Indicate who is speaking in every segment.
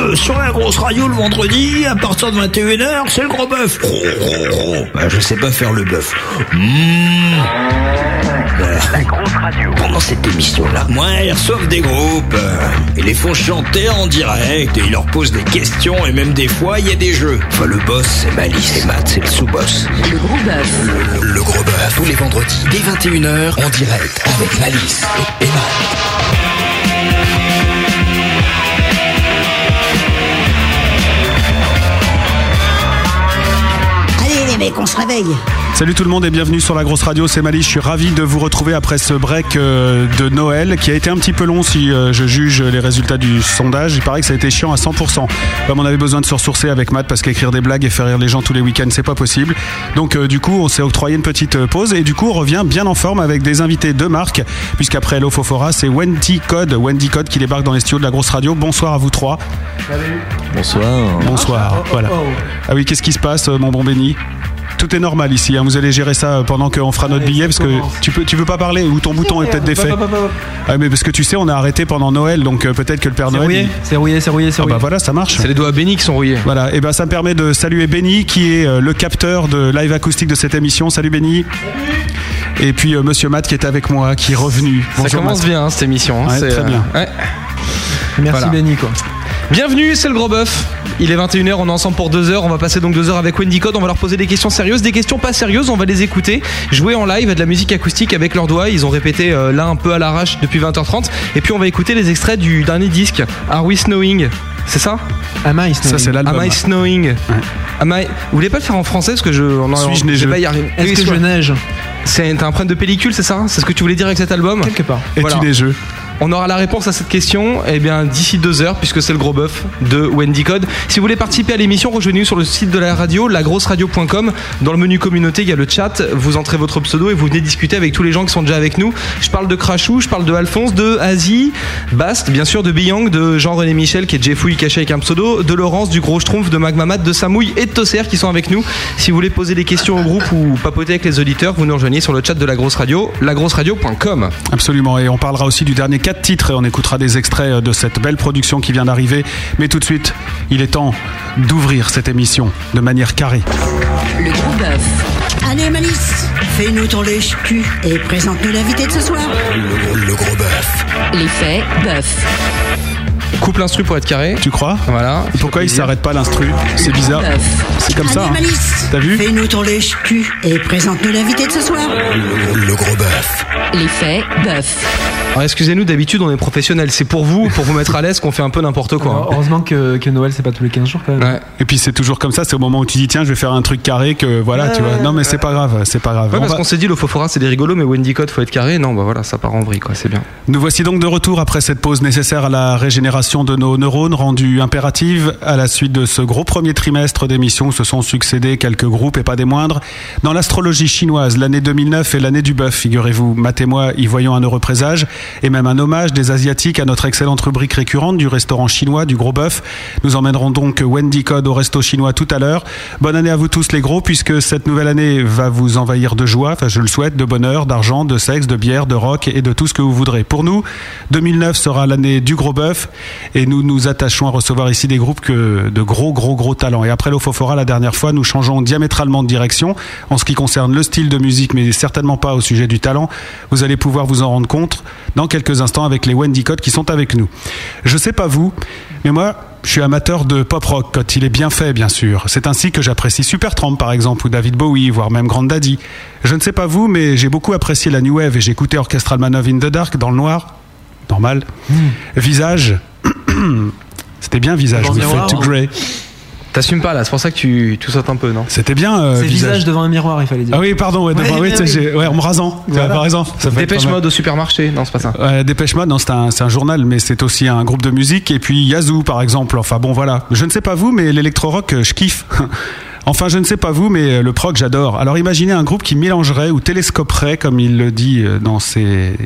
Speaker 1: euh, sur la grosse radio le vendredi, à partir de 21h, c'est le gros bœuf. Ro, ro, ro. Bah, je sais pas faire le bœuf. Mmh. Voilà.
Speaker 2: La grosse radio.
Speaker 1: Pendant cette émission-là, moi, ils reçoivent des groupes. euh, ils les font chanter en direct et ils leur posent des questions et même des fois, il y a des jeux. Enfin, le boss, c'est Malice et Matt, c'est le sous-boss.
Speaker 3: Le gros bœuf.
Speaker 1: Le, le gros bœuf, tous les vendredis, dès 21h, en direct, avec Malice et, et Matt.
Speaker 3: Allez les mecs, on se réveille.
Speaker 4: Salut tout le monde et bienvenue sur la grosse radio, c'est Mali, je suis ravi de vous retrouver après ce break euh, de Noël qui a été un petit peu long si euh, je juge les résultats du sondage, il paraît que ça a été chiant à 100%. Comme on avait besoin de se ressourcer avec Matt parce qu'écrire des blagues et faire rire les gens tous les week-ends c'est pas possible. Donc euh, du coup on s'est octroyé une petite euh, pause et du coup on revient bien en forme avec des invités de marque puisqu'après Hello Fofora c'est Wendy Code, Wendy Code qui débarque dans les studios de la grosse radio. Bonsoir à vous trois.
Speaker 5: Bonsoir. oh,
Speaker 4: Bonsoir. Voilà. Ah oui, qu'est-ce qui se passe, euh, mon bon béni Tout est normal ici. hein, Vous allez gérer ça euh, pendant qu'on fera notre billet, parce que tu peux, tu veux pas parler ou ton bouton est peut-être défait. Ah, mais parce que tu sais, on a arrêté pendant Noël, donc euh, peut-être que le Père Noël. il-
Speaker 5: c'est rouillé, c'est rouillé, c'est
Speaker 4: Ah bah voilà, ça marche.
Speaker 5: C'est les doigts bénis qui sont rouillés.
Speaker 4: Voilà, et ben ça me permet de saluer Benny qui est euh, le capteur de live acoustique de cette émission. Salut Benny. Et puis euh, Monsieur Matt qui est avec moi, qui est revenu.
Speaker 5: Ça
Speaker 4: Bonjour,
Speaker 5: commence
Speaker 4: Matt.
Speaker 5: bien hein, cette émission. hein,
Speaker 4: Ouais,
Speaker 5: c'est,
Speaker 4: très bien.
Speaker 5: ouais.
Speaker 6: Merci
Speaker 5: Voilà.
Speaker 6: Benny quoi. Ah,
Speaker 5: Bienvenue, c'est le gros bœuf. Il est 21h, on est ensemble pour 2 heures. On va passer donc 2 heures avec Wendy Code. On va leur poser des questions sérieuses, des questions pas sérieuses. On va les écouter, jouer en live à de la musique acoustique avec leurs doigts. Ils ont répété euh, là un peu à l'arrache depuis 20h30. Et puis on va écouter les extraits du dernier disque, Are We Snowing C'est ça
Speaker 6: Am I Snowy
Speaker 4: Ça c'est l'album.
Speaker 5: Am I Snowing Am I- Ah, Vous voulez pas le faire en français parce que je. on en-
Speaker 4: Suis-je
Speaker 5: on-
Speaker 4: neigeux
Speaker 5: pas y arriver. Oui,
Speaker 6: Est-ce que
Speaker 5: soit-
Speaker 6: je neige
Speaker 5: C'est t'as un problème de pellicule, c'est ça C'est ce que tu voulais dire avec cet album
Speaker 6: quelque part
Speaker 4: Et
Speaker 5: Voilà.
Speaker 4: tu des jeux.
Speaker 5: On aura la réponse à cette question eh bien d'ici deux heures puisque c'est le gros bœuf de Wendy Code. Si vous voulez participer à l'émission, rejoignez-nous sur le site de la radio, lagrosseradio.com. Dans le menu communauté, il y a le chat. Vous entrez votre pseudo et vous venez discuter avec tous les gens qui sont déjà avec nous. Je parle de Crachou, je parle de Alphonse, de Asie, Bast, bien sûr, de Biyang, de Jean-René Michel qui est Jeffouille caché avec un pseudo, de Laurence, du Gros Schtroumpf, de Magmamat, de Samouille et de Tosser qui sont avec nous. Si vous voulez poser des questions au groupe ou papoter avec les auditeurs, vous nous rejoignez sur le chat de la grosse radio, lagrosseradio.com.
Speaker 4: Absolument, et on parlera aussi du dernier 4 titres et on écoutera des extraits euh, de cette belle production qui vient d'arriver. Mais tout de suite, il est temps d'ouvrir cette émission de manière carrée.
Speaker 3: Le gros bœuf. Allez Malice, fais-nous ton lèche cul et présente-nous l'invité de ce soir.
Speaker 1: Le, le gros bœuf.
Speaker 3: L'effet bœuf.
Speaker 5: Coupe l'instru pour être carré.
Speaker 4: Tu crois
Speaker 5: Voilà.
Speaker 4: Et Pourquoi il s'arrête pas l'instru C'est bizarre. C'est comme ça.
Speaker 3: Allez
Speaker 4: hein.
Speaker 3: Malice,
Speaker 4: T'as vu
Speaker 3: fais-nous ton lèche cul et présente-nous l'invité de ce soir.
Speaker 1: Le, le gros bœuf.
Speaker 3: L'effet bœuf.
Speaker 5: Alors excusez-nous, d'habitude on est professionnels, c'est pour vous, pour vous mettre à l'aise qu'on fait un peu n'importe quoi. hein.
Speaker 6: Alors, Heureusement que, que Noël c'est pas tous les 15 jours quand même.
Speaker 5: Ouais.
Speaker 4: Et puis c'est toujours comme ça, c'est au moment où tu dis tiens, je vais faire un truc carré que voilà, tu vois. Non mais c'est pas grave, c'est pas grave.
Speaker 5: Ouais,
Speaker 4: On
Speaker 5: parce
Speaker 4: va-
Speaker 5: qu'on s'est dit le Fofora c'est des rigolos mais Wendy Code faut être carré. Non bah voilà ça part en vrille quoi c'est bien.
Speaker 4: Nous voici donc de retour après cette pause nécessaire à la régénération de nos neurones rendue impérative à la suite de ce gros premier trimestre d'émission où se sont succédés quelques groupes et pas des moindres. Dans l'astrologie chinoise, l'année 2009 est l'année du bœuf, figurez-vous. Matt et moi y voyons un heureux présage et même un hommage des Asiatiques à notre excellente rubrique récurrente du restaurant chinois du gros bœuf. Nous emmènerons donc Wendy Code au resto chinois tout à l'heure. Bonne année à vous tous les gros puisque cette nouvelle année va vous envahir de joie, enfin je le souhaite, de bonheur, d'argent, de sexe, de bière, de rock et de tout ce que vous voudrez. Pour nous, 2009 sera l'année du gros bœuf et nous nous attachons à recevoir ici des groupes que de gros gros gros talents. Et après l'Ofofora la dernière fois, nous changeons diamétralement de direction en ce qui concerne le style de musique mais certainement pas au sujet du talent. Vous allez pouvoir vous en rendre compte dans quelques instants avec les Wendy Code qui sont avec nous. Je sais pas vous, mais moi je suis amateur de pop rock quand il est bien fait, bien sûr. C'est ainsi que j'apprécie Supertramp, par exemple, ou David Bowie, voire même Grand Daddy. Je ne sais pas vous, mais j'ai beaucoup apprécié la New Wave et j'ai écouté Orchestral Man of in the Dark dans le noir. Normal.
Speaker 6: Hmm.
Speaker 4: Visage. C'était bien Visage,
Speaker 6: Dans
Speaker 4: we
Speaker 6: le
Speaker 4: fade
Speaker 6: miroir,
Speaker 4: to
Speaker 6: hein.
Speaker 4: grey.
Speaker 5: T'assumes pas là, c'est pour ça que tu, tu sautes un peu non
Speaker 4: C'était bien euh,
Speaker 6: hein. C'est
Speaker 4: visage.
Speaker 6: visage devant un miroir il fallait dire.
Speaker 4: Ah oui, pardon, ouais, devant-
Speaker 6: Ouais,
Speaker 4: oui,
Speaker 6: ouais,
Speaker 4: tu sais,
Speaker 6: ouais.
Speaker 4: j'ai- ouais, en me rasant. tu vois,
Speaker 6: Voilà.
Speaker 4: Par exemple, ça peut être pas
Speaker 5: Dépêche
Speaker 4: mal.
Speaker 5: mode au supermarché, non c'est pas ça.
Speaker 4: Euh, Dépêche Mode, non, c'est un, c'est un journal, mais c'est aussi un groupe de musique. Et puis Yazoo, par exemple. Enfin bon, voilà. Je ne sais pas vous, mais l'électro-rock, euh, je kiffe. Enfin, je ne sais pas vous, mais euh, le prog, j'adore. Alors imaginez un groupe qui mélangerait ou télescoperait, comme il le dit euh, dans, ses,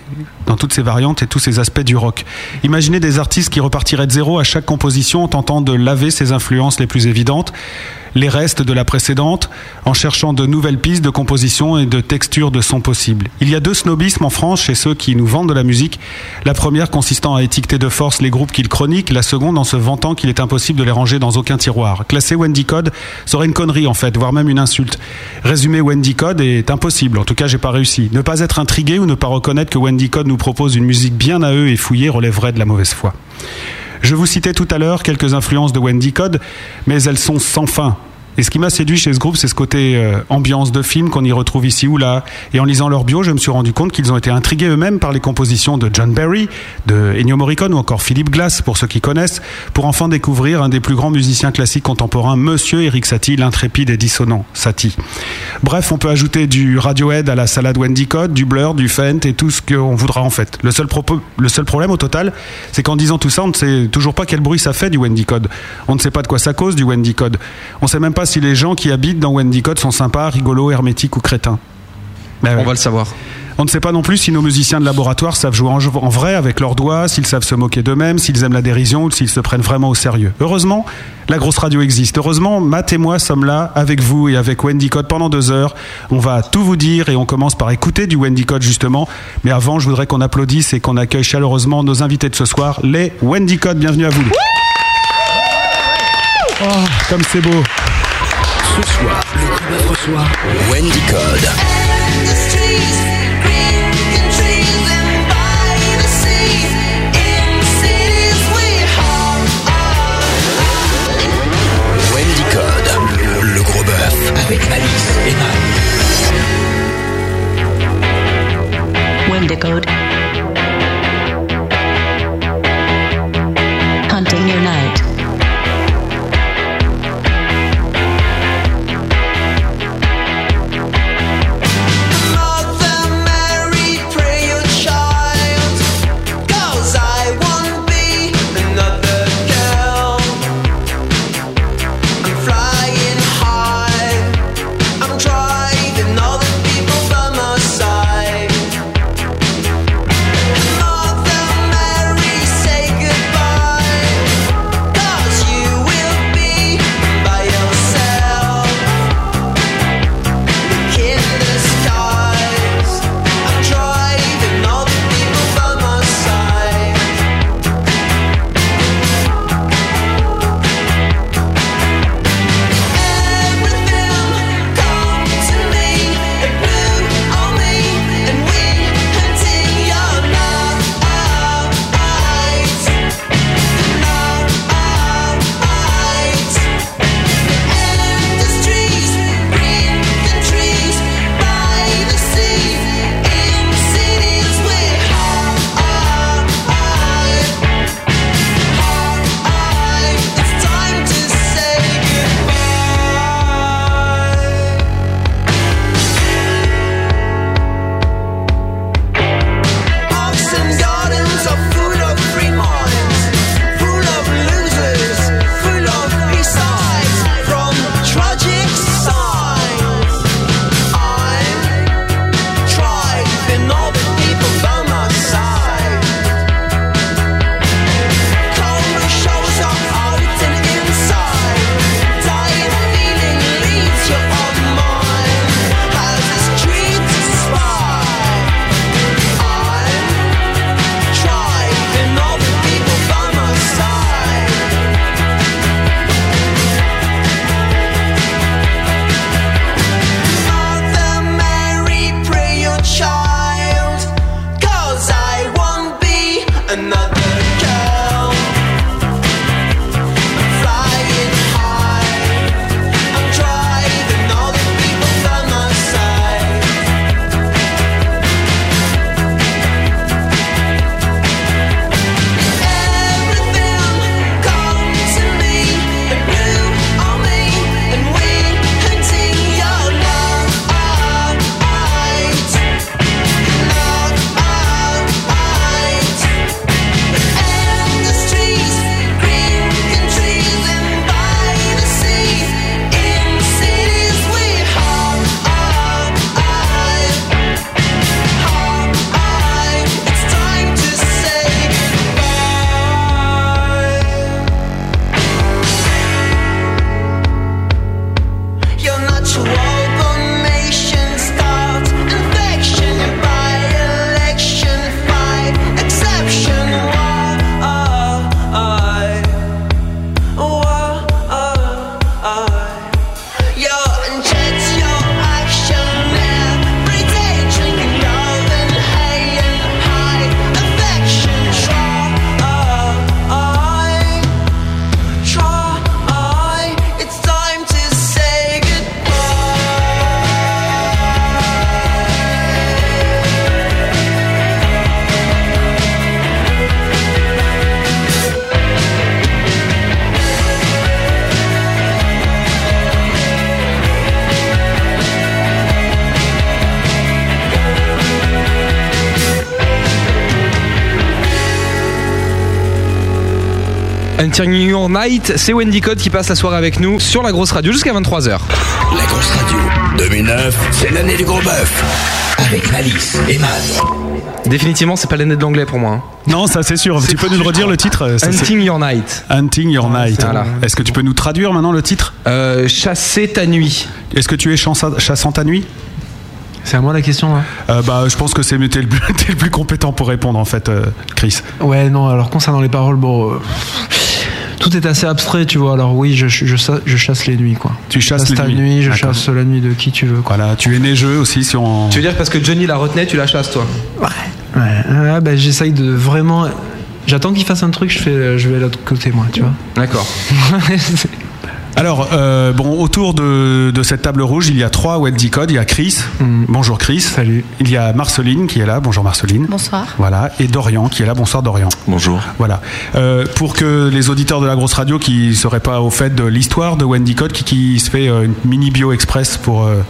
Speaker 4: dans toutes ses variantes et tous ses aspects du rock. Imaginez des artistes qui repartiraient de zéro à chaque composition en tentant de laver ses influences les plus évidentes, les restes de la précédente, en cherchant de nouvelles pistes de composition et de textures de son possible. Il y a deux snobismes en France chez ceux qui nous vendent de la musique. La première consistant à étiqueter de force les groupes qu'ils chroniquent, la seconde en se vantant qu'il est impossible de les ranger dans aucun tiroir. Classer Wendy Code serait une connerie en fait, voire même une insulte. Résumer Wendy Code est impossible, en tout cas j'ai pas réussi. Ne pas être intrigué ou ne pas reconnaître que Wendy Code nous propose une musique bien à eux et fouillée relèverait de la mauvaise foi. Je vous citais tout à l'heure quelques influences de Wendy Code, mais elles sont sans fin. Et ce qui m'a séduit chez ce groupe, c'est ce côté euh, ambiance de film qu'on y retrouve ici ou là. Et en lisant leur bio, je me suis rendu compte qu'ils ont été intrigués eux-mêmes par les compositions de John Barry, de Ennio Morricone ou encore Philippe Glass, pour ceux qui connaissent, pour enfin découvrir un des plus grands musiciens classiques contemporains, Monsieur Eric Satie, l'intrépide et dissonant Satie. Bref, on peut ajouter du Radiohead à la salade Wendy Code, du Blur, du Fent et tout ce qu'on voudra en fait. Le seul, propos- le seul problème au total, c'est qu'en disant tout ça, on ne sait toujours pas quel bruit ça fait du Wendy Code. On ne sait pas de quoi ça cause du Wendy Code. On ne sait même pas si les gens qui habitent dans Wendy Code sont sympas, rigolos, hermétiques ou crétins. Mais ouais.
Speaker 5: On va le savoir.
Speaker 4: On ne sait pas non plus si nos musiciens de laboratoire savent jouer en, en vrai avec leurs doigts, s'ils savent se moquer d'eux-mêmes, s'ils aiment la dérision ou s'ils se prennent vraiment au sérieux. Heureusement, la grosse radio existe. Heureusement, Matt et moi sommes là avec vous et avec Wendy Code pendant deux heures. On va tout vous dire et on commence par écouter du Wendy Code justement. Mais avant, je voudrais qu'on applaudisse et qu'on accueille chaleureusement nos invités de ce soir, les Wendy Code. Bienvenue à vous. Oh, comme c'est beau.
Speaker 1: Ce soir, le coup d'œuvre reçoit Wendy Code. Wendy Code, le, le gros bœuf, avec Alice et Matt.
Speaker 2: Wendigo. Hunting your night.
Speaker 7: Mother
Speaker 5: Entering Your Night, c'est Wendy Code qui passe la soirée avec nous sur la grosse radio jusqu'à 23h.
Speaker 1: La grosse radio. 2009, c'est l'année du gros bœuf. Avec Malice et Matt.
Speaker 5: Définitivement, c'est pas l'année de l'anglais pour moi. hein.
Speaker 4: Non, ça c'est sûr. Tu peux nous le redire le titre euh, ça, c'est-
Speaker 5: Hunting Your Night.
Speaker 4: Hunting Your Night.
Speaker 5: voilà.
Speaker 4: Est-ce que tu peux nous traduire maintenant le titre
Speaker 5: Euh, chasser ta nuit.
Speaker 4: Est-ce que tu es chansa- chassant à nuit
Speaker 6: C'est à moi la question là.
Speaker 4: Euh, Bah, je pense que c'est t'es le, plus- t'es le plus compétent pour répondre en fait, euh, Chris.
Speaker 6: Ouais, non, alors concernant les paroles, bon. euh, Tout est assez abstrait, tu vois. Alors oui, je, je, sa- je chasse les nuits, quoi.
Speaker 4: Tu
Speaker 6: Je
Speaker 4: chasses
Speaker 6: chasse
Speaker 4: les
Speaker 6: ta
Speaker 4: nuits.
Speaker 6: nuit, je
Speaker 4: D'accord.
Speaker 6: chasse la nuit de qui tu veux, quoi.
Speaker 4: Voilà, tu es neigeux aussi si on.
Speaker 5: Tu veux dire parce que Johnny la retenait, tu la chasses toi
Speaker 6: Ouais, ah, bah, j'essaye de vraiment. J'attends qu'il fasse un truc, je, fais, je vais à l'autre côté, moi, tu vois.
Speaker 5: D'accord.
Speaker 6: C'est-
Speaker 4: Alors, euh, bon, autour de, de cette table rouge, il y a trois Wendy Code. Il y a Chris. Bonjour Chris.
Speaker 6: Salut.
Speaker 4: Il y a Marceline qui est là. Bonjour Marceline.
Speaker 7: Bonsoir.
Speaker 4: Voilà. Et Dorian qui est là. Bonsoir Dorian.
Speaker 8: Bonjour.
Speaker 4: Voilà. Euh, pour que les auditeurs de la grosse radio qui ne seraient pas au fait de l'histoire de Wendy Code, qui, qui se fait euh, une mini bio express pour, euh,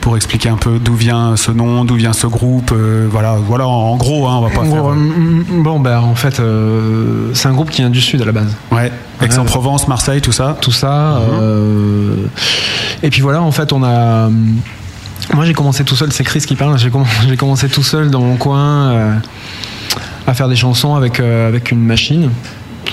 Speaker 4: pour expliquer un peu d'où vient ce nom, d'où vient ce groupe. euh, voilà, voilà en, en gros, hein, on va pas
Speaker 6: Bon,
Speaker 4: faire.
Speaker 6: euh, mm, mm, bon, bah, en fait, euh, c'est un groupe qui vient du Sud à la base.
Speaker 4: ouais, Ah, Aix-en-Provence, Marseille, tout ça.
Speaker 6: tout ça. euh, et puis voilà, en fait, on a. euh, Moi, j'ai commencé tout seul, c'est Chris qui parle, j'ai commencé, j'ai commencé tout seul dans mon coin euh, à faire des chansons avec, euh, avec une machine.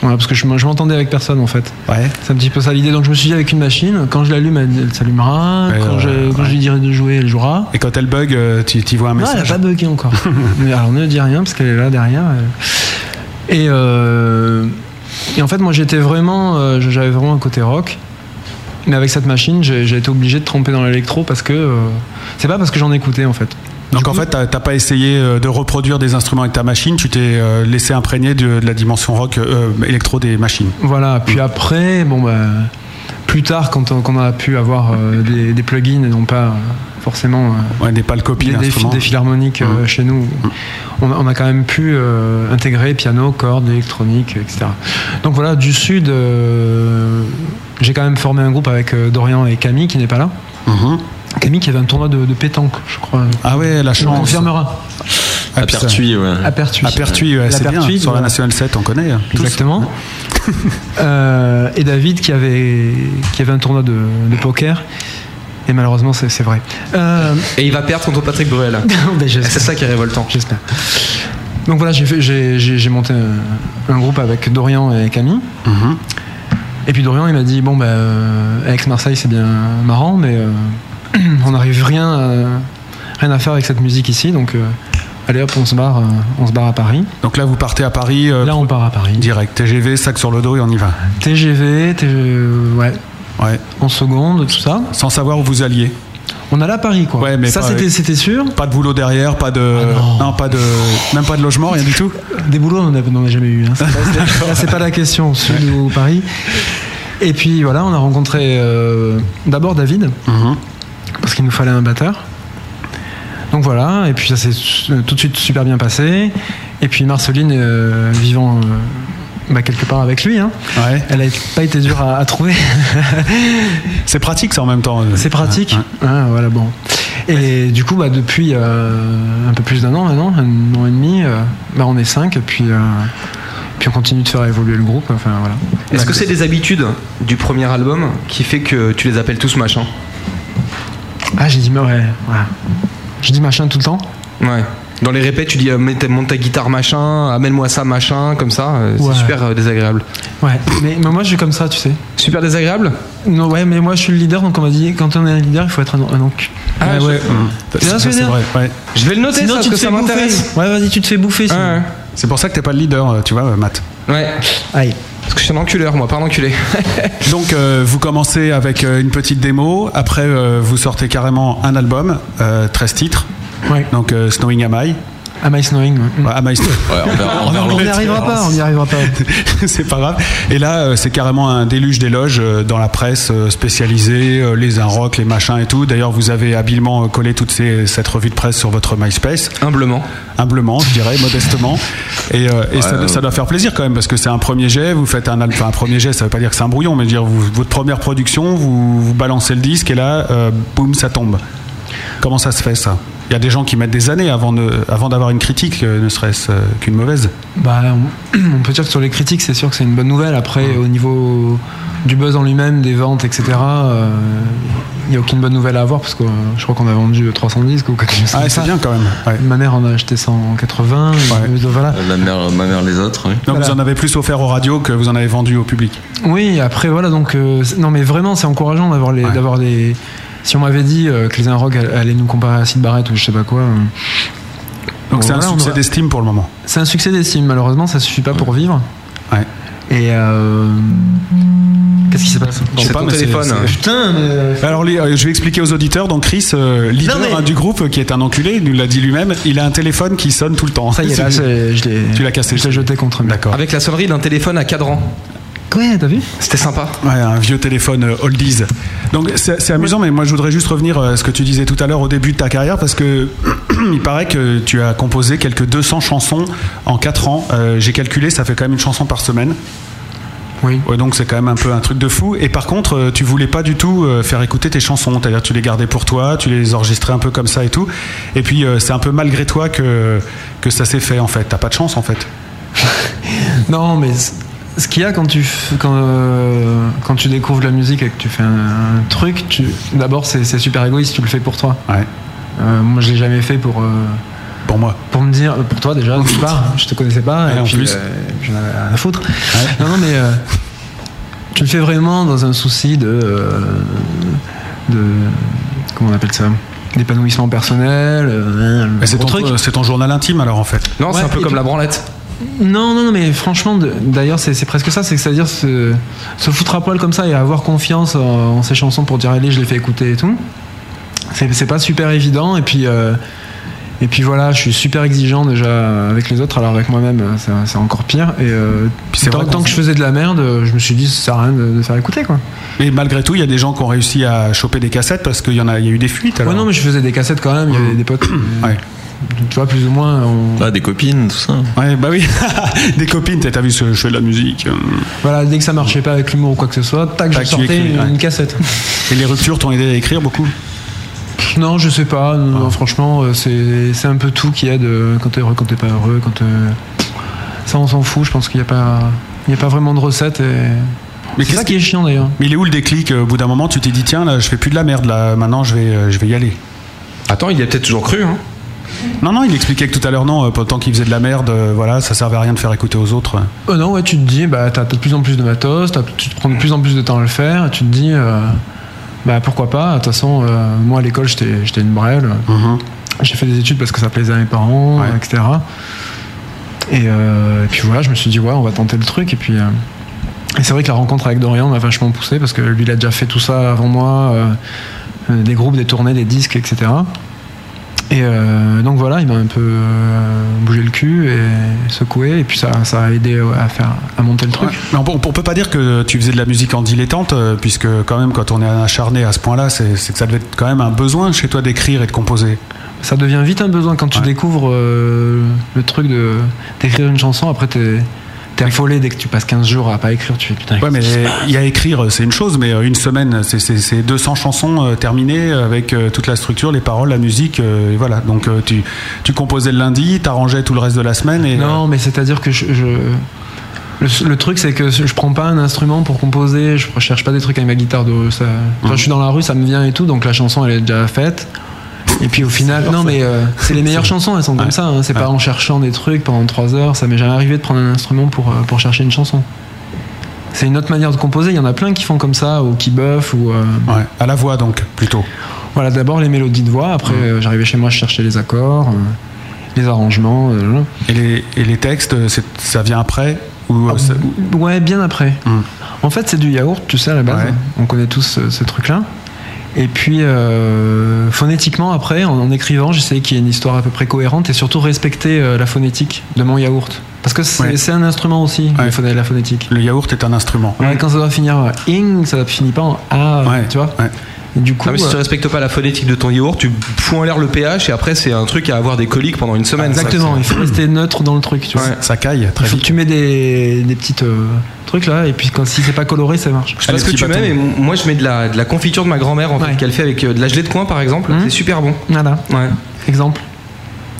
Speaker 6: Voilà, parce que je, m- je m'entendais avec personne en fait.
Speaker 4: Ouais.
Speaker 6: C'est un petit peu ça l'idée. Donc je me suis dit avec une machine, quand je l'allume, elle, elle s'allumera.
Speaker 4: Ouais,
Speaker 6: quand,
Speaker 4: ouais,
Speaker 6: je, quand je lui dirai de jouer, elle jouera.
Speaker 4: Et quand elle bug, euh, tu, tu vois un
Speaker 6: Non, elle
Speaker 4: message.
Speaker 6: a pas bugué encore. Mais alors ne dis rien parce qu'elle est là derrière. elle. Et, euh, et en fait, moi j'étais vraiment, euh, j'avais vraiment un côté rock. Mais avec cette machine, j'ai j'ai été obligé de tromper dans l'électro parce que euh, c'est pas parce que j'en écoutais en fait.
Speaker 4: Donc
Speaker 6: Du
Speaker 4: en
Speaker 6: coup-
Speaker 4: fait, t'as t'as pas essayé euh, de reproduire des instruments avec ta machine, tu t'es euh, laissé imprégner de, de la dimension rock euh, électro des machines.
Speaker 6: Voilà. Puis après, bon bah, plus tard, quand on, quand on a pu avoir euh, des, des plugins et non pas euh, forcément euh,
Speaker 4: Ouais, des pâles copies
Speaker 6: des, des,
Speaker 4: d'instruments.
Speaker 6: des philharmoniques euh,
Speaker 4: Mmh.
Speaker 6: chez nous. On, a- on a quand même pu euh, intégrer piano, cordes, électronique, etc. Donc voilà, du sud, euh, j'ai quand même formé un groupe avec euh, Dorian et Camille qui n'est pas là.
Speaker 4: Mhm.
Speaker 6: Camille qui avait un tournoi de, de pétanque, je crois.
Speaker 4: Ah ouais, la
Speaker 6: Je
Speaker 4: chance.
Speaker 6: confirmera.
Speaker 4: Ah,
Speaker 8: À
Speaker 4: putain.
Speaker 8: Pertuis, ouais.
Speaker 6: À Pertuis.
Speaker 4: À Pertuis, ouais,
Speaker 6: La
Speaker 4: c'est bien.
Speaker 6: Pertuis,
Speaker 4: Sur la
Speaker 6: voilà.
Speaker 4: National 7, on connaît. hein, tous.
Speaker 6: Exactement. Euh, et David qui avait, qui avait un tournoi de, de poker. Et malheureusement, c'est c'est vrai. Euh,
Speaker 5: Et il va perdre contre Patrick Bruel.
Speaker 6: ben, j'espère.
Speaker 5: C'est ça qui est révoltant.
Speaker 6: J'espère. Donc voilà, j'ai fait- j'ai j'ai- j'ai monté euh, un, un groupe avec Dorian et Camille.
Speaker 4: Mhm.
Speaker 6: Et puis Dorian, il m'a dit Bon, bah, Aix-Marseille, c'est bien marrant, mais euh, on n'arrive rien, à- rien à faire avec cette musique ici. Donc, euh, allez hop, on se barre, euh, on se barre à Paris.
Speaker 4: Donc là, vous partez à Paris, euh,
Speaker 6: Là, on part à Paris.
Speaker 4: direct. TGV, sac sur le dos et on y va.
Speaker 6: TGV, TGV euh, ouais,
Speaker 4: Ouais.
Speaker 6: en seconde, tout ça.
Speaker 4: Sans savoir où vous alliez.
Speaker 6: On allait à Paris, quoi.
Speaker 4: Ouais, mais
Speaker 6: ça,
Speaker 4: pas-
Speaker 6: c'était c'était sûr.
Speaker 4: Pas de boulot derrière, pas de.
Speaker 6: Ah non.
Speaker 4: pas de. Même pas de logement, rien du tout.
Speaker 6: Des boulots, on n'en a jamais eu. hein. C'est pas- c'est- Là, c'est pas la question, Sud ou Paris. Et puis voilà, on a rencontré euh, d'abord David,
Speaker 4: Mhm.
Speaker 6: parce qu'il nous fallait un batteur. Donc voilà, et puis ça s'est su- euh, tout de suite super bien passé. Et puis Marceline, euh, vivant euh, bah, quelque part avec lui, hein,
Speaker 4: Ouais.
Speaker 6: elle n'a pas été dure à- à trouver.
Speaker 4: C'est pratique ça en même temps.
Speaker 6: C'est pratique. Ah, voilà, bon. Et du coup, bah, depuis euh, un peu plus d'un an maintenant, un an et demi, euh, bah, on est cinq, et puis, euh, puis on continue de faire évoluer le groupe. Enfin, voilà.
Speaker 5: Est-ce que c'est des habitudes du premier album qui fait que tu les appelles tous machin
Speaker 6: Ah, j'ai dit, mais ouais, ouais. Je dis machin tout le temps.
Speaker 5: Ouais. Dans les répètes, tu dis euh, mets ta- monte ta guitare machin, amène-moi ça machin, comme ça. euh,
Speaker 6: Ouais.
Speaker 5: C'est super euh, désagréable.
Speaker 6: Ouais. Mais, mais moi, je suis comme ça, tu sais.
Speaker 5: Super désagréable
Speaker 6: Non, ouais, mais moi, je suis le leader, donc on m'a dit, quand on est un leader, il faut être un, un enc-
Speaker 5: Ah, je-
Speaker 6: C'est
Speaker 4: Mmh. C'est
Speaker 6: un souvenir.
Speaker 4: vrai. ouais.
Speaker 5: Je vais le noter ça, parce que ça m'intéresse.
Speaker 6: Ouais, vas-y, tu te fais bouffer.
Speaker 5: Ouais,
Speaker 6: sinon.
Speaker 5: ouais.
Speaker 4: C'est pour ça que t'es pas le leader, euh, tu vois, euh, Matt.
Speaker 5: Ouais.
Speaker 6: Aïe.
Speaker 5: Parce que je suis un enculeur, moi, pas un enculé.
Speaker 4: Donc euh, vous commencez avec euh, une petite démo, après euh, vous sortez carrément un album, euh, 13 titres,
Speaker 6: Ouais.
Speaker 4: donc euh, Snowing Am I.
Speaker 6: Am I snowing ouais.
Speaker 4: Ouais, Am I Snow-
Speaker 8: Ouais, on verra- on euh, verra
Speaker 6: On n'y
Speaker 8: l'autre.
Speaker 6: arrivera pas, on n'y arrivera pas.
Speaker 4: c'est pas grave. Et là euh, c'est carrément un déluge d'éloges euh, dans la presse euh, spécialisée, euh, les un rock, les machins et tout. D'ailleurs vous avez habilement euh, collé toute ces- cette revue de presse sur votre MySpace,
Speaker 5: Humblement.
Speaker 4: humblement je dirais, modestement. Et, euh, et ça,
Speaker 8: Ouais, ouais.
Speaker 4: ça doit faire plaisir quand même parce que c'est un premier jet, vous faites un, al- enfin, un premier jet, ça veut pas dire que c'est un brouillon, mais dire vous- votre première production, vous, vous balancez le disque et là euh, boum ça tombe. Comment ça se fait ça Il y a des gens qui mettent des années avant, de- avant d'avoir une critique, euh, ne serait-ce euh, qu'une mauvaise.
Speaker 6: Bah, on, on peut dire que sur les critiques, c'est sûr que c'est une bonne nouvelle. Après, au niveau du buzz en lui-même, des ventes, etc., euh, il n'y a aucune bonne nouvelle à avoir parce que euh, je crois qu'on a vendu 300 disques ou quelque chose
Speaker 4: Ah,
Speaker 6: comme
Speaker 4: c'est
Speaker 6: ça.
Speaker 4: bien quand même. ouais.
Speaker 6: Ma mère en a acheté 180.
Speaker 4: Ouais.
Speaker 6: euh, voilà.
Speaker 7: Ma mère, ma mère les autres, oui.
Speaker 4: Donc
Speaker 6: Voilà.
Speaker 4: vous en avez plus offert aux radios que vous en avez vendu au public.
Speaker 6: Oui, après voilà, donc euh, c'est- non mais vraiment c'est encourageant d'avoir les
Speaker 4: Ouais.
Speaker 6: d'avoir des si on m'avait dit euh, que les Rock allaient nous comparer à Sid Barrett ou je sais pas quoi. euh,
Speaker 4: Donc
Speaker 6: bon,
Speaker 4: c'est un
Speaker 6: voilà, on
Speaker 4: succès
Speaker 6: aura-
Speaker 4: d'estime pour le moment.
Speaker 6: C'est un succès d'estime malheureusement ça suffit pas pour vivre.
Speaker 4: Ouais.
Speaker 6: Et euh, qu'est-ce qui se passe
Speaker 4: Je sais
Speaker 5: C'est
Speaker 4: pas,
Speaker 5: ton
Speaker 4: mais c'est-
Speaker 5: téléphone.
Speaker 4: c'est-
Speaker 6: Putain mais euh,
Speaker 4: Alors, les- euh, je vais expliquer aux auditeurs. Donc, Chris, euh, leader
Speaker 6: Non, mais-
Speaker 4: hein, du groupe, qui est un enculé, il nous l'a dit lui-même, il a un téléphone qui sonne tout le temps.
Speaker 6: ça y est là c'est- je l'ai
Speaker 4: Tu l'as cassé. Bah,
Speaker 6: je l'ai jeté contre lui.
Speaker 4: D'accord.
Speaker 5: Avec la sonnerie d'un téléphone à cadran.
Speaker 6: Ouais t'as vu
Speaker 5: C'était sympa.
Speaker 4: Ouais, un vieux téléphone euh, oldies. Donc c'est c'est amusant, mais moi je voudrais juste revenir euh, à ce que tu disais tout à l'heure au début de ta carrière, parce que il paraît que tu as composé quelques 200 chansons en 4 ans. Euh, J'ai calculé, ça fait quand même une chanson par semaine.
Speaker 6: Oui.
Speaker 4: Ouais, donc c'est quand même un peu un truc de fou. Et par contre, euh, tu voulais pas du tout euh, faire écouter tes chansons. C'est-à-dire tu les gardais pour toi, tu les enregistrais un peu comme ça et tout. Et puis euh, c'est un peu malgré toi que, que ça s'est fait en fait. T'as pas de chance en fait.
Speaker 6: Non, mais c- ce qu'il y a quand tu, f- quand, euh, quand tu découvres de la musique et que tu fais un, un truc, tu, d'abord c'est c'est super égoïste, tu le fais pour toi.
Speaker 4: Ouais.
Speaker 6: Euh, moi je l'ai jamais fait pour, euh,
Speaker 4: Pour moi.
Speaker 6: pour me dire, pour toi déjà, d'une part, je te connaissais pas,
Speaker 4: Ouais,
Speaker 6: et
Speaker 4: en
Speaker 6: puis,
Speaker 4: plus.
Speaker 6: euh, j'en avais rien à foutre. Non, non, mais euh, tu le fais vraiment dans un souci de. euh, de comment on appelle ça D'épanouissement personnel. euh,
Speaker 4: Mais c'est
Speaker 6: gros
Speaker 4: ton, euh, c'est ton journal intime alors en fait.
Speaker 5: Non, c'est
Speaker 6: Ouais,
Speaker 5: un peu
Speaker 6: et
Speaker 5: comme
Speaker 6: puis-
Speaker 5: la branlette.
Speaker 6: Non, non, non, mais franchement, de- d'ailleurs, c'est c'est presque ça, c'est que ça veut dire se, se foutre à poil comme ça et avoir confiance en, en ses chansons pour dire allez, je les fais écouter et tout. C'est c'est pas super évident, et puis, euh, et puis voilà, je suis super exigeant déjà avec les autres, alors avec moi-même, euh, c'est c'est encore pire. Et euh,
Speaker 4: Puis c'est
Speaker 6: tant,
Speaker 4: vrai qu'on-
Speaker 6: tant que je faisais de la merde, euh, je me suis dit, ça sert à rien de, de faire écouter quoi.
Speaker 4: Mais malgré tout, il y a des gens qui ont réussi à choper des cassettes parce qu'il y en a, il y a eu des fuites. Alors.
Speaker 6: Ouais, non, mais je faisais des cassettes quand même, il y avait des potes, euh,
Speaker 4: Mmh. Ouais.
Speaker 6: tu vois, plus ou moins. on-
Speaker 7: Ah, des copines, tout ça.
Speaker 4: Ouais, bah oui. des copines, t'as t'as vu, ce, je fais de la musique. euh.
Speaker 6: Voilà, dès que ça marchait pas avec l'humour ou quoi que ce soit, tac,
Speaker 4: Tac, tu
Speaker 6: je sortais
Speaker 4: écris,
Speaker 6: une,
Speaker 4: ouais.
Speaker 6: une cassette.
Speaker 4: Et les ruptures t'ont aidé à écrire beaucoup.
Speaker 6: Non, je sais pas. Non,
Speaker 4: Ah.
Speaker 6: non, franchement, euh, c'est c'est un peu tout qui aide euh, quand t'es heureux, quand t'es pas heureux. Quand euh, ça, on s'en fout. Je pense qu'il n'y a pas, il y a pas vraiment de recette. Et...
Speaker 4: Mais
Speaker 6: C'est
Speaker 4: qu'est-ce
Speaker 6: ça qui est chiant d'ailleurs.
Speaker 4: Mais il est où le déclic Au bout d'un moment, tu t'es dit tiens, là, je fais plus de la merde. Là, maintenant, je vais, euh, je vais y aller.
Speaker 5: Attends, il y a peut-être toujours cru. Hein.
Speaker 4: Non, non, il expliquait que tout à l'heure, non, euh, pendant qu'il faisait de la merde, euh, voilà, ça servait à rien de faire écouter aux autres.
Speaker 6: Euh, non, ouais, tu te dis, bah, t'as t'as de plus en plus de matos, t'as- tu te prends de plus en plus de temps à le faire. Tu te dis, euh, bah, pourquoi pas. De toute façon, euh, moi à l'école, j'étais j'étais une brêle. J'ai fait des études parce que ça plaisait à mes parents,
Speaker 4: Ouais.
Speaker 6: etc. Et, euh, et puis voilà, je me suis dit, ouais, on va tenter le truc. Et puis, euh, et c'est vrai que la rencontre avec Dorian m'a vachement poussé parce que lui, il a déjà fait tout ça avant moi, euh, euh, des groupes, des tournées, des disques, etc. Et euh, donc voilà, il m'a un peu euh, bougé le cul et secoué. Et puis ça, ça a aidé ouais, à, faire, à monter le truc.
Speaker 4: Ouais. Mais on, peut- on peut pas dire que tu faisais de la musique en dilettante, euh, puisque quand même, quand on est acharné à ce point-là, c'est c'est que ça devait être quand même un besoin chez toi d'écrire et de composer.
Speaker 6: Ça devient vite un besoin quand tu
Speaker 4: Ouais.
Speaker 6: découvres euh, le truc de- d'écrire une chanson. Après, t'es t'es affolé dès que tu passes 15 jours à pas écrire. Tu fais putain,
Speaker 4: Ouais, mais il y a écrire, c'est une chose, mais euh, une semaine, c'est- c'est c'est 200 chansons euh, terminées avec euh, toute la structure, les paroles, la musique, euh, et voilà. Donc euh, tu, tu composais le lundi, t'arrangeais tout le reste de la semaine et. euh,
Speaker 6: Non, mais c'est-à-dire que je. je- Le, le truc, c'est que je prends pas un instrument pour composer, je cherche pas des trucs avec ma guitare. De, ça, quand je suis dans la rue, ça me vient et tout, donc la chanson elle est déjà faite. Et puis au final, non mais euh, c'est les meilleures chansons, elles sont comme
Speaker 4: Ouais.
Speaker 6: ça. hein. C'est
Speaker 4: Ouais.
Speaker 6: pas en cherchant des trucs pendant trois heures, ça m'est jamais arrivé de prendre un instrument pour, euh, pour chercher une chanson. C'est une autre manière de composer. Il y en a plein qui font comme ça ou qui buffent ou euh,
Speaker 4: Ouais, à la voix donc, plutôt. Mm.
Speaker 6: voilà. D'abord les mélodies de voix. Après, euh, j'arrivais chez moi, je cherchais les accords, euh, les arrangements. euh, voilà.
Speaker 4: Et les, et les textes, euh, c'est- ça vient après ou, euh, ça- ou-
Speaker 6: Ah, Ouais, bien après.
Speaker 4: Hmm.
Speaker 6: En fait, c'est du yaourt, tu sais, à la base.
Speaker 4: Ouais.
Speaker 6: On connaît tous ce, ce truc-là. Et puis, euh, phonétiquement, après, en, en écrivant, j'essayais qu'il y ait une histoire à peu près cohérente et surtout respecter euh, la phonétique de mon yaourt. Parce que c'est
Speaker 4: Ouais.
Speaker 6: c'est un instrument aussi,
Speaker 4: Ouais.
Speaker 6: le phon- la phonétique.
Speaker 4: Le yaourt est un instrument.
Speaker 6: Ouais, Quand ça doit finir euh, ing, ça finit pas en a,
Speaker 4: Ouais,
Speaker 6: tu vois.
Speaker 4: ouais.
Speaker 6: Et du coup,
Speaker 5: Ah, mais si tu
Speaker 6: euh,
Speaker 5: respectes pas la phonétique de ton yaourt, tu fous en l'air le pH et après c'est un truc à avoir des coliques pendant une
Speaker 4: Ah,
Speaker 5: semaine. Ah,
Speaker 6: exactement, il faut rester neutre dans le truc. Tu vois.
Speaker 5: Ouais.
Speaker 4: Ça caille
Speaker 6: Il
Speaker 4: très
Speaker 6: faut que
Speaker 4: vite.
Speaker 6: tu mets des, des petites euh, trucs là, et puis quand si c'est pas coloré, ça marche.
Speaker 5: Je sais pas ce que
Speaker 4: Allez,
Speaker 5: tu
Speaker 4: petit
Speaker 5: mets, mais
Speaker 4: bâton.
Speaker 5: moi je mets de la, de la confiture de ma grand-mère en fait,
Speaker 6: Ouais.
Speaker 5: qu'elle fait avec euh, de la gelée de coin par exemple,
Speaker 6: Mhm.
Speaker 5: c'est super bon.
Speaker 6: Voilà,
Speaker 5: Ouais.
Speaker 6: exemple.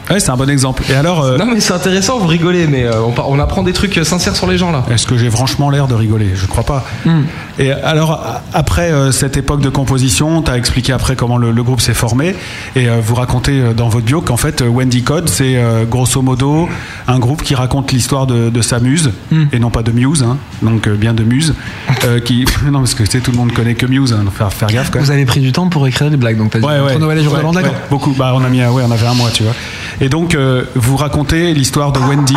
Speaker 4: Ouais, c'est un bon exemple. Et alors, euh,
Speaker 5: Non mais c'est intéressant, vous rigolez, mais euh, on, par- on apprend des trucs euh, sincères sur les gens là.
Speaker 4: Est-ce que j'ai franchement l'air de rigoler Je crois pas.
Speaker 6: Hmm.
Speaker 4: Et alors, a- après euh, cette époque de composition, tu as expliqué après comment le, le groupe s'est formé. Et euh, vous racontez euh, dans votre bio qu'en fait, euh, Wendy Code, c'est euh, grosso modo un groupe qui raconte l'histoire de, de sa muse,
Speaker 6: Hmm.
Speaker 4: et non pas de Muse, hein, donc euh, bien de Muse. euh, qui... non, parce que tu sais, tout le monde connaît que Muse, hein, donc faire, faire gaffe quand même.
Speaker 6: Vous avez pris du temps pour écrire des blagues, donc t'as dit
Speaker 4: Ouais, ouais.
Speaker 6: entre Noël et jour de
Speaker 4: Ouais,
Speaker 6: l'an, d'accord.
Speaker 4: ouais, beaucoup. Bah, on a mis, un- ouais, on avait un mois, tu vois. Et donc, euh, vous racontez l'histoire de Wendy,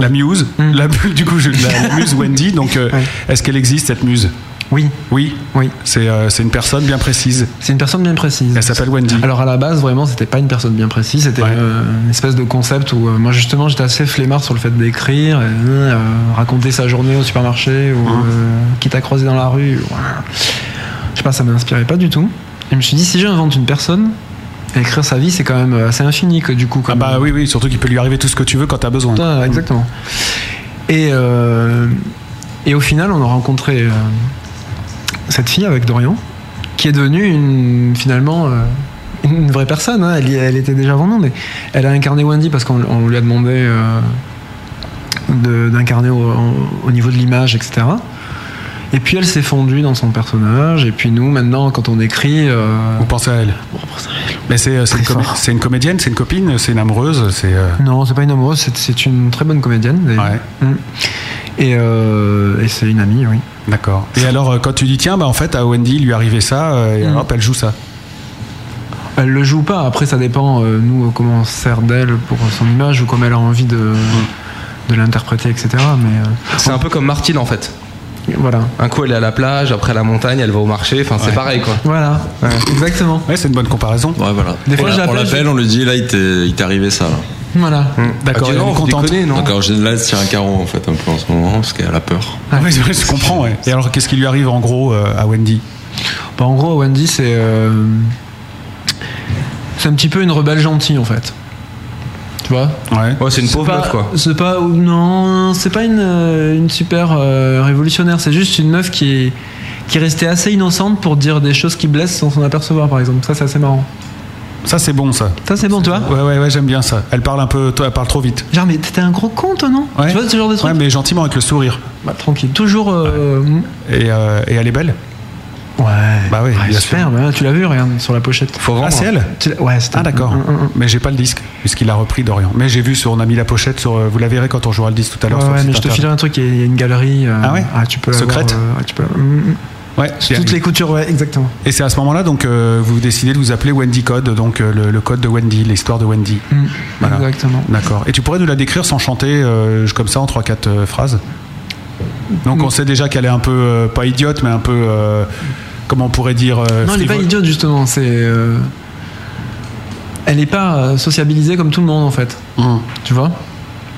Speaker 4: la muse, la, du coup, je- la, la muse Wendy. Donc, euh,
Speaker 6: Mm. Ouais.
Speaker 4: est-ce qu'elle existe cette muse
Speaker 6: Oui,
Speaker 4: Oui.
Speaker 6: oui.
Speaker 4: C'est euh, c'est une personne bien précise.
Speaker 6: C'est une personne bien précise.
Speaker 4: Elle s'appelle Wendy.
Speaker 6: Alors à la base, vraiment, c'était pas une personne bien précise, c'était
Speaker 4: Ouais.
Speaker 6: euh, une espèce de concept où euh, moi justement j'étais assez flemmard sur le fait d'écrire, et, euh, raconter sa journée au supermarché ou
Speaker 4: Hein.
Speaker 6: euh, qui t'a croisé dans la rue. ou, euh, je sais pas, ça m'inspirait pas du tout. Et je me suis dit, si j'invente une personne, écrire sa vie, c'est quand même euh, assez infini que du coup.
Speaker 4: ah
Speaker 6: comme-
Speaker 4: bah oui, oui. Surtout qu'il peut lui arriver tout ce que tu veux quand t'as besoin. Mm.
Speaker 6: Ouais, exactement. Et, euh, et au final, on a rencontré euh, cette fille avec Dorian, qui est devenue une, finalement euh, une vraie personne. hein. Elle, y- elle était déjà avant nous, mais elle a incarné Wendy parce qu'on on lui a demandé euh, de- d'incarner au, en- au niveau de l'image, etc. Et puis elle s'est fondue dans son personnage. Et puis nous, maintenant, quand on écrit, euh,
Speaker 4: Vous pensez à elle.
Speaker 6: on pense à elle.
Speaker 4: Mais c'est euh, c'est une,
Speaker 6: Très
Speaker 4: comé-
Speaker 6: fort.
Speaker 4: c'est une comédienne, c'est une copine, c'est une amoureuse, c'est. euh,
Speaker 6: Non, c'est pas une amoureuse, c'est- c'est une très bonne comédienne. d'ailleurs.
Speaker 4: Ouais.
Speaker 6: Mm. Et, euh, et c'est une amie, oui.
Speaker 4: D'accord. Et alors, euh, quand tu dis tiens, bah en fait à Wendy lui arrivait ça, euh, et
Speaker 6: Mhm.
Speaker 4: hop, elle joue ça.
Speaker 6: Elle le joue pas, après ça dépend, euh, nous, euh, comment on se sert d'elle pour son image ou comme elle a envie de, de l'interpréter, etc. Mais
Speaker 5: C'est un peu comme Martine en fait.
Speaker 6: euh, voilà.
Speaker 5: Un coup elle est à la plage, après à la montagne, elle va au marché, enfin c'est pareil quoi.
Speaker 6: Voilà, exactement.
Speaker 4: Ouais, c'est une bonne comparaison.
Speaker 7: Ouais, voilà.
Speaker 6: Des fois,
Speaker 7: on
Speaker 6: je
Speaker 7: l'a- on
Speaker 6: l'appelle,
Speaker 7: l'appelle, on lui dit là, il t'est il t'est arrivé ça. Là.
Speaker 6: Voilà.
Speaker 4: Hmm. D'accord.
Speaker 5: Ah,
Speaker 4: elle
Speaker 5: non,
Speaker 4: est
Speaker 5: vous
Speaker 4: contente.
Speaker 5: déconnez, non
Speaker 7: Donc, alors, je- là, elle se tire un carreau en fait, un peu en ce moment, parce qu'elle a peur.
Speaker 4: Ouais, je je comprends. ouais. Et alors, qu'est-ce qui lui arrive en gros euh, à Wendy
Speaker 6: Bah, en gros, Wendy, c'est. euh, c'est un petit peu une rebelle gentille, en fait. Tu vois
Speaker 4: Ouais.
Speaker 5: Ouais, c'est une pauvre
Speaker 6: pas-
Speaker 5: meuf quoi.
Speaker 6: C'est pas non, c'est pas une, euh, une super euh, révolutionnaire. C'est juste une meuf qui est qui est restée assez innocente pour dire des choses qui blessent sans s'en apercevoir, par exemple. Ça, c'est assez marrant.
Speaker 4: Ça, c'est bon, ça.
Speaker 6: Ça, c'est bon, tu vois.
Speaker 4: Ouais, ouais, ouais, j'aime bien ça. Elle parle un peu, toi, elle parle trop vite.
Speaker 6: Genre, mais t'étais un gros con, toi, non
Speaker 4: Ouais.
Speaker 6: Tu vois ce genre de truc
Speaker 4: Ouais, mais gentiment avec le sourire.
Speaker 6: Bah, Tranquille. Toujours. euh, mm.
Speaker 4: Et, euh, et elle est belle.
Speaker 6: Ouais.
Speaker 4: Bah oui, bien
Speaker 6: super. bah, tu l'as vu, regarde, sur la pochette.
Speaker 5: Faut vendre.
Speaker 4: Ah, c'est elle
Speaker 6: Tu l'as- Ouais, c'était-
Speaker 4: Ah, d'accord.
Speaker 6: Mm, mm, mm.
Speaker 4: Mais j'ai pas le disque, puisqu'il a repris Dorian. Mais j'ai vu sur, on a mis la pochette sur, euh, vous la verrez quand on jouera le disque tout à l'heure.
Speaker 6: Ouais,
Speaker 4: sur le
Speaker 6: ouais, mais
Speaker 4: site
Speaker 6: je te
Speaker 4: internet.
Speaker 6: filerai un truc, il y a- il y a une galerie. euh,
Speaker 4: Ah ouais
Speaker 6: tu peux la
Speaker 4: Secrète
Speaker 6: voir, euh, ouais, tu peux la- mm, mm.
Speaker 4: Ouais, j'ai-
Speaker 6: Toutes les coutures, ouais, exactement.
Speaker 4: Et c'est à ce moment-là, donc, euh, vous décidez de vous appeler Wendy Code, donc euh, le, le code de Wendy, l'histoire de Wendy.
Speaker 6: Mm,
Speaker 4: Voilà. Euh,
Speaker 6: Exactement.
Speaker 4: D'accord. Et tu pourrais nous la décrire sans chanter, euh, comme ça, en 3-4 phrases Donc,
Speaker 6: Mm.
Speaker 4: on sait déjà qu'elle est un peu, euh, pas idiote, mais un peu, euh, comment on pourrait dire. euh,
Speaker 6: Non, elle n'est pas
Speaker 4: frivole.
Speaker 6: idiote, justement. C'est, euh, Elle n'est pas euh, sociabilisée comme tout le monde, en fait.
Speaker 4: Hum.
Speaker 6: Tu vois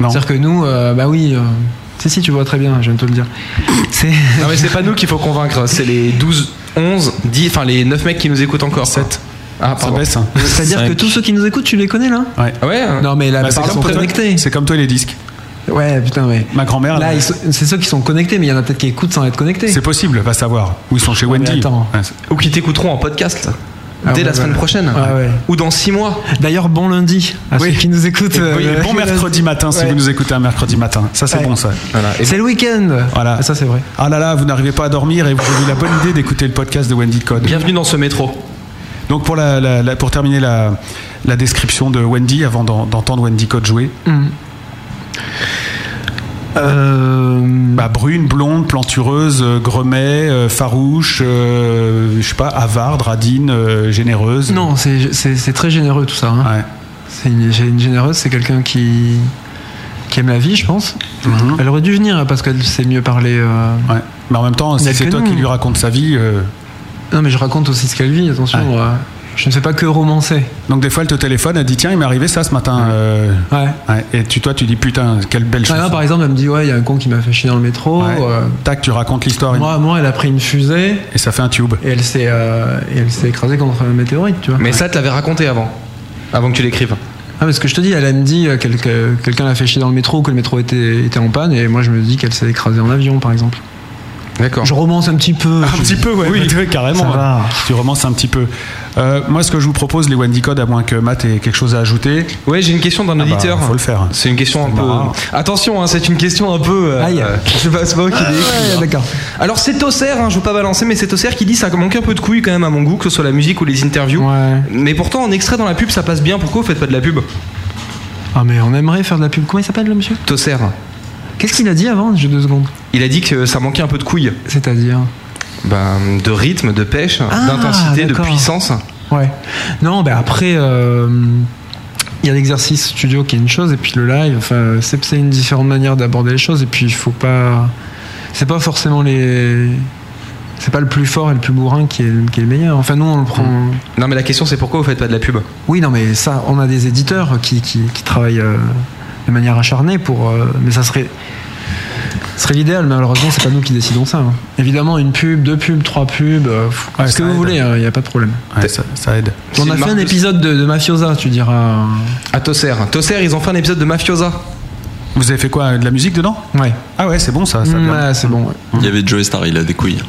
Speaker 4: Non.
Speaker 6: C'est-à-dire que nous, euh, bah oui. euh, Si, si, tu vois très bien, je viens de te le dire. C'est.
Speaker 5: Non mais c'est pas nous qu'il faut convaincre, c'est les 12, 11, 10, enfin les 9 mecs qui nous écoutent encore. 7. Ah
Speaker 4: Ça
Speaker 5: pardon.
Speaker 4: baisse. hein.
Speaker 6: C'est-à-dire
Speaker 7: Cinq.
Speaker 6: que tous ceux qui nous écoutent, tu les connais là
Speaker 4: Ouais.
Speaker 5: Ah ouais hein.
Speaker 6: Non mais là,
Speaker 4: Bah,
Speaker 6: ils sont
Speaker 4: toi-
Speaker 6: connectés.
Speaker 4: c'est comme toi les disques.
Speaker 6: Ouais, putain, mais
Speaker 4: Ma grand-mère,
Speaker 6: là,
Speaker 4: elle-
Speaker 6: ils sont- c'est ceux qui sont connectés, mais il y en a peut-être qui écoutent sans être connectés.
Speaker 4: c'est possible, va savoir. Ou ils sont chez
Speaker 6: Ouais, mais
Speaker 4: Wendy.
Speaker 6: attends.
Speaker 4: Ouais, c'est-
Speaker 5: Ou qui t'écouteront en podcast là.
Speaker 6: Ah
Speaker 5: Dès
Speaker 6: ouais,
Speaker 5: la
Speaker 6: ouais.
Speaker 5: semaine prochaine.
Speaker 6: Ah ouais.
Speaker 5: Ou dans 6 mois.
Speaker 6: D'ailleurs, bon lundi à
Speaker 4: Oui.
Speaker 6: Ah, ceux qui nous écoutent.
Speaker 4: Et
Speaker 6: euh,
Speaker 4: oui, bon mercredi matin si
Speaker 6: Ouais.
Speaker 4: vous nous écoutez un mercredi matin. Ça c'est
Speaker 6: Ouais.
Speaker 4: bon ça.
Speaker 5: Voilà. Et
Speaker 6: C'est le week-end.
Speaker 4: Voilà.
Speaker 6: Ah, Ça, c'est vrai.
Speaker 4: Ah là là, vous n'arrivez pas à dormir et vous avez eu la bonne idée d'écouter le podcast de Wendy Code.
Speaker 5: bienvenue dans ce métro.
Speaker 4: Donc pour, la, la- la- pour terminer la, la description de Wendy avant d'en- d'entendre Wendy Code jouer.
Speaker 5: Mm.
Speaker 6: Euh,
Speaker 4: Bah, brune, blonde, plantureuse, euh, gremet, euh, farouche, euh, je sais pas, avare, radine, euh, généreuse.
Speaker 6: Non, c'est c'est- c'est très généreux tout ça. hein.
Speaker 4: Ouais.
Speaker 6: C'est une, une généreuse, c'est quelqu'un qui, qui aime la vie, je pense.
Speaker 4: Mhm.
Speaker 6: Elle aurait dû venir hein, parce qu'elle sait mieux parler. euh.
Speaker 4: Ouais. Mais en même temps,
Speaker 6: Il y a
Speaker 4: si c'est
Speaker 6: que
Speaker 4: toi
Speaker 6: nous.
Speaker 4: qui lui raconte sa vie. euh,
Speaker 6: Non, mais je raconte aussi ce qu'elle vit, attention.
Speaker 4: Ouais.
Speaker 6: euh. Je ne fais pas que romancer.
Speaker 4: Donc des fois, elle te téléphone, elle dit tiens, il m'est arrivé ça ce matin. euh,
Speaker 6: Ouais.
Speaker 4: ouais. Et tu, toi, tu dis putain, quelle belle
Speaker 6: Ah,
Speaker 4: chose.
Speaker 6: là, par exemple, elle me dit Ouais, il y a un con qui m'a fait chier dans le métro. euh,
Speaker 4: Tac, tu racontes l'histoire
Speaker 6: moi, moi, elle a pris une fusée
Speaker 4: et ça fait un tube.
Speaker 6: et elle s'est euh, et elle s'est écrasée contre un météorite, tu vois.
Speaker 5: Mais ça, tu l'avais raconté avant. Avant que tu l'écrives.
Speaker 6: Ah, mais ce que je te dis, elle, elle me dit euh, quel- que quelqu'un l'a fait chier dans le métro ou que le métro était, était en panne, et moi je me dis qu'elle s'est écrasée en avion, par exemple.
Speaker 5: D'accord.
Speaker 6: Je romance un petit peu.
Speaker 4: Un petit peu, ouais,
Speaker 6: Oui.
Speaker 4: ouais, carrément.
Speaker 6: Ça va.
Speaker 4: Tu romances un petit peu. Euh, moi, ce que je vous propose, les Wendy Code, à moins que Matt ait quelque chose à ajouter.
Speaker 5: Ouais, j'ai une question d'un
Speaker 4: bah,
Speaker 5: auditeur.
Speaker 4: faut le faire.
Speaker 5: C'est une question un
Speaker 4: C'est
Speaker 5: peu.
Speaker 4: marrant.
Speaker 5: Attention, hein, c'est une question un peu. euh,
Speaker 6: Aïe.
Speaker 5: euh, je sais pas, c'est pas moi qui l'ai écrit, hein.
Speaker 6: D'accord.
Speaker 5: Alors c'est Tosser, hein, je veux pas balancer, mais c'est Tosser qui dit ça manque un peu de couilles quand même à mon goût, que ce soit la musique ou les interviews.
Speaker 6: Ouais.
Speaker 5: Mais pourtant, en extrait dans la pub, ça passe bien. Pourquoi vous faites pas de la pub
Speaker 6: Ah, mais on aimerait faire de la pub. Comment il s'appelle le monsieur
Speaker 5: Tosser,
Speaker 6: Qu'est-ce qu'il a dit avant J'ai deux secondes.
Speaker 5: il a dit que ça manquait un peu de couilles.
Speaker 6: C'est-à-dire
Speaker 5: Ben, de rythme, de pêche,
Speaker 6: Ah,
Speaker 5: d'intensité, de
Speaker 6: d'accord.
Speaker 5: puissance.
Speaker 6: Ouais. Non, ben après, euh, il y a l'exercice studio qui est une chose, et puis le live, enfin, c'est c'est une différente manière d'aborder les choses, et puis il faut pas. C'est pas forcément les. C'est pas le plus fort et le plus bourrin qui est, qui est le meilleur. Enfin, nous, on le prend.
Speaker 4: Mm.
Speaker 5: Non, mais la question c'est pourquoi vous faites pas de la pub
Speaker 6: Oui, non, mais ça, on a des éditeurs qui, qui, qui travaillent euh, de manière acharnée pour. euh, mais ça serait. ce serait l'idéal, mais malheureusement, c'est pas nous qui décidons ça. hein. Évidemment, une pub, deux pubs, trois pubs, euh, pff,
Speaker 4: Ouais,
Speaker 6: ce que
Speaker 4: ça
Speaker 6: vous
Speaker 4: aide.
Speaker 6: voulez, hein, il n'y a pas de problème.
Speaker 4: Ouais, ça, ça aide.
Speaker 5: C'est
Speaker 6: On
Speaker 5: une
Speaker 6: a fait
Speaker 5: marque
Speaker 6: un
Speaker 5: de-
Speaker 6: épisode de, de Mafiosa, tu diras.
Speaker 5: À Tosser. Tosser, ils ont fait un épisode de Mafiosa.
Speaker 4: Vous avez fait quoi De la musique dedans
Speaker 6: Ouais.
Speaker 4: Ah ouais, c'est bon ça. ça
Speaker 6: Mm,
Speaker 4: vient.
Speaker 6: ouais, c'est bon. ouais.
Speaker 7: Il y avait Joey Star, il a des couilles.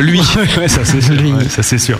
Speaker 4: Lui, ouais, ça c'est sûr. ouais, ça, c'est sûr.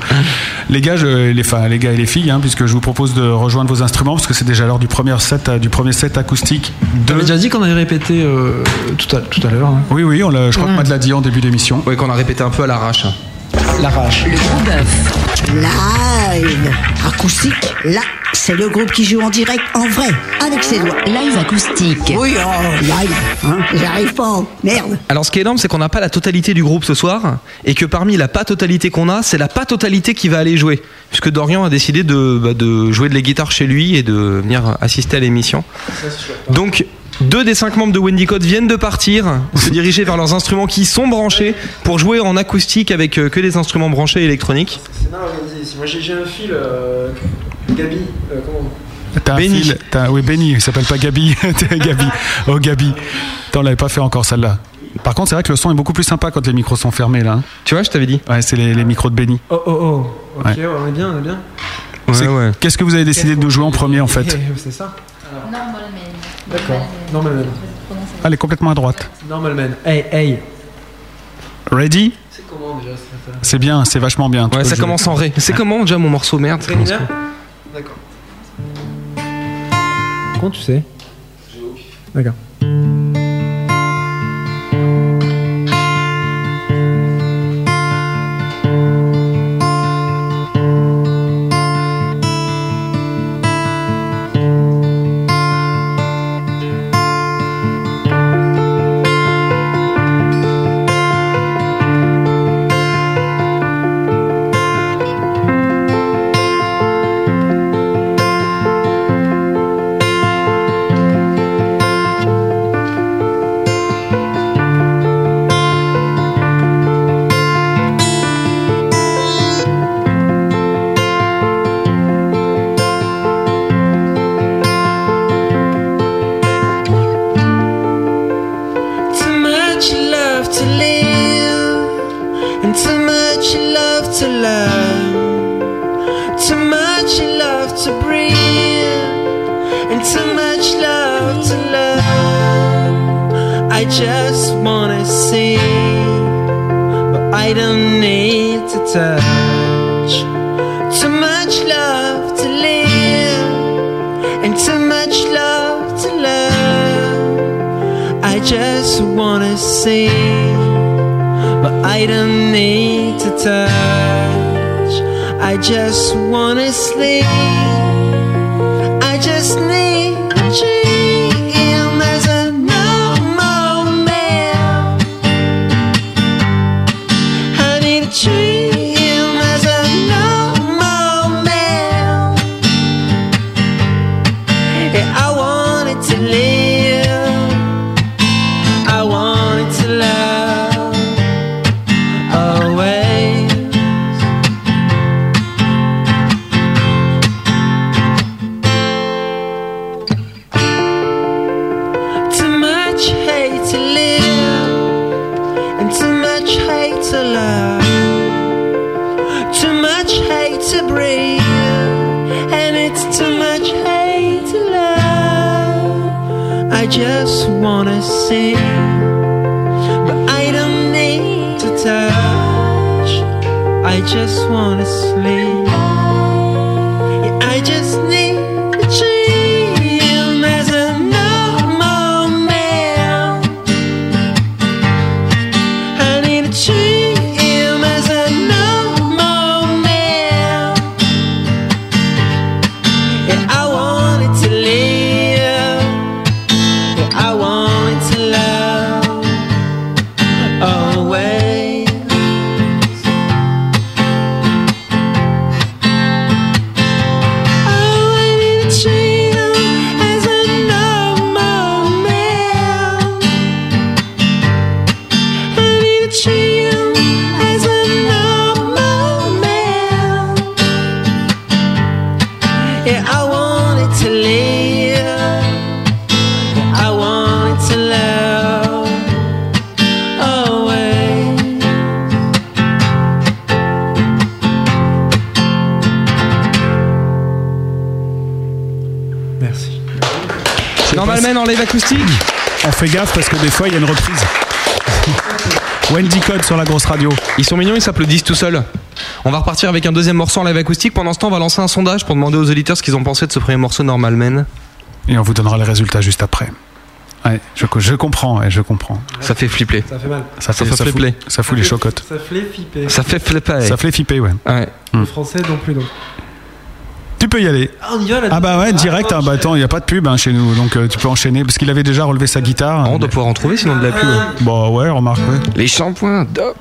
Speaker 4: Les gars, je- les, enfin, les gars et les filles, hein, puisque je vous propose de rejoindre vos instruments, parce que c'est déjà l'heure du premier set, euh, du premier set acoustique. De...
Speaker 6: T'avais déjà dit qu'on avait répété euh, tout à, tout à l'heure. hein.
Speaker 4: Oui, oui, on l'a- je crois que Matt l'a dit en début d'émission.
Speaker 5: Ouais, qu'on a répété un peu à l'arrache.
Speaker 3: Le gros bœuf. Live. Acoustique. Là, c'est le groupe qui joue en direct, en vrai, avec ses doigts.
Speaker 2: Live acoustique.
Speaker 3: Oui, oh, live. Hein, J'arrive pas. Merde.
Speaker 5: Alors ce qui est énorme, c'est qu'on n'a pas la totalité du groupe ce soir, et que parmi la pas totalité qu'on a, c'est la pas totalité qui va aller jouer. Puisque Dorian a décidé de, bah, de jouer de les guitares chez lui et de venir assister à l'émission. Donc deux des cinq membres de Wendy Code viennent de partir, se diriger vers leurs instruments qui sont branchés pour jouer en acoustique avec euh, que des instruments branchés électroniques.
Speaker 8: C'est mal organisé ici. Moi j'ai j'ai un fil, euh, Gabi, euh, comment
Speaker 4: T'as un
Speaker 5: Benny.
Speaker 4: fil- t'as- oui, Benny, il s'appelle pas Gabi. T'es Gabi. Oh, Gabi. Attends, on l'avait pas fait encore celle-là. Par contre, c'est vrai que le son est beaucoup plus sympa quand les micros sont fermés là. hein.
Speaker 5: Tu vois, je t'avais dit.
Speaker 4: Ouais, c'est les, les micros de Benny.
Speaker 6: Oh oh oh. Ok,
Speaker 4: Ouais.
Speaker 6: ouais, on est bien, on est bien.
Speaker 4: C'est- Qu'est-ce que vous avez décidé de nous jouer en premier en fait
Speaker 6: Eh, C'est ça
Speaker 9: Normal man.
Speaker 6: D'accord. Normal man.
Speaker 4: Ah, Elle est complètement à droite.
Speaker 6: Normal man. Hey, hey.
Speaker 4: Ready
Speaker 6: C'est comment déjà ça
Speaker 4: C'est bien, c'est vachement bien. Tu
Speaker 5: Ouais,
Speaker 4: peux
Speaker 5: ça
Speaker 4: jouer.
Speaker 5: commence en ré. C'est comment déjà mon morceau merde ça commence
Speaker 6: D'accord. Comment tu sais D'accord.
Speaker 10: Too much love to live, and too much love to love. Too much love to breathe, and too much love to love. I just wanna see, but I don't need to touch. Too much love to live, and too much love to love. I just wanna see, but I don't need to touch. I just wanna sleep. I just need a dream as a normal man. I need a dream as a normal man. Yeah, I wanted to live. I wanted to love always. I just wanna sing, but I don't need to touch. I just wanna sleep. Yeah, I just need to dream as a normal man. I need to dream as a normal man. Yeah, I wanted to live. Yeah, I wanted to love always. Oh, I need to treat him as a normal man. I need to treat him as a normal man. Yeah, I wanted to live. Yeah, I wanted to love always.
Speaker 6: Merci.
Speaker 5: Normalman en live acoustique
Speaker 4: On fait gaffe parce que des fois, il y a une reprise. Wendy Code sur la grosse radio.
Speaker 5: Ils sont mignons, ils s'applaudissent tout seuls. On va repartir avec un deuxième morceau en live acoustique. Pendant ce temps, on va lancer un sondage pour demander aux auditeurs ce qu'ils ont pensé de ce premier morceau Normalman.
Speaker 4: Et on vous donnera les résultats juste après. Ouais, je, je comprends, ouais, je comprends.
Speaker 5: Ça fait flipper.
Speaker 6: Ça fait mal.
Speaker 4: Ça, fait,
Speaker 5: Ça fait
Speaker 4: fout,
Speaker 5: flipper.
Speaker 4: ça fout les chocottes.
Speaker 6: Ça fait flipper.
Speaker 5: Ça fait flipper.
Speaker 4: Ça fait flipper, ouais.
Speaker 5: Ouais.
Speaker 6: Le français non plus, non.
Speaker 4: Tu peux y aller.
Speaker 6: Ah, on y va là
Speaker 4: Ah bah ouais, direct. Ah bah attends, il n'y a pas de pub hein, chez nous, donc euh, tu peux enchaîner. Parce qu'il avait déjà relevé sa guitare.
Speaker 5: On doit pouvoir en trouver sinon de la pub.
Speaker 6: Euh,
Speaker 4: Bon ouais, remarque, ouais.
Speaker 5: Les shampoings, dop.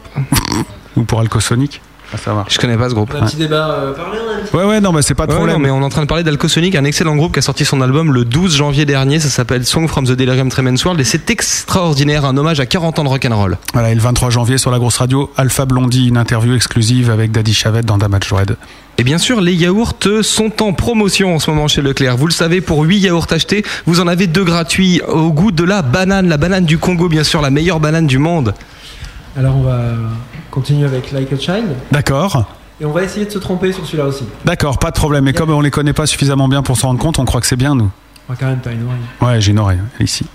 Speaker 4: Ou pour Alcosonic. Ah, ça va.
Speaker 5: Je connais pas ce groupe.
Speaker 8: On a un petit débat euh, parlé, on a dit.
Speaker 4: Ouais, ouais, non, bah c'est pas de
Speaker 5: Ouais, non,
Speaker 4: problème.
Speaker 5: mais on est en train de parler d'Alcosonic, un excellent groupe qui a sorti son album le 12 janvier dernier. Ça s'appelle Song from the Delirium Tremens World et c'est extraordinaire, un hommage à 40 ans de rock'n'roll.
Speaker 4: Voilà, et le 23 janvier sur la grosse radio, Alpha Blondie, une interview exclusive avec Daddy Chavette dans Damage Red.
Speaker 5: Et bien sûr, les yaourts sont en promotion en ce moment chez Leclerc. Vous le savez, pour 8 yaourts achetés, vous en avez deux gratuits au goût de la banane, la banane du Congo, bien sûr, la meilleure banane du monde.
Speaker 6: Alors on va continuer avec Like a Child.
Speaker 4: D'accord,
Speaker 6: Et on va essayer de se tromper sur celui-là aussi.
Speaker 4: d'accord, pas de problème. Mais comme on les connaît pas suffisamment bien pour s'en rendre compte, on croit que c'est bien, nous.
Speaker 6: Ah, quand même, t'as une oreille.
Speaker 4: Ouais, j'ai une oreille, ici.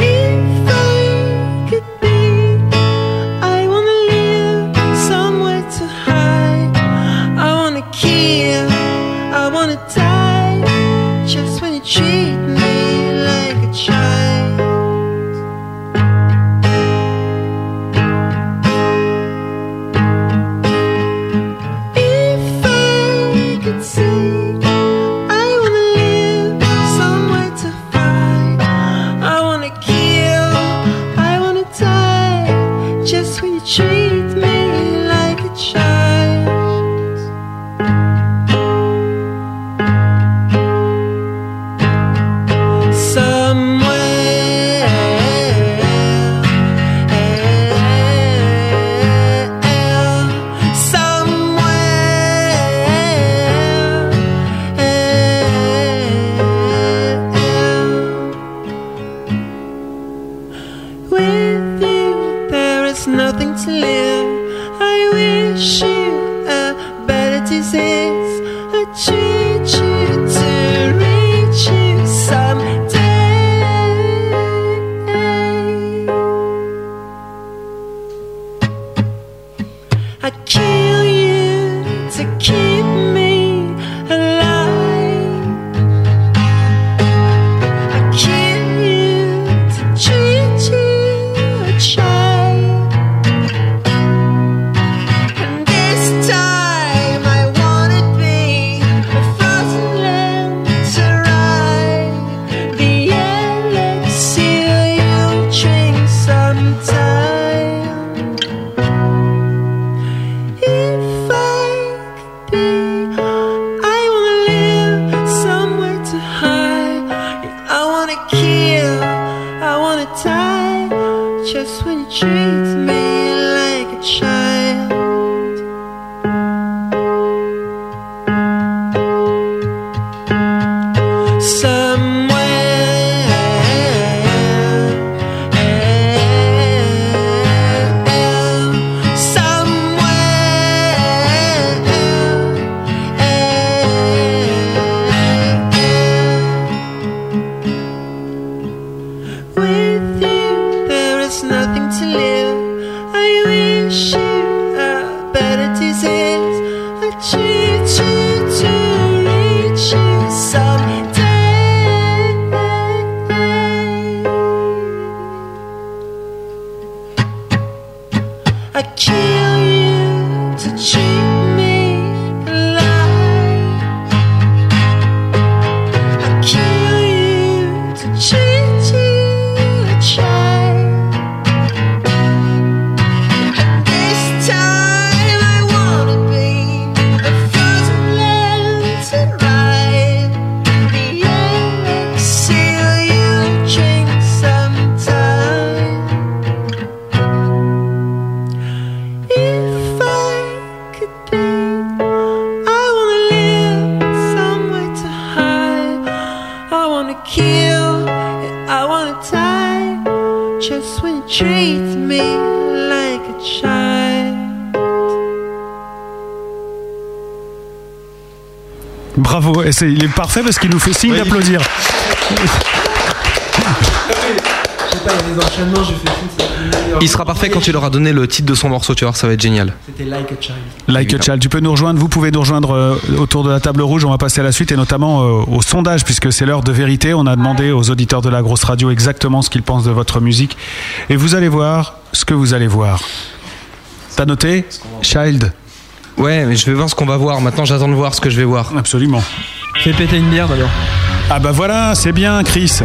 Speaker 10: If I could be, I wanna live somewhere to hide. I wanna kill, I wanna die. Just when you treat me like a child. If I could see, I wanna live somewhere to fight. I wanna kill, I wanna die. Just when you treat me like a child. Somewhere, somewhere. With you, there is nothing to live. I wish you a better disease. I treat you to reach you someday. I kill you to keep me alive. I kill you to treat you a child. And this time I wanna be a frozen to ride the elixir you drink sometime. If I could be, I wanna live somewhere to hide. Yeah, I wanna kill, I wanna die. Just when you treat me like a child. Somewhere, somewhere. it's nothing to live. I wish you a better disease. I treat you to reach you someday. I kill you to treat me alive. I kill you to treat you a child. This time I wanna be the first one to ride. The elixir you drink sometime. If I could be, I wanna live somewhere to hide. I wanna kill, I wanna die. Just when you treat me like a child.
Speaker 4: Bravo, et c'est- il est parfait parce qu'il nous fait signe d'applaudir.
Speaker 8: Je sais pas, il y a des enchaînements, j'ai fait une, c'est la meilleure.
Speaker 5: Il sera parfait quand tu leur auras donné le titre de son morceau, tu vois, ça va être génial.
Speaker 8: C'était Like a Child.
Speaker 4: Like a
Speaker 5: Évidemment.
Speaker 4: Child, tu peux nous rejoindre, vous pouvez nous rejoindre euh, autour de la table rouge, on va passer à la suite et notamment euh, au sondage puisque c'est l'heure de vérité, on a demandé aux auditeurs de la grosse radio exactement ce qu'ils pensent de votre musique et vous allez voir ce que vous allez voir. T'as noté Child
Speaker 5: Ouais, mais je vais voir ce qu'on va voir. Maintenant, j'attends de voir ce que je vais voir.
Speaker 4: Absolument.
Speaker 6: Fais péter une bière d'abord.
Speaker 4: Ah bah voilà, c'est bien Chris.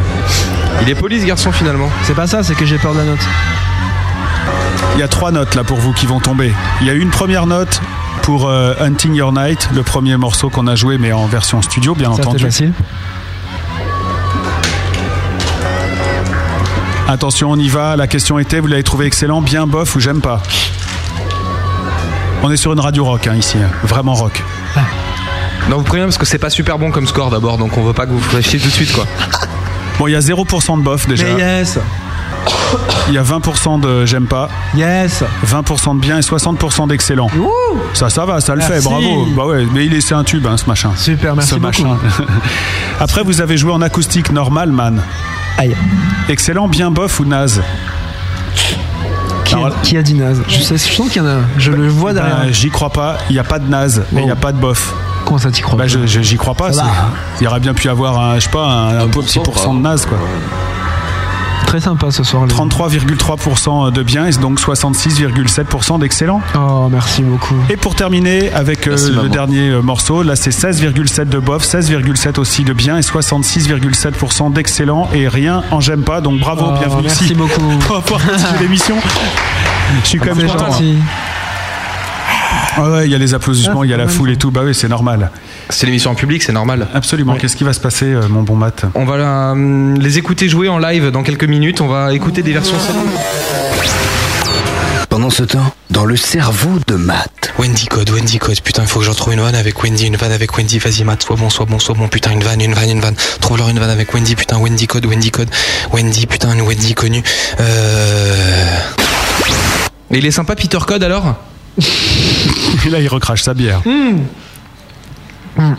Speaker 5: Il est poli ce garçon finalement.
Speaker 6: C'est pas ça, c'est que j'ai peur de la note.
Speaker 4: Il y a trois notes là pour vous qui vont tomber. Il y a une première note pour euh, Hunting Your Night, le premier morceau qu'on a joué mais en version studio bien
Speaker 6: Ça, c'était
Speaker 4: entendu.
Speaker 6: facile.
Speaker 4: Attention, on y va. La question était, vous l'avez trouvé excellent, bien bof ou j'aime pas On est sur une radio rock hein, ici, hein. vraiment rock.
Speaker 5: Ah. Non, vous prévenez parce que c'est pas super bon comme score d'abord, donc on veut pas que vous vous fâchiez tout de suite quoi.
Speaker 4: Bon, il y a 0% de bof déjà.
Speaker 6: Mais yes
Speaker 4: Il y a 20% de j'aime pas,
Speaker 6: Yes
Speaker 4: 20% de bien et 60% d'excellent. Ça, ça va, ça le fait,
Speaker 6: Merci.
Speaker 4: bravo. Bah ouais, mais il est, c'est un tube hein, ce machin.
Speaker 6: Super, merci
Speaker 4: ce
Speaker 6: beaucoup.
Speaker 4: machin. Après, vous avez joué en acoustique normal, man.
Speaker 6: Aïe.
Speaker 4: Excellent, bien bof ou naze
Speaker 6: Qui a, qui a dit naze je, sais, je sens qu'il y en a un. Je le vois derrière.
Speaker 4: Ben, J'y crois pas, il n'y a pas de naze et il n'y a
Speaker 6: Wow.
Speaker 4: pas de bof.
Speaker 6: Comment ça t'y crois
Speaker 4: Bah, je- je- j'y crois pas.
Speaker 6: Ça
Speaker 4: c'est-
Speaker 6: va.
Speaker 4: Il y aurait bien pu avoir, un, je sais pas, un, un petit
Speaker 7: 1%,
Speaker 4: pourcent de naze, quoi.
Speaker 6: Très sympa ce soir. les-
Speaker 4: 33,3% de bien et donc 66,7% d'excellent.
Speaker 6: Oh, merci beaucoup.
Speaker 4: Et pour terminer avec euh,
Speaker 7: Merci,
Speaker 4: le
Speaker 7: maman.
Speaker 4: dernier euh, morceau, là c'est 16,7 de bof, 16,7 aussi de bien et 66,7% d'excellent et rien en j'aime pas. Donc bravo,
Speaker 6: Oh,
Speaker 4: bienvenue
Speaker 6: merci
Speaker 4: ici.
Speaker 6: beaucoup.
Speaker 4: Pour avoir participé à l'émission. Je suis quand même
Speaker 6: C'est
Speaker 4: content. hein.
Speaker 6: gentil.
Speaker 4: Ah ouais, il y a les applaudissements, il y a la foule et tout. Bah oui, c'est normal.
Speaker 5: C'est l'émission en public, c'est normal.
Speaker 4: Absolument. Qu'est-ce qui va se passer, euh, mon bon Matt
Speaker 5: On va euh, les écouter jouer en live dans quelques minutes. On va écouter des versions.
Speaker 1: Pendant ce temps, dans le cerveau de Matt.
Speaker 9: Wendy Code, Wendy Code, putain, il faut que j'en trouve une vanne avec Wendy, une vanne avec Wendy, vas-y Matt, sois bon, sois bon, sois bon, putain, une vanne, une vanne, une vanne, trouve-leur une vanne avec Wendy, putain, Wendy Code, Wendy Code, Wendy, putain, une Wendy connue, euh...
Speaker 5: Et il est sympa Peter Code alors
Speaker 4: Et là, il recrache sa bière. Hmm.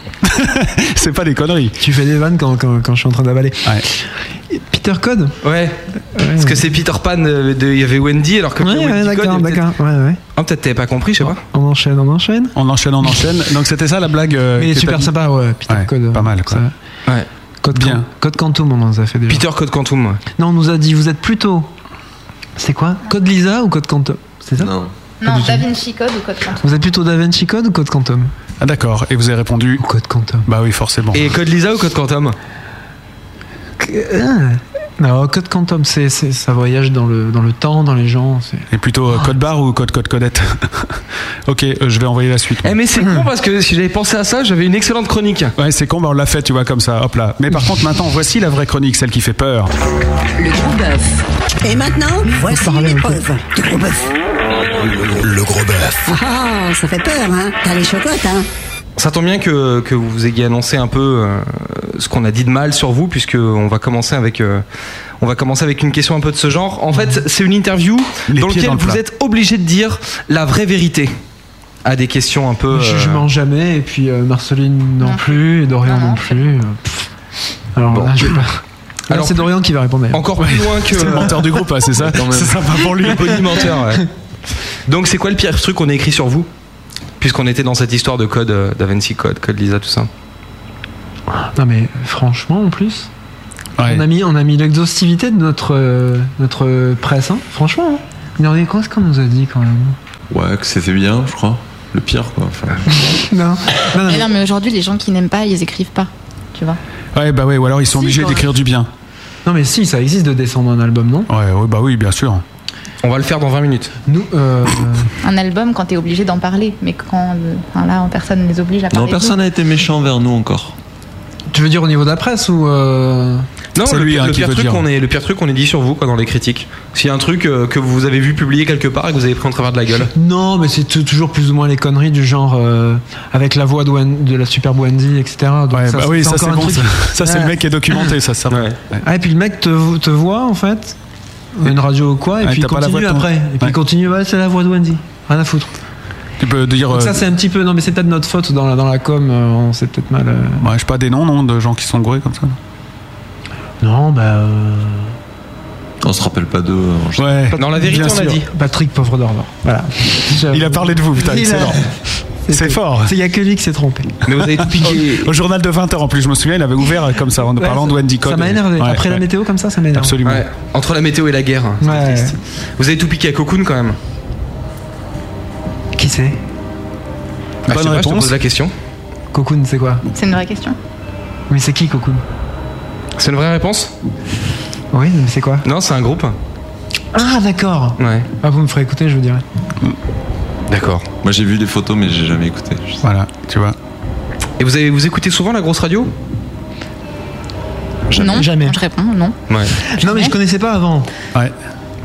Speaker 4: c'est pas des conneries.
Speaker 6: Tu fais des vannes quand, quand, quand je suis en train d'avaler.
Speaker 4: Ouais.
Speaker 6: Peter Code
Speaker 5: Ouais. Parce que c'est Peter Pan, euh, de- il y avait Wendy alors que
Speaker 6: Ouais,
Speaker 5: Wendy
Speaker 6: ouais,
Speaker 5: Code, il y
Speaker 6: d'accord,
Speaker 5: a peut-être-
Speaker 6: d'accord. Ouais, ouais.
Speaker 5: Ah, peut-être t'avais pas compris, je sais pas.
Speaker 6: On enchaîne, on enchaîne.
Speaker 4: On enchaîne, on enchaîne. Donc c'était ça la blague. euh,
Speaker 6: Mais il est
Speaker 4: que t'as
Speaker 6: super
Speaker 4: dit.
Speaker 6: sympa, ouais. Peter
Speaker 4: Ouais,
Speaker 6: Code.
Speaker 4: pas mal, quoi.
Speaker 6: ça-
Speaker 5: Ouais.
Speaker 6: Code
Speaker 4: Bien.
Speaker 6: Can- Code Quantum, on en a fait déjà.
Speaker 5: Peter Code Quantum. ouais.
Speaker 6: Non, on nous a dit, vous êtes plutôt. C'est quoi Code Lisa ou Code Quantum C'est ça
Speaker 7: Non.
Speaker 11: Non, Da Vinci Code ou Code Quantum.
Speaker 6: Vous êtes plutôt Da Vinci Code ou Code Quantum
Speaker 4: Ah, D'accord. Et vous avez répondu.
Speaker 6: Ou Code Quantum
Speaker 4: Bah oui, forcément.
Speaker 5: Et Code Lisa ou Code Quantum
Speaker 6: Ah. Non, Code Quantum, c'est, c'est- ça voyage dans le, dans le temps, dans les gens. c'est-
Speaker 4: Et plutôt euh, code barre ou code code codette Ok, euh, je vais envoyer la suite.
Speaker 5: Eh mais c'est con parce que si j'avais pensé à ça, j'avais une excellente chronique.
Speaker 4: Ouais, c'est con, bah, on l'a fait, tu vois, comme ça, hop là. Mais par contre, maintenant, voici la vraie chronique, celle qui fait peur.
Speaker 3: Le gros bœuf. Et maintenant, voici
Speaker 6: parlez un peu.
Speaker 3: l'épreuve du gros bœuf.
Speaker 1: Le gros bœuf.
Speaker 3: Ah, ça fait peur, hein T'as les chocottes, hein
Speaker 5: Ça tombe bien que, que vous ayez annoncé un peu euh, ce qu'on a dit de mal sur vous, puisque on va commencer avec euh, on va commencer avec une question un peu de ce genre. En fait, c'est une interview
Speaker 4: Les
Speaker 5: dans
Speaker 4: pieds
Speaker 5: laquelle
Speaker 4: dans le
Speaker 5: vous
Speaker 4: plat.
Speaker 5: êtes obligé de dire la vraie vérité à des questions un peu.
Speaker 6: Je, je
Speaker 5: euh,
Speaker 6: mange jamais, et puis euh, Marceline non,
Speaker 11: Non.
Speaker 6: plus, et Dorian
Speaker 11: Non,
Speaker 6: non,
Speaker 11: non.
Speaker 6: plus. euh, pff. Alors
Speaker 5: Bon.
Speaker 6: là, je vais pas. Alors, c'est Dorian qui va répondre. d'ailleurs.
Speaker 5: Encore plus loin que.
Speaker 6: C'est le menteur du groupe, hein, c'est ça
Speaker 5: Quand même.
Speaker 6: C'est sympa pour lui.
Speaker 5: Le body menteur, ouais. Donc, c'est quoi le pire truc qu'on a écrit sur vous Puisqu'on était dans cette histoire de code, euh, d'Avency Code, Code Lisa, tout ça.
Speaker 6: Non mais franchement en plus. On a mis, on a mis l'exhaustivité de notre, euh, notre euh, presse, hein. franchement. Hein. Mais on est- qu'est-ce qu'on nous a dit quand même
Speaker 7: Ouais, que c'était bien, je crois. Le pire, quoi. Enfin,
Speaker 6: Non.
Speaker 11: Mais non, mais aujourd'hui, les gens qui n'aiment pas, ils écrivent pas. Tu vois
Speaker 4: Ouais, bah ouais, ou alors ils sont
Speaker 11: Si,
Speaker 4: obligés
Speaker 11: quand même.
Speaker 4: d'écrire du bien.
Speaker 6: Non mais si, ça existe de descendre un album, non
Speaker 4: Ouais, ouais, bah oui, bien sûr.
Speaker 5: On va le faire dans 20 minutes.
Speaker 6: Nous, euh,
Speaker 11: Un album, quand t'es obligé d'en parler. Mais quand. euh, enfin, là, personne ne les oblige à parler.
Speaker 7: non,
Speaker 11: de
Speaker 7: personne n'a été méchant vers nous encore.
Speaker 6: tu veux dire au niveau de la presse ou euh,
Speaker 5: Non,
Speaker 4: C'est
Speaker 5: le,
Speaker 4: lui,
Speaker 5: pire-
Speaker 4: hein,
Speaker 5: le
Speaker 4: qui
Speaker 5: pire
Speaker 4: veut
Speaker 5: truc
Speaker 4: dire.
Speaker 5: qu'on est, le pire truc qu'on ait dit sur vous, quoi, dans les critiques. S'il y a un truc euh, que vous avez vu publié quelque part et que vous avez pris en travers de la gueule.
Speaker 6: Non, mais c'est tou- toujours plus ou moins les conneries du genre euh, avec la voix de, Wen- de la super Wendy, etc. Donc
Speaker 4: Ouais, bah oui, ça c'est
Speaker 6: encore un
Speaker 4: bon.
Speaker 6: truc.
Speaker 4: Ça, Ça, c'est
Speaker 6: Ouais.
Speaker 4: le mec qui est documenté, ça, ça. Ouais.
Speaker 6: Ah, et puis le mec te, te voit en fait, une radio ou quoi, et
Speaker 4: Ouais,
Speaker 6: puis il
Speaker 4: t'as pas la
Speaker 6: continue
Speaker 4: voix de ton-
Speaker 6: après. Et puis
Speaker 4: Ouais.
Speaker 6: il continue, ouais, c'est la voix de Wendy. Rien à foutre.
Speaker 4: Tu peux dire.
Speaker 6: Donc
Speaker 4: euh,
Speaker 6: ça c'est un petit peu, non mais c'est peut-être notre faute dans la, dans la com, euh, on s'est peut-être mal... euh,
Speaker 4: ouais, je sais pas des noms, non, de gens qui sont gourés comme ça.
Speaker 6: Non, bah... euh,
Speaker 7: On se rappelle pas d'eux. en général.
Speaker 4: Ouais.
Speaker 5: Non, la vérité,
Speaker 4: Bien
Speaker 5: on l'a
Speaker 4: sûr.
Speaker 5: dit.
Speaker 6: Patrick Pauvre d'Orlor. Voilà.
Speaker 4: Il a parlé de vous, putain,
Speaker 6: Il a-
Speaker 4: excellent. C'est fort.
Speaker 6: Il y a que lui qui s'est trompé.
Speaker 5: Mais vous avez tout piqué.
Speaker 4: Au journal de 20h en plus, je me souviens, il avait ouvert comme ça en
Speaker 6: Ouais,
Speaker 4: parlant
Speaker 6: ça-
Speaker 4: de Wendy Code.
Speaker 6: Ça m'a énervé.
Speaker 4: Ouais,
Speaker 6: Après la
Speaker 4: ouais.
Speaker 6: météo comme ça, ça m'énerve.
Speaker 4: Absolument.
Speaker 5: Ouais, entre la météo et la guerre. c'était
Speaker 6: Ouais.
Speaker 5: triste. Vous avez tout piqué à Cocoon quand
Speaker 4: Bah,
Speaker 5: même.
Speaker 6: Qui c'est
Speaker 5: Bah, je sais pas, je te
Speaker 4: réponse.
Speaker 5: pose la question.
Speaker 6: Cocoon, c'est quoi
Speaker 11: tout. C'est une vraie question.
Speaker 6: Mais c'est qui Cocoon
Speaker 5: C'est une vraie réponse
Speaker 6: Oui, mais c'est quoi
Speaker 5: Non, c'est un groupe.
Speaker 6: Ah d'accord.
Speaker 5: Ouais.
Speaker 6: Ah, vous me ferez écouter, je vous dirai.
Speaker 5: D'accord.
Speaker 7: Moi, j'ai vu des photos, mais j'ai jamais écouté. Je sais
Speaker 4: Voilà, tu vois.
Speaker 5: Et vous avez vous écoutez souvent la grosse radio
Speaker 11: non.
Speaker 6: Jamais.
Speaker 11: Je réponds, non.
Speaker 5: Ouais.
Speaker 6: Non, mais je connaissais pas avant.
Speaker 4: Ouais.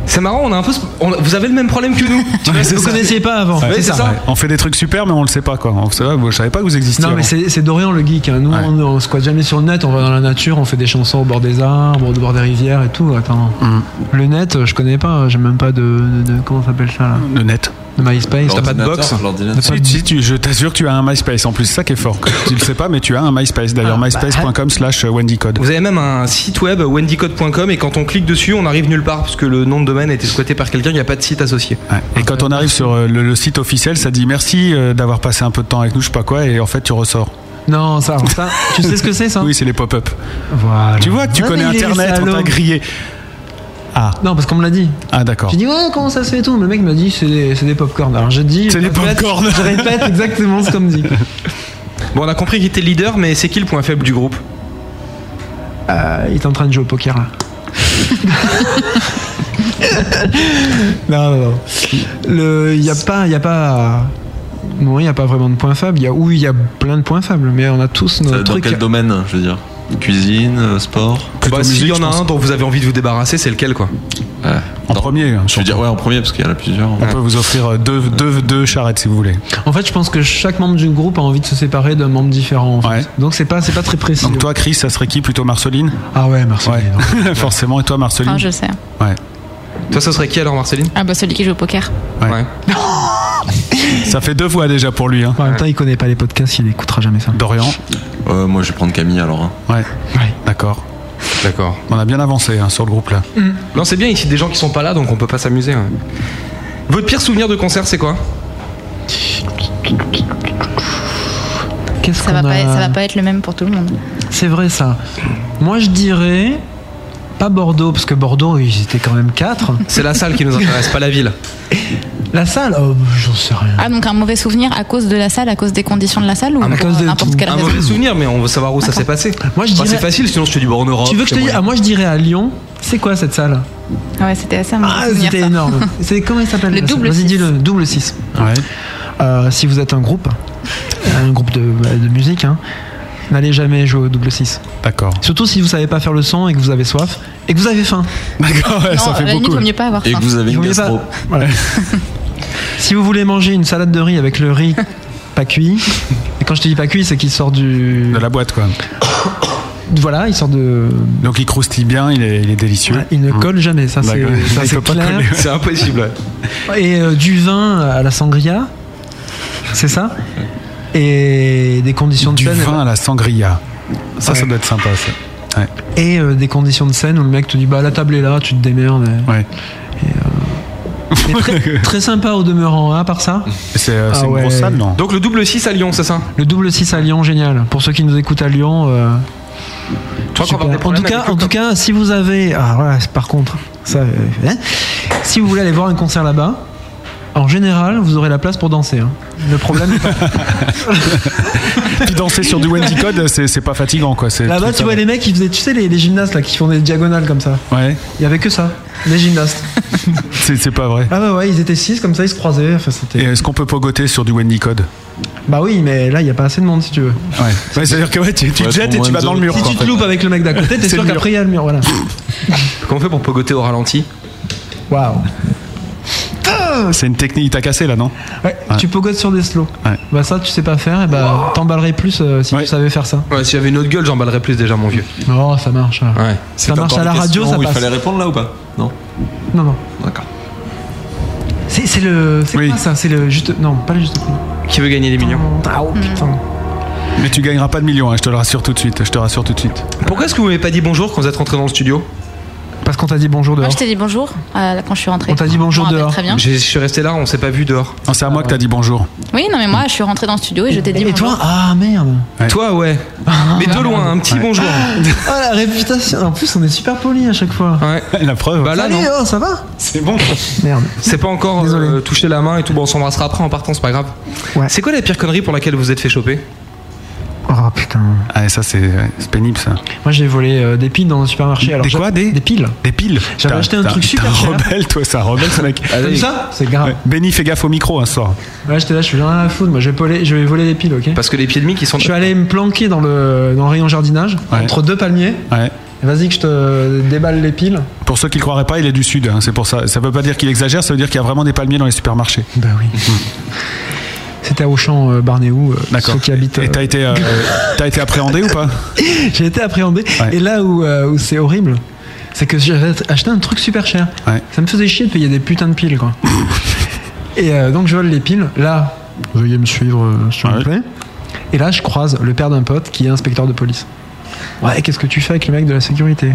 Speaker 5: C'est marrant, on a un peu. ce- on- vous avez le même problème que nous. Tu vois,
Speaker 6: Vous
Speaker 5: c'est-
Speaker 6: connaissiez pas avant.
Speaker 5: Ouais, c'est ça.
Speaker 4: Ouais. On fait des trucs super, mais on le sait pas quoi. On- c'est vrai, moi, Je savais pas que vous existiez.
Speaker 6: Non, mais
Speaker 4: avant.
Speaker 6: c'est c'est Dorian le geek. hein. Nous,
Speaker 4: Ouais.
Speaker 6: on, on squatte jamais sur le net, on va dans la nature, on fait des chansons au bord des arbres, au bord des rivières et tout. Attends.
Speaker 4: Mm.
Speaker 6: Le net, euh, je connais pas, j'ai même pas de. de- de- comment ça s'appelle ça là
Speaker 4: le net.
Speaker 6: De MySpace.
Speaker 7: pas.
Speaker 5: pas de box
Speaker 7: L'ordinateur, L'ordinateur.
Speaker 4: Si, si, tu- je t'assure que tu as un MySpace en plus, c'est ça qui est fort. tu le sais pas, mais tu as un MySpace d'ailleurs,
Speaker 6: Ah, bah,
Speaker 4: myspace.com slash euh, wendycode.
Speaker 5: Vous avez même un site web wendycode.com et quand on clique dessus, on arrive nulle part parce que le nom de domaine a été squatté par quelqu'un, il n'y a pas de site associé.
Speaker 4: Ouais. Et quand on arrive sur euh, le, le site officiel, ça dit merci euh, d'avoir passé un peu de temps avec nous, je sais pas quoi, et en fait tu ressors.
Speaker 6: Non, ça, ça, tu sais ce que c'est ça
Speaker 4: Oui, c'est les pop-up.
Speaker 6: Voilà.
Speaker 4: Tu vois, tu
Speaker 6: Ah,
Speaker 4: connais
Speaker 6: mais il est
Speaker 4: Internet, on
Speaker 6: salaud.
Speaker 4: t'a grillé. Ah,
Speaker 6: Non, parce qu'on me l'a dit.
Speaker 4: ah d'accord.
Speaker 6: J'ai dit, ouais, comment ça se fait et tout Le mec m'a dit, c'est des, c'est des popcorn. Alors j'ai dit.
Speaker 4: C'est
Speaker 6: je
Speaker 4: les
Speaker 6: répète-
Speaker 4: popcorn.
Speaker 6: Je répète exactement ce qu'on me dit.
Speaker 5: Bon, on a compris qu'il était leader, mais c'est qui le point faible du groupe
Speaker 6: Euh, il est en train de jouer au poker là. non, non, non. Le- Il n'y a pas. Il y a pas non, il n'y a pas vraiment de point faible. Il y a, oui, il y a plein de points faibles, mais on a tous nos
Speaker 7: Dans
Speaker 6: trucs.
Speaker 7: quel domaine, je veux dire Cuisine, euh, sport
Speaker 4: Plutôt
Speaker 5: Bah, S'il
Speaker 4: musique,
Speaker 5: y en
Speaker 4: je
Speaker 5: a
Speaker 4: pense.
Speaker 5: un dont vous avez envie de vous débarrasser, c'est lequel quoi
Speaker 7: Ouais.
Speaker 4: En premier, hein,
Speaker 7: Je veux dire, ouais, en premier, parce qu'il y en a plusieurs.
Speaker 4: on peut vous offrir euh, deux, deux, deux charrettes si vous voulez.
Speaker 6: En fait, je pense que chaque membre du groupe a envie de se séparer d'un membre différent. en fait.
Speaker 4: Ouais.
Speaker 6: Donc c'est pas, c'est pas très précis.
Speaker 4: Donc toi, Chris, ça serait qui Plutôt Marceline
Speaker 6: Ah ouais, merci.
Speaker 4: Ouais, forcément. Et toi, Marceline
Speaker 11: Enfin, Ah, je sais. hein.
Speaker 4: Ouais.
Speaker 5: Toi, ça serait qui alors, Marceline
Speaker 11: Ah bah, celui qui joue au poker.
Speaker 4: Ouais. Ça fait deux voix déjà pour lui, hein.
Speaker 6: Bah, En même temps, il connaît pas les podcasts, il écoutera jamais ça.
Speaker 4: Dorian.
Speaker 7: Euh, moi, je vais prendre Camille alors. hein.
Speaker 4: Ouais,
Speaker 6: Ouais.
Speaker 4: d'accord.
Speaker 5: D'accord.
Speaker 4: On a bien avancé hein, sur le groupe là.
Speaker 6: Mm.
Speaker 5: Non, c'est bien, ici des gens qui sont pas là, donc on peut pas s'amuser. ouais. Votre pire souvenir de concert, c'est quoi
Speaker 6: Qu'est-ce
Speaker 11: Ça
Speaker 6: qu'on
Speaker 11: va, pas,
Speaker 6: a-
Speaker 11: ça va pas être le même pour tout le monde.
Speaker 6: C'est vrai ça. Moi, je dirais pas Bordeaux parce que Bordeaux, ils étaient quand même quatre.
Speaker 5: C'est la salle qui nous intéresse, pas la ville.
Speaker 6: La salle, oh, j'en sais rien.
Speaker 11: Ah, donc un mauvais souvenir à cause de la salle, à cause des conditions de la salle ou
Speaker 6: À
Speaker 11: pour
Speaker 6: cause de
Speaker 11: n'importe
Speaker 6: tout.
Speaker 11: quelle
Speaker 5: Un
Speaker 11: raison
Speaker 5: mauvais souvenir, mais on veut savoir où ça s'est passé.
Speaker 6: Moi, je
Speaker 5: Enfin,
Speaker 6: dirais-
Speaker 5: c'est facile, sinon je te dis bah, bon, en Europe.
Speaker 6: tu veux que je te
Speaker 5: c'est
Speaker 6: dise
Speaker 5: bon.
Speaker 6: Ah, moi, je dirais à Lyon. C'est quoi cette salle
Speaker 11: Ouais, c'était assez un mauvais
Speaker 6: Ah,
Speaker 11: souvenir.
Speaker 6: c'était
Speaker 11: ça.
Speaker 6: énorme. C'est comment il s'appelle
Speaker 11: Le
Speaker 6: la salle
Speaker 11: double
Speaker 6: Vas-y,
Speaker 11: six.
Speaker 6: dis le double 6.
Speaker 4: Ouais.
Speaker 6: si vous êtes un groupe, un groupe de, de musique, hein, n'allez jamais jouer au double 6.
Speaker 4: D'accord.
Speaker 6: Surtout si vous savez pas faire le son et que vous avez soif et que vous avez faim.
Speaker 4: D'accord, ouais,
Speaker 11: Non,
Speaker 4: ça
Speaker 11: à la
Speaker 4: fait
Speaker 11: limite,
Speaker 4: beaucoup.
Speaker 11: vaut mieux pas avoir
Speaker 7: Et
Speaker 11: faim.
Speaker 7: que vous avez
Speaker 6: Il
Speaker 7: une
Speaker 6: vaut mieux
Speaker 7: gastro.
Speaker 6: pas- voilà. si vous voulez manger une salade de riz avec le riz pas cuit, et quand je te dis pas cuit, c'est qu'il sort du.
Speaker 4: De la boîte quoi.
Speaker 6: Voilà, il sort de.
Speaker 4: Donc il croustille bien, il est, il est délicieux. Mm.
Speaker 6: Voilà, il ne colle jamais, ça c'est
Speaker 4: D'accord.
Speaker 6: ça,
Speaker 4: Il
Speaker 6: c'est
Speaker 4: peut pas
Speaker 6: clair.
Speaker 4: coller.
Speaker 5: C'est impossible.
Speaker 6: Et euh, du vin à la sangria, c'est ça Et des conditions de
Speaker 4: Du
Speaker 6: scène, eh ben
Speaker 4: vin à la sangria. Ça, ça
Speaker 6: Ouais.
Speaker 4: doit être sympa. Ça.
Speaker 6: et euh, des conditions de scène où le mec te dit bah la table est là, tu te démerdes. eh. Et- Et, euh, et très, très sympa au demeurant, hein, à part ça.
Speaker 4: C'est euh, c'est
Speaker 6: Ah
Speaker 4: une grosse
Speaker 6: ouais.
Speaker 4: salle, non
Speaker 5: Donc le double 6 à Lyon, c'est ça
Speaker 6: Le double 6 à Lyon, génial. Pour ceux qui nous écoutent à Lyon. euh,
Speaker 5: Tu crois qu'on va
Speaker 6: super.
Speaker 5: avoir des
Speaker 6: en tout
Speaker 5: problèmes
Speaker 6: cas,
Speaker 5: avec
Speaker 6: en
Speaker 5: le
Speaker 6: tout
Speaker 4: hein.
Speaker 6: cas, si vous avez, ah, voilà, c'est- par contre, ça, euh, hein. si vous voulez aller voir un concert là-bas, en général, vous aurez la place pour danser. hein. Le problème. est pas-
Speaker 4: Puis danser sur du Wendy Code, c'est c'est pas fatigant, quoi. c'est Euh,
Speaker 6: Là-bas,
Speaker 4: tout
Speaker 6: tu
Speaker 4: ça.
Speaker 6: vois les mecs, ils faisaient, tu sais, les, les gymnastes là, qui font des diagonales comme ça.
Speaker 4: Ouais.
Speaker 6: Il y avait que ça, les gymnastes.
Speaker 4: C'est c'est pas vrai.
Speaker 6: Ah bah ouais, ils étaient six comme ça, ils se croisaient. Enfin, c'était-
Speaker 4: Et est-ce qu'on peut pogoter sur du Wendy Code
Speaker 6: bah oui, mais là, il y a pas assez de monde si tu veux.
Speaker 4: Ouais. Ouais, C'est-à-dire que ouais, tu, tu te jettes et tu vas dans le mur.
Speaker 6: Si
Speaker 4: quoi,
Speaker 6: tu
Speaker 4: en
Speaker 6: te
Speaker 4: fait.
Speaker 6: loupes avec le mec d'à côté, t'es
Speaker 4: C'est
Speaker 6: sûr
Speaker 4: le mur.
Speaker 6: qu'après il y a le mur, voilà.
Speaker 5: Comment on fait pour pogoter au ralenti
Speaker 6: Waouh.
Speaker 4: C'est une technique, il t'a cassé là, non
Speaker 6: Ouais, Tu pogotes sur des slows.
Speaker 4: Ouais.
Speaker 6: Bah ça, tu sais pas faire, et bah t'emballerais plus euh, si tu savais faire ça.
Speaker 5: Ouais, si j'avais une autre gueule, j'emballerais plus déjà, mon vieux.
Speaker 6: Oh, ça marche. ouais.
Speaker 5: Ouais.
Speaker 6: Ça marche à la radio, ça passe.
Speaker 7: répondre là ou pas Non.
Speaker 6: Non, non.
Speaker 7: D'accord.
Speaker 6: C'est c'est le. C'est quoi ça C'est le juste. Non, pas le juste prix.
Speaker 5: Qui veut gagner des millions
Speaker 6: Ah oh putain.
Speaker 4: Mais tu gagneras pas de millions, hein, je te le rassure tout de suite. Je te rassure tout de suite.
Speaker 5: Pourquoi est-ce que vous m'avez pas dit bonjour quand vous êtes rentré dans le studio
Speaker 6: Parce qu'on t'a dit bonjour
Speaker 11: Moi,
Speaker 6: dehors.
Speaker 11: je t'ai dit bonjour euh, quand je suis rentrée.
Speaker 6: On t'a dit bonjour
Speaker 11: Je me rappelle
Speaker 6: dehors.
Speaker 11: Très bien.
Speaker 5: J'ai- Je suis resté là, on s'est pas vu dehors.
Speaker 4: Non, c'est à moi que t'as dit bonjour.
Speaker 11: Oui, non, mais moi, je suis rentrée dans le studio et je t'ai dit
Speaker 6: Et
Speaker 11: bonjour.
Speaker 6: toi Ah merde.
Speaker 5: Toi, ouais. Ah. Mais de loin, hein. un petit bonjour.
Speaker 6: Oh la réputation. En plus, on est super poli à chaque fois.
Speaker 5: Ouais.
Speaker 4: La preuve.
Speaker 5: Bah là,
Speaker 6: Salut,
Speaker 5: non.
Speaker 6: oh, ça va
Speaker 4: C'est bon.
Speaker 6: Merde.
Speaker 5: C'est pas encore
Speaker 6: Désolé.
Speaker 5: euh, toucher la main et tout. Bon, on s'embrassera après en partant, c'est pas grave.
Speaker 6: Ouais.
Speaker 5: C'est quoi la pire connerie pour laquelle vous vous êtes fait choper
Speaker 6: Oh putain.
Speaker 4: Ah, et ça, c'est ouais, c'est pénible, ça.
Speaker 6: Moi, j'ai volé euh, des piles dans le supermarché. Alors,
Speaker 4: Des
Speaker 6: j'a-
Speaker 4: quoi, des-
Speaker 6: Des piles.
Speaker 4: Des piles.
Speaker 6: J'avais
Speaker 4: T'as-
Speaker 6: acheté un
Speaker 4: t'as-
Speaker 6: truc super
Speaker 4: t'as
Speaker 6: cher.
Speaker 4: rebelle, toi, ça rebelle, ce mec.
Speaker 6: Comme ça C'est grave.
Speaker 4: Ouais. Benny, fais gaffe au micro un soir.
Speaker 6: Ouais, j'étais là, je suis rien à la foudre. Moi, je vais, voler, je vais voler des piles, ok
Speaker 5: Parce que les pieds de Mick, ils sont.
Speaker 6: Je suis allé me planquer dans le, dans le rayon jardinage,
Speaker 4: Ouais.
Speaker 6: entre deux palmiers.
Speaker 4: Ouais.
Speaker 6: Et Vas-y que je te déballe les piles.
Speaker 4: Pour ceux qui le croiraient pas, il est du sud. hein, c'est pour ça. Ça veut pas dire qu'il exagère, ça veut dire qu'il y a vraiment des palmiers dans les supermarchés.
Speaker 6: Bah oui. C'était à Auchan, euh, Barnéou, euh,
Speaker 4: D'accord.
Speaker 6: ceux qui habitent.
Speaker 4: Et
Speaker 6: euh,
Speaker 4: t'as été, euh, t'as été appréhendé ou pas
Speaker 6: J'ai été appréhendé.
Speaker 4: Ouais.
Speaker 6: Et là où, euh, où c'est horrible, c'est que j'avais acheté un truc super cher.
Speaker 4: Ouais.
Speaker 6: Ça me faisait chier de payer des putains de piles, quoi. et euh, donc je vole les piles. Là, veuillez me suivre, euh, s'il
Speaker 4: Ouais.
Speaker 6: vous plaît. Et là, je croise le père d'un pote qui est inspecteur de police. Ouais, qu'est-ce que tu fais avec le mec de la sécurité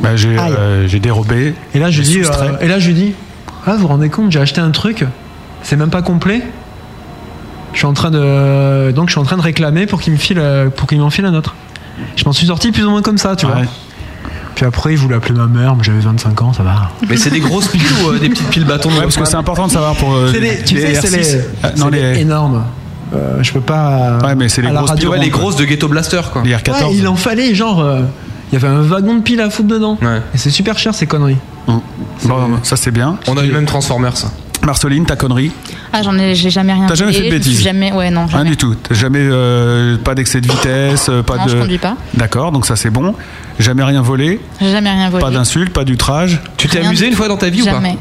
Speaker 4: Bah, j'ai,
Speaker 6: Aïe.
Speaker 4: euh, j'ai dérobé.
Speaker 6: Et là, je
Speaker 4: J'ai
Speaker 6: lui dis,
Speaker 4: soustrait.
Speaker 6: euh, et là, je lui dis, ah, vous vous rendez compte, j'ai acheté un truc, c'est même pas complet. Je suis en train de, donc je suis en train de réclamer pour qu'il me file, euh, pour qu'il m'en file un autre. Je m'en suis sorti plus ou moins comme ça, tu vois.
Speaker 4: Ouais.
Speaker 6: Puis après, il voulait appeler ma mère, mais j'avais 25 ans, ça va.
Speaker 5: Mais c'est des grosses piles ou euh, des petites piles bâtons
Speaker 4: Ouais, parce que c'est important de savoir pour. euh,
Speaker 6: C'est les, tu sais, c'est
Speaker 4: R6.
Speaker 6: les,
Speaker 4: Ah, non,
Speaker 6: c'est les
Speaker 4: les,
Speaker 6: énormes. Euh, je peux pas.
Speaker 4: Ouais, mais c'est les
Speaker 6: à la
Speaker 4: grosses piles
Speaker 6: radio.
Speaker 5: Ouais, les
Speaker 4: rondes,
Speaker 5: grosses de Ghetto Blaster, quoi.
Speaker 4: les
Speaker 6: Ouais,
Speaker 4: R14.
Speaker 6: il en fallait, genre, euh, il y avait un wagon de piles à foutre dedans.
Speaker 5: Ouais.
Speaker 6: Et c'est super cher ces conneries.
Speaker 4: Mm. Bon, ça c'est bien.
Speaker 5: On a eu le même Transformers.
Speaker 4: Marceline, ta connerie
Speaker 11: Ah, j'en ai, j'ai jamais rien.
Speaker 4: T'as jamais
Speaker 11: payé,
Speaker 4: fait de
Speaker 11: je me suis
Speaker 4: bêtises
Speaker 11: Jamais, ouais, non.
Speaker 4: Rien
Speaker 11: Jamais.
Speaker 4: du tout. T'as Jamais euh, pas d'excès de vitesse, euh, pas
Speaker 11: Non,
Speaker 4: de.
Speaker 11: je conduis pas.
Speaker 4: D'accord, donc ça c'est bon. Jamais rien volé,
Speaker 11: J'ai jamais rien volé.
Speaker 4: pas d'insultes, pas d'outrage.
Speaker 5: Tu t'es
Speaker 11: Ah, Rien
Speaker 5: amusé
Speaker 11: du
Speaker 5: une
Speaker 11: tout.
Speaker 5: fois dans ta vie
Speaker 11: Jamais.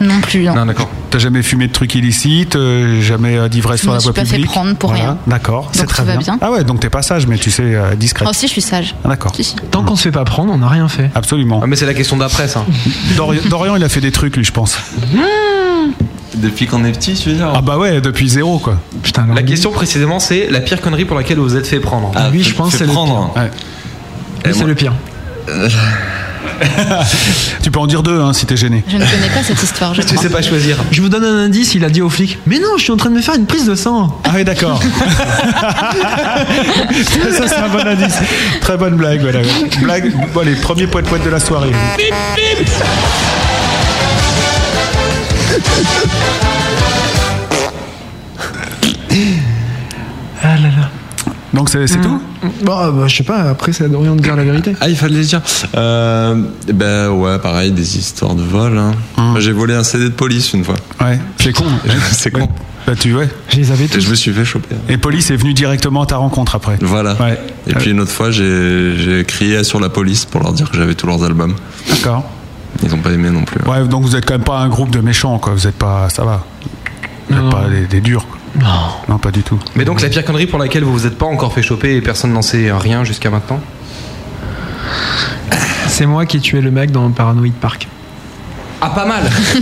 Speaker 11: Non plus. hein.
Speaker 5: ou
Speaker 11: Non.
Speaker 5: pas Non, d'accord.
Speaker 4: T'as jamais fumé de trucs illicites, euh, jamais euh, d'ivresse
Speaker 11: Je
Speaker 4: sur
Speaker 11: me
Speaker 4: la
Speaker 11: suis
Speaker 4: voie
Speaker 11: pas fait
Speaker 4: publique.
Speaker 11: prendre pour rien.
Speaker 4: D'accord, c'est
Speaker 11: tout
Speaker 4: très
Speaker 11: va
Speaker 4: bien.
Speaker 11: bien.
Speaker 4: Ah ouais, donc t'es pas sage, mais tu sais euh, discret.
Speaker 11: Ah, aussi, je suis sage.
Speaker 4: Ah, D'accord,
Speaker 11: Si, si.
Speaker 6: Tant qu'on se fait pas prendre, on n'a rien fait.
Speaker 4: absolument.
Speaker 5: Ah, mais c'est la question d'après, ça.
Speaker 4: Dorian, Dorian, il a fait des trucs, lui, je pense.
Speaker 7: Mmh. Depuis qu'on est petit, tu veux dire
Speaker 4: Ah bah ouais, depuis zéro quoi.
Speaker 6: Putain,
Speaker 5: La
Speaker 6: non.
Speaker 5: question précisément, c'est la pire connerie pour laquelle vous vous êtes fait prendre.
Speaker 7: Ah,
Speaker 6: lui,
Speaker 7: fait-
Speaker 6: je pense,
Speaker 7: fait
Speaker 6: c'est le
Speaker 7: prendre. hein.
Speaker 4: Ouais.
Speaker 6: Lui, c'est le pire.
Speaker 5: Euh.
Speaker 4: Tu peux en dire deux hein, si t'es gêné.
Speaker 11: Je ne connais pas cette histoire. Je
Speaker 5: Tu
Speaker 11: crois.
Speaker 5: sais pas choisir.
Speaker 6: Je vous donne un indice, il a dit au flic Mais non, je suis en train de me faire une prise de sang
Speaker 4: Ah oui, d'accord. Ça, c'est un bon indice. Très bonne blague, voilà. Blague, bon, les premiers poète poète de la soirée.
Speaker 6: Ah là là.
Speaker 4: Donc, c'est c'est tout
Speaker 6: Bon, euh, bah, je sais pas, après, c'est à Dorian de dire la vérité.
Speaker 7: Ah, il fallait le dire. Euh, ben ouais, pareil, des histoires de vol. hein.
Speaker 4: Mm.
Speaker 7: Moi, J'ai volé un CD de police une fois.
Speaker 4: Ouais, c'est con.
Speaker 7: C'est con.
Speaker 4: Ouais. Bah, tu, ouais.
Speaker 6: Je les avais
Speaker 7: Et
Speaker 6: tous.
Speaker 7: je me suis fait choper.
Speaker 4: Et Police est venu directement à ta rencontre après.
Speaker 7: Voilà.
Speaker 4: Ouais.
Speaker 7: Et puis une autre fois, j'ai j'ai crié sur la police pour leur dire que j'avais tous leurs albums.
Speaker 4: D'accord.
Speaker 7: Ils ont pas aimé non plus.
Speaker 4: Ouais, donc vous êtes quand même pas un groupe de méchants, quoi. Vous êtes pas. Ça va. Vous êtes pas des, des durs, quoi.
Speaker 6: Non.
Speaker 4: Non, pas du tout.
Speaker 5: Mais donc, la pire connerie pour laquelle vous vous êtes pas encore fait choper et personne n'en sait rien jusqu'à maintenant
Speaker 6: C'est moi qui ai tué le mec dans Paranoid Park.
Speaker 5: Ah, pas mal.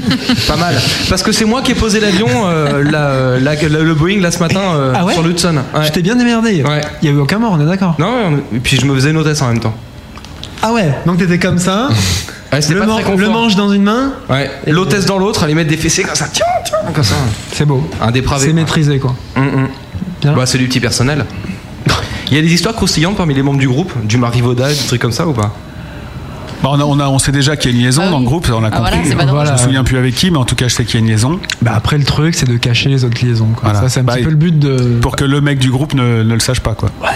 Speaker 5: pas mal. Parce que c'est moi qui ai posé l'avion, euh, la- la- la- le Boeing, là, ce matin, euh,
Speaker 6: Ah ouais
Speaker 5: sur l'Hudson.
Speaker 6: Tu t'es bien démerdé. Il y a eu aucun mort, on est d'accord.
Speaker 5: Non, ouais, on- et puis je me faisais une hôtesse en même temps.
Speaker 6: Ah ouais, donc t'étais comme ça.
Speaker 5: Ouais, c'était
Speaker 6: le,
Speaker 5: pas
Speaker 6: man-
Speaker 5: très confort.
Speaker 6: le manche dans une main.
Speaker 5: Ouais. L'hôtesse dans l'autre, aller mettre des fessées comme ça. Tiens, tiens, comme ça.
Speaker 6: C'est beau.
Speaker 5: Un dépravé.
Speaker 6: C'est maîtrisé hein. quoi.
Speaker 5: Hum, hum. Bah, c'est du petit personnel. Il y a des histoires croustillantes parmi les membres du groupe, du marivaudage, des trucs comme ça ou pas
Speaker 4: Bah, on, a- on a- on sait déjà qu'il y a une liaison dans le groupe, on l'a
Speaker 6: Ah,
Speaker 4: compris.
Speaker 6: voilà, c'est pas drôle.
Speaker 4: Je me
Speaker 6: Voilà.
Speaker 4: souviens plus avec qui, mais en tout cas, je sais qu'il y a une liaison.
Speaker 6: Bah après le truc, c'est de cacher les autres liaisons. Quoi.
Speaker 4: Voilà.
Speaker 6: Ça, c'est un
Speaker 4: Bah,
Speaker 6: petit peu le but de.
Speaker 4: Pour que le mec du groupe ne, ne le sache pas, quoi. Ouais.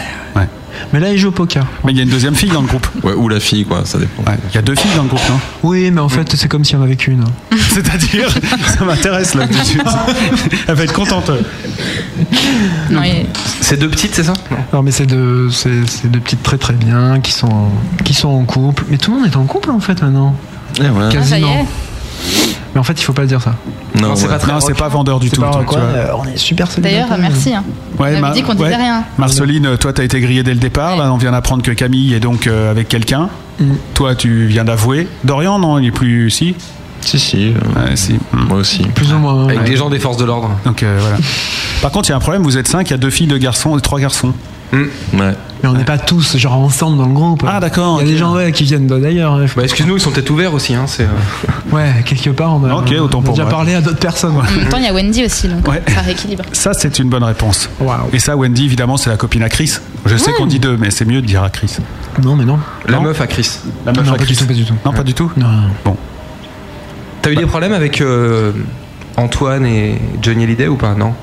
Speaker 6: Mais là, il joue au poker.
Speaker 4: Mais il y a une deuxième fille dans le groupe.
Speaker 7: Ouais, ou la fille, quoi, ça dépend.
Speaker 4: Ouais, Il y a deux filles dans le groupe, non
Speaker 6: Oui, mais en fait, c'est comme si on avait qu'une. hein.
Speaker 4: C'est-à-dire, ça m'intéresse là. tout de suite. Elle va être contente.
Speaker 11: Non, il-
Speaker 5: C'est deux petites, c'est ça
Speaker 6: Non, mais c'est deux, c'est, c'est deux petites très très bien qui sont, qui sont en couple. Mais tout le monde est en couple en fait maintenant.
Speaker 11: Ah, ça y
Speaker 6: Quasiment.
Speaker 11: est.
Speaker 6: Mais en fait, il faut pas dire ça.
Speaker 7: Non,
Speaker 4: c'est pas très Non, c'est pas vendeur du
Speaker 6: C'est
Speaker 4: tout.
Speaker 6: pas
Speaker 4: le truc,
Speaker 6: quoi,
Speaker 4: tu vois.
Speaker 6: euh, on est super
Speaker 11: D'ailleurs,
Speaker 6: solidaires.
Speaker 11: merci. hein.
Speaker 4: Ouais,
Speaker 11: on
Speaker 4: Mar-
Speaker 11: avait dit qu'on disait
Speaker 4: ouais.
Speaker 11: rien.
Speaker 4: Marceline, toi, t'as été grillée dès le départ. Là, on vient d'apprendre que Camille est donc euh, avec quelqu'un.
Speaker 5: Mm.
Speaker 4: Toi, tu viens d'avouer. Dorian, non, il est plus ici.
Speaker 7: Si, si.
Speaker 4: Ouais, si. Mm.
Speaker 7: Moi aussi.
Speaker 6: Plus ou moins.
Speaker 5: euh, Avec des gens des forces de l'ordre.
Speaker 4: Donc euh, voilà. Par contre, il y a un problème. Vous êtes cinq, il y a deux filles, deux garçons, et trois garçons.
Speaker 5: Mm.
Speaker 7: Ouais.
Speaker 6: Mais on n'est pas tous genre ensemble dans le groupe.
Speaker 4: Ah, d'accord,
Speaker 6: Il y a
Speaker 4: ok.
Speaker 6: des gens ouais, qui viennent de- d'ailleurs. hein. ouais.
Speaker 5: Bah, excuse-nous, ils sont peut-être ouverts aussi. Hein, c'est, euh,
Speaker 6: Ouais, quelque part, on a,
Speaker 4: Ok, autant
Speaker 6: on a
Speaker 4: pour
Speaker 6: déjà
Speaker 4: moi.
Speaker 6: parlé à d'autres personnes.
Speaker 11: En même temps, il y a Wendy aussi, donc
Speaker 4: Ouais.
Speaker 11: ça rééquilibre.
Speaker 4: Ça, c'est une bonne réponse.
Speaker 6: Waouh.
Speaker 4: Et ça, Wendy, évidemment, c'est la copine à Chris. Je sais qu'on dit deux, mais c'est mieux de dire à Chris.
Speaker 6: Non, mais non.
Speaker 5: La meuf à Chris.
Speaker 4: La meuf
Speaker 6: non,
Speaker 4: à
Speaker 6: pas
Speaker 4: Chris.
Speaker 6: du tout, pas du tout.
Speaker 4: Non, pas du tout.
Speaker 6: Non.
Speaker 4: Bon.
Speaker 5: T'as
Speaker 6: Bah.
Speaker 5: eu des problèmes avec euh, Antoine et Johnny Hallyday ou pas Non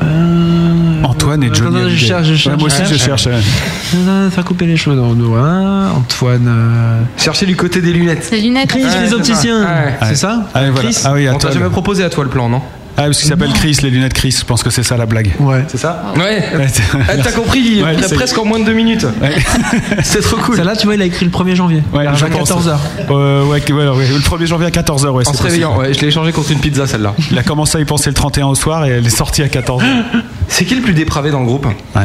Speaker 4: Mmh, Antoine et
Speaker 6: Euh, attends,
Speaker 4: Johnny.
Speaker 6: je
Speaker 4: Hallyday.
Speaker 6: cherche, je cherche, Ah,
Speaker 4: Ouais, moi aussi,
Speaker 6: je
Speaker 4: je
Speaker 6: cherche.
Speaker 4: cherche. ouais.
Speaker 6: Euh, Faire couper les cheveux dans le dos. hein. Antoine. euh,
Speaker 5: Cherchez du côté des lunettes.
Speaker 11: Les lunettes.
Speaker 6: Chris,
Speaker 5: Ouais,
Speaker 6: les
Speaker 5: c'est
Speaker 6: opticiens.
Speaker 5: ça. Ouais.
Speaker 6: C'est ça
Speaker 4: Ah, et voilà.
Speaker 6: Chris
Speaker 4: Ah oui, à
Speaker 5: On t'a
Speaker 4: toi,
Speaker 5: jamais
Speaker 4: le-
Speaker 5: proposé à toi le plan, non
Speaker 4: Ah, parce qu'il s'appelle Chris, les lunettes Chris. Je pense que c'est ça la blague.
Speaker 6: Ouais.
Speaker 4: C'est ça
Speaker 5: Ouais.
Speaker 4: Ouais, c'est-
Speaker 5: Eh, T'as compris,
Speaker 4: Ouais,
Speaker 5: il a
Speaker 4: c'est-
Speaker 5: presque en moins de deux minutes. C'est trop cool.
Speaker 6: Celle-là, tu vois, il a écrit le 1er janvier.
Speaker 4: Ouais,
Speaker 6: il
Speaker 4: je
Speaker 6: arrive à
Speaker 4: pense.
Speaker 6: 14h.
Speaker 4: Euh, ouais, que- ouais, ouais, le 1er janvier à 14h, ouais.
Speaker 5: En
Speaker 4: c'est
Speaker 5: se
Speaker 4: possible.
Speaker 5: réveillant, ouais, je l'ai échangé contre une pizza celle-là.
Speaker 4: Il a commencé à y penser le 31 au soir et elle est sortie à 14h.
Speaker 5: C'est qui le plus dépravé dans le groupe
Speaker 4: Ouais.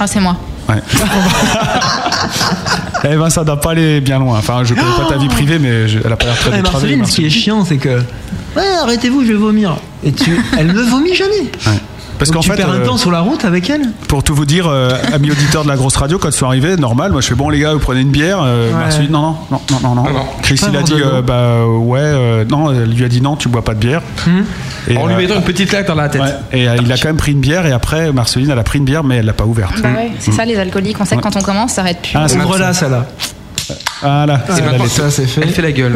Speaker 11: Ah, c'est moi.
Speaker 4: ouais. eh ben, ça doit pas aller bien loin. Enfin, je connais pas ta vie privée, mais je- elle a pas l'air très
Speaker 6: Ouais,
Speaker 4: dépravée,
Speaker 6: Marceline, ce qui est
Speaker 4: Marceline.
Speaker 6: chiant, c'est que. Ouais, arrêtez-vous, je vais vomir. Et tu. Elle ne vomit jamais.
Speaker 4: Ouais. Parce
Speaker 6: Donc
Speaker 4: qu'en
Speaker 6: tu
Speaker 4: fait,
Speaker 6: perds un
Speaker 4: euh,
Speaker 6: temps sur la route avec elle.
Speaker 4: pour tout vous dire, euh, amis auditeurs de la grosse radio, quand ils sont arrivés, normal, moi je fais bon les gars, vous prenez une bière. euh,
Speaker 6: Ouais.
Speaker 4: Marceline, non, non, non, non, non,
Speaker 5: Ah,
Speaker 4: non.
Speaker 5: non.
Speaker 4: Chris,
Speaker 6: Pas
Speaker 4: il a
Speaker 6: un
Speaker 4: dit,
Speaker 6: bordelot.
Speaker 4: euh, bah euh, ouais, euh, non, elle lui a dit non, tu bois pas de bière.
Speaker 6: Hmm.
Speaker 4: Et,
Speaker 5: En lui
Speaker 4: euh,
Speaker 5: mettant une petite claque dans la tête.
Speaker 4: ouais, et euh, il a quand même pris une bière et après, Marceline, elle a pris une bière, mais elle l'a pas ouverte. Hmm.
Speaker 11: Bah ouais, c'est ça les alcooliques. On sait que quand on commence, ça arrête plus.
Speaker 4: Ah, c'est
Speaker 6: Ouvre-la, celle-là.
Speaker 4: Voilà,
Speaker 5: Et
Speaker 4: elle
Speaker 5: maintenant,
Speaker 4: allait-
Speaker 6: ça, Ah, c'est fait.
Speaker 5: Elle fait la gueule.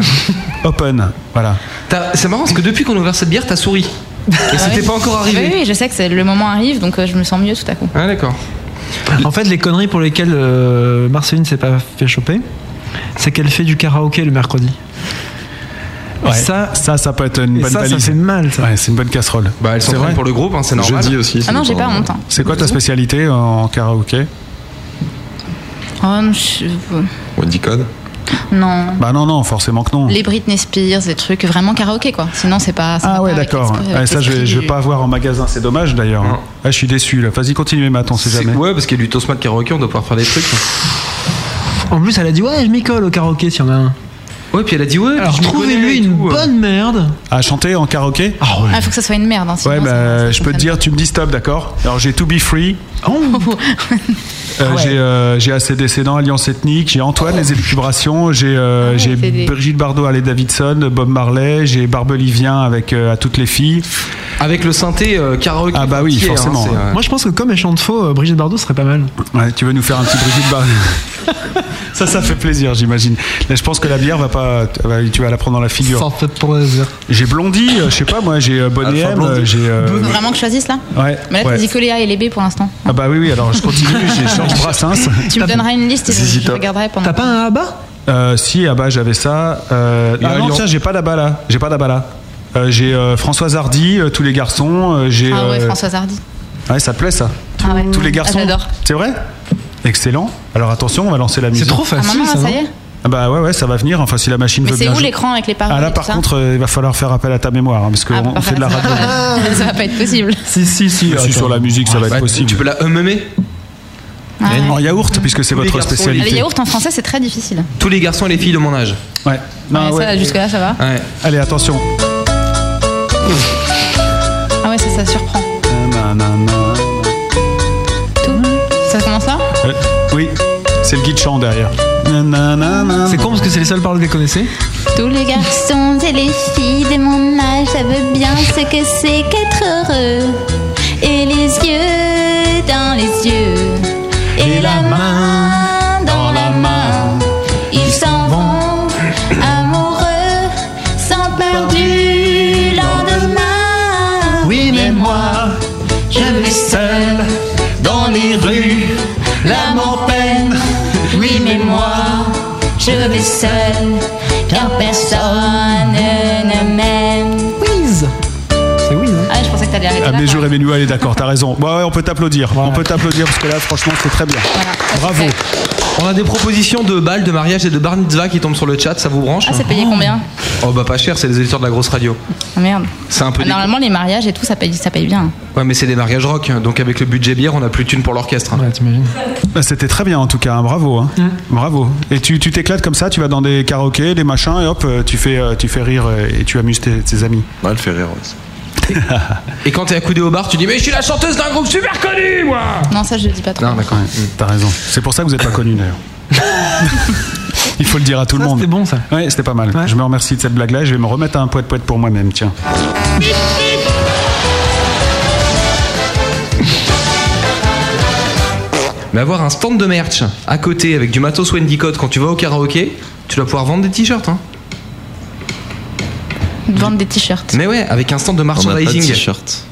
Speaker 4: open. Voilà.
Speaker 5: T'as- C'est marrant parce que depuis qu'on a ouvert cette bière, t'as souri. Et c'était pas encore
Speaker 11: Ah Oui,
Speaker 5: arrivé.
Speaker 11: oui, je sais que c'est- le moment arrive, donc euh, je me sens mieux tout à coup.
Speaker 5: Ah d'accord.
Speaker 6: En fait, les conneries pour lesquelles euh, Marceline s'est pas fait choper, c'est qu'elle fait du karaoké le mercredi. Et
Speaker 4: Ouais.
Speaker 6: ça,
Speaker 4: Ça, ça, peut être une
Speaker 6: et
Speaker 4: bonne
Speaker 6: ça, ça
Speaker 4: valise.
Speaker 6: fait mal. Ça.
Speaker 4: Ouais, c'est une bonne casserole.
Speaker 5: Bah elles
Speaker 4: c'est
Speaker 5: sont
Speaker 4: vrai.
Speaker 5: pour le groupe, hein, c'est normal.
Speaker 7: Jeudi aussi.
Speaker 11: Ah
Speaker 7: c'est
Speaker 11: non, j'ai
Speaker 7: pas-
Speaker 11: pas honte. hein.
Speaker 4: C'est quoi ta spécialité en karaoké
Speaker 11: Oh, non, je-
Speaker 7: Wendy Code
Speaker 11: non.
Speaker 4: Bah non, non, forcément que non.
Speaker 11: Les Britney Spears, des trucs vraiment karaoké quoi. Sinon, c'est pas. ça va
Speaker 4: Ah ouais,
Speaker 11: pas avec
Speaker 4: d'accord.
Speaker 11: l'esprit-
Speaker 4: Ouais, ça, je vais,
Speaker 11: l'esprit
Speaker 4: je vais
Speaker 11: du-
Speaker 4: pas avoir en magasin, c'est dommage d'ailleurs.
Speaker 5: Non.
Speaker 4: Ah, je suis déçu. Là. Vas-y, continuez, Matt, on sait
Speaker 5: C'est-
Speaker 4: jamais.
Speaker 5: Ouais, parce qu'il y a du Tosma de karaoké, on doit pouvoir faire des trucs.
Speaker 6: En plus, elle a dit Ouais, je m'y colle au karaoké s'il y en a un.
Speaker 5: Ouais, puis elle a dit ouais.
Speaker 6: Alors,
Speaker 5: puis je me connais
Speaker 6: trouvez-lui
Speaker 5: et
Speaker 6: une
Speaker 5: tout.
Speaker 6: bonne merde.
Speaker 4: À chanter en karaoké
Speaker 11: Ah, faut que ça soit une merde. hein, sinon,
Speaker 4: Ouais,
Speaker 11: ça- ça
Speaker 4: bah, je peux te
Speaker 11: fonctionne
Speaker 4: dire, tu me dis stop, d'accord Alors j'ai To Be Free, euh,
Speaker 11: Ah,
Speaker 6: Ouais.
Speaker 4: j'ai, euh, j'ai ACDC dans Alliance Ethnique, j'ai Antoine, les élucubrations, j'ai, euh,
Speaker 11: Ah, ouais,
Speaker 4: j'ai
Speaker 11: c'est des-
Speaker 4: Brigitte Bardot, Allez Davidson, Bob Marley, j'ai Barbelivien avec euh, À toutes les filles.
Speaker 5: Avec le synthé euh, karaoké.
Speaker 4: Ah bah oui,
Speaker 5: entier, hein,
Speaker 4: forcément.
Speaker 5: c'est, euh,
Speaker 6: Moi, je pense que comme elle chante faux, euh, Brigitte Bardot serait pas mal.
Speaker 4: Ouais, tu veux nous faire un petit Brigitte Bardot Ça, ça fait plaisir, j'imagine. Là, je pense que la bière va pas. Tu vas la prendre dans la
Speaker 6: Sans
Speaker 4: figure.
Speaker 6: fait pour plaisir.
Speaker 4: J'ai Blondie, euh, je sais pas moi, j'ai euh, Bonnie
Speaker 7: Alpha
Speaker 4: M,
Speaker 7: Blondie.
Speaker 4: euh, j'ai. euh,
Speaker 11: Faut vraiment que je choisisse là
Speaker 4: Ouais.
Speaker 11: Mais là,
Speaker 4: ouais.
Speaker 11: tu dis que les A et les B pour l'instant.
Speaker 4: Ah bah oui, oui, alors je continue, j'ai Georges Brassens.
Speaker 11: Tu me donneras une liste et je, je regarderai pendant.
Speaker 6: T'as pas un abat
Speaker 4: Euh, si, ah bah j'avais ça. euh,
Speaker 5: a
Speaker 4: ah non,
Speaker 5: Lyon.
Speaker 4: tiens, j'ai pas d'abat là. J'ai pas d'abat là. Euh, j'ai euh, Françoise Hardy, euh, tous les garçons. euh, j'ai,
Speaker 11: Ah ouais,
Speaker 4: euh,
Speaker 11: Françoise Hardy.
Speaker 4: ouais, ça te plaît ça
Speaker 11: Ah ouais.
Speaker 4: Tous les garçons.
Speaker 11: Ah, j'adore.
Speaker 4: C'est vrai Excellent. Alors attention, on va lancer la musique.
Speaker 6: C'est trop
Speaker 11: Ah,
Speaker 6: facile.
Speaker 11: maman,
Speaker 6: ça,
Speaker 11: ça y
Speaker 6: non
Speaker 11: est.
Speaker 4: Ah bah ouais, ouais, ça va venir. Enfin, si la machine
Speaker 11: Mais
Speaker 4: veut
Speaker 11: c'est
Speaker 4: bien.
Speaker 11: où
Speaker 4: jouer.
Speaker 11: l'écran avec les paroles
Speaker 4: Ah là,
Speaker 11: et
Speaker 4: par
Speaker 11: tout ça
Speaker 4: contre, euh, il va falloir faire appel à ta mémoire, hein, parce
Speaker 11: Ah,
Speaker 4: qu'on
Speaker 11: bah,
Speaker 4: on fait de la
Speaker 11: ça
Speaker 4: radio.
Speaker 11: va
Speaker 6: Ah.
Speaker 11: pas- Ça va pas être possible.
Speaker 6: Si, si, si.
Speaker 4: Si, sur la musique, ça va être
Speaker 5: bah,
Speaker 4: possible.
Speaker 5: Tu peux la hummer
Speaker 11: Ah ouais. Ah,
Speaker 4: En yaourt, puisque c'est
Speaker 5: Tous les
Speaker 4: votre
Speaker 5: garçons, les-
Speaker 11: Les
Speaker 4: spécialité.
Speaker 11: yaourts en français, c'est très difficile.
Speaker 5: Tous les garçons et les filles de mon âge.
Speaker 4: Ouais.
Speaker 6: Bah
Speaker 11: Ouais, ça, là, jusque-là, ça va
Speaker 4: Allez, attention.
Speaker 11: Ah ouais, ça, ça surprend. Tout. Ça commence là
Speaker 4: Euh, oui, c'est le guide chant derrière. C'est con parce que c'est les seules paroles que vous connaissez.
Speaker 12: Tous les garçons et les filles de mon âge savent bien ce que c'est qu'être heureux. Et les yeux dans les yeux, et la main dans la main, ils s'en vont amoureux, sans peur du lendemain. Oui, mais moi, je vais seul dans les rues, l'âme en peine. Oui, mais moi, je vais seul car personne ne m'aime. Whiz
Speaker 4: C'est oui,
Speaker 11: Ah, je pensais que t'allais arrêter
Speaker 4: Ah,
Speaker 11: là.
Speaker 4: mes jours et mes nuits, allez, d'accord, t'as raison. Bah ouais, on peut t'applaudir. On peut t'applaudir parce que là, franchement, c'est très bien.
Speaker 5: Bravo. On a des propositions de balles, de mariage et de bar mitzvah qui tombent sur le chat, ça vous branche hein.
Speaker 11: Ah, c'est payé combien
Speaker 5: Oh bah pas cher, c'est les éditeurs de la grosse radio.
Speaker 11: Ah, Merde.
Speaker 5: C'est un peu...
Speaker 11: Ah, Normalement, les mariages et tout, ça paye, ça paye bien.
Speaker 5: Ouais mais c'est des mariages rock, hein. donc avec le budget bière, on a plus de thunes pour l'orchestre. hein. Ouais
Speaker 6: t'imagines.
Speaker 4: Bah, C'était très bien en tout cas, hein, bravo. hein. Bravo. Et tu tu t'éclates comme ça, tu vas dans des karaokés, des machins, et hop, euh, tu fais, euh, tu fais rire euh, et tu amuses tes, tes amis.
Speaker 7: Ouais, elle fait rire aussi.
Speaker 5: Et quand t'es accoudé au bar, tu dis mais je suis la chanteuse d'un groupe super connu moi
Speaker 11: Non, ça, je le dis pas trop.
Speaker 5: Non, d'accord.
Speaker 4: Ah, T'as raison. C'est pour ça que vous n'êtes pas connu d'ailleurs. Il faut le dire à tout le monde. C'était
Speaker 6: bon ça.
Speaker 4: Ouais, c'était pas mal. Je me remercie de cette blague-là et je vais me remettre à un poète poète pour moi-même, tiens.
Speaker 5: Mais avoir un stand de merch à côté avec du matos Wendy Code quand tu vas au karaoké, tu vas pouvoir vendre des t-shirts hein.
Speaker 11: Vendre des t-shirts.
Speaker 5: Mais ouais, avec un stand de merchandising.
Speaker 7: On a pas de t-shirt.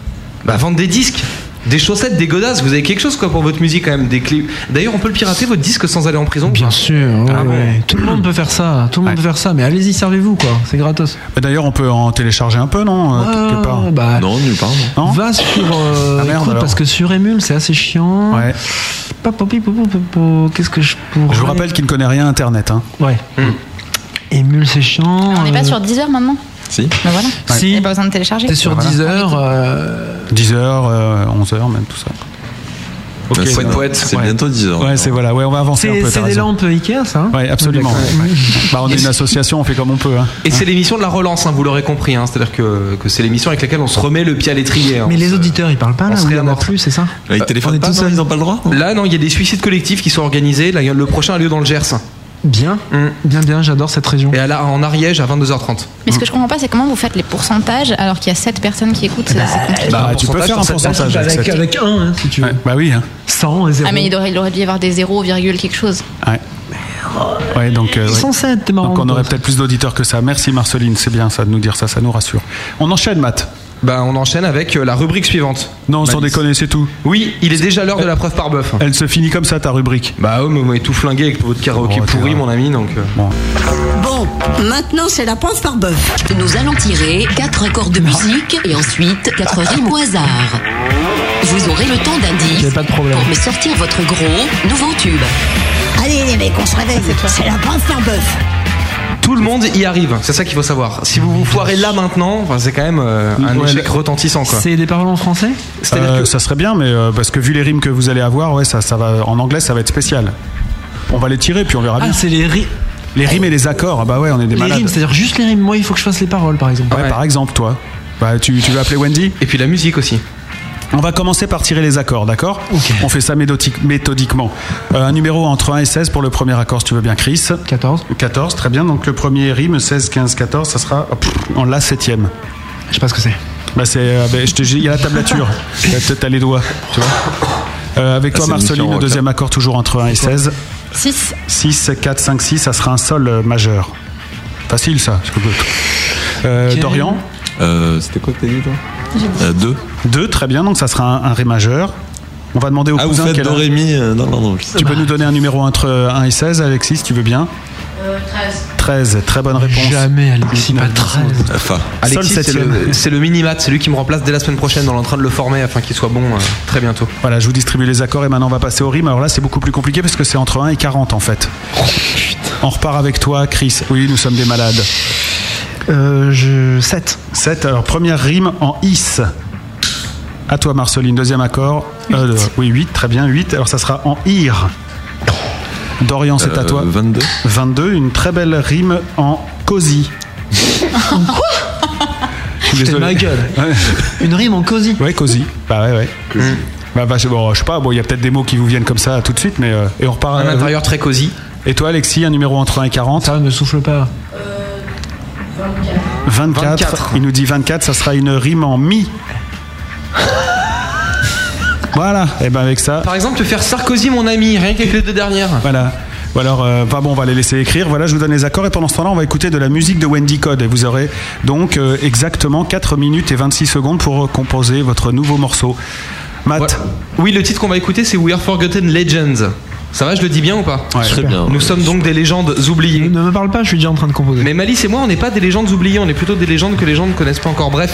Speaker 5: Bah vendre des disques, des chaussettes, des godasses, vous avez quelque chose quoi pour votre musique quand même, des clips. D'ailleurs, on peut le pirater votre disque sans aller en prison Bien
Speaker 6: sûr, Ouais, ouais. Tout le monde peut faire ça, tout le monde peut faire ça, mais allez-y, servez-vous quoi, c'est gratos.
Speaker 4: Bah, D'ailleurs, on peut en télécharger un peu, non euh, quelque part.
Speaker 7: Non, nulle part. non.
Speaker 6: Va sur. euh,
Speaker 4: Ah, merde,
Speaker 6: écoute,
Speaker 4: alors.
Speaker 6: parce que sur Emule, c'est assez chiant.
Speaker 4: Ouais.
Speaker 6: Pa, pa, pi, pou, pou, pou, pou. Qu'est-ce que je pourrais.
Speaker 4: Je vous rappelle qu'il ne connaît rien à Internet. Hein.
Speaker 6: Ouais. Emule, c'est chiant.
Speaker 11: Ah, On n'est
Speaker 6: euh,
Speaker 11: pas sur 10 heures maintenant
Speaker 7: Si.
Speaker 11: Ben voilà.
Speaker 4: Ouais.
Speaker 11: Il n'y a pas besoin de télécharger.
Speaker 6: T'es sur
Speaker 11: Voilà.
Speaker 6: 10 heures. euh,
Speaker 4: 10h, 11h, euh, même tout ça.
Speaker 7: Ok. Bah, c'est- c'est bientôt 10h.
Speaker 4: Ouais, c'est voilà. Ouais, on va avancer un
Speaker 6: C'est
Speaker 4: peu.
Speaker 6: c'est
Speaker 4: t'as
Speaker 6: des
Speaker 4: raison.
Speaker 6: lampes Ikea, ça hein
Speaker 4: Ouais, absolument.
Speaker 6: D'accord.
Speaker 4: Ouais. Bah, on est une association, on fait comme on peut. hein.
Speaker 5: Et c'est l'émission de la relance, hein, vous l'aurez compris. hein. C'est-à-dire que, que c'est l'émission avec laquelle on se remet le pied à l'étrier. hein.
Speaker 6: Mais les auditeurs, ils parlent pas
Speaker 5: on
Speaker 6: là
Speaker 5: se
Speaker 6: ou il y en a
Speaker 5: réamorce.
Speaker 6: plus, c'est ça
Speaker 7: Là, ils téléphonent
Speaker 6: On est
Speaker 7: pas,
Speaker 6: tout
Speaker 7: non,
Speaker 6: seul.
Speaker 7: ils n'ont pas le droit.
Speaker 5: Là, non, il y a des suicides collectifs qui sont organisés. Là, il y a- le prochain a lieu dans le Gers.
Speaker 6: Bien, bien, bien, j'adore cette région.
Speaker 5: Et à la- en Ariège à 22h30.
Speaker 11: Mais ce que je comprends pas, c'est comment vous faites les pourcentages alors qu'il y a 7 personnes qui
Speaker 7: Eh
Speaker 11: écoutent. euh, c'est-
Speaker 7: ben,
Speaker 11: c'est compliqué.
Speaker 4: Bah, tu peux faire un pourcentage avec
Speaker 6: Avec,
Speaker 4: cette-
Speaker 6: avec 1, si tu veux.
Speaker 4: Ouais, Bah oui. hein.
Speaker 6: 100 et 0.
Speaker 11: Ah, mais il aurait, il aurait dû y avoir des 0, virgule quelque chose.
Speaker 4: Ouais. Ouais, donc. euh, ouais.
Speaker 6: 107, t'es marrant.
Speaker 4: Donc on aurait peut-être plus d'auditeurs que ça. Merci Marceline, c'est bien ça de nous dire ça, ça nous rassure. On enchaîne, Matt.
Speaker 5: Bah, on enchaîne avec euh, la rubrique suivante.
Speaker 4: Non, sans déconner, c'est tout.
Speaker 5: Oui, il est déjà l'heure de la preuve par bœuf.
Speaker 4: Elle se finit comme ça, ta rubrique.
Speaker 5: Bah, ouais, mais vous m'avez tout flingué avec votre karaoké
Speaker 4: Oh, t'es
Speaker 5: pourri,
Speaker 4: grave.
Speaker 5: mon ami. Donc, euh,
Speaker 3: Bon, maintenant c'est la preuve par bœuf.
Speaker 13: Nous allons tirer quatre accords de musique et ensuite quatre rimes au hasard. Vous aurez le temps d'indice
Speaker 6: pas de problème.
Speaker 13: pour me sortir votre gros nouveau tube.
Speaker 3: Allez les mecs, on se réveille.
Speaker 6: Ah,
Speaker 3: C'est la preuve par bœuf.
Speaker 5: tout le monde y arrive. C'est ça qu'il faut savoir. Si vous vous foirez là maintenant, enfin, c'est quand même euh, un
Speaker 6: Ouais,
Speaker 5: échec
Speaker 6: là-
Speaker 5: retentissant, quoi.
Speaker 6: C'est des paroles en français
Speaker 5: C'est-à-dire
Speaker 4: Euh, Ça serait bien, mais euh, parce que vu les rimes que vous allez avoir, ouais, ça, ça va, en anglais, ça va être spécial. On va les tirer, puis on verra
Speaker 6: Ah,
Speaker 4: bien.
Speaker 6: c'est les, ri-
Speaker 4: Les rimes et les accords, ah bah ouais, on est des
Speaker 6: les
Speaker 4: malades.
Speaker 6: rimes, c'est-à-dire juste les rimes. Moi, il faut que je fasse les paroles, par exemple.
Speaker 4: Ouais, par exemple, toi. Bah, tu, tu veux appeler Wendy
Speaker 5: Et puis la musique aussi.
Speaker 4: On va commencer par tirer les accords, d'accord On fait ça médodique- méthodiquement. Euh, un numéro entre 1 et 16 pour le premier accord, si tu veux bien, Chris
Speaker 6: 14.
Speaker 4: 14, très bien. Donc le premier rime, 16, 15, 14, ça sera hop, en la septième.
Speaker 6: Je sais pas ce que c'est.
Speaker 4: Bah c'est, euh, bah, je te dis, il y a la tablature. T'as- t'as- T'as les doigts, tu vois. Euh, avec
Speaker 7: Ah,
Speaker 4: toi,
Speaker 7: c'est
Speaker 4: Marceline,
Speaker 7: différent,
Speaker 4: le deuxième accord toujours entre 1 et 16. Euh,
Speaker 11: 6.
Speaker 4: 6, 4, 5, 6, ça sera un sol euh, majeur. Facile, ça. c'est cool. Euh,
Speaker 6: Quel-
Speaker 4: Dorian
Speaker 7: Euh, C'était quoi que t'as dit, toi Euh, Deux.
Speaker 4: 2, très bien, donc ça sera un, un ré majeur. On va demander au
Speaker 7: Ah, vous
Speaker 4: cousin
Speaker 7: faites
Speaker 4: quel
Speaker 7: Do, Ré, Mi, euh, Non, non, non.
Speaker 4: Tu peux nous donner un numéro entre 1 et 16, Alexis, si tu veux bien 13, très bonne réponse.
Speaker 6: Jamais, Alexis, pas 13.
Speaker 7: Euh, Fa.
Speaker 5: Alexis,
Speaker 4: Sol
Speaker 5: c'est
Speaker 4: septième.
Speaker 5: le, c'est le minimat, c'est lui qui me remplace dès la semaine prochaine. On est en train de le former afin qu'il soit bon euh, très bientôt.
Speaker 4: Voilà, je vous distribue les accords et maintenant on va passer aux rimes. Alors là, c'est beaucoup plus compliqué parce que c'est entre 1 et 40 en fait. on repart avec toi, Chris. Oui, nous sommes des malades.
Speaker 6: Euh, je... 7.
Speaker 4: 7, alors première rime en is. À toi, Marceline, deuxième accord. Euh, oui, 8, très bien, 8. Alors ça sera en ir. Dorian, c'est à
Speaker 7: Euh,
Speaker 4: toi.
Speaker 7: 22.
Speaker 4: 22, une très belle rime en cosy.
Speaker 6: Je t'ai ma gueule. Une rime en cosy.
Speaker 4: Ouais, cosy. Bah ouais, ouais. Bah, bah, je- bon, je sais pas, bon, il y a peut-être des mots qui vous viennent comme ça tout de suite, mais. euh, et on repart.
Speaker 5: Un
Speaker 4: euh,
Speaker 5: intérieur très cosy.
Speaker 4: Et toi, Alexis, un numéro entre 1 et 40 Ça
Speaker 6: ne souffle pas.
Speaker 4: 24. Il nous dit 24, ça sera une rime en mi. voilà, et ben avec ça.
Speaker 5: Par exemple, faire Sarkozy, mon ami, rien qu'avec les deux dernières.
Speaker 4: Voilà. Ou alors, euh, bah bon, on va les laisser écrire. Voilà, je vous donne les accords et pendant ce temps-là, on va écouter de la musique de Wendy Code. Et vous aurez donc euh, exactement 4 minutes et 26 secondes pour euh, composer votre nouveau morceau. Matt,
Speaker 5: Oui, le titre qu'on va écouter, c'est We Are Forgotten Legends. Ça va, je le dis bien ou pas
Speaker 6: Très bien.
Speaker 5: Nous sommes donc des légendes oubliées.
Speaker 6: Ne me parle pas, je suis déjà en train de composer.
Speaker 5: Mais Malice et moi, on n'est pas des légendes oubliées, on est plutôt des légendes que les gens ne connaissent pas encore. Bref,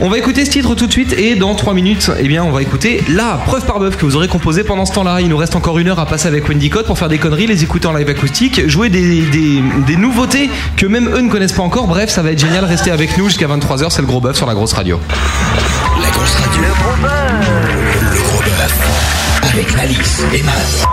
Speaker 5: on va écouter ce titre tout de suite et dans 3 minutes, eh bien, on va écouter la preuve par bœuf que vous aurez composée pendant ce temps-là. Il nous reste encore une heure à passer avec Wendy Code pour faire des conneries, les écouter en live acoustique, jouer des, des- des nouveautés que même eux ne connaissent pas encore. Bref, ça va être génial. Restez avec nous jusqu'à 23h, c'est le gros bœuf sur la grosse radio.
Speaker 1: La grosse radio. Le gros bœuf. Le gros bœuf. Avec Malice et Matt.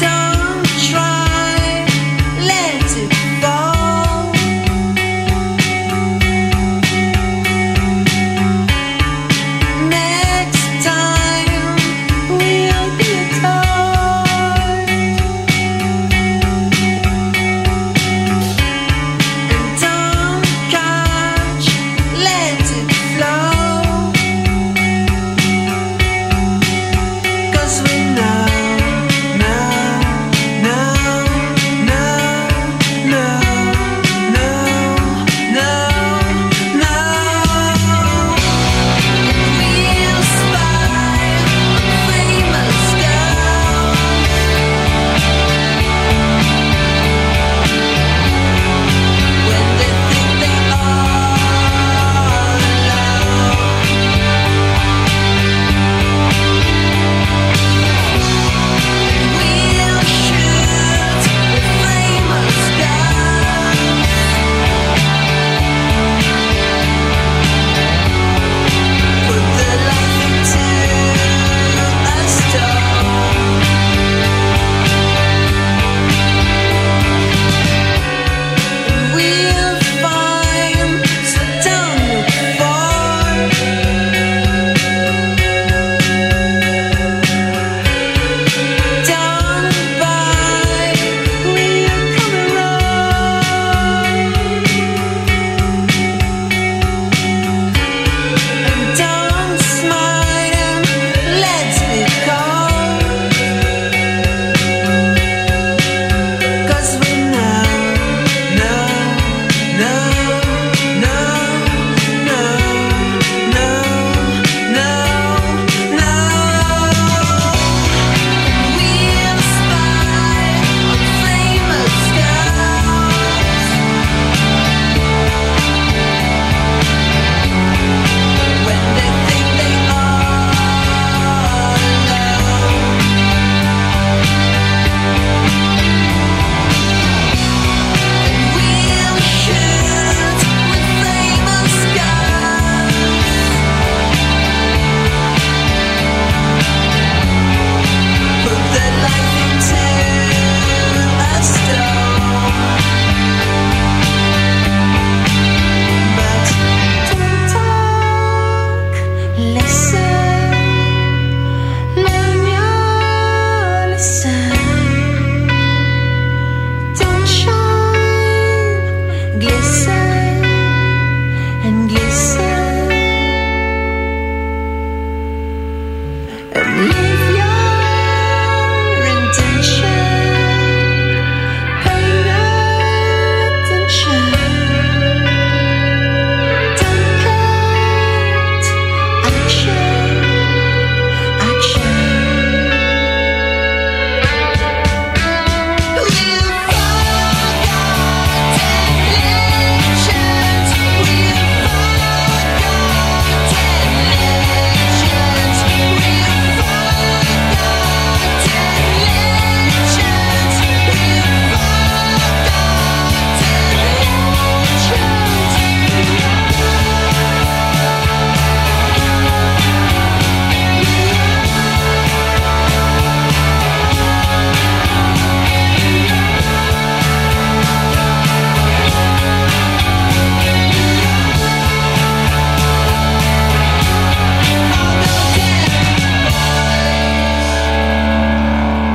Speaker 10: Don't try, let it fall.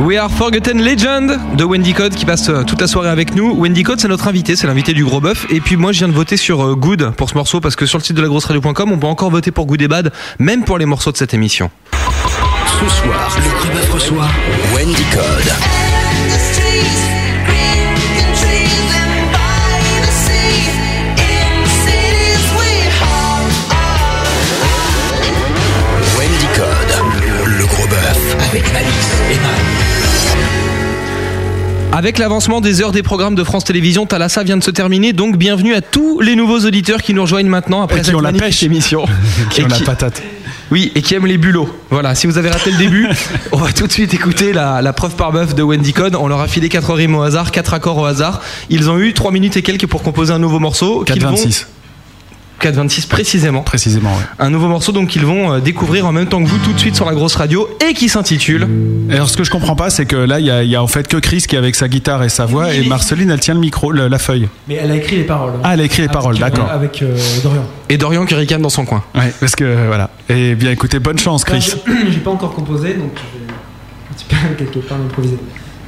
Speaker 5: We Are Forgotten Legend de Wendy Code qui passe euh, toute la soirée avec nous. Wendy Code, c'est notre invité, c'est l'invité du gros bœuf. Et puis moi, je viens de voter sur euh, Good pour ce morceau parce que sur le site de la radio.com, on peut encore voter pour Good et Bad, même pour les morceaux de cette émission.
Speaker 1: Ce soir, le Gros Bœuf reçoit Wendy Code. Wendy Code, le, le Gros Bœuf, avec Malice et
Speaker 5: Avec l'avancement des heures des programmes de France Télévisions, Talassa vient de se terminer, donc bienvenue à tous les nouveaux auditeurs qui nous rejoignent maintenant après
Speaker 4: Et qui
Speaker 5: cette
Speaker 4: ont la
Speaker 5: magnifique
Speaker 4: pêche.
Speaker 5: émission.
Speaker 4: Qui
Speaker 5: Et
Speaker 4: ont la patate.
Speaker 5: Oui, et qui aiment les bulots. Voilà, si vous avez raté le début, on va tout de suite écouter la, la preuve par bœuf de Wendy Code. On leur a filé 4 rimes au hasard, 4 accords au hasard. Ils ont eu 3 minutes et quelques pour composer un nouveau morceau. Oh, qu'ils vont-
Speaker 4: 4,26.
Speaker 5: 4,26 précisément.
Speaker 4: Précisément, ouais.
Speaker 5: Un nouveau morceau donc qu'ils vont euh, découvrir en même temps que vous tout de suite sur la grosse radio et qui s'intitule...
Speaker 4: Et Alors, ce que je comprends pas, c'est que là, il y, a- il y a en fait que Chris qui est avec sa guitare et sa voix, et Marceline, elle tient le micro, le- la feuille.
Speaker 6: Mais elle a écrit les paroles. hein.
Speaker 4: Ah, elle a écrit les paroles, d'accord.
Speaker 6: Avec euh, Dorian.
Speaker 5: Et Dorian qui ricane dans son coin.
Speaker 4: Ouais, parce que euh, voilà. Et bien, écoutez, bonne chance, Chris.
Speaker 6: Bah, J'ai j'ai pas encore composé, donc je vais un petit peu quelque part improviser.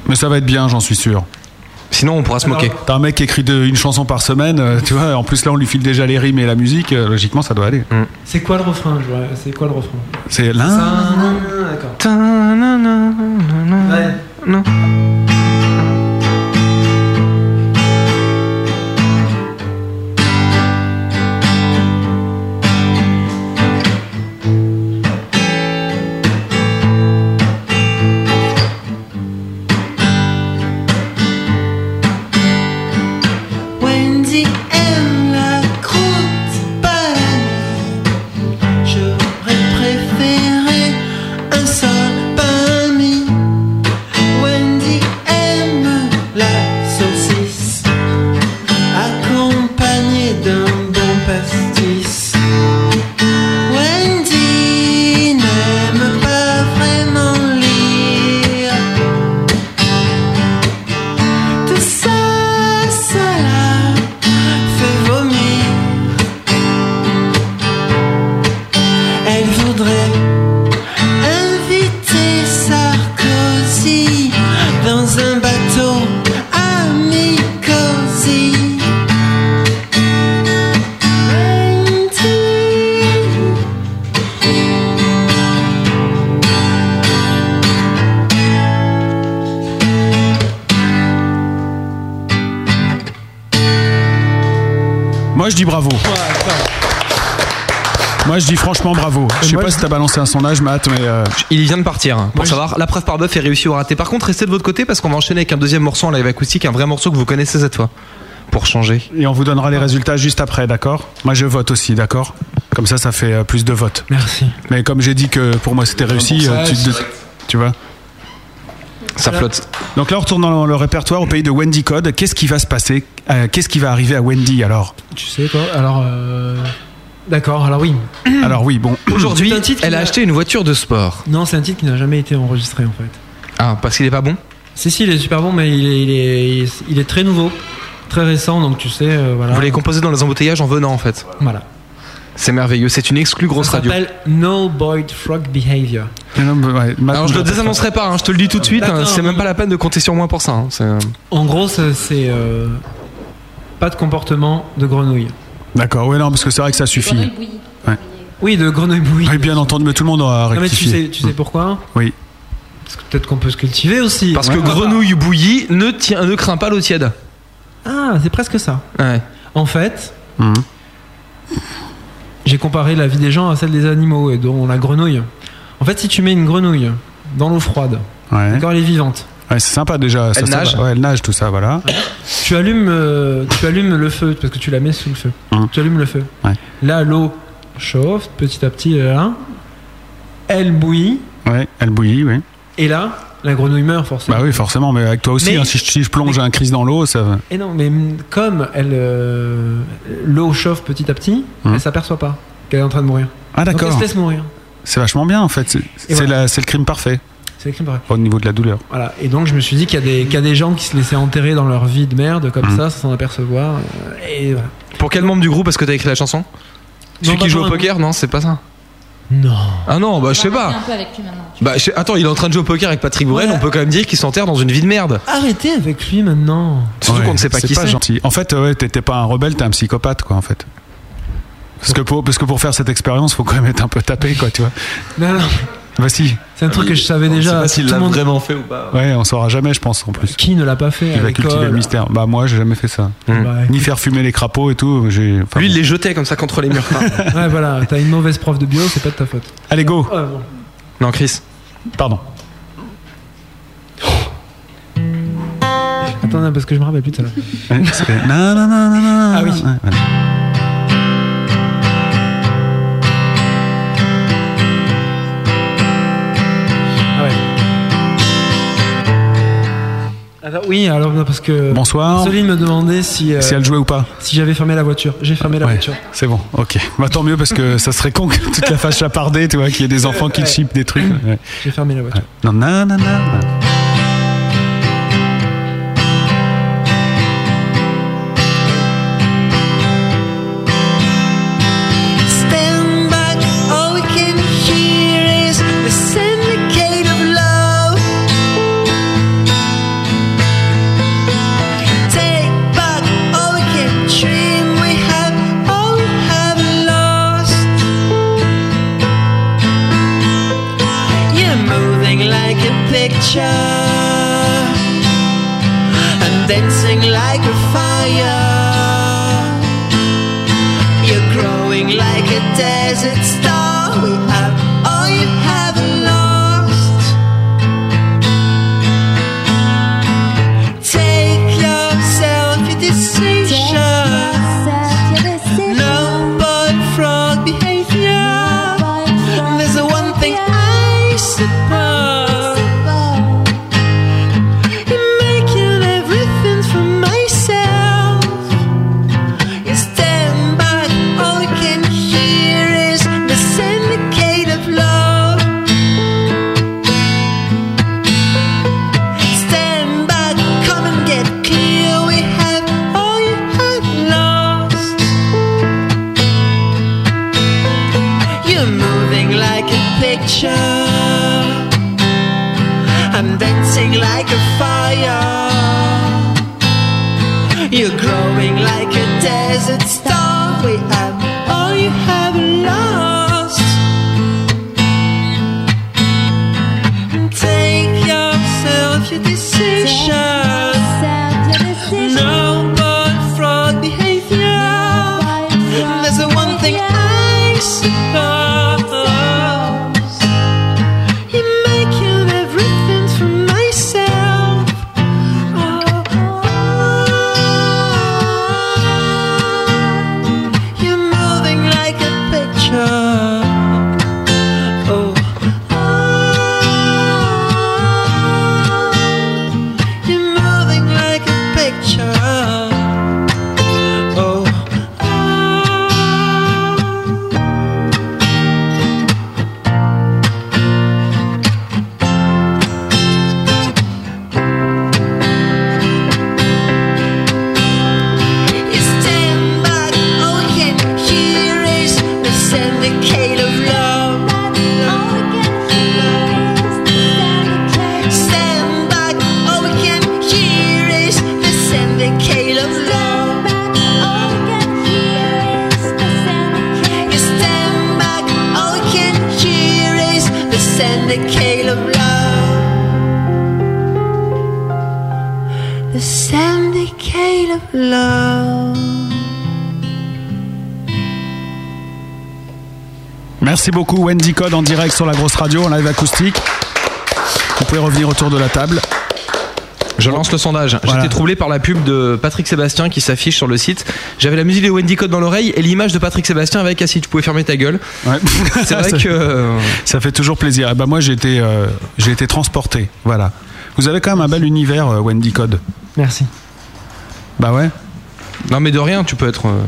Speaker 4: Mais ça va être bien, j'en suis sûr.
Speaker 5: Sinon, on pourra se
Speaker 4: moquer. T'as un mec qui écrit de- une chanson par semaine, euh, tu vois. En plus, là, on lui file déjà les rimes et la musique. euh, Logiquement, ça doit aller.
Speaker 5: Mm.
Speaker 6: C'est quoi le refrain je vois- C'est quoi le refrain
Speaker 4: C'est l'un.
Speaker 5: Non.
Speaker 10: Wendy aime la croûte panée. J'aurais préféré un seul pain mis. Wendy aime la saucisse, accompagnée d'un bon pastis. Wendy n'aime pas vraiment lire. Tout ça, ça la fait vomir. Elle voudrait inviter Sarkozy dans un bateau à Mykosie. Wendy.
Speaker 4: Moi, je dis bravo. Moi, je dis franchement bravo. Je sais pas si t'as balancé un sondage, Matt, mais. euh,
Speaker 5: Il vient de partir hein, pour
Speaker 4: Moi,
Speaker 5: savoir. La preuve par bœuf est réussie ou ratée. Par contre, restez de votre côté parce qu'on va enchaîner avec un deuxième morceau en live acoustique, un vrai morceau que vous connaissez cette fois. Pour changer.
Speaker 4: Et on vous donnera les résultats juste après, d'accord Moi, je vote aussi, d'accord Comme ça, ça fait euh, plus de votes.
Speaker 6: Merci.
Speaker 4: Mais comme j'ai dit que pour moi,
Speaker 6: Ah,
Speaker 4: c'était réussi, euh, tu,
Speaker 6: direct.
Speaker 4: tu vois
Speaker 5: Ça flotte.
Speaker 4: Donc là, on retourne dans le répertoire au pays de Wendy Code. Qu'est-ce qui va se passer Euh, Qu'est-ce qui va arriver à Wendy alors
Speaker 6: Tu sais quoi Alors. euh, D'accord, Hmm. alors oui.
Speaker 4: Alors oui, bon.
Speaker 5: Aujourd'hui,
Speaker 6: C'est un titre qui
Speaker 5: elle a
Speaker 6: n'a-
Speaker 5: acheté une voiture de sport.
Speaker 6: Non, c'est un titre qui n'a jamais été enregistré en fait.
Speaker 5: Ah, parce qu'il est pas bon
Speaker 6: Si, si, il est super bon, mais il est, il est, il est- il est très nouveau, très récent, donc tu sais, euh, voilà.
Speaker 5: Vous l'avez composé dans les embouteillages en venant en fait.
Speaker 6: Voilà.
Speaker 5: C'est merveilleux, c'est une exclue grosse
Speaker 6: Ça
Speaker 5: radio.
Speaker 6: s'appelle No Boyd Frog Behavior.
Speaker 5: Alors je le désannoncerai pas, hein, je te le dis tout de suite, hein,
Speaker 6: D'accord.
Speaker 5: c'est même pas la peine de compter sur moi pour ça. hein, c'est-
Speaker 6: En gros, ça, c'est euh, pas de comportement de grenouille.
Speaker 4: D'accord, oui, non, parce que c'est vrai que ça suffit. Ouais.
Speaker 6: Oui, de grenouille bouillie.
Speaker 4: Oui, bien entendu, mais tout le monde aura
Speaker 6: Non, mais tu
Speaker 4: rectifié.
Speaker 6: sais, tu sais pourquoi
Speaker 4: Oui.
Speaker 6: Parce que peut-être qu'on peut se cultiver aussi.
Speaker 5: Parce que grenouille bouillie ne, tient, ne craint pas l'eau tiède.
Speaker 6: Ah, c'est presque ça.
Speaker 5: Ouais. Mhm.
Speaker 6: En fait, j'ai comparé la vie des gens à celle des animaux et dont la grenouille. En fait, si tu mets une grenouille dans l'eau froide,
Speaker 4: Ouais.
Speaker 6: d'accord, elle est vivante.
Speaker 4: Ouais, c'est sympa déjà. ça,
Speaker 6: Elle
Speaker 4: ça
Speaker 6: nage.
Speaker 4: va. Ouais, elle nage, tout ça, voilà.
Speaker 6: Tu allumes, euh, tu allumes le feu parce que tu la mets sous le feu.
Speaker 4: Hum.
Speaker 6: Tu allumes le feu.
Speaker 4: Ouais.
Speaker 6: Là, l'eau chauffe petit à petit. euh, hein. Elle bouillit
Speaker 4: Ouais, elle bouillit, oui.
Speaker 6: et là, la grenouille meurt forcément.
Speaker 4: Bah oui, forcément, mais avec toi aussi,
Speaker 6: Mais-
Speaker 4: hein, si, je, si je plonge un crise dans l'eau, ça va.
Speaker 6: Et non, mais mm, comme elle, euh, l'eau chauffe petit à petit,
Speaker 4: Hum.
Speaker 6: elle s'aperçoit pas qu'elle est en train de mourir.
Speaker 4: Ah,
Speaker 6: Donc,
Speaker 4: d'accord.
Speaker 6: Elle se laisse mourir.
Speaker 4: C'est vachement bien en fait. C'est c'est
Speaker 6: voilà.
Speaker 4: la- c'est le crime parfait
Speaker 6: C'est écrit pareil.
Speaker 4: au niveau de la douleur.
Speaker 6: Voilà. Et donc je me suis dit qu'il y, a des- qu'il y a des gens qui se laissaient enterrer dans leur vie de merde
Speaker 4: Hum.
Speaker 6: comme ça, sans s'en apercevoir. euh, Et voilà.
Speaker 5: Pour quel membre du groupe est-ce que t'as écrit la chanson Celui
Speaker 6: Non,
Speaker 5: qui
Speaker 6: pas
Speaker 5: joue
Speaker 6: pour
Speaker 5: au
Speaker 6: un-
Speaker 5: poker Non, c'est pas ça.
Speaker 6: Non.
Speaker 5: Ah non, bah je sais
Speaker 11: Remarquez
Speaker 5: pas.
Speaker 11: un peu avec lui maintenant.
Speaker 5: Bah, je- Attends, il est en train de jouer au poker avec Patrick Bruel, on peut quand même dire qu'il s'enterre dans une vie de merde.
Speaker 6: Arrêtez avec lui maintenant.
Speaker 5: Surtout qu'on ne sait pas qui
Speaker 4: pas
Speaker 5: c'est.
Speaker 4: gentil. En fait, ouais, t'étais pas un rebelle, t'es un psychopathe, quoi, en fait. Parce que pour, parce que pour faire cette expérience, faut quand même être un peu tapé, quoi, tu vois.
Speaker 6: Non, non.
Speaker 4: Bah si.
Speaker 6: C'est un
Speaker 5: Ah
Speaker 6: truc que je savais
Speaker 4: On
Speaker 6: déjà.
Speaker 4: sait pas
Speaker 6: Tout
Speaker 4: s'il
Speaker 6: le
Speaker 4: l'a
Speaker 6: monde-
Speaker 4: vraiment fait ou Ouais, on saura jamais, je pense, en plus.
Speaker 6: Qui ne l'a pas fait
Speaker 4: Il
Speaker 6: à
Speaker 4: va cultiver le
Speaker 6: l'école Bah,
Speaker 4: mystère. Bah moi, j'ai jamais fait ça. Ni faire fumer les crapauds et tout. J'ai. enfin,
Speaker 5: Hmm. Lui, il les jetait comme ça contre les murs.
Speaker 6: Ouais, voilà, t'as une mauvaise prof de bio, c'est pas de ta faute. Oh,
Speaker 4: Allez, go
Speaker 6: Ouais, bon.
Speaker 5: non, Chris.
Speaker 4: Pardon.
Speaker 6: Attends, non, parce que je me rappelle plus de ça.
Speaker 4: Ouais, c'est- Non, non, non, non, non. Ah oui.
Speaker 6: Alors, oui, alors non, parce que.
Speaker 4: Bonsoir.
Speaker 6: Céline me demandait si. euh,
Speaker 4: Si elle jouait ou pas
Speaker 6: Si j'avais fermé la voiture. J'ai fermé la
Speaker 4: Ouais,
Speaker 6: voiture.
Speaker 4: c'est bon, ok. Bah, tant mieux parce que ça serait con que toute la fâche chapardée, tu vois, qu'il y ait des enfants qui
Speaker 6: Ouais.
Speaker 4: chipent des trucs. Ouais.
Speaker 6: J'ai fermé la voiture.
Speaker 4: Non, non, non, non.
Speaker 10: Stand back, all we can hear is the syndicate of love. Take back all we can dream we have, all we have lost. You're moving like a picture and dancing like a fire. You're growing like a desert star. We have all you have lost. Take yourself your decision. No boyfriend behavior. There's the one thing I suppose. You're making everything for myself. You stand back, all you can hear is the syndicate of love. Stand back, come and get clear. We have all you have lost. You're moving like a picture. I'm dancing like a fire. You're growing like a desert star. We have all you have lost. Take yourself your decision. No but fraud behavior. There's the one thing I suppose. You're making everything for myself. Oh, You're moving like a picture. Oh, ah, you're moving like a picture. Oh, You stand back, all we can hear is the syndicate of love. Stand back, all we can hear is the syndicate of love. You stand back, all we can hear is the syndicate of love. The syndicate of love.
Speaker 4: Merci beaucoup Wendy Code en direct sur la grosse radio, en live acoustique. Vous pouvez revenir autour de la table.
Speaker 5: Je lance le sondage. J'étais troublé par la pub de Patrick Sébastien qui s'affiche sur le site. J'avais la musique de Wendy Code dans l'oreille et l'image de Patrick Sébastien avec Acid. Tu pouvais fermer ta gueule. C'est vrai
Speaker 4: Ça-
Speaker 5: que.
Speaker 4: Ça fait toujours plaisir. Eh ben moi j'ai été, euh, j'ai été transporté. Voilà. Vous avez quand même un bel univers euh, Wendy Code.
Speaker 6: Merci.
Speaker 4: Bah ouais.
Speaker 5: Non, mais de rien, tu peux être. euh,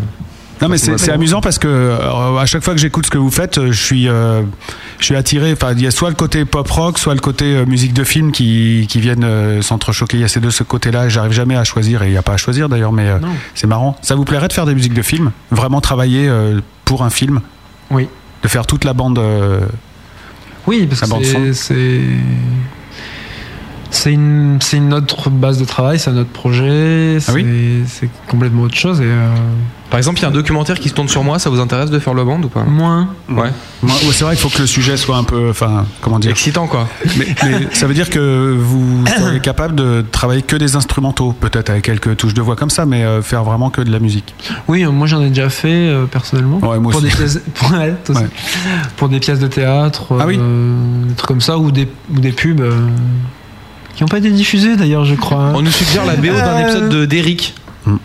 Speaker 4: Non mais c'est c'est amusant parce que euh, à chaque fois que j'écoute ce que vous faites, euh, je suis, euh, je suis attiré. Enfin, il y a soit le côté pop rock, soit le côté euh, musique de film qui, qui viennent euh, s'entrechoquer. Il y a ces deux ce côté-là. et J'arrive jamais à choisir et il n'y a pas à choisir d'ailleurs, mais euh, c'est marrant. Ça vous plairait de faire des musiques de film, vraiment travailler euh, pour un film
Speaker 6: Oui.
Speaker 4: de faire toute la bande. euh,
Speaker 6: Oui, parce
Speaker 4: La bande
Speaker 6: que c'est-
Speaker 4: son.
Speaker 6: c'est. C'est une, c'est une autre base de travail, c'est un autre projet,
Speaker 4: Ah
Speaker 6: c'est c'est complètement autre chose. Et, euh,
Speaker 5: Par exemple, il y a un documentaire qui se tourne sur moi, ça vous intéresse de faire le band ou pas
Speaker 6: Moins.
Speaker 5: Ouais.
Speaker 4: Moi, ouais, c'est vrai qu'il faut que le sujet soit un peu, enfin, comment dire,
Speaker 5: excitant quoi.
Speaker 4: Mais, mais ça veut dire que vous seriez capable de travailler que des instrumentaux, peut-être avec quelques touches de voix comme ça, mais euh, faire vraiment que de la musique.
Speaker 6: Oui, euh, moi j'en ai déjà fait euh, personnellement. pour,
Speaker 4: aussi.
Speaker 6: Des pièces, pour, ouais, toi aussi. Pour des pièces de théâtre,
Speaker 4: Ah
Speaker 6: euh, des trucs comme ça, ou des, ou des pubs euh, qui n'ont pas été diffusées d'ailleurs, je crois. hein.
Speaker 5: On nous suggère la BO d'un
Speaker 6: Euh,
Speaker 5: épisode de- d'Eric.
Speaker 4: Hmm.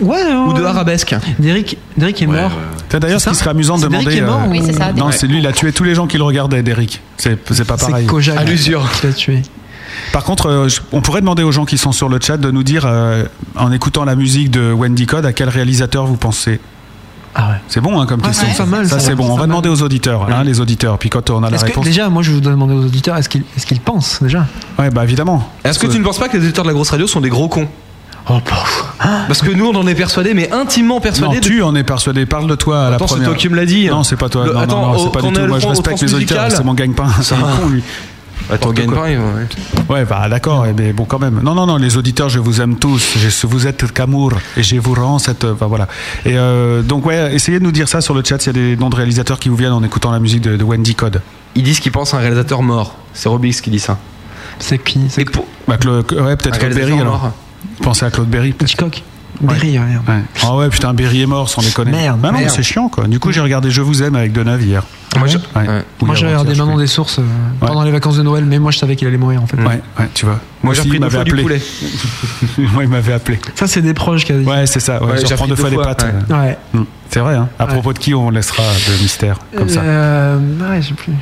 Speaker 6: Ouais, hein. ouais,
Speaker 5: Ou de
Speaker 6: ouais.
Speaker 5: Arabesque.
Speaker 6: Derrick, Derrick est mort.
Speaker 4: T'as D'ailleurs, ce qui serait amusant de
Speaker 6: C'est Derrick
Speaker 4: demander.
Speaker 6: qui est mort
Speaker 4: euh,
Speaker 6: ou- Oui, c'est ça,
Speaker 4: non,
Speaker 6: Derrick.
Speaker 4: c'est lui, il a tué tous les gens qui le regardaient, Derrick. C'est c'est pas pareil.
Speaker 6: C'est Kojak qui l'a tué.
Speaker 4: Par contre, euh, je- on pourrait demander aux gens qui sont sur le chat de nous dire, euh, en écoutant la musique de Wendy Code, à quel réalisateur vous pensez.
Speaker 6: Ah ouais.
Speaker 4: C'est bon hein, comme
Speaker 6: Ah,
Speaker 4: question.
Speaker 6: c'est pas mal,
Speaker 4: Ça,
Speaker 6: ça.
Speaker 4: c'est bon.
Speaker 6: C'est
Speaker 4: On va
Speaker 6: pas
Speaker 4: demander aux auditeurs, hein, les auditeurs. Puis quand on a la
Speaker 6: Est-ce que,
Speaker 4: réponse.
Speaker 6: déjà, moi je vais vous demander aux auditeurs, est-ce qu'ils est-ce qu'ils pensent déjà
Speaker 4: Ouais, bah évidemment.
Speaker 5: Est-ce que tu ne penses pas que les auditeurs de la grosse radio sont des gros cons Ah.
Speaker 6: Oh, pauvre.
Speaker 5: Parce que nous, on en est persuadés, mais intimement
Speaker 4: Non,
Speaker 5: persuadés. de-
Speaker 4: tu en es persuadé. Parle de toi à la
Speaker 5: Attends, c'est
Speaker 4: première.
Speaker 5: toi qui me l'as dit. hein.
Speaker 4: Non, c'est pas toi.
Speaker 5: Le-
Speaker 4: non,
Speaker 5: attends,
Speaker 4: non, non,
Speaker 5: au-
Speaker 4: c'est pas
Speaker 5: qu'on
Speaker 4: du
Speaker 5: a
Speaker 4: tout.
Speaker 5: le
Speaker 4: Moi, je
Speaker 5: front- au
Speaker 4: respecte
Speaker 5: France
Speaker 4: les auditeurs.
Speaker 5: musicale.
Speaker 4: C'est mon gagne-pain. C'est un con, lui.
Speaker 5: Attends, gagne pas. Ouais.
Speaker 4: Ouais, bah d'accord, eh bien, bon quand même. Non, non, non, les auditeurs, je vous aime tous. Je, vous êtes qu'amour et je vous rends cette. Enfin voilà. Et euh, donc, ouais, essayez de nous dire ça sur le chat s'il y a des noms de réalisateurs qui vous viennent en écoutant la musique de, de Wendy Code.
Speaker 5: Ils disent qu'ils pensent à un réalisateur mort. C'est Robix qui dit ça.
Speaker 6: C'est qui C'est
Speaker 4: Bah, Cla- ouais, peut-être
Speaker 5: Un
Speaker 4: Claude Berry
Speaker 5: réalisateur
Speaker 4: alors.
Speaker 5: mort.
Speaker 4: Pensez à Claude Berry.
Speaker 6: Hitchcock Berry, ouais, merde.
Speaker 4: Ouais. Ah ouais, putain, Berry est mort, sans déconner.
Speaker 6: Merde,
Speaker 4: Ah non, mais
Speaker 6: merde.
Speaker 4: c'est chiant quoi. Du coup, j'ai regardé Je vous aime avec Deneuve hier.
Speaker 5: Ah
Speaker 6: Moi, je-
Speaker 4: Ouais. Ou
Speaker 6: Moi j'ai
Speaker 4: hier-avant-hier,
Speaker 6: regardé
Speaker 4: je sais
Speaker 6: Maman
Speaker 4: plus.
Speaker 6: des sources euh, pendant les vacances de Noël, mais moi je savais qu'il allait mourir en fait.
Speaker 4: Ouais, ouais, tu vois.
Speaker 5: Moi, j'ai
Speaker 4: aussi,
Speaker 5: repris
Speaker 4: il
Speaker 5: deux
Speaker 4: m'avait
Speaker 5: fois du
Speaker 4: appelé.
Speaker 5: poulet.
Speaker 4: Moi, il m'avait appelé.
Speaker 6: Ça, c'est des proches qui a dit.
Speaker 4: Ouais, c'est ça. Ouais,
Speaker 5: Ouais,
Speaker 4: je
Speaker 5: j'ai
Speaker 4: reprends
Speaker 5: appris
Speaker 4: deux fois les
Speaker 5: deux fois,
Speaker 4: pattes.
Speaker 5: ouais.
Speaker 4: euh.
Speaker 6: Ouais.
Speaker 4: Mm. C'est vrai, hein. À propos de qui on laissera le mystère, comme ça.
Speaker 6: Euh, ouais, je sais plus.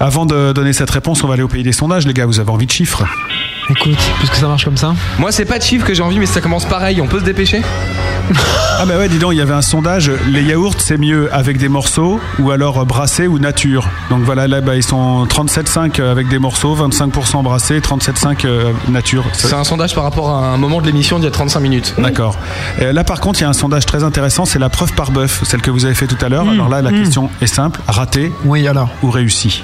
Speaker 4: Avant de donner cette réponse, on va aller au pays des sondages, les gars. Vous avez envie de chiffres
Speaker 6: Écoute, puisque ça marche comme ça.
Speaker 5: Moi, c'est pas de chiffre que j'ai envie, mais ça commence pareil. On peut se dépêcher
Speaker 4: Ah, bah ouais, dis donc, il y avait un sondage. Les yaourts, c'est mieux avec des morceaux ou alors euh, brassés ou nature. Donc voilà, là, bah, ils sont 37,5 avec des morceaux, 25% brassés, 37,5 euh, nature.
Speaker 5: C'est un sondage par rapport à un moment de l'émission d'il y a 35 minutes.
Speaker 4: D'accord. Euh, Là, par contre, il y a un sondage très intéressant. C'est la preuve par bœuf, celle que vous avez fait tout à l'heure. Alors là, la question est simple raté
Speaker 6: Hmm. Oui, alors.
Speaker 4: ou réussi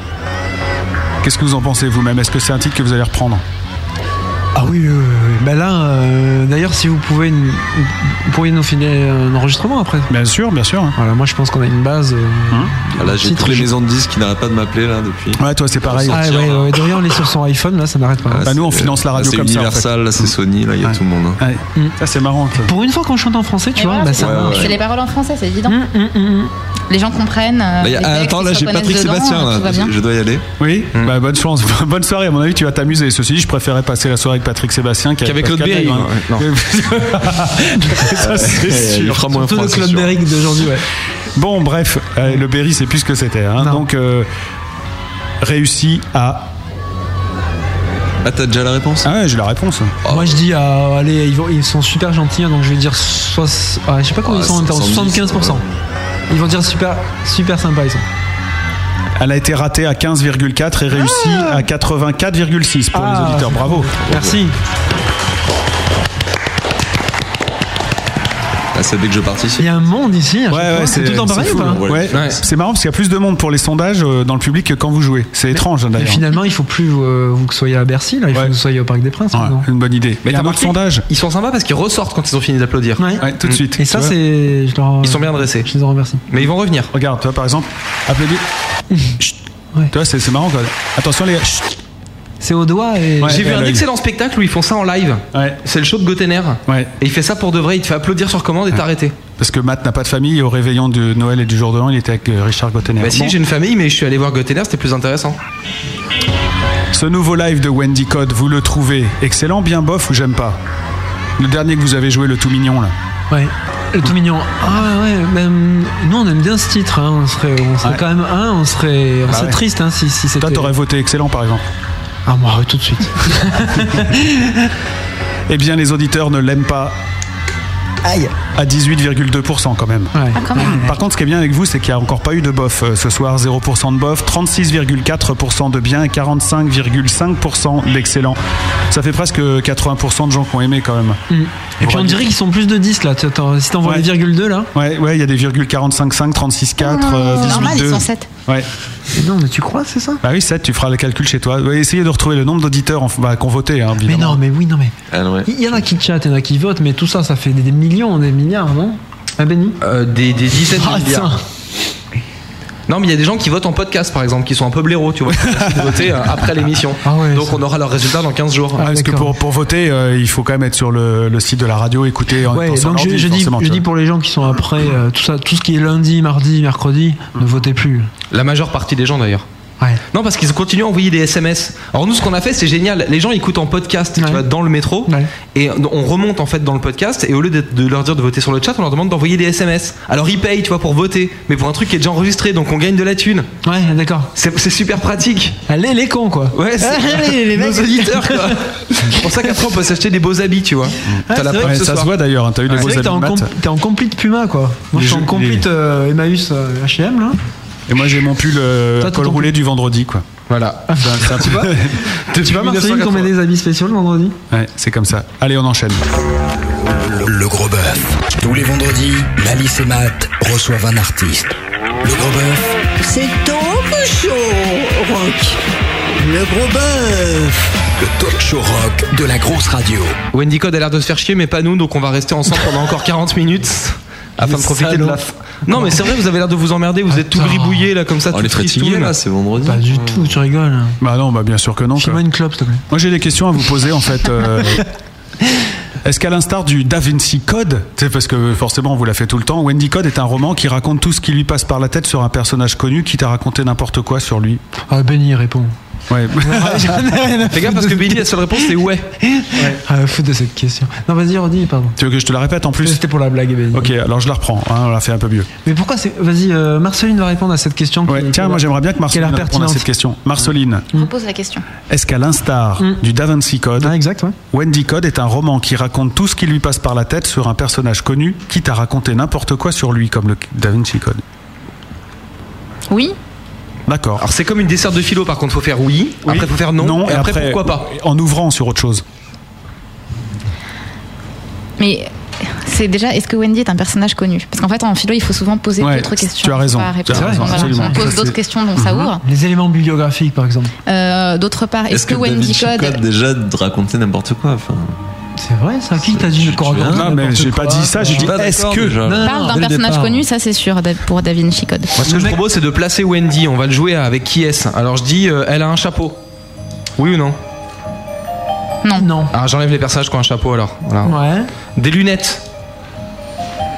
Speaker 4: Qu'est-ce que vous en pensez vous-même Est-ce que c'est un titre que vous allez reprendre
Speaker 6: Ah oui, oui, oui, oui. Bah là, euh, d'ailleurs, si vous pouvez, une- vous pourriez nous filer un enregistrement après.
Speaker 4: Bien sûr, bien sûr. hein.
Speaker 6: Voilà, moi je pense qu'on a une base. euh,
Speaker 7: Ah, là, j'ai
Speaker 6: Titre,
Speaker 7: toutes les
Speaker 6: je-
Speaker 7: maisons de disques qui n'arrêtent pas de m'appeler là depuis.
Speaker 4: Ouais, toi, c'est pareil.
Speaker 6: Ah ouais, ouais, ouais. D'ailleurs, on est sur son iPhone, là, ça n'arrête pas.
Speaker 4: Bah,
Speaker 7: Ah, c'est- là, c'est Universal, là c'est Sony, là il y a tout le monde. hein.
Speaker 4: Ouais.
Speaker 6: Mm.
Speaker 4: Ça, c'est marrant. ça.
Speaker 6: Pour une fois qu'on chante en français, tu
Speaker 11: Et
Speaker 6: vois, bah,
Speaker 11: voilà, Eh ben,
Speaker 6: ça
Speaker 11: c'est ça.
Speaker 6: marche. Hum,
Speaker 11: C'est les paroles en français, c'est évident. Les gens comprennent.
Speaker 7: Là,
Speaker 11: euh,
Speaker 7: il y a-
Speaker 11: les
Speaker 7: ah,
Speaker 11: textes,
Speaker 7: attends,
Speaker 11: ils
Speaker 7: là
Speaker 11: se
Speaker 7: j'ai Patrick
Speaker 11: reconnaissent dedans,
Speaker 7: Sébastien,
Speaker 11: tout
Speaker 7: là.
Speaker 11: va bien.
Speaker 7: je dois y aller. Hmm.
Speaker 4: Oui, bah, bonne chance, bonne soirée. À mon avis, tu vas t'amuser. Ceci dit, je préférais passer la soirée avec Patrick Sébastien
Speaker 5: Qu'avec
Speaker 4: qu'avec
Speaker 5: Claude
Speaker 4: Pascal
Speaker 5: Berry.
Speaker 4: Daigle, hein.
Speaker 5: ouais, non.
Speaker 4: Ça,
Speaker 5: Eh,
Speaker 7: Euh,
Speaker 5: Il
Speaker 4: c'est sûr.
Speaker 5: fera moins
Speaker 6: Surtout
Speaker 5: froid,
Speaker 6: le
Speaker 5: c'est
Speaker 6: Club
Speaker 5: sûr.
Speaker 6: Berry d'aujourd'hui, ouais.
Speaker 4: Bon, bref, euh, le Berry, c'est plus ce que c'était. hein. Donc, euh, réussi à.
Speaker 7: Ah, t'as déjà la réponse
Speaker 4: Ah ouais, j'ai la réponse.
Speaker 6: Moi je dis, euh, allez, ils, vont- ils sont super gentils, hein, donc je vais dire, soix- ah, je sais pas combien
Speaker 7: Ah,
Speaker 6: ils sont en termes,
Speaker 7: 70,
Speaker 6: 75%.
Speaker 5: euh.
Speaker 6: Ils vont dire super, super sympa, ils sont.
Speaker 4: Elle a été ratée à 15,4 et réussie à 84,6 pour les auditeurs. Bravo.
Speaker 6: Merci.
Speaker 7: Ah, c'est dès que je pars ici.
Speaker 6: Il y a un monde ici. à chaque
Speaker 4: Ouais,
Speaker 6: fois.
Speaker 4: ouais,
Speaker 6: c'est tout en pareil
Speaker 4: fou,
Speaker 6: ou pas
Speaker 4: ouais. C'est marrant parce qu'il y a plus de monde pour les sondages euh, dans le public que quand vous jouez. C'est étrange hein,
Speaker 6: Mais
Speaker 4: d'ailleurs.
Speaker 6: finalement, il faut plus euh, vous que soyez à Bercy, là, il faut que vous soyez au Parc des Princes.
Speaker 4: Ouais,
Speaker 6: maintenant.
Speaker 4: une bonne idée. Mais
Speaker 5: Mais
Speaker 4: il y a
Speaker 5: t'as
Speaker 4: un autre
Speaker 5: marqué
Speaker 4: sondage.
Speaker 5: Ils sont sympas parce qu'ils ressortent quand ils ont fini d'applaudir. Mm.
Speaker 4: Ouais, tout de suite.
Speaker 6: Et ça,
Speaker 4: Tu vois.
Speaker 6: c'est. Je, leur-
Speaker 5: Ils sont bien dressés.
Speaker 6: je les en remercie.
Speaker 5: Mais ils vont revenir.
Speaker 4: Regarde, toi par exemple, applaudis. Chut. Tu vois, c'est c'est marrant quoi. Attention les gars. Chut.
Speaker 6: C'est au doigt et.
Speaker 4: Ouais,
Speaker 5: J'ai vu
Speaker 4: et à
Speaker 5: un
Speaker 4: l'œil.
Speaker 5: excellent spectacle où ils font ça en live.
Speaker 4: Ouais.
Speaker 5: C'est le show de Gotener.
Speaker 4: Ouais.
Speaker 5: Et il fait ça pour de vrai, il te fait applaudir sur commande et t'arrêter.
Speaker 4: Parce que Matt n'a pas de famille et au réveillon de Noël et du jour de l'an, il était avec euh, Richard Gottener.
Speaker 5: Bah si,
Speaker 4: Bon,
Speaker 5: j'ai une famille, mais je suis allé voir Gotener, c'était plus intéressant.
Speaker 4: ce nouveau live de Wendy Code, vous le trouvez excellent, bien bof ou j'aime pas Le dernier que vous avez joué, le tout mignon là.
Speaker 6: Ouais.
Speaker 5: Mm.
Speaker 6: Le tout mignon. Ah ouais, ouais, même. Nous, on aime bien ce titre. hein, On serait, on serait
Speaker 4: Ouais.
Speaker 6: quand même un, on serait, on
Speaker 4: Ah
Speaker 6: serait
Speaker 4: ouais.
Speaker 6: triste hein, si, si c'était.
Speaker 4: Toi, t'aurais voté excellent par exemple.
Speaker 6: Ah, moi, ouais, tout de suite.
Speaker 4: Eh bien, les auditeurs ne l'aiment pas.
Speaker 3: Aïe.
Speaker 4: à 18,2% quand même.
Speaker 6: Ah,
Speaker 4: Par contre, ce qui est bien avec vous, c'est qu'il n'y a encore pas eu de bof. Euh, Ce soir, 0% de bof, 36,4% de bien et 45,5% d'excellent. Ça fait presque 80% de gens qui ont aimé quand même.
Speaker 6: Et puis on dirait qu'ils sont plus de 10 là. Attends, Si t'envoies les virgules 2 là.
Speaker 4: Ouais, ouais, il y a des virgules 45, 5, 36, 4, euh,
Speaker 6: Oh, C'est
Speaker 4: 18,
Speaker 6: normal, ils
Speaker 4: 2.
Speaker 6: sont sept.
Speaker 4: Ouais.
Speaker 6: Non, mais tu crois, c'est ça
Speaker 4: Bah oui, 7, tu feras le calcul chez toi. Ouais, essayez de retrouver le nombre d'auditeurs en- bah, qui ont voté, hein,
Speaker 6: Mais
Speaker 4: évidemment.
Speaker 6: non, mais oui, non, mais.
Speaker 7: ouais.
Speaker 6: Il y en a qui chattent, il y en a qui votent, mais tout ça, ça fait des, des millions, des milliards, non Un béni
Speaker 5: Euh, des, des dizaines
Speaker 6: Ah,
Speaker 5: de milliards.
Speaker 6: tiens.
Speaker 5: Non, mais il y a des gens qui votent en podcast, par exemple, qui sont un peu blaireaux, tu vois, qui décident de voter euh, après l'émission. Donc on aura leurs résultats dans 15 jours.
Speaker 4: Ah, parce que pour, pour voter, euh, il faut quand même être sur le, le site de la radio, écouter en
Speaker 6: Ouais,
Speaker 4: étant sur
Speaker 6: donc je,
Speaker 4: l'ordi,
Speaker 6: je dis,
Speaker 4: forcément,
Speaker 6: je
Speaker 4: tu
Speaker 6: dis
Speaker 4: vois.
Speaker 6: pour les gens qui sont après, euh, tout, ça, tout ce qui est lundi, mardi, mercredi,
Speaker 4: Hmm.
Speaker 6: ne votez plus.
Speaker 5: La majeure partie des gens d'ailleurs.
Speaker 6: Ouais.
Speaker 5: Non, parce qu'ils continuent à envoyer des SMS. Alors nous, ce qu'on a fait, c'est génial. Les gens écoutent en podcast tu vois, dans le métro. Et on remonte en fait dans le podcast. Et au lieu d'être- de leur dire de voter sur le chat, on leur demande d'envoyer des SMS. Alors ils payent, tu vois, pour voter. Mais pour un truc qui est déjà enregistré, donc on gagne de la thune.
Speaker 6: Ouais, d'accord.
Speaker 5: C'est c'est super pratique.
Speaker 6: Allez, les cons, quoi.
Speaker 5: Ouais, c'est
Speaker 6: Allez, les
Speaker 5: nos
Speaker 6: mecs.
Speaker 5: auditeurs, quoi. c'est pour ça qu'après, on peut s'acheter des beaux habits, tu vois. T'as la
Speaker 6: c'est vrai
Speaker 5: preuve
Speaker 6: que
Speaker 5: ce
Speaker 6: ça se
Speaker 5: soir.
Speaker 6: voit
Speaker 4: d'ailleurs, hein, t'as eu
Speaker 6: Ah, C'est vrai que t'es en,
Speaker 5: maths.
Speaker 6: compl- t'es en complete Puma, quoi.
Speaker 4: Les
Speaker 6: Moi, je suis en
Speaker 4: jeux-
Speaker 6: complete euh, Emmaüs euh, HM, là.
Speaker 4: Et moi, j'ai mon pull euh,
Speaker 6: Toi,
Speaker 4: à
Speaker 6: t'as
Speaker 4: col
Speaker 6: ton
Speaker 4: roulé du vendredi, quoi.
Speaker 5: Voilà.
Speaker 4: c'est un peu-
Speaker 6: Tu vas Marceline qu'on met des habits spéciaux le vendredi
Speaker 4: Ouais, c'est comme ça. Allez, on enchaîne.
Speaker 1: Le, le gros bœuf. Tous les vendredis, Malice et Matt reçoivent un artiste. Le gros bœuf,
Speaker 3: C'est donc chaud, Rock. Le gros bœuf.
Speaker 1: le talk show rock de la grosse radio.
Speaker 5: Wendy Code a l'air de se faire chier, mais pas nous, donc on va rester ensemble pendant encore 40 minutes afin de profiter de la. f- Non, mais c'est vrai, vous avez l'air de vous emmerder, vous êtes tout gribouillé là comme ça. tout tristoun.
Speaker 7: vendredi.
Speaker 6: Pas du tout, tu rigoles.
Speaker 4: Bah non, bah bien sûr que non.
Speaker 6: File-moi une clope, s'il te plaît.
Speaker 4: Moi, j'ai des questions à vous poser, en fait. euh, Est-ce qu'à l'instar du Da Vinci Code, tu sais, parce que forcément on vous l'a fait tout le temps, Wendy Code est un roman qui raconte tout ce qui lui passe par la tête sur un personnage connu qui t'a raconté n'importe quoi sur lui
Speaker 6: Ah, Benny répond.
Speaker 4: Ouais.
Speaker 5: Fais gaffe parce que Billy, la seule réponse c'est ouais.
Speaker 6: Ah, fout de cette question. Non, vas-y, redis, pardon.
Speaker 4: Tu veux que je te la répète en plus
Speaker 6: C'était pour la blague, Benny.
Speaker 4: Ok, alors je la reprends, hein, on l'a fait un peu mieux.
Speaker 6: Mais pourquoi c'est. Vas-y, euh, Marceline va répondre à cette question.
Speaker 4: Tiens, Ah, moi j'aimerais bien que Marceline réponde à cette question. Marceline,
Speaker 11: Pose la question.
Speaker 4: Est-ce qu'à l'instar
Speaker 6: Mm.
Speaker 4: du Da Vinci Code,
Speaker 6: Ah,
Speaker 4: Wendy Code est un roman qui raconte tout ce qui lui passe par la tête sur un personnage connu, quitte à raconter n'importe quoi sur lui, comme le Da Vinci Code
Speaker 11: Oui
Speaker 4: D'accord.
Speaker 5: Alors c'est comme une dessert de philo par contre, faut faire oui, après faut faire non, et après, pourquoi pas.
Speaker 4: En ouvrant sur autre chose.
Speaker 11: Mais c'est déjà, est-ce que Wendy est un personnage connu Parce qu'en fait, en philo, il faut souvent poser
Speaker 4: Ouais,
Speaker 11: d'autres questions.
Speaker 4: tu as raison,
Speaker 11: faut pas
Speaker 4: tu as
Speaker 11: répondre.
Speaker 4: raison,
Speaker 11: Voilà,
Speaker 4: absolument.
Speaker 11: On pose
Speaker 4: Ça,
Speaker 11: d'autres
Speaker 4: c'est- Mhm.
Speaker 11: questions, donc ça ouvre.
Speaker 6: Mhm. Les éléments bibliographiques, par exemple.
Speaker 11: Euh, D'autre part, est-ce que,
Speaker 7: Da
Speaker 11: Wendy
Speaker 7: Vinci
Speaker 11: Code.
Speaker 7: déjà de raconter n'importe quoi enfin,
Speaker 6: C'est vrai, ça Qui t'a dit le corps
Speaker 7: viens-
Speaker 4: Non, mais j'ai pas dit ça, j'ai
Speaker 7: Je
Speaker 4: dit
Speaker 7: suis pas
Speaker 4: est-ce
Speaker 7: d'accord,
Speaker 4: que.
Speaker 7: déjà.
Speaker 6: Non,
Speaker 11: parle d'un
Speaker 5: dès le
Speaker 11: personnage
Speaker 5: départ.
Speaker 11: connu, ça c'est sûr, da- pour Da Vinci Code.
Speaker 5: Moi, ce que je propose c'est de placer Wendy, on va le jouer avec qui est-ce. Alors je dis, euh, elle a un chapeau. Oui ou non
Speaker 11: Non.
Speaker 6: Non.
Speaker 5: Ah, j'enlève les personnages qui ont un chapeau alors. Voilà.
Speaker 6: Ouais.
Speaker 5: Des lunettes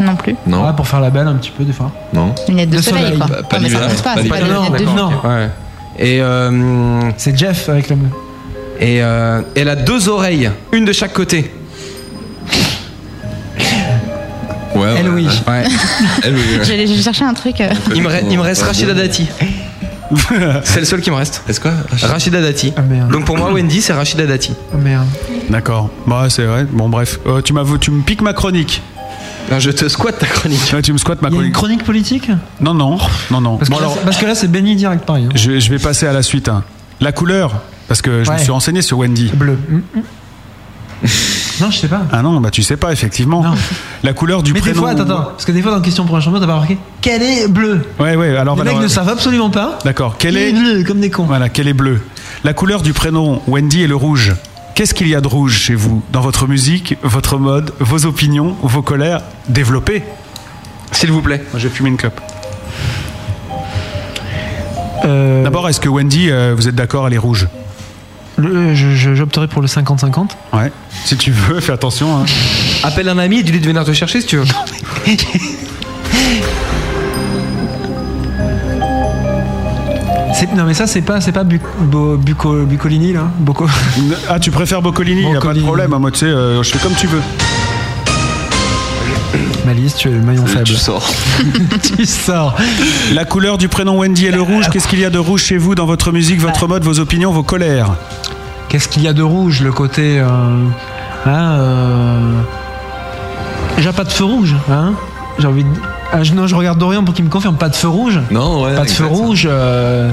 Speaker 11: Non plus.
Speaker 7: Non.
Speaker 6: Ouais, Ah, pour faire la belle un petit peu, des fois.
Speaker 7: Non.
Speaker 11: Lunettes de
Speaker 6: Le
Speaker 11: soleil,
Speaker 6: soleil,
Speaker 11: quoi.
Speaker 6: pas- pas
Speaker 11: Non, mais ça
Speaker 5: l'hiver,
Speaker 11: compte pas,
Speaker 5: pas
Speaker 11: c'est pas des
Speaker 5: l'hiver.
Speaker 11: lunettes de
Speaker 6: Non,
Speaker 11: nuit.
Speaker 6: non.
Speaker 5: Ouais. Et euh,
Speaker 6: C'est Jeff avec le.
Speaker 5: Et euh, elle a deux oreilles, une de chaque côté.
Speaker 7: Ouais, ouais,
Speaker 5: Elle oui.
Speaker 11: J'ai j'ai cherché un truc. euh.
Speaker 5: Il me, re- il me reste
Speaker 7: Ouais,
Speaker 5: Rachida Dati. c'est le seul qui me reste.
Speaker 7: Est-ce quoi
Speaker 5: Rachida Dati. Donc pour moi, Wendy, c'est Rachida Dati.
Speaker 6: Oh, Ah, merde.
Speaker 4: D'accord. Bah, c'est vrai. Bon, bref. Euh, tu, m'as- tu me piques ma chronique.
Speaker 5: Bah, je te squatte ta chronique.
Speaker 4: tu me squattes ma
Speaker 6: Il y a une
Speaker 4: chronique.
Speaker 6: chronique politique
Speaker 4: Non, non. Non, non.
Speaker 6: Parce que
Speaker 4: Bon,
Speaker 6: là,
Speaker 4: alors,
Speaker 6: c'est- parce que là, c'est Benny direct, pareil. hein.
Speaker 4: je, je vais passer à la suite. hein. La couleur, parce que je me
Speaker 6: Ouais.
Speaker 4: suis renseigné sur Wendy.
Speaker 6: Bleu. Mm, mm. Non, je sais pas.
Speaker 4: Ah non, bah tu sais pas, effectivement. La couleur du
Speaker 6: Mais des
Speaker 4: prénom.
Speaker 6: fois, attends, attends, parce que des fois dans Question pour un champion, t'as pas remarqué Quel est bleu
Speaker 4: Ouais, ouais, alors euh,
Speaker 6: Les
Speaker 4: voilà,
Speaker 6: mecs
Speaker 4: ouais.
Speaker 6: ne savent absolument pas.
Speaker 4: D'accord. Quel
Speaker 6: Il
Speaker 4: est...
Speaker 6: est bleu, comme des cons.
Speaker 4: Voilà, quel est bleu La couleur du prénom Wendy est le rouge. Qu'est-ce qu'il y a de rouge chez vous Dans votre musique, votre mode, vos opinions, vos colères Développez
Speaker 5: S'il vous plaît.
Speaker 4: Moi, je vais fumer une clope. D'abord, est-ce que Wendy, euh, vous êtes d'accord, elle est rouge
Speaker 6: Le- je- je- J'opterais pour le 50-50.
Speaker 4: Ouais. Si tu veux, fais attention. hein.
Speaker 5: Appelle un ami et dis-lui de venir te chercher si tu veux.
Speaker 6: C'est- Non, mais ça, c'est pas, c'est pas Bu- Bo- Buco- Bucolini, là Boco.
Speaker 4: Ah, tu préfères Boccolini, il a pas de problème. hein, Moi, tu sais, euh, je fais comme tu veux.
Speaker 6: Malice, tu es le maillon faible.
Speaker 7: Tu sors.
Speaker 6: tu sors.
Speaker 4: La couleur du prénom Wendy est le rouge. Qu'est-ce qu'il y a de rouge chez vous dans votre musique, votre mode, vos opinions, vos colères
Speaker 6: Qu'est-ce qu'il y a de rouge Le côté. euh, hein, euh, J'ai pas de feu rouge, hein J'ai envie de... Ah, je- non, je regarde Dorian pour qu'il me confirme, pas de feu rouge
Speaker 7: Non, ouais.
Speaker 6: Pas de feu rouge, euh,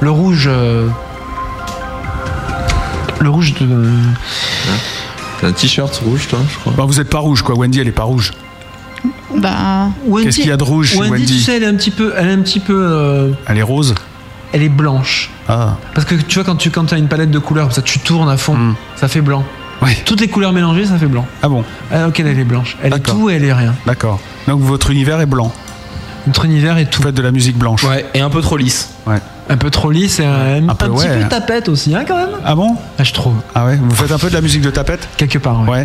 Speaker 6: le rouge... euh, le rouge de...
Speaker 7: Hein T'as un t-shirt rouge, toi, je crois.
Speaker 4: Bah, vous êtes pas rouge, quoi. Wendy, elle est pas rouge.
Speaker 11: Bah.
Speaker 4: Qu'est-ce qu'il y a de rouge chez
Speaker 6: Wendy,
Speaker 4: Wendy
Speaker 6: tu sais, elle est un petit peu... Elle est un petit peu... euh,
Speaker 4: Elle est rose.
Speaker 6: elle est blanche.
Speaker 4: Ah. Hmm.
Speaker 6: Parce que tu vois, quand tu quand as une palette de couleurs, comme ça tu tournes à fond, ça fait blanc. Toutes les couleurs mélangées, ça fait blanc.
Speaker 4: Ah bon
Speaker 6: Ok, elle est blanche. Elle est tout et elle est rien.
Speaker 4: D'accord. Donc votre univers est blanc.
Speaker 6: Notre univers est tout.
Speaker 4: Vous faites de la musique blanche.
Speaker 5: Ouais, et un peu trop lisse.
Speaker 4: Ouais.
Speaker 6: Un peu trop lisse et un, un
Speaker 4: peu,
Speaker 6: petit
Speaker 4: Bah ouais.
Speaker 6: peu tapette aussi, hein, quand même.
Speaker 4: Ah bon
Speaker 6: Je trouve.
Speaker 4: Ah ouais Vous faites un peu de la musique de tapette
Speaker 6: Quelque part,
Speaker 4: ouais.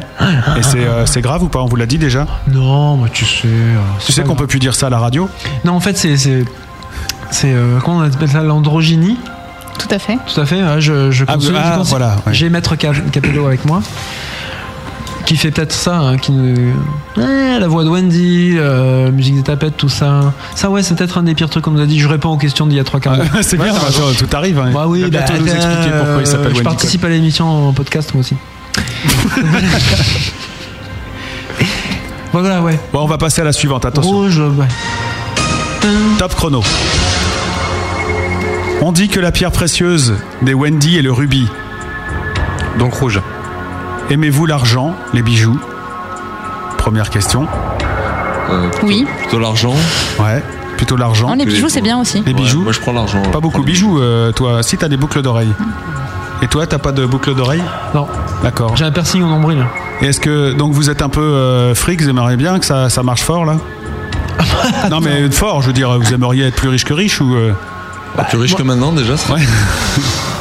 Speaker 4: Et c'est euh, c'est grave ou pas On vous l'a dit déjà
Speaker 6: Non, moi tu sais. euh,
Speaker 4: Tu
Speaker 6: c'est
Speaker 4: sais
Speaker 6: pas
Speaker 4: qu'on peut plus dire ça à la radio
Speaker 6: Non, en fait, c'est. C'est. c'est, euh, comment on appelle ça L'androgynie
Speaker 11: Tout à fait.
Speaker 6: Tout à fait, ouais, je, je
Speaker 4: Ah,
Speaker 6: consulte-
Speaker 4: ah,
Speaker 6: je consulte-
Speaker 4: voilà, ouais.
Speaker 6: J'ai Maître Cap- Capello avec moi, qui fait peut-être ça, hein, qui nous- Eh, la voix de Wendy, euh, musique des tapettes, tout ça. Ça, ouais, c'est peut-être un des pires trucs qu'on nous a dit. Je réponds aux questions d'il y a trois quarts d'heure.
Speaker 4: C'est bien,
Speaker 6: Ouais,
Speaker 4: genre, tout arrive. hein.
Speaker 6: Bah oui,
Speaker 4: Il va bientôt
Speaker 6: bah,
Speaker 4: nous expliquer
Speaker 6: euh,
Speaker 4: pourquoi il s'appelle
Speaker 6: Je
Speaker 4: Wendy
Speaker 6: participe à l'émission en podcast, moi aussi. voilà, ouais.
Speaker 4: Bon, on va passer à la suivante, attention.
Speaker 6: Rouge, ouais.
Speaker 4: Top chrono. On dit que la pierre précieuse des Wendy est le rubis.
Speaker 5: Donc rouge.
Speaker 4: Aimez-vous l'argent, les bijoux Première question.
Speaker 5: Euh,
Speaker 11: Oui.
Speaker 4: Plutôt l'argent. Ouais, plutôt l'argent.
Speaker 11: Non, Oh, les bijoux, c'est bien aussi.
Speaker 4: Les
Speaker 11: Ouais,
Speaker 4: bijoux.
Speaker 7: moi, je prends l'argent.
Speaker 4: Pas beaucoup de bijoux, euh, toi. Si t'as des boucles d'oreilles. Et toi, t'as pas de boucles d'oreilles
Speaker 6: Non.
Speaker 4: D'accord.
Speaker 6: J'ai un piercing au nombril.
Speaker 4: Et est-ce que donc vous êtes un peu euh, fric, vous aimeriez bien que ça, ça marche fort là Non mais fort, je veux dire, vous aimeriez être plus riche que riche ou euh,
Speaker 7: Bah, plus riche que maintenant déjà
Speaker 4: Ouais.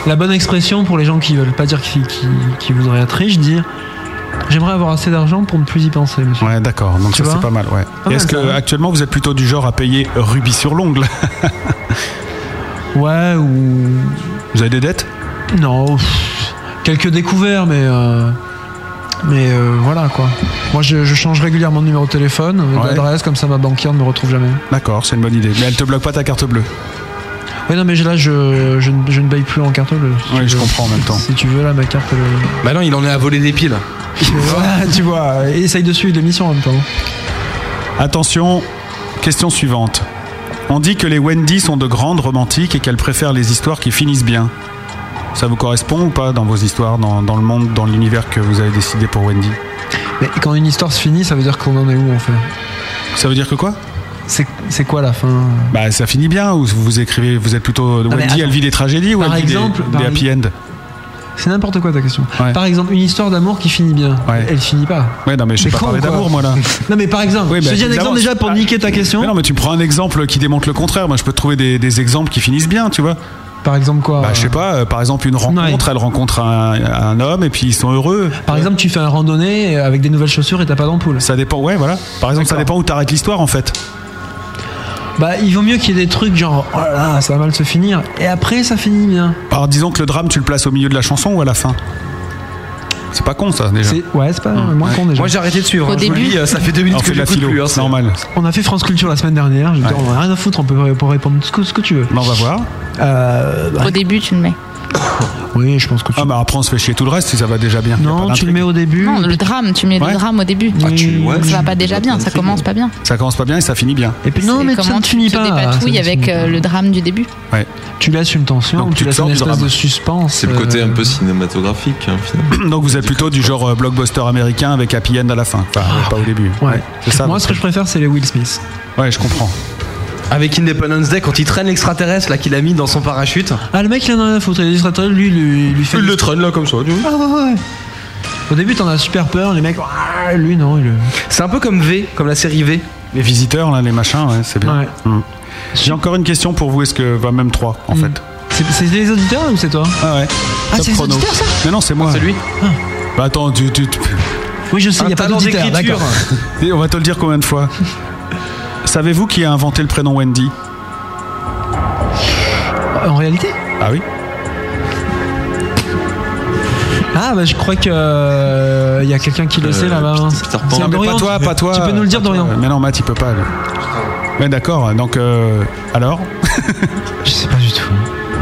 Speaker 6: La bonne expression pour les gens qui veulent pas dire qu'ils qui, qui voudraient être riches, dire j'aimerais avoir assez d'argent pour ne plus y penser, monsieur.
Speaker 4: Ouais, d'accord. Donc
Speaker 6: Tu
Speaker 4: ça
Speaker 6: vois
Speaker 4: c'est pas mal, ouais.
Speaker 6: Pas
Speaker 4: Et Est-ce
Speaker 6: mal,
Speaker 4: que
Speaker 6: ça, hein. ouais.
Speaker 4: actuellement vous êtes plutôt du genre à payer rubis sur l'ongle
Speaker 6: Ouais, ou.
Speaker 4: Vous avez des dettes
Speaker 6: Non, pff, quelques découverts, mais. euh, Mais euh, voilà quoi. Moi je, je change régulièrement de numéro de téléphone, euh,
Speaker 4: Ouais.
Speaker 6: d'adresse, comme ça ma banquière ne me retrouve jamais.
Speaker 4: D'accord, c'est une bonne idée. Mais elle te bloque pas ta carte bleue.
Speaker 6: Ouais, non, mais là je, je, ne- je ne paye plus en carte bleue. si
Speaker 4: Oui,
Speaker 6: tu
Speaker 4: je
Speaker 6: veux.
Speaker 4: comprends en même temps.
Speaker 6: Si tu veux, là ma carte. elle-
Speaker 5: Bah non, il en est à voler des piles.
Speaker 6: Voilà, tu
Speaker 4: euh,
Speaker 6: vois, essaye de suivre l'émission en même temps.
Speaker 4: Attention, question suivante. On dit que les Wendy sont de grandes romantiques et qu'elles préfèrent les histoires qui finissent bien. Ça vous correspond ou pas dans vos histoires, dans, dans le monde, dans l'univers que vous avez décidé pour Wendy
Speaker 6: Mais quand une histoire se finit, ça veut dire qu'on en est où en fait
Speaker 4: Ça veut dire que quoi
Speaker 6: C'est c'est quoi la fin
Speaker 4: Bah ça finit bien ou vous écrivez, vous êtes plutôt
Speaker 6: mais
Speaker 4: Wendy, elle
Speaker 6: attends.
Speaker 4: vit des tragédies ou
Speaker 6: Par
Speaker 4: elle vit des-
Speaker 6: exemple,
Speaker 4: des,
Speaker 6: par
Speaker 4: happy end
Speaker 6: C'est n'importe quoi ta question. Par exemple, une histoire d'amour qui finit bien. Elle finit pas.
Speaker 4: Ouais non mais je sais pas
Speaker 6: con,
Speaker 4: parler
Speaker 6: quoi.
Speaker 4: d'amour moi là.
Speaker 6: Non mais par exemple,
Speaker 4: Oui,
Speaker 6: je
Speaker 4: bah,
Speaker 6: te dis un
Speaker 4: évidemment,
Speaker 6: exemple déjà pour
Speaker 4: c'est-
Speaker 6: niquer ta question.
Speaker 4: Mais non mais tu prends un exemple qui démontre le contraire. Moi je peux te trouver des, des exemples qui finissent bien, tu vois.
Speaker 6: Par exemple quoi
Speaker 4: Bah je sais pas. euh, par exemple une rencontre, elle rencontre un, un homme et puis ils sont heureux.
Speaker 6: Par exemple, tu fais un randonnée euh, avec des nouvelles chaussures et t'as pas d'ampoule.
Speaker 4: Ça dépend. Ouais voilà. Par exemple ça dépend où t'arrêtes l'histoire en fait.
Speaker 6: Bah, il vaut mieux qu'il y ait des trucs genre oh là là, ça va mal se finir et après ça finit bien.
Speaker 4: Alors disons que le drame tu le places au milieu de la chanson ou à la fin. C'est pas con ça déjà.
Speaker 6: C'est- Ouais, c'est pas
Speaker 4: Hum,
Speaker 6: moins
Speaker 4: ouais.
Speaker 6: con déjà.
Speaker 5: Moi j'ai arrêté de suivre.
Speaker 6: Au
Speaker 5: hein, je vous le
Speaker 6: début.
Speaker 5: dis, euh, ça fait deux
Speaker 4: On
Speaker 5: minutes
Speaker 4: fait
Speaker 5: que
Speaker 4: de la
Speaker 5: j'écoute
Speaker 4: philo,
Speaker 5: plus. hein,
Speaker 4: c'est
Speaker 5: c'est-
Speaker 4: normal.
Speaker 6: On a fait France Culture la semaine dernière. Je dis,
Speaker 4: Ouais.
Speaker 6: on a rien à foutre, on peut pour répondre ce que, ce que tu veux.
Speaker 4: Mais on va voir.
Speaker 6: Euh, bah,
Speaker 11: Au début, tu le mets.
Speaker 6: oui, je pense que tu.
Speaker 4: Ah bah après on se fait chier tout le reste si ça va déjà bien. Y a
Speaker 6: non,
Speaker 4: pas
Speaker 6: tu le
Speaker 4: d'intrigue.
Speaker 6: mets au début.
Speaker 11: Non, le drame, tu mets
Speaker 4: Ouais.
Speaker 11: le drame au début.
Speaker 4: ouais,
Speaker 11: Donc
Speaker 4: tu-
Speaker 11: ça va pas déjà bien, ça commence pas bien.
Speaker 4: Ça commence pas bien et ça finit bien.
Speaker 6: Et puis non,
Speaker 11: C'est
Speaker 6: mais ça
Speaker 11: comment
Speaker 6: ne
Speaker 11: tu
Speaker 6: finit
Speaker 11: te
Speaker 6: pas. Ah,
Speaker 11: dépatouilles
Speaker 6: ça ne
Speaker 11: avec
Speaker 6: finit
Speaker 11: euh,
Speaker 6: pas.
Speaker 11: le drame du début.
Speaker 4: Ouais.
Speaker 6: Tu laisses une tension,
Speaker 4: Donc, tu
Speaker 6: tu
Speaker 4: te
Speaker 6: laisses
Speaker 4: sors
Speaker 6: une
Speaker 4: du
Speaker 6: espèce
Speaker 4: drame.
Speaker 6: de suspense.
Speaker 7: C'est le côté
Speaker 6: euh,
Speaker 7: un peu cinématographique, hein, finalement.
Speaker 4: Donc vous êtes plutôt du genre euh, blockbuster américain avec happy end à la fin. Enfin, pas au début.
Speaker 6: Ah. Ouais.
Speaker 4: C'est ça.
Speaker 6: Moi, ce que je préfère, c'est les Will Smith.
Speaker 4: Ouais, je comprends.
Speaker 5: Avec Independence Day, quand il traîne l'extraterrestre là qu'il a mis dans son parachute.
Speaker 6: Ah, le mec, il en a rien à foutre. Il est extraterrestre, lui, lui, lui fait.
Speaker 5: Il le traîne là comme ça. tu vois.
Speaker 6: Ah, ouais, ouais, ouais. Au début, t'en as super peur, les mecs. Ah, lui, non, il.
Speaker 5: C'est un peu comme V, comme la série V.
Speaker 4: Les visiteurs, là, les machins, ouais, c'est bien.
Speaker 6: Ouais.
Speaker 4: Mm. J'ai encore une question pour vous, est-ce que. Bah, même trois,
Speaker 6: Mm.
Speaker 4: en fait.
Speaker 6: C'est c'est les auditeurs ou c'est toi
Speaker 4: Ah ouais.
Speaker 6: Ah,
Speaker 4: Top
Speaker 6: c'est les
Speaker 4: chrono.
Speaker 6: auditeurs, ça Ah.
Speaker 4: Mais non, c'est moi.
Speaker 5: Ah, C'est lui
Speaker 4: Bah attends, tu. tu- tu-
Speaker 6: Oui, je sais, il
Speaker 5: Un
Speaker 6: y a pas
Speaker 5: talent
Speaker 6: d'auditeurs.
Speaker 5: d'écriture.
Speaker 6: D'accord.
Speaker 4: Et on va te le dire combien de fois Savez-vous qui a inventé le prénom Wendy
Speaker 6: Euh, En réalité
Speaker 4: Ah oui
Speaker 6: Ah, bah, je crois que. euh, Il y a quelqu'un qui le sait là-bas. hein. C'est
Speaker 4: Non, mais
Speaker 6: Dorian,
Speaker 4: pas toi,
Speaker 6: tu-
Speaker 4: pas toi.
Speaker 6: Tu peux nous le dire,
Speaker 4: pas toi.
Speaker 6: Dorian
Speaker 4: Mais non, Matt, il peut pas. lui. Mais d'accord, donc. euh, alors
Speaker 6: Je sais pas du tout.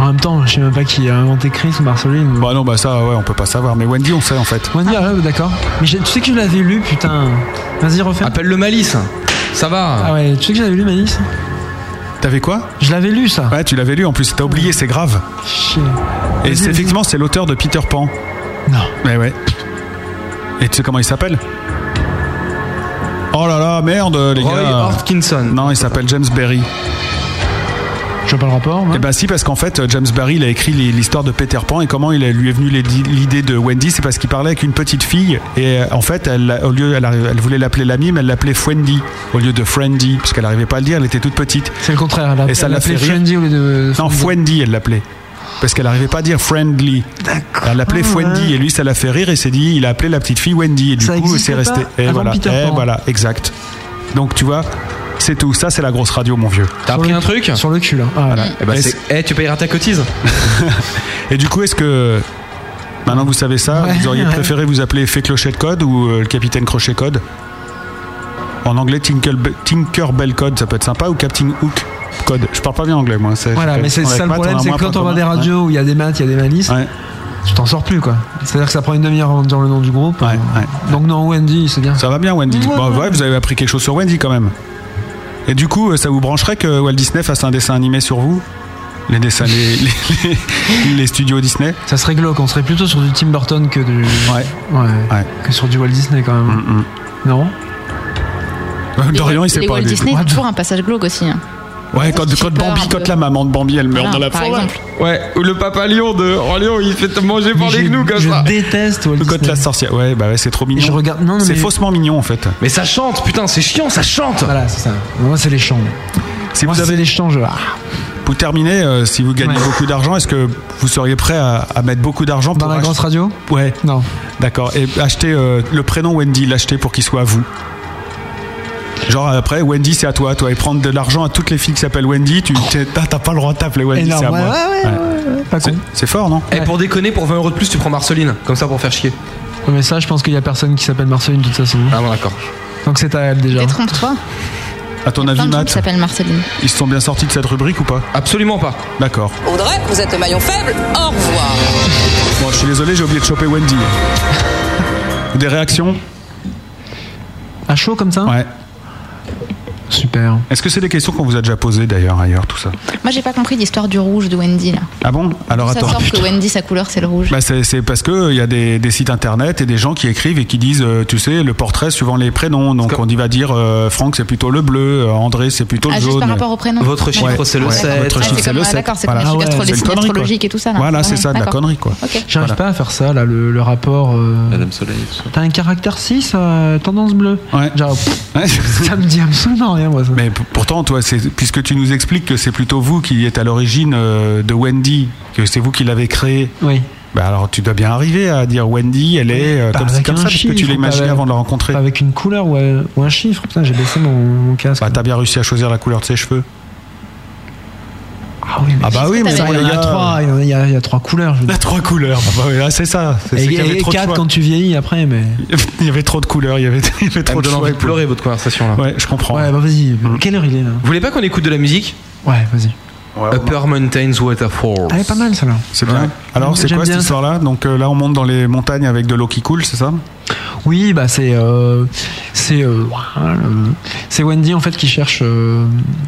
Speaker 6: En même temps, je sais même pas qui a inventé Chris ou Marceline.
Speaker 4: Bah non, bah ça, ouais, on peut pas savoir. Mais Wendy, on sait en fait.
Speaker 6: Wendy, ah ouais, d'accord. Mais je- tu sais que je l'avais lu, putain. Vas-y, refais.
Speaker 5: Appelle le malice. Ça va.
Speaker 6: Ah ouais, tu sais que j'avais lu Malice
Speaker 4: T'avais quoi
Speaker 6: Je l'avais lu ça.
Speaker 4: Ouais, tu l'avais lu en plus. T'as oublié, c'est grave.
Speaker 6: Chier.
Speaker 4: Et c'est- effectivement, c'est l'auteur de Peter Pan.
Speaker 6: Non.
Speaker 4: Mais ouais. Et tu sais comment il s'appelle Oh là là, merde, les
Speaker 5: Roy
Speaker 4: gars.
Speaker 5: Hodgkinson.
Speaker 4: Non, il s'appelle James Berry.
Speaker 6: Je vois pas le rapport.
Speaker 4: Eh ben si, parce qu'en fait, James Barry, il a écrit l'hi- l'histoire de Peter Pan et comment il a- lui est venue l'id- l'idée de Wendy, c'est parce qu'il parlait avec une petite fille et euh, en fait, elle, au lieu, elle, arri- elle voulait l'appeler l'ami, mais elle l'appelait Fwendy au lieu de Friendy, parce qu'elle n'arrivait pas à le dire, elle était toute petite.
Speaker 6: C'est le contraire. Elle a-
Speaker 4: et ça
Speaker 6: elle
Speaker 4: l'a fait
Speaker 6: l'appelait
Speaker 4: rire.
Speaker 6: Friendy au lieu de.
Speaker 4: Non, Fwendy, elle l'appelait. Parce qu'elle n'arrivait pas à dire friendly. Elle l'appelait Fwendy et lui, ça l'a fait rire et s'est dit, il a appelé la petite fille Wendy et du
Speaker 6: Ah Ça
Speaker 4: coup,
Speaker 6: existe
Speaker 4: c'est
Speaker 6: pas
Speaker 4: resté. Et
Speaker 6: avant
Speaker 4: voilà,
Speaker 6: Peter
Speaker 4: Eh,
Speaker 6: Pan.
Speaker 4: voilà, exact. Donc tu vois, c'est tout. Ça, c'est la grosse radio, mon vieux.
Speaker 5: T'as appris un truc
Speaker 6: Sur le cul, là. Ah,
Speaker 5: Voilà. Eh ben,
Speaker 4: Et
Speaker 5: c'est- eh, tu payeras ta cotise.
Speaker 4: Et du coup, est-ce que maintenant que vous savez ça,
Speaker 5: Ouais,
Speaker 4: vous auriez
Speaker 5: ouais.
Speaker 4: préféré vous appeler Fée Clochette Code ou euh, le Capitaine Crochet Code En anglais, Tinker, Tinkerbell Code, ça peut être sympa, ou Captain Hook Code. Je parle pas bien anglais, moi. c'est-
Speaker 6: Voilà,
Speaker 4: je-
Speaker 6: mais c'est
Speaker 4: on a
Speaker 6: ça le
Speaker 4: pas,
Speaker 6: problème,
Speaker 4: a
Speaker 6: c'est
Speaker 4: moins
Speaker 6: que quand
Speaker 4: point
Speaker 6: on voit
Speaker 4: commun.
Speaker 6: des radios où il y a des maths, il y a des malices, tu t'en sors plus quoi. C'est-à-dire que ça prend une demi-heure avant de dire le nom du groupe. euh, Donc non, Wendy, c'est bien.
Speaker 4: Ça va bien, Wendy.
Speaker 6: Ouais,
Speaker 4: Bon,
Speaker 6: ouais.
Speaker 4: ouais, vous avez appris quelque chose sur Wendy quand même. Et du coup, euh, ça vous brancherait que Walt Disney fasse un dessin animé sur vous les, dessins, les, les- les- les studios Disney
Speaker 6: Ça serait glauque, on serait plutôt sur du Tim Burton que du. Ouais. Que sur du Walt Disney quand même.
Speaker 4: Mm,
Speaker 6: Non
Speaker 4: Bah, Dorian, il sait
Speaker 11: les
Speaker 4: pas.
Speaker 11: Walt
Speaker 4: lui.
Speaker 11: Disney, c'est toujours un passage glauque aussi. hein.
Speaker 4: Ouais, quand,
Speaker 11: J'ai
Speaker 4: quand
Speaker 11: peur
Speaker 4: Bambi,
Speaker 11: un
Speaker 4: quand
Speaker 11: peu.
Speaker 4: la maman de Bambi, elle meurt
Speaker 11: Voilà,
Speaker 4: dans la
Speaker 11: par
Speaker 4: forêt.
Speaker 11: exemple.
Speaker 5: Ouais, ou le papa lion de Roi Lion, il fait manger par les gnous comme ça.
Speaker 6: déteste Walt
Speaker 4: Le code de la sorcière. Ouais, bah ouais, c'est trop mignon.
Speaker 6: je regarde- non, non,
Speaker 4: c'est
Speaker 6: mais-
Speaker 4: faussement mignon en fait.
Speaker 5: Mais ça chante, putain, c'est chiant, ça chante.
Speaker 6: Voilà, c'est ça. Moi, c'est les chants.
Speaker 4: Si
Speaker 6: Moi,
Speaker 4: vous
Speaker 6: c'est
Speaker 4: avez
Speaker 6: les chants, je. Ah.
Speaker 4: pour terminer, euh, si vous gagnez beaucoup d'argent, est-ce que vous seriez prêt à, à mettre beaucoup d'argent pour
Speaker 6: Dans la
Speaker 4: ach-
Speaker 6: grosse radio
Speaker 4: Ouais.
Speaker 6: Non.
Speaker 4: D'accord. Et acheter euh, le prénom Wendy, l'acheter pour qu'il soit à vous. Genre après, Wendy, c'est à toi, toi. Et prendre de l'argent à toutes les filles qui s'appellent Wendy, tu t'es- t'as t'as pas le droit de t'appeler Wendy,
Speaker 6: Oh. Énorme.
Speaker 4: c'est à
Speaker 6: Ouais,
Speaker 4: moi.
Speaker 6: ouais, ouais, ouais, ouais, pas con.
Speaker 4: C'est- C'est fort, non
Speaker 5: Et Eh, pour déconner, pour 20 euros de plus, tu prends Marceline, comme ça pour faire chier.
Speaker 6: Ouais, Mais ça, je pense qu'il y a personne qui s'appelle Marceline de toute façon.
Speaker 5: Ah bon, d'accord.
Speaker 6: Donc c'est à elle déjà.
Speaker 11: Détrompe-toi.
Speaker 4: À ton
Speaker 11: Plein
Speaker 4: avis,
Speaker 11: de gens qui
Speaker 4: Matt,
Speaker 11: s'appellent Marceline.
Speaker 4: ils se sont bien sortis de cette rubrique ou pas
Speaker 5: Absolument pas.
Speaker 4: D'accord.
Speaker 14: Audrey, vous êtes le maillon faible. Au revoir.
Speaker 4: Bon, je suis désolé, j'ai oublié de choper Wendy. Des réactions
Speaker 6: À chaud comme ça
Speaker 4: Ouais.
Speaker 6: Super.
Speaker 4: Est-ce que c'est des questions qu'on vous a déjà posées d'ailleurs ailleurs, tout ça
Speaker 11: Moi, j'ai pas compris l'histoire du rouge de Wendy là.
Speaker 4: Ah bon Alors
Speaker 11: ça
Speaker 4: attends.
Speaker 11: sort que Wendy, sa couleur, c'est le rouge.
Speaker 4: Bah, c'est c'est parce que il y a des, des sites internet et des gens qui écrivent et qui disent, euh, tu sais, le portrait suivant les prénoms. Donc on y va dire, euh, Franck c'est plutôt le bleu, euh, André c'est plutôt
Speaker 11: Ah,
Speaker 4: le
Speaker 11: juste
Speaker 4: jaune.
Speaker 11: par rapport au prénom.
Speaker 5: Votre chiffre, c'est le
Speaker 4: Ouais,
Speaker 5: sept.
Speaker 4: Votre
Speaker 5: Ah,
Speaker 4: chiffre
Speaker 11: c'est
Speaker 4: c'est
Speaker 11: comme-
Speaker 4: le
Speaker 11: ah,
Speaker 4: 7.
Speaker 11: d'accord, c'est comme les trucs astro- les signes astrologiques et tout ça, là.
Speaker 4: Voilà, c'est
Speaker 11: Ouais,
Speaker 4: ça, de la
Speaker 11: d'accord.
Speaker 4: connerie quoi.
Speaker 11: Ok.
Speaker 6: J'arrive
Speaker 4: Voilà.
Speaker 6: pas à faire ça, là, le, le rapport. euh,
Speaker 7: Madame Soleil, tout ça.
Speaker 6: T'as un caractère 6, euh, tendance bleue.
Speaker 4: Ouais.
Speaker 6: Genre, pff,
Speaker 4: Ouais.
Speaker 6: ça me dit absolument rien, moi, ça.
Speaker 4: Mais p- pourtant, toi, c'est- puisque tu nous expliques que c'est plutôt vous qui êtes à l'origine euh, de Wendy, que c'est vous qui l'avez créé.
Speaker 6: Oui.
Speaker 4: Bah alors tu dois bien arriver à dire Wendy, elle est euh,
Speaker 6: Bah,
Speaker 4: comme,
Speaker 6: avec
Speaker 4: comme
Speaker 6: un
Speaker 4: ça, parce que
Speaker 6: chiffre,
Speaker 4: tu l'imagines
Speaker 6: bah,
Speaker 4: avant de la rencontrer.
Speaker 6: Pas avec une couleur ou, euh, ou un chiffre. Putain, j'ai baissé mon, mon casque.
Speaker 4: Bah t'as bien réussi à choisir la couleur de ses cheveux.
Speaker 6: ah oui, mais,
Speaker 4: Ah bah oui, mais
Speaker 6: Ça,
Speaker 4: bon,
Speaker 6: il y
Speaker 4: les
Speaker 6: en a
Speaker 4: gars,
Speaker 6: trois. Il y en a- il y, a- il y a trois couleurs. Je veux
Speaker 4: Il y
Speaker 6: dire.
Speaker 4: a trois couleurs. Bah, bah, là, c'est ça. C'est- c'est
Speaker 6: Et,
Speaker 4: qu'il y avait
Speaker 6: et
Speaker 4: trop de
Speaker 6: quatre
Speaker 4: choix.
Speaker 6: quand tu vieillis après, mais.
Speaker 4: Il y avait trop de couleurs. Il y avait, il y avait
Speaker 5: Ça
Speaker 4: trop
Speaker 5: me
Speaker 4: de
Speaker 5: donne
Speaker 4: choix.
Speaker 5: envie de pleurer votre conversation là.
Speaker 4: Ouais, je comprends. Hum.
Speaker 6: Ouais, bah vas-y. Quelle heure il est là
Speaker 5: Vous voulez pas qu'on écoute de la musique
Speaker 6: Ouais, vas-y.
Speaker 5: Upper Mountains Waterfalls.
Speaker 6: Ah, elle est pas mal, celle-là.
Speaker 4: C'est bien. Alors, c'est
Speaker 6: J'aime
Speaker 4: quoi cette
Speaker 6: bien ça.
Speaker 4: histoire-là Donc euh, là, on monte dans les montagnes avec de l'eau qui coule, c'est ça
Speaker 6: Oui, bah c'est euh, c'est euh, euh, c'est Wendy en fait qui cherche euh,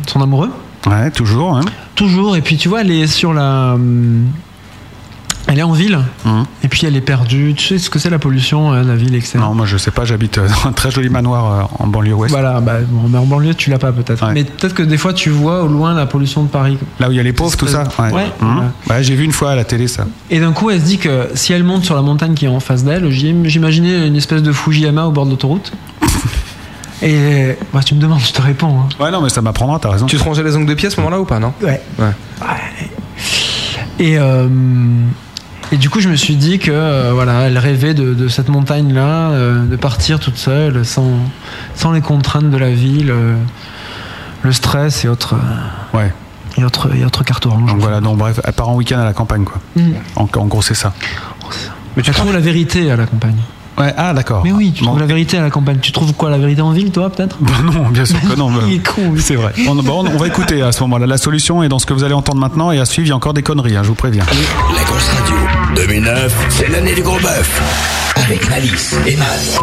Speaker 6: son amoureux
Speaker 4: Ouais, toujours. hein.
Speaker 6: toujours. Et puis tu vois, elle est sur la, hum, elle est en ville.
Speaker 4: Mmh.
Speaker 6: Et puis elle est perdue. Tu sais ce que c'est la pollution, hein, la ville, etc.
Speaker 4: Non, moi, je sais pas. J'habite euh, dans un très joli manoir euh, en banlieue ouest.
Speaker 6: Voilà, bah, bon, mais en banlieue tu l'as pas peut-être.
Speaker 4: Ouais.
Speaker 6: Mais peut-être que des fois tu vois au loin la pollution de Paris.
Speaker 4: Là où il y a les pauvres, tout ça. Ouais.
Speaker 6: espèce- Ouais.
Speaker 4: Mhm. Ouais, j'ai vu une fois à la télé ça.
Speaker 6: Et d'un coup elle se dit que si elle monte sur la montagne qui est en face d'elle, j'im- j'imaginais une espèce de Fujiyama au bord de l'autoroute. Et bah, tu me demandes, je te réponds. hein.
Speaker 4: Ouais, non, mais ça m'apprendra. T'as raison.
Speaker 5: Tu te rangeais les ongles de pied à ce moment-là ou pas, non
Speaker 6: Ouais.
Speaker 5: Ouais.
Speaker 6: Et, euh, et du coup, je me suis dit que euh, voilà, elle rêvait de, de cette montagne-là, euh, de partir toute seule, sans, sans les contraintes de la ville, euh, le stress et autres, euh,
Speaker 4: Ouais.
Speaker 6: et autres, et autres cartes oranges.
Speaker 4: Donc voilà. Donc bref, elle part en week-end à la campagne, quoi.
Speaker 6: Mm.
Speaker 4: En, en gros, c'est ça.
Speaker 6: Mais tu trouves la vérité à la campagne.
Speaker 4: Ouais, ah d'accord.
Speaker 6: Mais oui, tu trouves la vérité à la campagne. Tu trouves quoi La vérité en ville, toi, peut-être
Speaker 4: Bah non, bien sûr que non. mais- C'est vrai. On, bon, on va écouter à ce moment-là. La solution est dans ce que vous allez entendre maintenant et à suivre, il y a encore des conneries, hein, je vous préviens.
Speaker 1: La grosse radio. 2009, c'est l'année du gros bœuf. Avec Malice et Matt.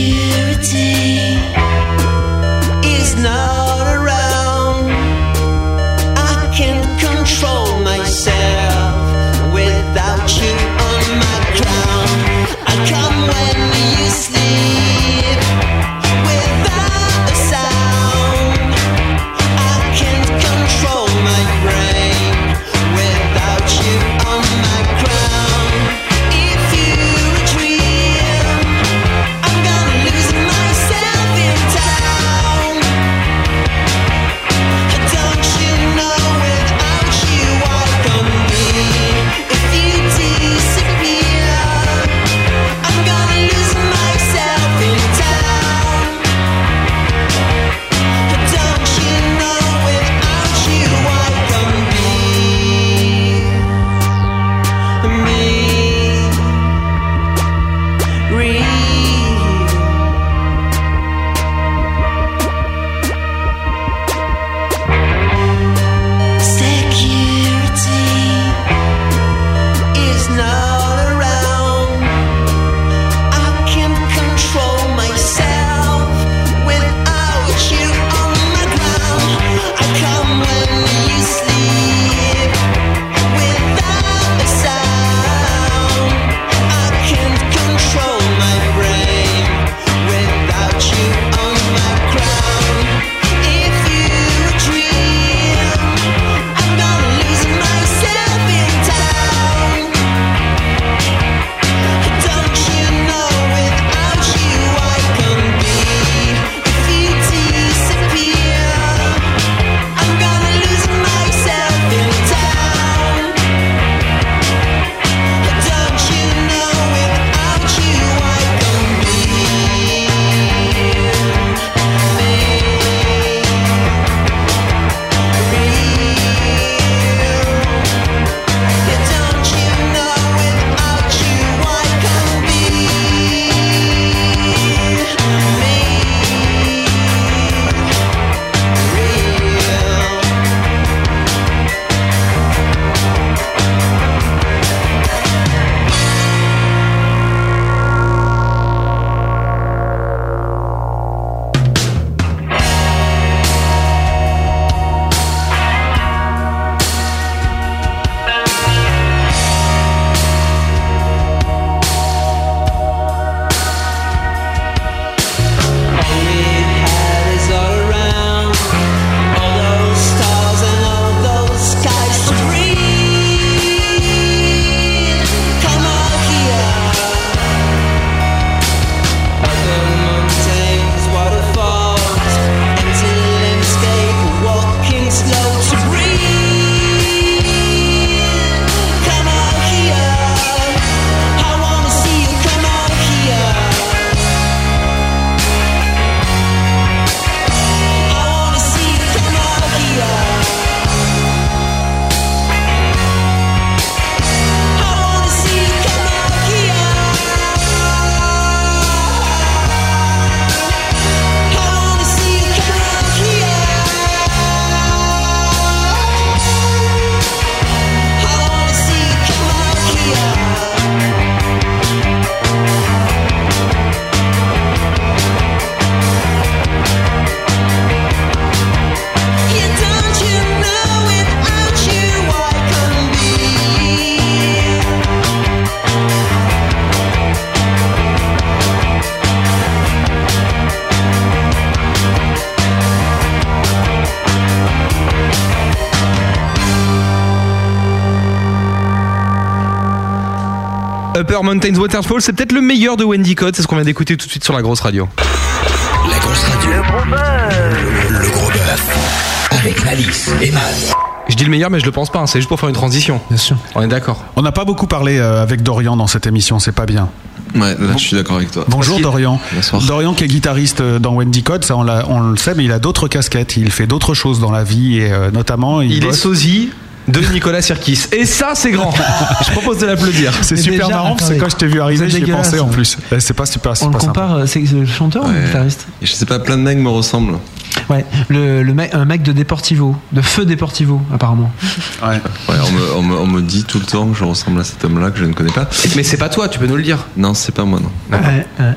Speaker 15: Security is not around. I can't control myself without you on my crown. I come when you sleep without a sound. I can't control my brain without you on my crown. If you dream. I'm gonna lose myself in town. Don't you know without you I come If you disappear, I'm gonna lose myself in town. Don't you know without you I come me? real. Security is not around. I can't control myself without you on my ground. I come when you sleep without a sound. I can't control my brain without you on my crown. If you dream, I'm gonna lose myself in town. Don't you know without you I can be? If you disappear, I'm gonna lose myself in town. Don't you know without you I can Slow to breathe. Come on here. I wanna see you come on here. I wanna see you come out here. I wanna see you come out here. I wanna see you come out here. I wanna see you come out here. Don't you know without you I can be?
Speaker 5: Upper Mountains Waterfall, c'est peut-être le meilleur de Wendy Code, c'est ce qu'on vient d'écouter tout de suite sur la grosse radio.
Speaker 1: La grosse radio. Le gros bœuf. Le, le gros bœuf. Avec Malice et Matt.
Speaker 5: Je dis le meilleur, mais je le pense pas. hein. C'est juste pour faire une transition.
Speaker 6: Bien sûr.
Speaker 5: On est d'accord.
Speaker 4: On n'a pas beaucoup parlé euh, avec Dorian dans cette émission, c'est pas bien.
Speaker 7: Ouais, là, je suis d'accord avec toi.
Speaker 4: Bonjour Dorian.
Speaker 7: Bonsoir.
Speaker 4: Dorian qui est guitariste euh, dans Wendy Code, ça on, l'a- on le sait, mais il a d'autres casquettes, il fait d'autres choses dans la vie et euh, notamment il,
Speaker 5: Il est
Speaker 4: bosse-
Speaker 5: sosie de Nicolas Sirkis. Et ça, c'est grand. je propose de l'applaudir.
Speaker 4: C'est super marrant parce que quand je t'ai vu arriver,
Speaker 6: vous êtes
Speaker 4: j'y ai pensé
Speaker 6: dégueulasse.
Speaker 4: en plus. Eh, C'est pas super, c'est
Speaker 6: On le
Speaker 4: pas sympa.
Speaker 6: compare, euh, c'est c'est le chanteur ou le guitariste
Speaker 7: Et je sais pas, plein de mecs me ressemblent.
Speaker 6: Ouais, le, le mec, un mec de Deportivo, de Feu Deportivo, apparemment.
Speaker 4: Ouais.
Speaker 7: on, me, on me- on me dit tout le temps que je ressemble à cet homme-là que je ne connais pas.
Speaker 5: Mais c'est pas toi, tu peux nous le dire.
Speaker 7: Non, c'est pas moi, non.
Speaker 6: Ouais, ouais.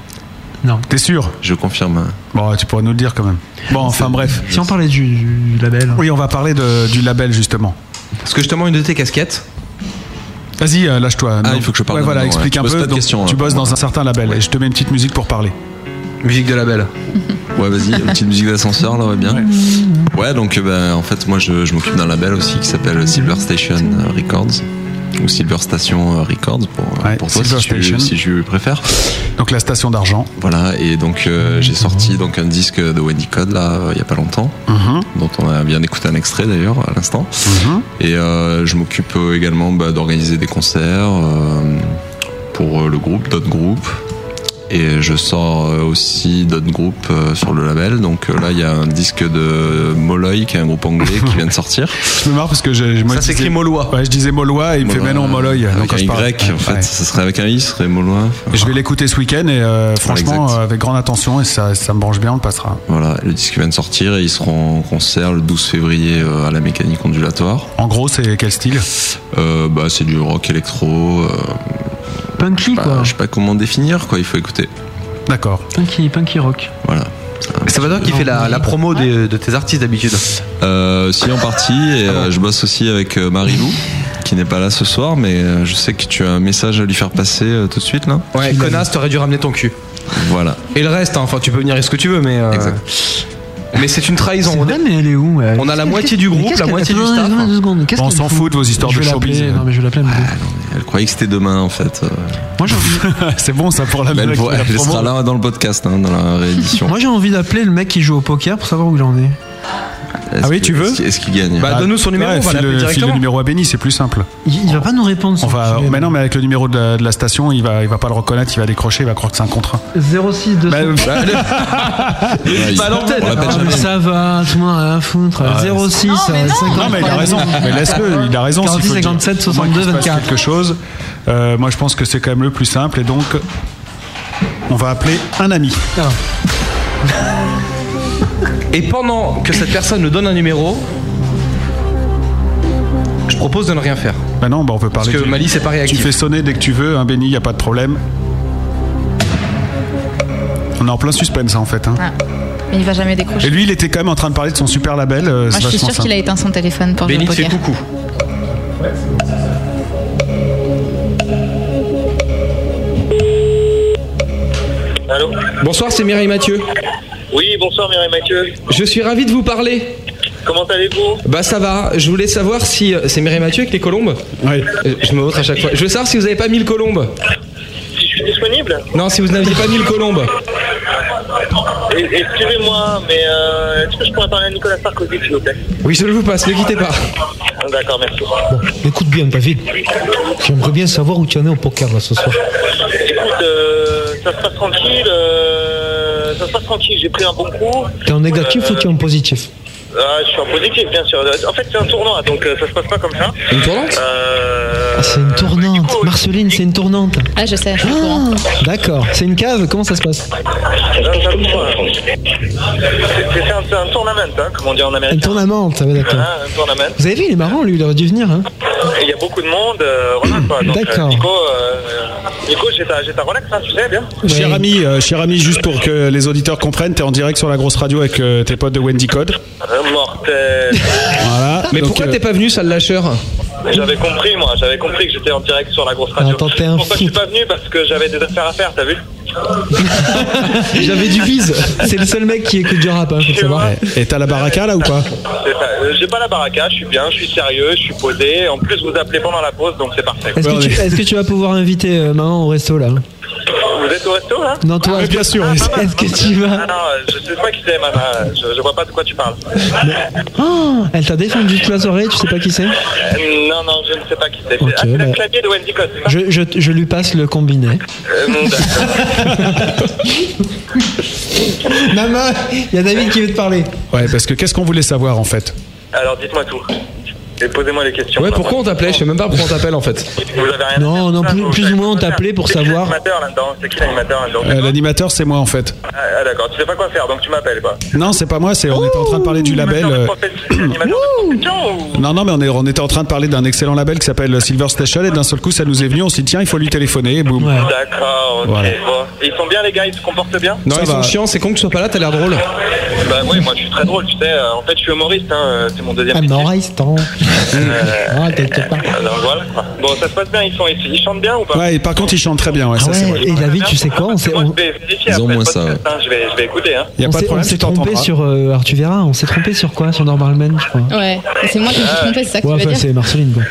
Speaker 6: Non.
Speaker 4: T'es sûr
Speaker 7: Je confirme. hein.
Speaker 4: Bon, tu pourras nous le dire quand même. Bon, enfin bref.
Speaker 6: Si on parlait du, du label.
Speaker 4: Oui, on va parler de- du label justement.
Speaker 5: Parce que justement, une de tes casquettes.
Speaker 4: Vas-y, euh, lâche-toi.
Speaker 7: Ah,
Speaker 4: Non.
Speaker 7: il faut que je parle
Speaker 4: Ouais,
Speaker 7: de
Speaker 4: voilà,
Speaker 7: nom, ouais.
Speaker 4: explique
Speaker 7: Tu
Speaker 4: un
Speaker 7: poses
Speaker 4: peu.
Speaker 7: pas de
Speaker 4: donc,
Speaker 7: questions,
Speaker 4: tu
Speaker 7: hein,
Speaker 4: bosses
Speaker 7: pour
Speaker 4: dans
Speaker 7: moi.
Speaker 4: un certain label et je te mets une petite musique pour parler.
Speaker 5: Musique de label.
Speaker 7: Ouais, vas-y, une petite musique d'ascenseur, là, ouais, bien. Ouais, donc, euh, bah, en fait, moi, je, je m'occupe d'un label aussi qui s'appelle Silver Station euh, Records. Ou Silver Station euh, Records, pour, euh,
Speaker 4: Ouais,
Speaker 7: pour toi,
Speaker 4: Silver
Speaker 7: si tu,
Speaker 4: Station.
Speaker 7: si tu préfères.
Speaker 4: Donc la station d'argent.
Speaker 7: Voilà, et donc, euh, j'ai sorti donc, un disque de Wendy Code, là, euh, il y a pas longtemps,
Speaker 4: Mhm.
Speaker 7: dont on a bien écouté un extrait, d'ailleurs, à l'instant. Et euh, je m'occupe euh, également bah, d'organiser des concerts euh, pour euh, le groupe, d'autres groupes. Et je sors euh, aussi d'autres groupes euh, sur le label. Donc euh, là, il y a un disque de Molloy, qui est un groupe anglais, qui vient de sortir.
Speaker 4: Je me marre parce que je, je- moi, je
Speaker 5: Ça
Speaker 4: disais-
Speaker 5: s'écrit Mollois.
Speaker 4: Ouais, je disais Molloy et il me fait
Speaker 7: Molloy,
Speaker 4: mais non Molloy.
Speaker 7: Avec
Speaker 4: Donc quand
Speaker 7: un
Speaker 4: je
Speaker 7: Y,
Speaker 4: parle-
Speaker 7: en fait,
Speaker 4: Ouais.
Speaker 7: ça serait avec un I, ce serait Molloy.
Speaker 4: Et Je vais l'écouter ce week-end et euh, franchement,
Speaker 7: Ah, exact.
Speaker 4: euh, avec grande attention et ça, ça me branche bien, on le passera.
Speaker 7: Voilà, le disque vient de sortir et ils seront en concert le 12 février euh, à la mécanique ondulatoire.
Speaker 4: En gros, c'est quel style
Speaker 7: Euh, bah, c'est du rock électro. euh,
Speaker 6: Punky,
Speaker 7: bah,
Speaker 6: quoi.
Speaker 7: je sais pas comment définir, quoi. Il faut écouter.
Speaker 4: D'accord.
Speaker 6: Punky, punky rock.
Speaker 7: Voilà.
Speaker 5: C'est pas toi qui fait la, la promo des- de tes artistes d'habitude.
Speaker 7: Euh, si en partie, et euh, je bosse aussi avec euh, Marie-Lou, qui n'est pas là ce soir, mais euh, je sais que tu as un message à lui faire passer euh, tout de suite là.
Speaker 5: Ouais, connasse, t'aurais dû ramener ton cul.
Speaker 7: Voilà.
Speaker 5: Et le reste, hein, enfin, tu peux venir est-ce que tu veux, mais. euh, Mais c'est une trahison.
Speaker 6: C'est
Speaker 5: On
Speaker 6: vrai, mais elle est où elle
Speaker 5: on a la
Speaker 6: Mais
Speaker 5: moitié
Speaker 6: qu'est-ce-
Speaker 5: du
Speaker 6: mais
Speaker 5: groupe,
Speaker 6: qu'est-ce
Speaker 5: la
Speaker 6: qu'elle-
Speaker 5: moitié du
Speaker 6: Attends,
Speaker 5: staff. hein.
Speaker 6: attends, deux secondes, qu'est-ce
Speaker 4: On
Speaker 6: qu'elle
Speaker 4: s'en
Speaker 6: fout
Speaker 4: fout de vos histoires
Speaker 6: Je
Speaker 4: de
Speaker 6: vais
Speaker 4: showbiz. Ah,
Speaker 6: l'appeler, Non, mais je vais l'appeler. mais bon.
Speaker 7: Elle croyait que c'était demain en fait. Euh,
Speaker 6: Moi, j'ai envie-
Speaker 4: c'est bon ça pour la,
Speaker 7: mais elle,
Speaker 4: la-
Speaker 7: voit-
Speaker 4: la
Speaker 7: elle
Speaker 4: promo.
Speaker 7: sera là dans le podcast, hein, dans la réédition.
Speaker 6: Moi j'ai envie d'appeler le mec qui joue au poker pour savoir où il en est.
Speaker 7: Est-ce
Speaker 4: Ah oui,
Speaker 7: que-
Speaker 4: tu veux
Speaker 7: Est-ce qu'il- est-ce qu'il gagne
Speaker 5: Bah, donne-nous son numéro,
Speaker 4: Ouais,
Speaker 5: on va
Speaker 4: file
Speaker 5: l'appeler
Speaker 4: le- file le
Speaker 5: directement.
Speaker 4: numéro à Benny, c'est plus simple.
Speaker 6: Il, il va pas nous répondre. son
Speaker 4: On va,
Speaker 6: filet,
Speaker 4: mais non,
Speaker 6: là.
Speaker 4: mais avec le numéro de la, de la station, il va, il va pas le reconnaître, il va décrocher, il va croire que c'est un contrat.
Speaker 6: 06 200.
Speaker 5: Bah,
Speaker 4: Bah,
Speaker 7: Ouais, il-
Speaker 5: Pas à l'antenne,
Speaker 7: on l'appelle
Speaker 6: Ah, mais
Speaker 7: jamais.
Speaker 6: ça va, tout le monde a rien à foutre. euh, 06 50.
Speaker 4: Ah, Non, mais il a raison. Mais laisse-le, il a raison. s'il faut le
Speaker 6: 46,
Speaker 4: dire.
Speaker 6: 57,
Speaker 4: Au moins qu'il
Speaker 6: 62,
Speaker 4: se passe
Speaker 6: 24.
Speaker 4: quelque chose. Euh, moi, je pense que c'est quand même le plus simple. Et donc, on va appeler un ami.
Speaker 6: Ah.
Speaker 5: Et pendant que cette personne nous donne un numéro, je propose de ne rien faire.
Speaker 4: Bah non, bah on peut parler.
Speaker 5: que
Speaker 4: du-
Speaker 5: Malice est pas réactive.
Speaker 4: Tu fais sonner dès que tu veux, hein, Benny, il a pas de problème. On est en plein suspense, hein, en fait. hein.
Speaker 11: Ah. Mais il va jamais décrocher.
Speaker 4: Et lui, il était quand même en train de parler de son super label. euh,
Speaker 11: Moi,
Speaker 4: c'est
Speaker 11: je
Speaker 4: vachement
Speaker 11: suis sûre qu'il a
Speaker 4: simple.
Speaker 11: éteint son téléphone pour
Speaker 5: Béni,
Speaker 11: jouer au
Speaker 5: fais
Speaker 11: poker.
Speaker 5: coucou.
Speaker 15: Allô
Speaker 5: Bonsoir, c'est Mireille Mathieu.
Speaker 15: Oui, bonsoir Mireille Mathieu.
Speaker 5: Je suis ravi de vous parler.
Speaker 15: Comment allez-vous
Speaker 5: Bah ça va, je voulais savoir si... euh, C'est Mireille Mathieu avec les colombes
Speaker 4: Ouais.
Speaker 5: Euh, Je me vautre à chaque fois. Je veux savoir si vous avez pas mis le colombe.
Speaker 15: Si je suis disponible
Speaker 5: Non, si vous n'aviez pas mis le colombe.
Speaker 15: Eh, Excusez-moi, mais euh, est-ce que je pourrais parler à Nicolas Sarkozy, s'il vous plaît
Speaker 5: Oui, je le vous passe, ne quittez pas.
Speaker 15: D'accord, merci.
Speaker 16: Écoute bien, David. J'aimerais bien savoir où tu en es au poker là ce soir.
Speaker 15: Écoute, euh, ça se passe tranquille. euh, ça se passe tranquille, j'ai pris un bon coup.
Speaker 16: T'es en négatif
Speaker 15: Euh,
Speaker 16: ou t'es en positif
Speaker 15: ah, Je suis en positif, bien sûr. En fait, c'est un tournoi, donc euh, ça se passe pas comme ça.
Speaker 5: Une tournante
Speaker 15: Euh,
Speaker 16: Ah, C'est une tournante. Marceline, c'est une tournante.
Speaker 11: Ah, je sais, je suis au courant.
Speaker 16: Ah, D'accord. C'est une cave. Comment ça se passe
Speaker 15: c'est un tournoi. C'est- c'est un, c'est un tournament, hein, comme on dit en
Speaker 16: Une
Speaker 15: américain.
Speaker 16: tournante, ça va d'accord.
Speaker 15: Ah, un tournament.
Speaker 16: Vous avez vu, il est marrant, lui, il aurait dû venir. Hein.
Speaker 15: Et Il y a beaucoup de monde, euh, voilà quoi. Donc, euh,
Speaker 16: D'accord.
Speaker 15: Nico, euh, Nico j'ai ta, j'ai ta relax, hein, tu sais bien.
Speaker 4: Cher ami, euh, cher ami, juste pour que les auditeurs comprennent, t'es en direct sur la grosse radio avec euh, tes potes de Wendy Code.
Speaker 15: Euh, Mortel.
Speaker 4: Voilà.
Speaker 5: Mais
Speaker 4: Donc,
Speaker 5: pourquoi
Speaker 4: euh,
Speaker 5: t'es pas venu, sale lâcheur
Speaker 15: j'avais compris, moi, j'avais compris que j'étais en direct sur la grosse radio.
Speaker 16: Attends, t'es un
Speaker 15: Pourquoi je
Speaker 16: fou.
Speaker 15: suis pas venu Parce que j'avais des affaires à faire, t'as vu
Speaker 16: J'avais du bise. C'est le seul mec qui écoute du rap, hein, faut le savoir.
Speaker 4: Et t'as la baraka là ou pas
Speaker 15: C'est ça. Euh, J'ai pas la baraka, je suis bien, je suis sérieux, je suis posé. En plus, vous appelez pendant la pause, donc c'est parfait.
Speaker 16: Est-ce que, tu- est-ce que tu vas pouvoir inviter euh, maman au resto là hein
Speaker 15: Vous êtes au resto là
Speaker 6: Non, toi, Mais bien sûr, est-ce que tu vas
Speaker 15: Ah non, je sais pas qui c'est, Mama. Je, je vois pas de quoi tu parles.
Speaker 6: Oh, elle t'a défendu toute la soirée, tu sais pas qui c'est
Speaker 15: Euh, non, non, je ne sais pas qui c'est.
Speaker 6: Ok,
Speaker 15: Ah, c'est
Speaker 6: bah.
Speaker 15: le clavier de Wendy Cott. c'est ça
Speaker 6: je, je, je lui passe le combiné.
Speaker 15: Euh, non, d'accord.
Speaker 6: Maman, il y a David qui veut te parler.
Speaker 4: Ouais, parce que qu'est-ce qu'on voulait savoir en fait
Speaker 15: Alors dites-moi tout. Et posez-moi les questions.
Speaker 5: Ouais, pourquoi on t'appelait Je sais même pas pourquoi on t'appelle en fait.
Speaker 15: Vous avez rien
Speaker 6: Non, non, plus, plus ou moins on t'appelait pour
Speaker 15: C'est qui
Speaker 6: savoir.
Speaker 15: l'animateur là-dedans C'est qui l'animateur là-dedans
Speaker 4: Euh, L'animateur, c'est moi en fait.
Speaker 15: Ah, ah, d'accord, tu sais pas quoi faire, donc tu m'appelles quoi.
Speaker 4: Non, c'est pas moi, c'est on était en train de parler du label. euh,
Speaker 15: Animateur de compétition ou
Speaker 4: Non, non, mais on, est- on était en train de parler d'un excellent label qui s'appelle euh, Silver Station et d'un seul coup ça nous est venu, on s'est dit tiens, il faut lui téléphoner et boum.
Speaker 15: D'accord, ok.
Speaker 4: Voilà.
Speaker 15: Bon. Et Ils sont bien les gars, ils se comportent bien
Speaker 5: Non, ils sont chiants, c'est con que tu sois pas là, t'as l'air drôle.
Speaker 15: Bah oui, moi je suis très drôle, tu sais. euh, En fait, je suis humoriste, hein, euh, c'est mon
Speaker 6: Ah,
Speaker 15: deuxième. métier.
Speaker 6: Amoristan.
Speaker 15: Euh,
Speaker 6: Ah, t'inquiète pas.
Speaker 15: Alors voilà quoi. Bon, ça se passe bien, ils, sont, ils, ils chantent bien ou pas
Speaker 4: Ouais, et par contre, il chante très bien, ouais, ça c'est vrai.
Speaker 6: Ah Et David, tu sais quoi On s'est, on,
Speaker 15: Je vais vérifier
Speaker 4: Ils ont
Speaker 15: après le
Speaker 4: moins ça,
Speaker 15: podcast, hein, je, vais, je vais écouter. Hein.
Speaker 4: Y a
Speaker 6: on
Speaker 4: pas de
Speaker 6: s'est, on
Speaker 4: problème,
Speaker 6: s'est
Speaker 4: tu
Speaker 6: trompé
Speaker 4: t'entendras.
Speaker 6: sur. euh, alors tu verras, on s'est trompé sur quoi Sur Normal Man, je crois.
Speaker 11: Ouais, et Ah, c'est moi qui me suis trompée, c'est ça que
Speaker 6: Ouais,
Speaker 11: tu
Speaker 6: enfin,
Speaker 11: veux dire
Speaker 6: c'est Marceline. quoi.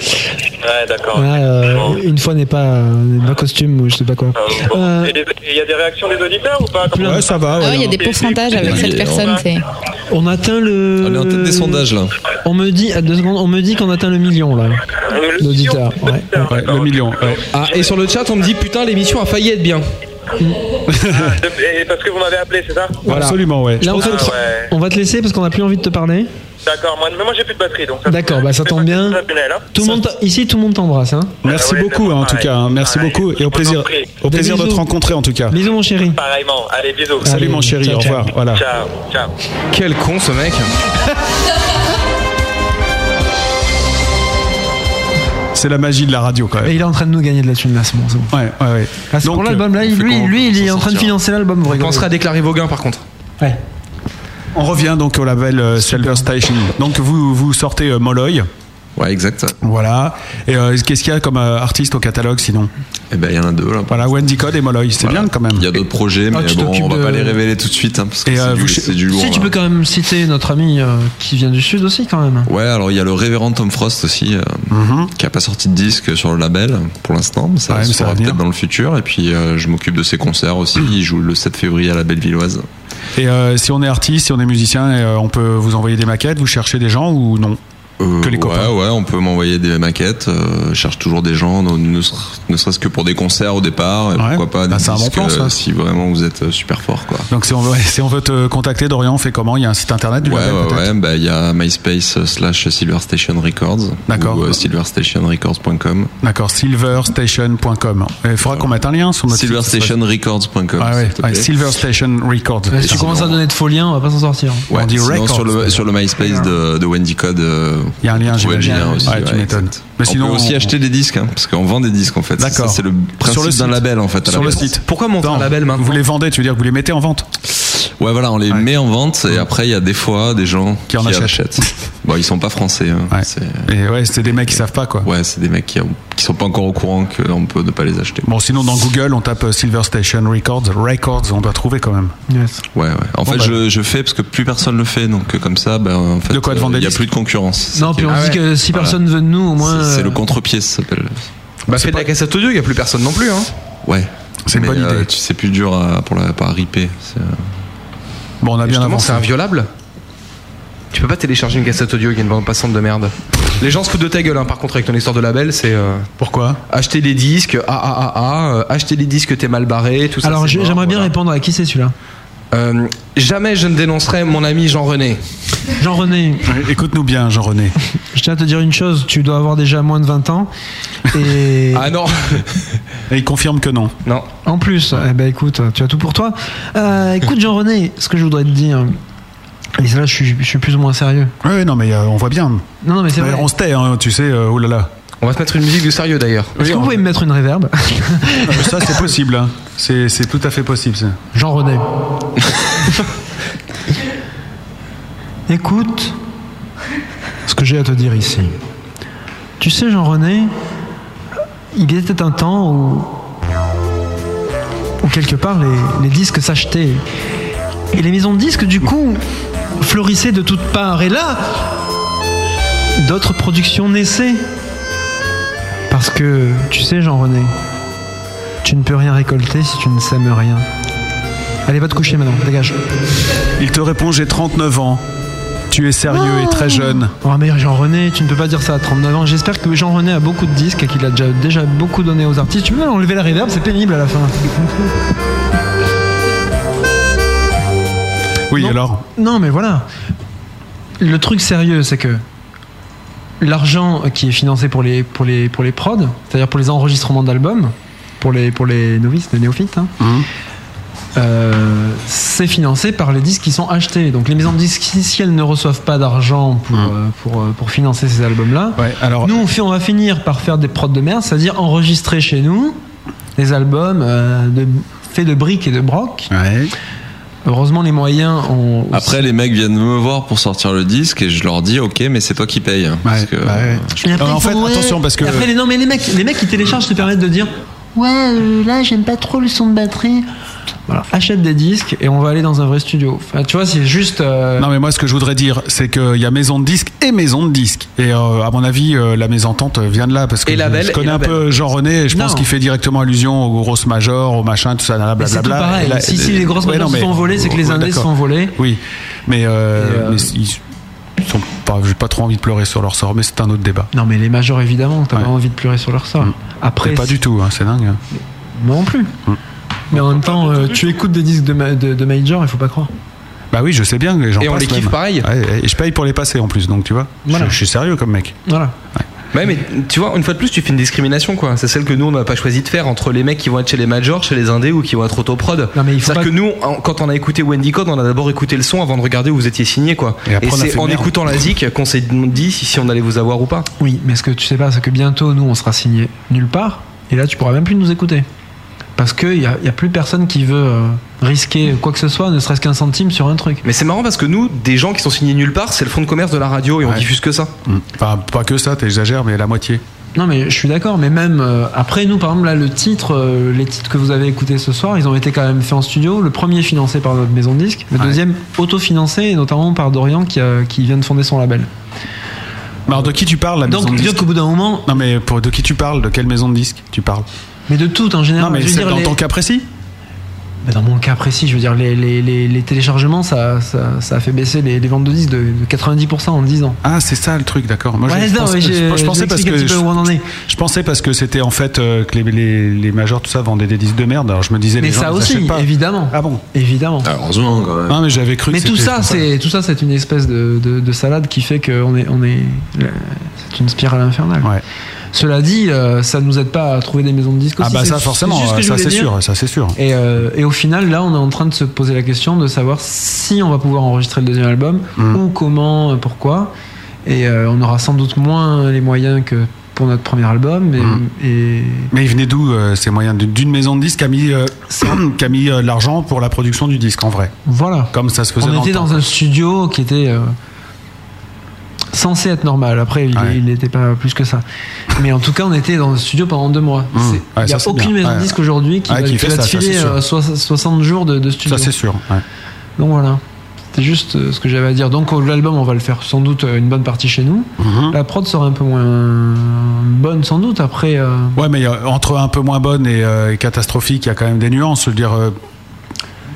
Speaker 15: Ouais, d'accord.
Speaker 6: Ouais, euh, une fois n'est pas, euh, n'est pas costume ou je sais pas quoi.
Speaker 15: Ah, Bon. Et il y a des réactions des auditeurs ou pas
Speaker 6: Euh. Ouais, ça va, ouais.
Speaker 11: Ah ouais, il y a des pourcentages avec cette personne, c'est.
Speaker 6: On atteint le.
Speaker 7: On est en tête des sondages là.
Speaker 6: On me dit, à deux secondes, on me dit qu'on atteint le million là. D'auditeurs. Ouais.
Speaker 4: Ouais, le million. ouais.
Speaker 5: Ah, et sur le chat, on me dit putain, l'émission a failli être bien.
Speaker 15: Ah, de- et parce que vous m'avez appelé, c'est ça
Speaker 5: Voilà.
Speaker 4: Absolument, ouais.
Speaker 6: Là, en
Speaker 15: pense
Speaker 6: fait,
Speaker 15: que- Ouais.
Speaker 6: on va te laisser parce qu'on a plus envie de te parler.
Speaker 15: D'accord, moi, mais moi j'ai plus de batterie donc. ça-
Speaker 6: D'accord, bah ça tombe bien.
Speaker 15: ça, Pinel, hein.
Speaker 6: Tout le monde, ici, tout le monde t'embrasse. Hein.
Speaker 4: Merci
Speaker 15: Ah ouais,
Speaker 4: beaucoup
Speaker 15: c'est
Speaker 4: hein, en tout
Speaker 15: pareil.
Speaker 4: cas, hein, merci
Speaker 15: Pareil.
Speaker 4: beaucoup et au
Speaker 15: Je vous en
Speaker 4: plaisir,
Speaker 15: prie.
Speaker 4: au
Speaker 6: Des
Speaker 4: plaisir de te
Speaker 6: bisous.
Speaker 4: rencontrer en tout cas.
Speaker 6: Bisous, mon chéri.
Speaker 15: Pareillement, allez, bisous.
Speaker 4: Salut mon chéri,
Speaker 6: ciao,
Speaker 4: au
Speaker 6: ciao.
Speaker 4: revoir. Voilà.
Speaker 15: Ciao, ciao.
Speaker 5: Quel con ce mec.
Speaker 4: C'est la magie de la radio quand
Speaker 6: Et
Speaker 4: même.
Speaker 6: il est en train de nous gagner de la thune là, c'est bon. c'est bon.
Speaker 4: Ouais, ouais, ouais.
Speaker 6: Ah, c'est
Speaker 4: Donc, euh,
Speaker 6: pour l'album là,
Speaker 7: on fait
Speaker 6: lui,
Speaker 7: comment
Speaker 6: lui,
Speaker 7: pour
Speaker 6: il est
Speaker 7: s'en
Speaker 6: en train de
Speaker 7: sortir
Speaker 6: financer l'album, vous
Speaker 5: On
Speaker 6: rigolez.
Speaker 5: pensera à déclarer Vauguen par contre.
Speaker 6: Ouais.
Speaker 4: On revient donc au label euh, Silver Station. Donc vous vous sortez euh, Molloy,
Speaker 7: Ouais, exact.
Speaker 4: voilà. Et euh, qu'est-ce qu'il y a comme euh, artiste au catalogue sinon
Speaker 7: Et ben il y en a deux là.
Speaker 4: Voilà, Wendy Code et Molloy, c'est bien quand même.
Speaker 7: Il y a d'autres projets, mais
Speaker 6: Ah, tu
Speaker 7: bon,
Speaker 6: t'occupes
Speaker 7: on va
Speaker 6: de-
Speaker 7: pas les révéler tout de suite hein, parce que
Speaker 4: Et, euh,
Speaker 7: c'est
Speaker 4: vous
Speaker 7: du,
Speaker 4: ch-
Speaker 7: c'est du lourd. hein.
Speaker 6: Si tu
Speaker 7: là.
Speaker 6: peux quand même citer notre ami euh, qui vient du sud aussi quand même.
Speaker 7: Ouais, alors il y a le révérend Tom Frost aussi, euh, qui a pas sorti de disque sur le label pour l'instant, mais ça
Speaker 4: Mhm. Ouais, mais
Speaker 7: se
Speaker 4: ça va
Speaker 7: fera
Speaker 4: venir.
Speaker 7: peut-être dans le futur. Et puis euh, je m'occupe de ses concerts aussi. Il joue le 7 février à la Bellevilloise.
Speaker 4: Et euh, si on est artiste, si on est musicien, euh, on peut vous envoyer des maquettes, vous cherchez des gens ou non
Speaker 7: Euh,
Speaker 4: Que les copains.
Speaker 7: Ouais, ouais, on peut m'envoyer des maquettes. euh, je cherche toujours des gens, ne, ne ser- ne serait-ce que pour des concerts au départ. Et
Speaker 4: Ouais.
Speaker 7: pourquoi pas
Speaker 4: Ah,
Speaker 7: des
Speaker 4: c'est un bon
Speaker 7: disques,
Speaker 4: plan, ça.
Speaker 7: euh, si vraiment vous êtes euh, super fort, quoi.
Speaker 4: Donc si on veut, si on veut te contacter, Dorian, on fait comment Il y a un site internet du
Speaker 7: Ouais,
Speaker 4: label
Speaker 7: ouais,
Speaker 4: peut-être
Speaker 7: ouais, bah, il y a MySpace slash Silver Station Records.
Speaker 4: D'accord.
Speaker 7: Ou euh, silverstationrecords.com.
Speaker 4: D'accord, silverstation.com. Il faudra qu'on mette un lien sur notre site, ça serait-
Speaker 7: Silverstationrecords.com.
Speaker 4: Ah ouais,
Speaker 7: s'il te
Speaker 4: ouais,
Speaker 7: plaît.
Speaker 4: Silver Station Records.
Speaker 6: Là, si tu
Speaker 7: sinon-
Speaker 6: commences à donner de faux liens, on va pas s'en sortir.
Speaker 7: Ouais,
Speaker 4: on dit
Speaker 7: sinon,
Speaker 4: records.
Speaker 7: sur le, sur le MySpace de, de Wendy Code. euh,
Speaker 4: Il y a un lien,
Speaker 7: vous trouvez le
Speaker 4: j'imagine.
Speaker 7: lien aussi,
Speaker 4: Ouais, tu m'étonnes.
Speaker 7: exact.
Speaker 4: Mais
Speaker 7: on
Speaker 4: sinon,
Speaker 7: peut aussi
Speaker 4: on-
Speaker 7: acheter des disques, hein, parce qu'on vend des disques en fait. C'est
Speaker 4: D'accord.
Speaker 7: ça, C'est le principe
Speaker 4: Sur le
Speaker 7: d'un
Speaker 4: site.
Speaker 7: label en fait. à la
Speaker 4: Sur le
Speaker 7: base.
Speaker 4: site.
Speaker 5: Pourquoi monter
Speaker 4: Non,
Speaker 5: un label maintenant
Speaker 4: Vous les vendez, tu veux dire que vous les mettez en vente
Speaker 7: Ouais, voilà, on les met en vente et après il y a des fois des gens
Speaker 4: Qui en achètent.
Speaker 7: bon, ils sont pas français. hein,
Speaker 4: Ouais.
Speaker 7: c'est-
Speaker 4: Et ouais, c'est des mecs qui savent pas quoi.
Speaker 7: Ouais, c'est des mecs qui, ont- qui sont pas encore au courant que on peut ne pas les acheter.
Speaker 4: Bon, sinon dans Google, on tape euh, Silver Station Records, Records, on doit trouver quand même.
Speaker 6: Yes.
Speaker 7: Ouais, ouais. En fait,
Speaker 4: bah.
Speaker 7: je, je fais parce que plus personne le fait, donc euh, comme ça, ben, en fait,
Speaker 4: De quoi te vendre
Speaker 7: euh, il y a
Speaker 4: des
Speaker 7: plus de concurrence. C'est
Speaker 6: Non,
Speaker 7: ça
Speaker 6: puis
Speaker 7: qui est-
Speaker 6: on se dit que si
Speaker 7: Voilà.
Speaker 6: personne veut de nous, au moins.
Speaker 7: C'est c'est
Speaker 6: euh,
Speaker 7: le contre-pied, ça s'appelle.
Speaker 5: Bah, fais de la cassette audio, y a plus personne non plus. Hein.
Speaker 7: Ouais.
Speaker 4: C'est une
Speaker 7: Mais,
Speaker 4: bonne
Speaker 7: euh,
Speaker 4: idée.
Speaker 7: tu- C'est plus dur à, pour la, pas à riper. c'est, euh,
Speaker 4: Bon, on a
Speaker 5: Et
Speaker 4: bien
Speaker 5: Justement,
Speaker 4: avancé.
Speaker 5: c'est inviolable. Tu peux pas télécharger une cassette audio qui est une bande passante de merde. Les gens se foutent de ta gueule, hein, par contre, avec ton histoire de label, c'est euh,
Speaker 4: Pourquoi
Speaker 5: acheter des disques, ah ah ah ah, euh, acheter des disques, t'es mal barré, tout ça.
Speaker 6: Alors
Speaker 5: c'est
Speaker 6: j'ai-
Speaker 5: mort,
Speaker 6: j'aimerais bien
Speaker 5: voilà.
Speaker 6: répondre à qui c'est celui-là
Speaker 5: Euh, jamais je ne dénoncerai mon ami Jean-René.
Speaker 6: Jean-René,
Speaker 4: Écoute-nous bien, Jean-René.
Speaker 6: je tiens à te dire une chose, tu dois avoir déjà moins de 20 ans. Et
Speaker 5: Ah non
Speaker 4: Et il confirme que non.
Speaker 5: Non.
Speaker 6: en plus, eh ben écoute, tu as tout pour toi. Euh, écoute Jean-René, ce que je voudrais te dire, et c'est là je suis, je suis plus ou moins sérieux.
Speaker 4: Ouais, ouais, non, mais euh, on voit bien.
Speaker 6: Non, non mais c'est vrai.
Speaker 4: D'ailleurs, on se tait, hein, tu sais, euh, oh là là.
Speaker 5: On va se mettre une musique du sérieux d'ailleurs.
Speaker 6: Est-ce que vous pouvez me mettre une réverbe
Speaker 4: Euh, ça, c'est possible. hein. C'est c'est tout à fait possible. ça.
Speaker 6: Jean-René. Écoute ce que j'ai à te dire ici. Tu sais, Jean-René, il était un temps où, où quelque part, les, les disques s'achetaient. Et les maisons de disques, du coup, fleurissaient de toutes parts. Et là, d'autres productions naissaient. Parce que, tu sais, Jean-René, tu Tu ne peux rien récolter si tu ne sèmes rien. Allez, va te coucher maintenant, dégage.
Speaker 4: Il te répond J'ai 39 ans. Tu es sérieux et très jeune.
Speaker 6: Oh mais Jean-René, tu ne peux pas dire ça à 39 ans. J'espère que Jean-René a beaucoup de disques et qu'il a déjà, déjà beaucoup donné aux artistes. Tu peux enlever la reverb, c'est pénible à la fin.
Speaker 4: Oui, alors
Speaker 6: Non, mais voilà. Le truc sérieux, c'est que l'argent qui est financé pour les, pour les, pour les prods, c'est-à-dire pour les enregistrements d'albums, pour les, pour les novices, les néophytes, hein, euh, c'est financé par les disques qui sont achetés. Donc les maisons de disques, si si elles ne reçoivent pas d'argent pour, euh, pour, euh, pour financer ces albums-là, nous on, fait, on va finir par faire des prods de merde, c'est-à-dire enregistrer chez nous des albums euh, de, faits de briques et de broc. Heureusement les moyens ont...
Speaker 7: Après, les mecs viennent me voir pour sortir le disque et je leur dis ok, mais c'est toi qui paye. Parce que, euh, je-
Speaker 6: Et après, ils font, ouais. Et après, les- non, mais les mecs, les mecs qui téléchargent se permettent de dire Ouais, euh, là, j'aime pas trop le son de batterie. Voilà, achète des disques et on va aller dans un vrai studio. Enfin, tu vois, c'est juste. euh,
Speaker 4: Non mais moi ce que je voudrais dire c'est qu'il y a maison de disques et maison de disques et euh, à mon avis euh, la mésentente vient de là parce que
Speaker 5: Et
Speaker 4: je-
Speaker 5: label,
Speaker 4: je,
Speaker 5: et
Speaker 4: connais un
Speaker 5: label.
Speaker 4: peu Jean René et je pense
Speaker 5: Non.
Speaker 4: qu'il fait directement allusion aux grosses majors aux machins tout ça
Speaker 6: Mais c'est
Speaker 4: blablabla
Speaker 6: tout pareil.
Speaker 4: Et là-
Speaker 6: Si- si les grosses majors se
Speaker 4: mais-
Speaker 6: font voler, c'est que les
Speaker 4: Ouais,
Speaker 6: indés se
Speaker 4: d'accord.
Speaker 6: font voler.
Speaker 4: Oui mais, euh,
Speaker 6: Et, euh,
Speaker 4: mais ils ils sont pas j'ai pas trop envie de pleurer sur leur sort mais c'est un autre débat.
Speaker 6: Non, mais les majors, évidemment, t'as pas envie de pleurer sur leur sort. Après,
Speaker 4: Et pas
Speaker 6: c'est-
Speaker 4: du tout hein, c'est dingue.
Speaker 6: Moi non plus. Mais en même temps, euh, tu écoutes des disques de, ma- de, de Major, il faut pas croire.
Speaker 4: Bah oui je sais bien que j'en
Speaker 6: Et on
Speaker 4: passe
Speaker 6: les kiffe
Speaker 4: même.
Speaker 6: pareil.
Speaker 4: Ouais, et je paye pour les passer en plus donc tu vois
Speaker 5: Voilà.
Speaker 4: je, je suis sérieux comme mec.
Speaker 6: Voilà.
Speaker 5: Ouais, mais tu vois, une fois de plus, tu fais une discrimination, quoi. C'est celle que nous, on n'a pas choisi de faire entre les mecs qui vont être chez les majors, chez les indés ou qui vont être autoprod. C'est-à-dire que nous, en- quand on a écouté Wendy Code, on a d'abord écouté le son avant de regarder où vous étiez signé, quoi.
Speaker 6: Et après,
Speaker 5: Et
Speaker 6: on a
Speaker 5: c'est
Speaker 6: fait
Speaker 5: en
Speaker 6: merde.
Speaker 5: écoutant la ZIC qu'on s'est dit si, si on allait vous avoir ou pas.
Speaker 6: Oui, mais ce que tu sais pas, c'est que bientôt, nous, on sera signé nulle part, et là, tu pourras même plus nous écouter. Parce qu'il n'y a, y a plus personne qui veut euh, risquer quoi que ce soit, ne serait-ce qu'un centime sur un truc.
Speaker 5: Mais c'est marrant parce que nous, des gens qui sont signés nulle part, c'est le fonds de commerce de la radio et on diffuse que ça.
Speaker 4: Hum. Enfin pas que ça t'exagères mais la moitié.
Speaker 6: Non, mais je suis d'accord, mais même euh, après, nous, par exemple, là, le titre, euh, les titres que vous avez écoutés ce soir, ils ont été quand même faits en studio. Le premier financé par notre maison de disques, le deuxième autofinancé, et notamment par Dorian qui, a- qui vient de fonder son label.
Speaker 4: Mais alors de qui tu parles la
Speaker 6: Donc,
Speaker 4: maison de
Speaker 6: dire
Speaker 4: disques
Speaker 6: qu'au bout d'un moment.
Speaker 4: Non mais pour, de qui tu parles De quelle maison de disques tu parles
Speaker 6: Mais de tout en général.
Speaker 4: Non, mais
Speaker 6: je veux
Speaker 4: c'est
Speaker 6: dire,
Speaker 4: dans
Speaker 6: les-
Speaker 4: ton cas précis
Speaker 6: Bah, Dans mon cas précis, je veux dire, les, les- les- les téléchargements, ça, ça, ça a fait baisser les, les ventes de disques de, de 90% en 10 ans.
Speaker 4: Ah, c'est ça le truc, d'accord. Moi, je-
Speaker 6: Ouais,
Speaker 4: je,
Speaker 6: non,
Speaker 4: pense-
Speaker 6: mais
Speaker 4: je-
Speaker 6: j'ai-
Speaker 4: je
Speaker 6: je
Speaker 4: pensais parce
Speaker 6: m'explique
Speaker 4: que
Speaker 6: un petit peu où on en
Speaker 4: je,
Speaker 6: est.
Speaker 4: je pensais parce que c'était en fait euh, que les, les, les majors tout ça vendaient des disques de merde. Alors je me disais
Speaker 6: Mais
Speaker 4: les gens
Speaker 6: ça
Speaker 4: les
Speaker 6: aussi,
Speaker 4: achètent pas.
Speaker 6: évidemment. Ah
Speaker 4: bon
Speaker 6: Évidemment.
Speaker 7: Heureusement, quand même.
Speaker 4: Non mais j'avais cru.
Speaker 6: Mais
Speaker 4: que
Speaker 6: tout
Speaker 4: c'était-
Speaker 6: ça, c'est tout ça, c'est une espèce de, de- de salade qui fait qu'on est, on est, c'est une spirale infernale. Cela dit, euh, ça nous aide pas à trouver des maisons de disques.
Speaker 4: Ah
Speaker 6: aussi,
Speaker 4: bah
Speaker 6: c'est-
Speaker 4: ça
Speaker 6: c'est
Speaker 4: forcément,
Speaker 6: juste ce que je
Speaker 4: ça
Speaker 6: voulais
Speaker 4: c'est
Speaker 6: dire.
Speaker 4: sûr, ça c'est sûr.
Speaker 6: Et, euh, et au final, là, on est en train de se poser la question de savoir si on va pouvoir enregistrer le deuxième album,
Speaker 4: Mm.
Speaker 6: ou comment, euh, pourquoi. Et euh, on aura sans doute moins les moyens que pour notre premier album. Mais,
Speaker 4: Mm.
Speaker 6: et...
Speaker 4: Mais ils venaient d'où euh, ces moyens D'une- D'une maison de disques qui a mis, euh, qui a mis euh, de l'argent pour la production du disque en vrai.
Speaker 6: Voilà.
Speaker 4: Comme ça se faisait
Speaker 6: On
Speaker 4: dans
Speaker 6: était
Speaker 4: le temps.
Speaker 6: dans un studio qui était euh, censé être normal. Après,
Speaker 4: Ah
Speaker 6: il- il n'était pas plus que ça. Mais en tout cas, on était dans un studio pendant deux mois.
Speaker 4: Mmh.
Speaker 6: C'est-
Speaker 4: Ouais,
Speaker 6: Il n'y
Speaker 4: ça,
Speaker 6: a
Speaker 4: c'est
Speaker 6: aucune
Speaker 4: bien.
Speaker 6: maison de
Speaker 4: Ouais.
Speaker 6: disque aujourd'hui qui,
Speaker 4: Ouais,
Speaker 6: va-
Speaker 4: qui
Speaker 6: qui
Speaker 4: fait
Speaker 6: va
Speaker 4: ça,
Speaker 6: te
Speaker 4: ça,
Speaker 6: filer
Speaker 4: c'est sûr.
Speaker 6: euh, soix- 60 jours de, de studio.
Speaker 4: Ça c'est sûr. ouais.
Speaker 6: Donc voilà. C'était juste euh, ce que j'avais à dire. Donc euh, l'album, on va le faire sans doute euh, une bonne partie chez nous.
Speaker 4: Mm-hmm.
Speaker 6: La prod sera un peu moins bonne sans doute. Après, euh,
Speaker 4: Ouais, mais euh, entre un peu moins bonne et, euh, et catastrophique, il y a quand même des nuances. Je veux dire, euh,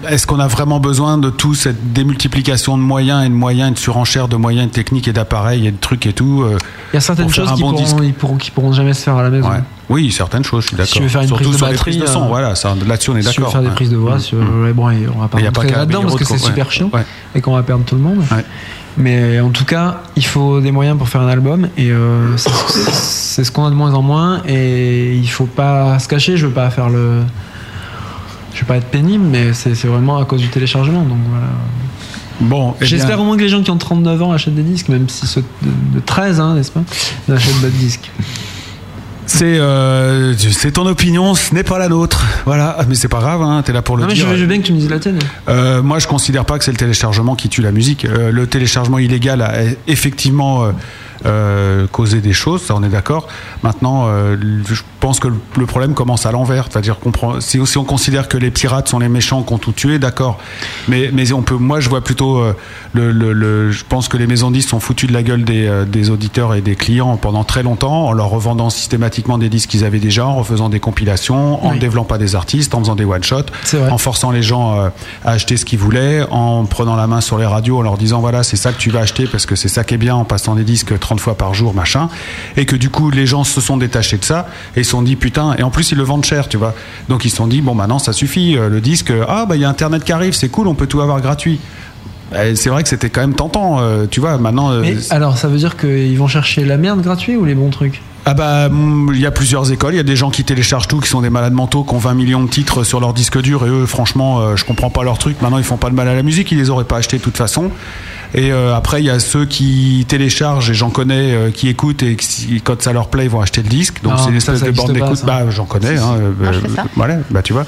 Speaker 4: est-ce qu'on a vraiment besoin de tout cette démultiplication de moyens et de moyens et de surenchères de moyens, de techniques et d'appareils et de trucs et tout euh,
Speaker 6: il y a certaines
Speaker 4: pour faire
Speaker 6: choses
Speaker 4: un
Speaker 6: qui,
Speaker 4: bon disque
Speaker 6: pourront, ils pourront- qui pourront jamais se faire à la maison.
Speaker 4: Ouais. Oui, certaines choses, je suis d'accord.
Speaker 6: tu veux faire une
Speaker 4: Surtout
Speaker 6: prise de
Speaker 4: sur les
Speaker 6: batterie,
Speaker 4: prises de son,
Speaker 6: euh,
Speaker 4: voilà, ça, là-dessus Bah, on est
Speaker 6: si tu veux
Speaker 4: d'accord.
Speaker 6: faire des
Speaker 4: ouais.
Speaker 6: prises de voix, sur, ouais, bon, et on va pas
Speaker 4: Il y a pas
Speaker 6: rentrer
Speaker 4: qu'à
Speaker 6: là-dedans
Speaker 4: Abbey
Speaker 6: parce que
Speaker 4: Road,
Speaker 6: c'est
Speaker 4: quoi.
Speaker 6: super
Speaker 4: Ouais.
Speaker 6: chiant
Speaker 4: Ouais.
Speaker 6: et qu'on va perdre tout le monde. Mais euh, en tout cas, il faut des moyens pour faire un album et euh, c'est ce- c'est ce qu'on a de moins en moins et il faut pas se cacher. Je veux pas faire le, je veux pas être pénible, mais c'est c'est vraiment à cause du téléchargement. Donc voilà.
Speaker 4: Bon, eh bien-
Speaker 6: J'espère au moins que les gens qui ont 39 ans achètent des disques, même si ceux de, de 13, hein, n'est-ce pas, n'achètent pas de disques.
Speaker 4: C'est euh, c'est ton opinion, ce n'est pas la nôtre. Voilà, mais c'est pas grave, hein, t'es là pour le
Speaker 6: Non mais je
Speaker 4: dire.
Speaker 6: veux je veux bien que tu me dises la tienne.
Speaker 4: Euh, moi, je considère pas que c'est le téléchargement qui tue la musique. Euh, le téléchargement illégal a effectivement euh, euh, causer des choses, ça on est d'accord. Maintenant, euh, je pense que le problème commence à l'envers. C'est-à-dire qu'on prend, si, si on considère que les pirates sont les méchants qu'on tout tué, d'accord. Mais, mais on peut, moi je vois plutôt, euh, le, le- le- je pense que les maisons 10 sont foutues de la gueule des, euh, des auditeurs et des clients pendant très longtemps en leur revendant systématiquement des disques qu'ils avaient déjà, en refaisant des compilations, en
Speaker 6: Oui.
Speaker 4: développant pas des artistes, en faisant des one-shots, en forçant les gens euh, à acheter ce qu'ils voulaient, en prenant la main sur les radios, en leur disant voilà, c'est ça que tu vas acheter parce que c'est ça qui est bien, en passant des disques 30 fois par jour, machin. Et que du coup, les gens se sont détachés de ça et se sont dit putain, et en plus, ils le vendent cher, tu vois. Donc ils se sont dit bon, maintenant, ça suffit, euh, le disque, euh, ah, bah il y a Internet qui arrive, c'est cool, on peut tout avoir gratuit. Eh, C'est vrai que c'était quand même tentant, euh, tu vois. Maintenant, euh,
Speaker 6: Mais alors, ça veut dire qu'ils vont chercher la merde gratuite ou les bons trucs
Speaker 4: ah bah, mm, il y a plusieurs écoles. Il y a des gens qui téléchargent tout, qui sont des malades mentaux, qui ont 20 millions de titres sur leur disque dur. Et eux, franchement, euh, je comprends pas leur truc. Maintenant, ils font pas de mal à la musique. Ils les auraient pas achetés de toute façon. Et euh, après, il y a ceux qui téléchargent, et j'en connais, euh, qui écoutent, et qui, quand ça leur plaît, ils vont acheter le disque. Donc,
Speaker 6: Non,
Speaker 4: c'est une
Speaker 6: ça,
Speaker 4: espèce
Speaker 6: ça
Speaker 4: de borne
Speaker 6: existe
Speaker 4: d'écoute.
Speaker 6: pas, ça.
Speaker 4: Bah, j'en connais.
Speaker 6: Si, si.
Speaker 4: hein, euh,
Speaker 6: Moi, je fais
Speaker 4: euh,
Speaker 6: ça.
Speaker 4: voilà, bah, tu vois.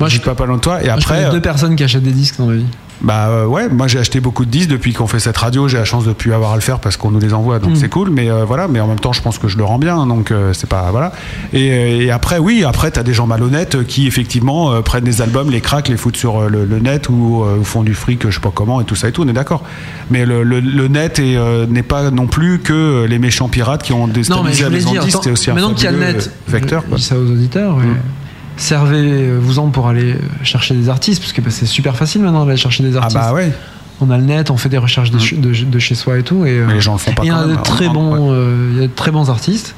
Speaker 4: Moi, je suis pas pas loin de toi. Et
Speaker 6: Moi, je
Speaker 4: après.
Speaker 6: connais deux
Speaker 4: euh,
Speaker 6: personnes qui achètent des disques dans la vie.
Speaker 4: bah euh, ouais, moi j'ai acheté beaucoup de disques depuis qu'on fait cette radio. J'ai la chance de plus avoir à le faire parce qu'on nous les envoie,
Speaker 6: Mm.
Speaker 4: donc c'est cool. Mais euh, voilà, mais en même temps, je pense que je le rends bien, donc euh, c'est pas voilà. Et, euh, et après, oui, après t'as des gens malhonnêtes euh, qui effectivement euh, prennent des albums, les craquent, les foutent sur euh, le, le net ou euh, font du fric, euh, je sais pas comment et tout ça et tout. On est d'accord. Mais le, le- le net est, euh, n'est pas non plus que euh, les méchants pirates qui ont
Speaker 6: Non, mais
Speaker 4: déstabilisé
Speaker 6: je
Speaker 4: la
Speaker 6: voulais
Speaker 4: maison
Speaker 6: dire,
Speaker 4: de disques.
Speaker 6: attends,
Speaker 4: C'est aussi un
Speaker 6: maintenant qu'il y a le
Speaker 4: fabuleux, Hum.
Speaker 6: net,
Speaker 4: euh, vecteur.
Speaker 6: je dis ça aux auditeurs, ouais. servez-vous-en pour aller chercher des artistes, parce que bah, c'est super facile maintenant d'aller chercher des artistes.
Speaker 4: bah ouais. Hum.
Speaker 6: On a le net, on fait des recherches de, ch- de- de chez soi et tout. Et,
Speaker 4: les gens le font pas
Speaker 6: et il y a
Speaker 4: quand
Speaker 6: de
Speaker 4: même,
Speaker 6: très
Speaker 4: hein,
Speaker 6: bons, euh, il y a de très bons artistes.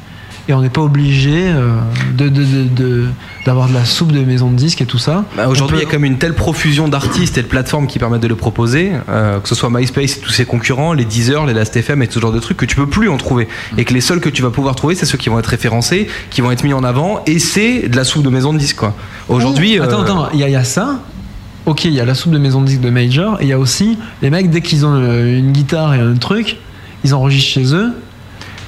Speaker 6: Et on n'est pas obligé euh, de- de- de- de- d'avoir de, la soupe de maison de disques et tout ça.
Speaker 5: Bah, Aujourd'hui, il y a comme une telle profusion d'artistes et de plateformes qui permettent de le proposer, euh, que ce soit MySpace et tous ses concurrents, les Deezer, les LastFM et tout ce genre de trucs que tu peux plus en trouver. Et que les seuls que tu vas pouvoir trouver, c'est ceux qui vont être référencés, qui vont être mis en avant, et c'est de la soupe de maison de disques, quoi. Aujourd'hui.
Speaker 6: Oh, Attends,
Speaker 5: euh,
Speaker 6: attends, il y, a- il y a ça. Ok, il y a la soupe de maison de disque de Major. Et il y a aussi les mecs, dès qu'ils ont euh, une guitare et un truc, ils enregistrent chez eux.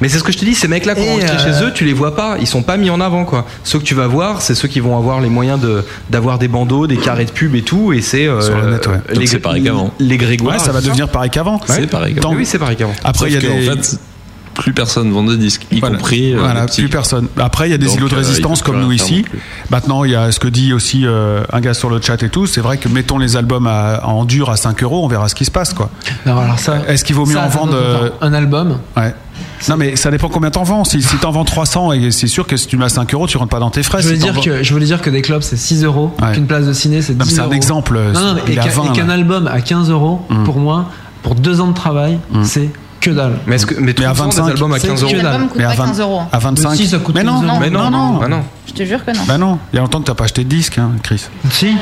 Speaker 5: Mais c'est ce que je te dis, ces mecs-là qu'on
Speaker 6: Et,
Speaker 5: enregistré
Speaker 6: euh,
Speaker 5: chez eux, tu les vois pas, ils sont pas mis en avant quoi. Ceux que tu vas voir, c'est ceux qui vont avoir les moyens de d'avoir des bandeaux, des carrés de pub et tout, et c'est euh,
Speaker 4: Sur le net, ouais.
Speaker 5: les-
Speaker 4: Donc c'est pareil qu'avant.
Speaker 5: Les Grégoire,
Speaker 4: Ouais, ça va devenir pareil qu'avant.
Speaker 7: C'est pareil qu'avant.
Speaker 5: Tant- Oui, c'est pareil qu'avant.
Speaker 4: Après, il y a des-
Speaker 7: En fait, plus personne vend des disques, y
Speaker 4: Voilà.
Speaker 7: compris. euh,
Speaker 4: Voilà,
Speaker 7: les petits-
Speaker 4: plus personne. Après, il y a des
Speaker 7: Donc,
Speaker 4: îlots de
Speaker 7: euh,
Speaker 4: résistance
Speaker 7: il peut
Speaker 4: comme
Speaker 7: plus
Speaker 4: nous
Speaker 7: rien faire
Speaker 4: ici.
Speaker 7: non plus.
Speaker 4: Maintenant, il y a ce que dit aussi euh, un gars sur le chat et tout. C'est vrai que mettons les albums à- en dur à 5 euros, on verra ce qui se passe. quoi.
Speaker 6: Non, alors ça.
Speaker 4: Est-ce qu'il vaut mieux
Speaker 6: ça,
Speaker 4: en
Speaker 6: attends,
Speaker 4: vendre
Speaker 6: attends,
Speaker 4: euh,
Speaker 6: attends, Un album.
Speaker 4: ouais. Non, mais ça dépend combien t'en vends. Si, si t'en vends 300, et c'est sûr que si tu mets à 5 euros, tu rentres pas dans tes frais.
Speaker 6: Je
Speaker 4: Si
Speaker 6: voulais,
Speaker 4: t'en
Speaker 6: dire
Speaker 4: vends-
Speaker 6: que, je voulais dire que des clubs c'est 6 euros,
Speaker 4: Ouais.
Speaker 6: qu'une place de ciné c'est 10
Speaker 4: Non, mais c'est un
Speaker 6: euros.
Speaker 4: exemple,
Speaker 6: Non, non, mais
Speaker 4: il
Speaker 6: et
Speaker 4: a euh. Mm.
Speaker 6: qu'un-
Speaker 4: 20,
Speaker 6: et qu'un
Speaker 4: là.
Speaker 6: album à 15 euros, pour moi, pour deux ans de travail, c'est que dalle.
Speaker 5: Mais est-ce que mais,
Speaker 6: Mais à
Speaker 5: trouve-en des
Speaker 6: 25,
Speaker 5: albums à
Speaker 6: c'est
Speaker 5: 15
Speaker 6: que
Speaker 5: euros
Speaker 6: dalle.
Speaker 11: L'album coûte
Speaker 4: Mais à
Speaker 11: pas
Speaker 4: 20
Speaker 11: 15 euros.
Speaker 4: À 25.
Speaker 6: Si, ça coûte
Speaker 4: mais non,
Speaker 11: 15 euros.
Speaker 4: mais non, non,
Speaker 5: bah non.
Speaker 11: Je te jure que non.
Speaker 4: Bah non, il y a longtemps que t'as pas acheté de disque, hein, Chris.
Speaker 6: Si.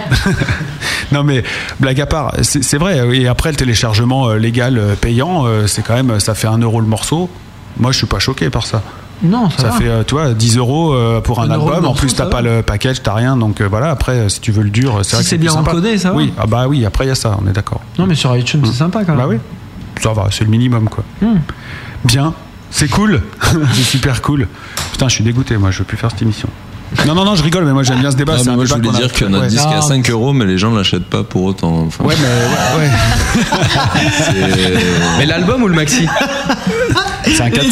Speaker 4: non mais blague à part, c'est c'est vrai. Et après le téléchargement euh, légal euh, payant, euh, c'est quand même, ça fait un euro le morceau. Moi, je suis pas choqué par ça.
Speaker 6: Non, ça,
Speaker 4: Ça
Speaker 6: va.
Speaker 4: fait, euh, tu vois, 10 euros euh, pour un,
Speaker 6: Un euro le
Speaker 4: album. En
Speaker 6: morceau,
Speaker 4: plus,
Speaker 6: ça
Speaker 4: t'as
Speaker 6: va.
Speaker 4: pas le package, t'as rien. Donc euh, voilà, après, euh, si tu veux le dur, euh, c'est
Speaker 6: Si
Speaker 4: vrai que
Speaker 6: c'est
Speaker 4: plus
Speaker 6: bien
Speaker 4: sympa.
Speaker 6: encodé, ça va.
Speaker 4: Oui, ah bah oui, après, il y a ça, on est d'accord.
Speaker 6: Non, mais sur iTunes, c'est sympa quand même.
Speaker 4: Bah oui, ça va, c'est le minimum, quoi.
Speaker 5: Hmm.
Speaker 4: Bien, c'est cool, c'est super cool. Putain, je suis dégoûté, moi, je veux plus faire cette émission. Non, non, non, je rigole, mais moi, j'aime bien ce débat.
Speaker 7: Non,
Speaker 4: c'est
Speaker 7: Ah, mais
Speaker 4: un
Speaker 7: moi je
Speaker 4: débat
Speaker 7: voulais
Speaker 4: qu'on a-
Speaker 7: dire que notre
Speaker 4: Ouais.
Speaker 7: disque est à
Speaker 4: Non,
Speaker 7: 5 euros, mais les gens ne l'achètent pas pour autant. Enfin,
Speaker 4: Ouais, mais ouais, ouais.
Speaker 5: Mais l'album ou le maxi
Speaker 4: C'est un quatre-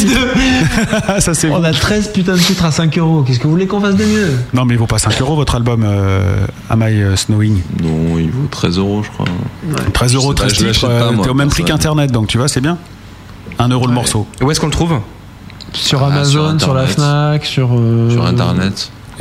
Speaker 4: Ça, c'est
Speaker 6: On a 13 putains de titres à 5 euros. Qu'est-ce que vous voulez qu'on fasse de mieux
Speaker 4: Non, mais il vaut pas 5 euros votre album, euh, Am I euh, Snowing
Speaker 7: Non, il vaut 13 euros, je crois.
Speaker 4: 13 euros,
Speaker 7: Je sais
Speaker 4: 13
Speaker 7: pas, je
Speaker 4: titres,
Speaker 7: l'achète pas,
Speaker 4: euh,
Speaker 7: moi,
Speaker 4: t'es au même prix
Speaker 7: personne.
Speaker 4: qu'Internet, donc tu vois, c'est bien. 1 euro le morceau.
Speaker 5: Et où est-ce qu'on le trouve
Speaker 6: Ah, Sur Amazon, sur, la Fnac, sur. euh,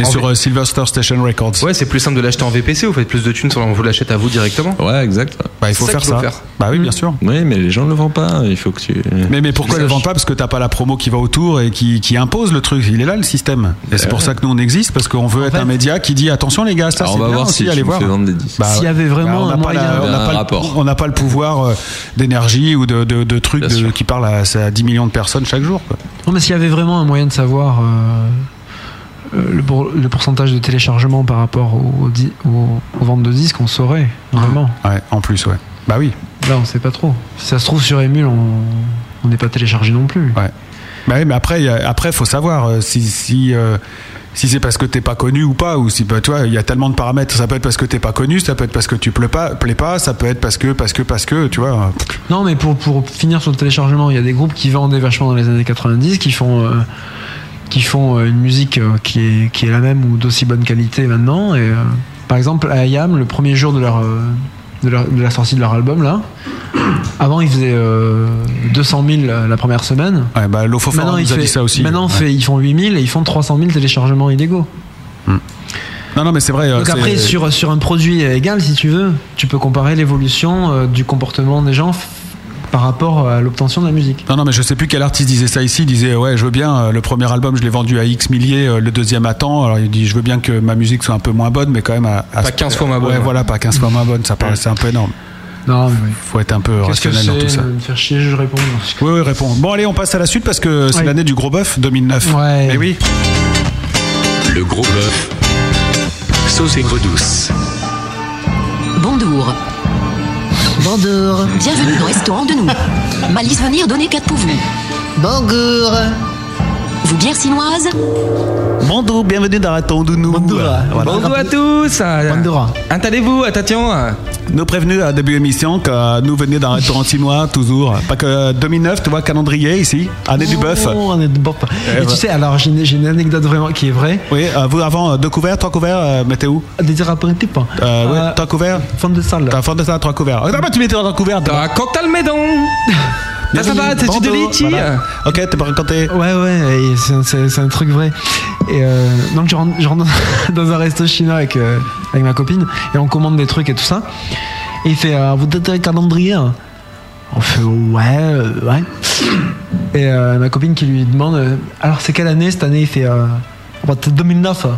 Speaker 4: Et
Speaker 5: En
Speaker 4: sur
Speaker 5: V-
Speaker 4: euh, Silver Star Station Records.
Speaker 5: Ouais, c'est plus simple de l'acheter en VPC, vous faites plus de thunes, on vous l'achète à vous directement.
Speaker 7: Ouais, exact.
Speaker 4: Bah, il faut
Speaker 5: C'est
Speaker 4: faire
Speaker 5: qu'il
Speaker 4: ça. Bah oui, bien sûr.
Speaker 7: Oui, mais les gens ne le vendent pas. Il faut que tu.
Speaker 4: Mais, mais pourquoi ils le vendent pas Parce que t'as pas la promo qui va autour et qui, qui impose le truc. Il est là le système. Et c'est pour ça que nous on existe parce qu'on veut être un média qui dit attention les gars, ça
Speaker 7: Alors,
Speaker 4: c'est
Speaker 7: on va
Speaker 4: bien
Speaker 7: voir
Speaker 4: aussi,
Speaker 7: si
Speaker 4: allez
Speaker 7: tu me
Speaker 4: voir.
Speaker 7: fais vendre des disques.
Speaker 4: Bah,
Speaker 6: S'il y avait vraiment
Speaker 4: on n'a
Speaker 6: un
Speaker 4: pas
Speaker 6: moyen.
Speaker 4: la- on n'a
Speaker 7: Un
Speaker 4: pas le-
Speaker 7: rapport.
Speaker 4: on n'a pas le pouvoir euh, d'énergie ou de, de- de trucs de- qui parlent à, à 10 millions de personnes chaque jour. quoi.
Speaker 6: Non, mais s'il y avait vraiment un moyen de savoir euh, euh, le, pour- le pourcentage de téléchargement par rapport aux, aux di- aux- aux ventes de disques, on saurait, vraiment.
Speaker 4: Ouais, en plus, ouais. Bah oui.
Speaker 6: Là, on sait pas trop. Si ça se trouve sur Emule, on on n'est pas téléchargé non plus.
Speaker 4: Ouais. Bah oui, mais après, il y a- après, faut savoir euh, si si euh, si c'est parce que t'es pas connu ou pas, ou si bah, tu vois, il y a tellement de paramètres. Ça peut être parce que t'es pas connu, ça peut être parce que tu plais pas, plais pas, ça peut être parce que parce que parce que tu vois.
Speaker 6: Non, mais pour, pour finir sur le téléchargement, il y a des groupes qui vendaient vachement dans les années 90, qui font, euh, qui font euh, une musique euh, qui est, qui est la même ou d'aussi bonne qualité maintenant. Et, euh, par exemple, à IAM, le premier jour de leur, euh, de leur- de la sortie de leur album, là, avant ils faisaient euh, 200 000 euh, la la première semaine.
Speaker 4: Ouais, bah, Lofo Forum
Speaker 6: Maintenant, il
Speaker 4: nous a
Speaker 6: fait-
Speaker 4: dit ça aussi.
Speaker 6: Maintenant,
Speaker 4: Ouais.
Speaker 6: fait- ils font 8 000 et ils font 300 000 téléchargements illégaux.
Speaker 4: Non, non, mais c'est vrai. euh,
Speaker 6: Donc
Speaker 4: c'est-
Speaker 6: après, sur, sur un produit égal, si tu veux, tu peux comparer l'évolution euh, du comportement des gens f- par rapport à l'obtention de la musique.
Speaker 4: Non, non, mais je sais plus quel artiste disait ça ici. Il disait, ouais, je veux bien, euh, le premier album, je l'ai vendu à X milliers, euh, le deuxième à temps. Alors il dit, je veux bien que ma musique soit un peu moins bonne, mais quand même à. à-
Speaker 5: Pas 15 fois moins bonne,
Speaker 4: Ouais,
Speaker 5: ouais.
Speaker 4: voilà, pas 15 fois moins bonne. Ça paraît, c'est un peu énorme.
Speaker 6: Non, mais oui.
Speaker 4: Faut être un peu
Speaker 6: Qu'est-ce que
Speaker 4: rationnel dans
Speaker 6: c'est
Speaker 4: tout ça.
Speaker 6: de me faire chier, je réponds.
Speaker 4: Oui, oui, réponds. Bon, allez, on passe à la suite parce que c'est l'année du gros bœuf 2009.
Speaker 6: Ouais.
Speaker 4: Et oui.
Speaker 17: Le gros bœuf. Sauce aigre douce.
Speaker 13: Bondour. Bondour. Bienvenue dans Restaurant de nous. Malice venir donner 4 pour vous. Bonjour. Vous bière chinoise
Speaker 5: Bonjour, bienvenue dans Raton de nous. Bonjour à tous. Ah, Installez-vous, attention.
Speaker 4: Nous prévenus à début émission que euh, nous venions d'un restaurant chinois, toujours. Pas que euh, 2009, tu vois, calendrier ici, année du bœuf.
Speaker 6: Oh, année du bœuf.
Speaker 4: Eh ben.
Speaker 6: Et tu sais, alors j'ai une j'ai une anecdote vraiment qui est vraie.
Speaker 4: Oui, euh, vous avant, euh, deux couverts, trois couverts, euh, mettez où
Speaker 6: Des apéritifs.
Speaker 4: Euh, ouais, trois couverts
Speaker 6: Fond de salle.
Speaker 4: T'as fond de salle, trois couverts. Ah, bah, tu mettais dans un couvert.
Speaker 5: Ah, cocktail médon. Ça, ça va, c'est du litchi.
Speaker 4: Ok, t'as pas raconté
Speaker 6: Ouais, ouais, et c'est- c'est c'est un truc vrai. Et euh, donc, je rentre, je rentre dans un resto chinois avec, euh, avec ma copine et on commande des trucs et tout ça. Et il fait euh, Vous êtes un calendrier hein On fait Ouais, euh, ouais. Et euh, ma copine qui lui demande euh, Alors, c'est quelle année cette année Il fait euh, Bah, C'est 2009. hein.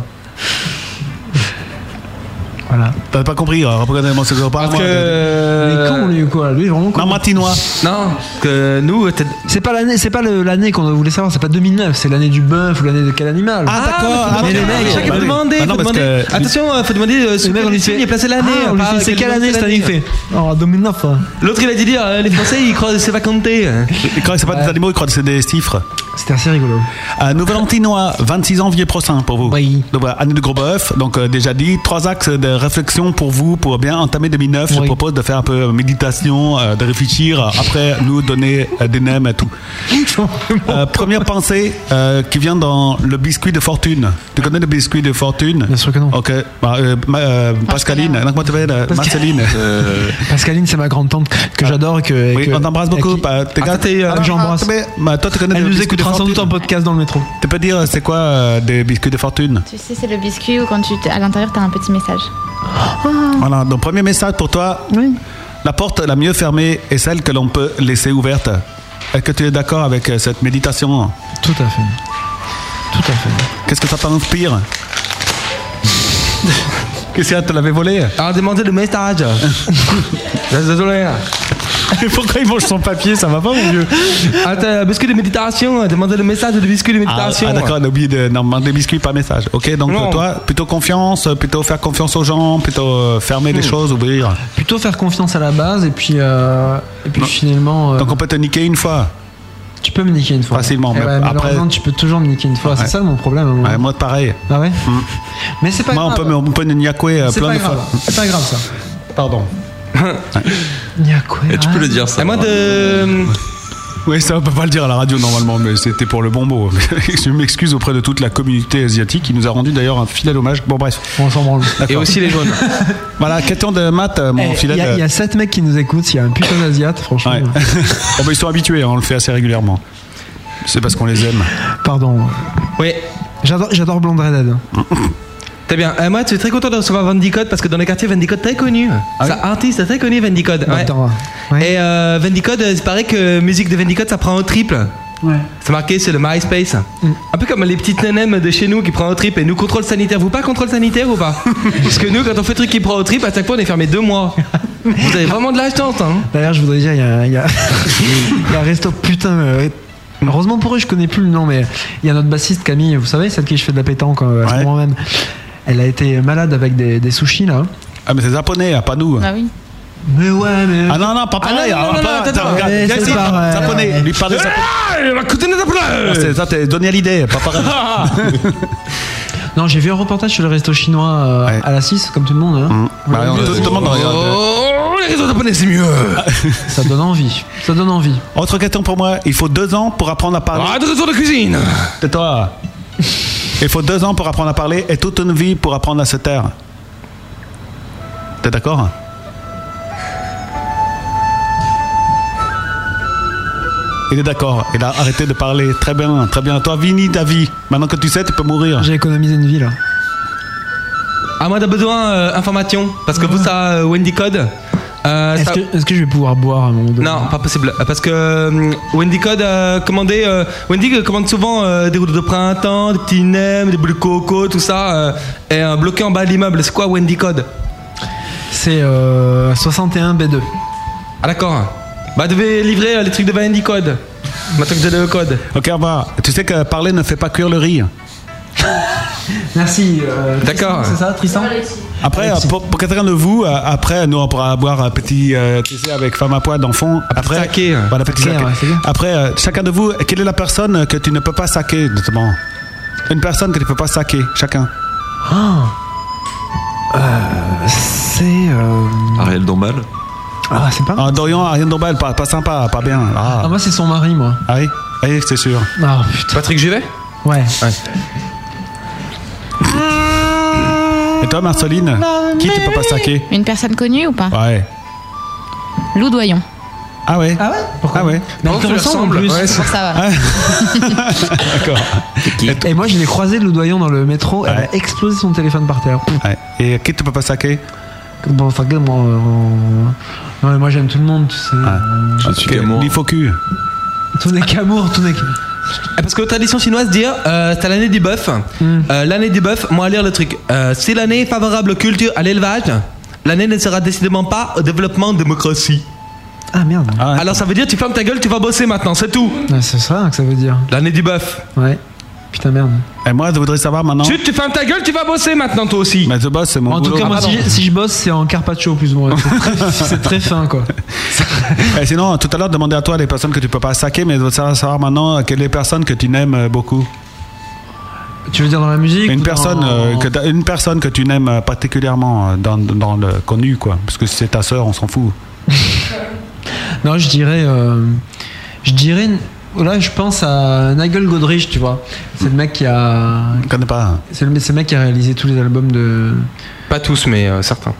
Speaker 6: Voilà.
Speaker 4: T'as pas compris, euh, représentez-moi ce que parle.
Speaker 5: Parce que-
Speaker 6: Il est con, lui, ou quoi Lui, vraiment con.
Speaker 4: Martinois.
Speaker 5: Non, que nous.
Speaker 6: C'est pas l'année, c'est pas le- l'année qu'on voulait savoir, c'est pas 2009, c'est l'année du bœuf ou l'année de quel animal.
Speaker 5: Ah, d'accord, ah,
Speaker 6: Mais
Speaker 5: ok,
Speaker 6: les mecs,
Speaker 5: ok, Ah,
Speaker 6: bah
Speaker 5: faut
Speaker 6: oui.
Speaker 5: demander,
Speaker 6: Bah non,
Speaker 5: faut
Speaker 6: parce
Speaker 5: demander.
Speaker 6: que-
Speaker 5: Attention, euh, faut demander euh, sous
Speaker 6: Le mec,
Speaker 5: quel
Speaker 6: on lui
Speaker 5: signe
Speaker 6: fait-
Speaker 5: est placé l'année,
Speaker 6: Ah, on
Speaker 5: on
Speaker 6: lui
Speaker 5: parle
Speaker 6: fait, c'est
Speaker 5: quel
Speaker 6: quelle
Speaker 5: jour,
Speaker 6: année
Speaker 5: quelle
Speaker 6: cette année il
Speaker 5: année.
Speaker 6: fait Oh, 2009. hein.
Speaker 5: L'autre il a dit dire euh, les Français ils croient c'est hein. vacanté.
Speaker 4: Ils croient que c'est pas des animaux, ils croient que c'est des chiffres.
Speaker 6: C'était assez rigolo.
Speaker 4: Euh, Nouvel Antinois, 26 janvier prochain pour vous.
Speaker 6: Oui.
Speaker 4: Donc, voilà, année du gros bœuf. Donc, euh, déjà dit, trois axes de réflexion pour vous pour bien entamer 2009. Je propose de faire un peu de méditation, euh, de réfléchir. Après, nous donner euh, des nems et tout. Euh, première pensée euh, qui vient dans le biscuit de fortune. Tu connais le biscuit de fortune Bien
Speaker 6: sûr que non.
Speaker 4: Ok. Bah, euh, ma- euh, Pascaline. Non, comment tu t'appelles, euh,
Speaker 6: Pascal-
Speaker 4: Marceline.
Speaker 6: Pascaline, c'est ma grande tante que, que j'adore. et Que,
Speaker 4: Oui,
Speaker 6: et que-
Speaker 4: on t'embrasse beaucoup.
Speaker 6: et qui-
Speaker 4: Bah, t'es gars-
Speaker 6: que
Speaker 4: Ah,
Speaker 6: j'embrasse.
Speaker 4: mais- bah, toi, tu connais
Speaker 6: euh, Elle
Speaker 4: le
Speaker 6: nous
Speaker 4: biscuit de
Speaker 6: écoutera sans doute en
Speaker 4: fortune.
Speaker 6: podcast dans le métro.
Speaker 4: Tu peux dire euh, c'est quoi euh, des biscuits de fortune
Speaker 11: Tu sais, c'est le biscuit où quand tu t- à l'intérieur, t'as un petit message.
Speaker 4: Voilà, donc premier message pour toi. La porte la mieux fermée est celle que l'on peut laisser ouverte. Est-ce que tu es d'accord avec euh, cette méditation
Speaker 6: Tout à fait. Tout à fait.
Speaker 4: Qu'est-ce que ça t'inspire Qu'est-ce que te l'avais volé
Speaker 6: Ah,
Speaker 5: Alors demandez le message. Désolé.
Speaker 4: Pourquoi il mange son papier Ça va pas mon vieux
Speaker 5: Attends, biscuit de méditation, euh, demandez le message du biscuit de
Speaker 4: Ah,
Speaker 5: méditation.
Speaker 4: ah, d'accord, on a oublié de non, demander des biscuits par message. Ok, donc
Speaker 5: Non.
Speaker 4: toi, plutôt confiance, plutôt faire confiance aux gens, plutôt euh, fermer
Speaker 6: Hmm.
Speaker 4: les choses, ouvrir.
Speaker 6: Plutôt faire confiance à la base et puis, euh, et puis finalement. euh,
Speaker 4: Donc on peut te niquer une fois.
Speaker 6: Tu peux me niquer une fois.
Speaker 4: Facilement,
Speaker 6: Eh
Speaker 4: mais
Speaker 6: ouais,
Speaker 4: après.
Speaker 6: malheureusement, tu peux toujours me niquer une fois.
Speaker 4: Ouais.
Speaker 6: C'est ça mon problème. à moi.
Speaker 4: Ouais, moi pareil. Mm.
Speaker 6: Ah ouais Mais c'est pas
Speaker 4: Moi, on
Speaker 6: grave.
Speaker 4: peut, me- on peut me niaquer euh,
Speaker 6: C'est
Speaker 4: plein
Speaker 6: pas
Speaker 4: de
Speaker 6: grave.
Speaker 4: fois.
Speaker 6: C'est pas grave ça.
Speaker 4: Pardon.
Speaker 6: Et
Speaker 7: tu peux le dire ça.
Speaker 5: À moi de.
Speaker 4: Oui, ça, on peut pas le dire à la radio normalement, mais c'était pour le bon mot. Je m'excuse auprès de toute la communauté asiatique qui nous a rendu d'ailleurs un fidèle hommage. Bon, bref.
Speaker 6: On s'en branle.
Speaker 4: D'accord.
Speaker 5: Et aussi les jaunes.
Speaker 4: Voilà, question de maths, euh, mon
Speaker 6: Eh, Il
Speaker 4: fidèle.
Speaker 6: y, a- il y a 7 mecs qui nous écoutent. Il y a un putain d'asiate, franchement.
Speaker 4: Ouais. Bon, bah, ils sont habitués, hein, on le fait assez régulièrement. C'est parce qu'on les aime.
Speaker 6: Pardon.
Speaker 5: Oui.
Speaker 6: J'adore, j'adore Blonde Redhead. hein.
Speaker 5: Très bien. Euh, moi, je suis très content de recevoir Vendicott parce que dans le quartier, Vendicott est très connu. C'est un artiste très connu, Vendicott. Ouais.
Speaker 6: Attends.
Speaker 5: Et euh, Vendicott, euh, il paraît que musique de Vendicott, ça prend au triple.
Speaker 6: Ouais.
Speaker 5: C'est marqué sur le MySpace. Un peu comme les petites nenems de chez nous qui prennent au trip et nous contrôle sanitaire. Vous pas contrôle sanitaire ou pas Parce que nous, quand on fait truc qui prend au trip, à chaque fois on est fermé deux mois. Vous avez vraiment de la chance, hein
Speaker 6: D'ailleurs, je voudrais dire, il y a, il y a- il y a un resto, putain. euh, heureusement pour eux, je connais plus le nom, mais il y a notre bassiste Camille, vous savez, celle qui je fais de la pétanque euh, à ce moment même. Elle a été malade avec des, des sushis là.
Speaker 4: Ah, mais c'est japonais, hein, pas nous.
Speaker 11: Ah oui.
Speaker 6: Mais ouais, mais.
Speaker 4: Ah non, non, pas pareil.
Speaker 6: Ah non,
Speaker 4: alors,
Speaker 6: non, non,
Speaker 4: pas-
Speaker 6: non,
Speaker 4: attends,
Speaker 6: non,
Speaker 4: regarde,
Speaker 6: mais
Speaker 4: viens
Speaker 6: c'est
Speaker 4: ici,
Speaker 6: pareil.
Speaker 4: japonais, lui parle de japonais. Ah, c'est- Ça, t'es donné à l'idée, pas pareil.
Speaker 6: Non, j'ai vu un reportage sur le resto chinois euh, à la 6, comme tout le monde. hein.
Speaker 4: Bah, on te- te demande de regarder.
Speaker 6: Oh, les restos japonais, c'est mieux. Ça donne envie. Ça donne envie.
Speaker 4: Autre question pour moi, il faut deux ans pour apprendre à parler.
Speaker 6: Ah, de retour de cuisine.
Speaker 4: Tais-toi Il faut deux ans pour apprendre à parler et toute une vie pour apprendre à se taire. T'es d'accord hein? Il est d'accord, il a arrêté de parler. Très bien, très bien. Toi, Vini, ta vie. Maintenant que tu sais, tu peux mourir.
Speaker 6: J'ai économisé une vie là.
Speaker 5: Ah, moi, t'as besoin euh, information. Parce que vous, ça, euh, Wendy Code. euh,
Speaker 6: Est-ce
Speaker 5: ça-
Speaker 6: que, est-ce que je vais pouvoir boire à un moment donné
Speaker 5: Non, pas possible. Parce que euh, Wendy Code a commandé. euh, Wendy commande souvent euh, des routes de printemps, des petits nems, des boules de coco, tout ça. euh, et euh, bloqué en bas de l'immeuble. C'est quoi Wendy Code
Speaker 6: C'est euh, 61 B2.
Speaker 5: Ah, d'accord. Bah, devez livrer euh, les trucs de Wendy Code. Maintenant que j'ai le code.
Speaker 4: Ok, bah, tu sais que parler ne fait pas cuire le riz.
Speaker 6: Merci. euh, Tristan,
Speaker 4: D'accord.
Speaker 6: C'est ça, Tristan
Speaker 4: Après, euh, pour, pour quelqu'un de vous, euh, après, nous, on pourra boire un petit euh, café avec femme à poids d'enfant. Après, Voilà, petit
Speaker 6: Claire,
Speaker 4: saké.
Speaker 6: hein. ouais, c'est bien.
Speaker 4: Après, euh, chacun de vous, quelle est la personne que tu ne peux pas saquer, notamment Une personne que tu ne peux pas saquer, chacun.
Speaker 6: Ah. Euh, c'est. euh,
Speaker 4: Ariel Dombal
Speaker 6: Ah, c'est pas
Speaker 4: Ah, Dorian, Ariel Dombal, pas, pas sympa, pas bien. Ah,
Speaker 6: Ah, moi, c'est son mari, moi.
Speaker 4: Ah oui, Ah oui, c'est sûr.
Speaker 6: Ah, putain.
Speaker 5: Patrick Juvet
Speaker 6: Ouais.
Speaker 4: Et toi, Marceline Ah. Qui tu peux pas saquer
Speaker 11: Une personne connue ou pas
Speaker 4: Ouais.
Speaker 11: Lou Doyon.
Speaker 4: Ah ouais Ah
Speaker 6: ouais Pourquoi ouais Mais
Speaker 11: Non,
Speaker 6: Bah, ils te
Speaker 11: tu lui
Speaker 6: ressemblent en
Speaker 11: ressembles,
Speaker 6: plus.
Speaker 11: ouais, c'est- Pour ça, va.
Speaker 4: D'accord.
Speaker 6: Et moi, je l'ai croisé, le doyon, dans le métro. Elle a explosé son téléphone par terre. Pouf.
Speaker 4: Ouais. Et qui tu peux pas saquer
Speaker 6: Bon, enfin, que moi, euh, non, mais moi j'aime tout le monde, tu sais. Euh,
Speaker 4: Je suis Camour. Il faut que.
Speaker 6: Tout n'est qu'amour, tout n'est qu'amour.
Speaker 5: Ah, Parce que tradition chinoise dit euh, c'est l'année du bœuf.
Speaker 6: Hmm.
Speaker 5: Euh, l'année du bœuf, moi à lire le truc. Euh, si l'année est favorable aux cultures à l'élevage, l'année ne sera décidément pas au développement de démocratie.
Speaker 6: Ah merde.
Speaker 5: Alors ça veut dire tu fermes ta gueule, tu vas bosser maintenant, c'est tout.
Speaker 6: Ouais, c'est ça que ça veut dire.
Speaker 5: L'année du bœuf.
Speaker 6: Ouais. Putain, merde.
Speaker 4: Et moi, je voudrais savoir maintenant.
Speaker 5: Chut, tu fermes ta gueule, tu vas bosser maintenant toi aussi.
Speaker 4: Mais je bosse, c'est mon
Speaker 6: En tout
Speaker 4: boulot. Ah,
Speaker 6: cas, moi, si, si je bosse, c'est en carpaccio plus ou moins. C'est très- C'est très fin, quoi.
Speaker 4: Et Euh, sinon, tout à l'heure, demandez à toi les personnes que tu peux pas saquer, mais je voudrais savoir- savoir maintenant euh, quelles les personnes que tu n'aimes euh, beaucoup.
Speaker 6: Tu veux dire dans la musique
Speaker 4: Une
Speaker 6: ou
Speaker 4: personne,
Speaker 6: dans-
Speaker 4: euh, que t'as- une personne que tu n'aimes euh, particulièrement euh, dans, dans le connu, quoi. Parce que si c'est ta sœur, on s'en fout.
Speaker 6: Non, je dirais. euh, je dirais. Là, je pense à Nigel Godrich, tu vois. C'est le mec qui a.
Speaker 4: connais pas.
Speaker 6: C'est le, c'est le mec qui a réalisé tous les albums de.
Speaker 5: Pas tous, mais euh, certains.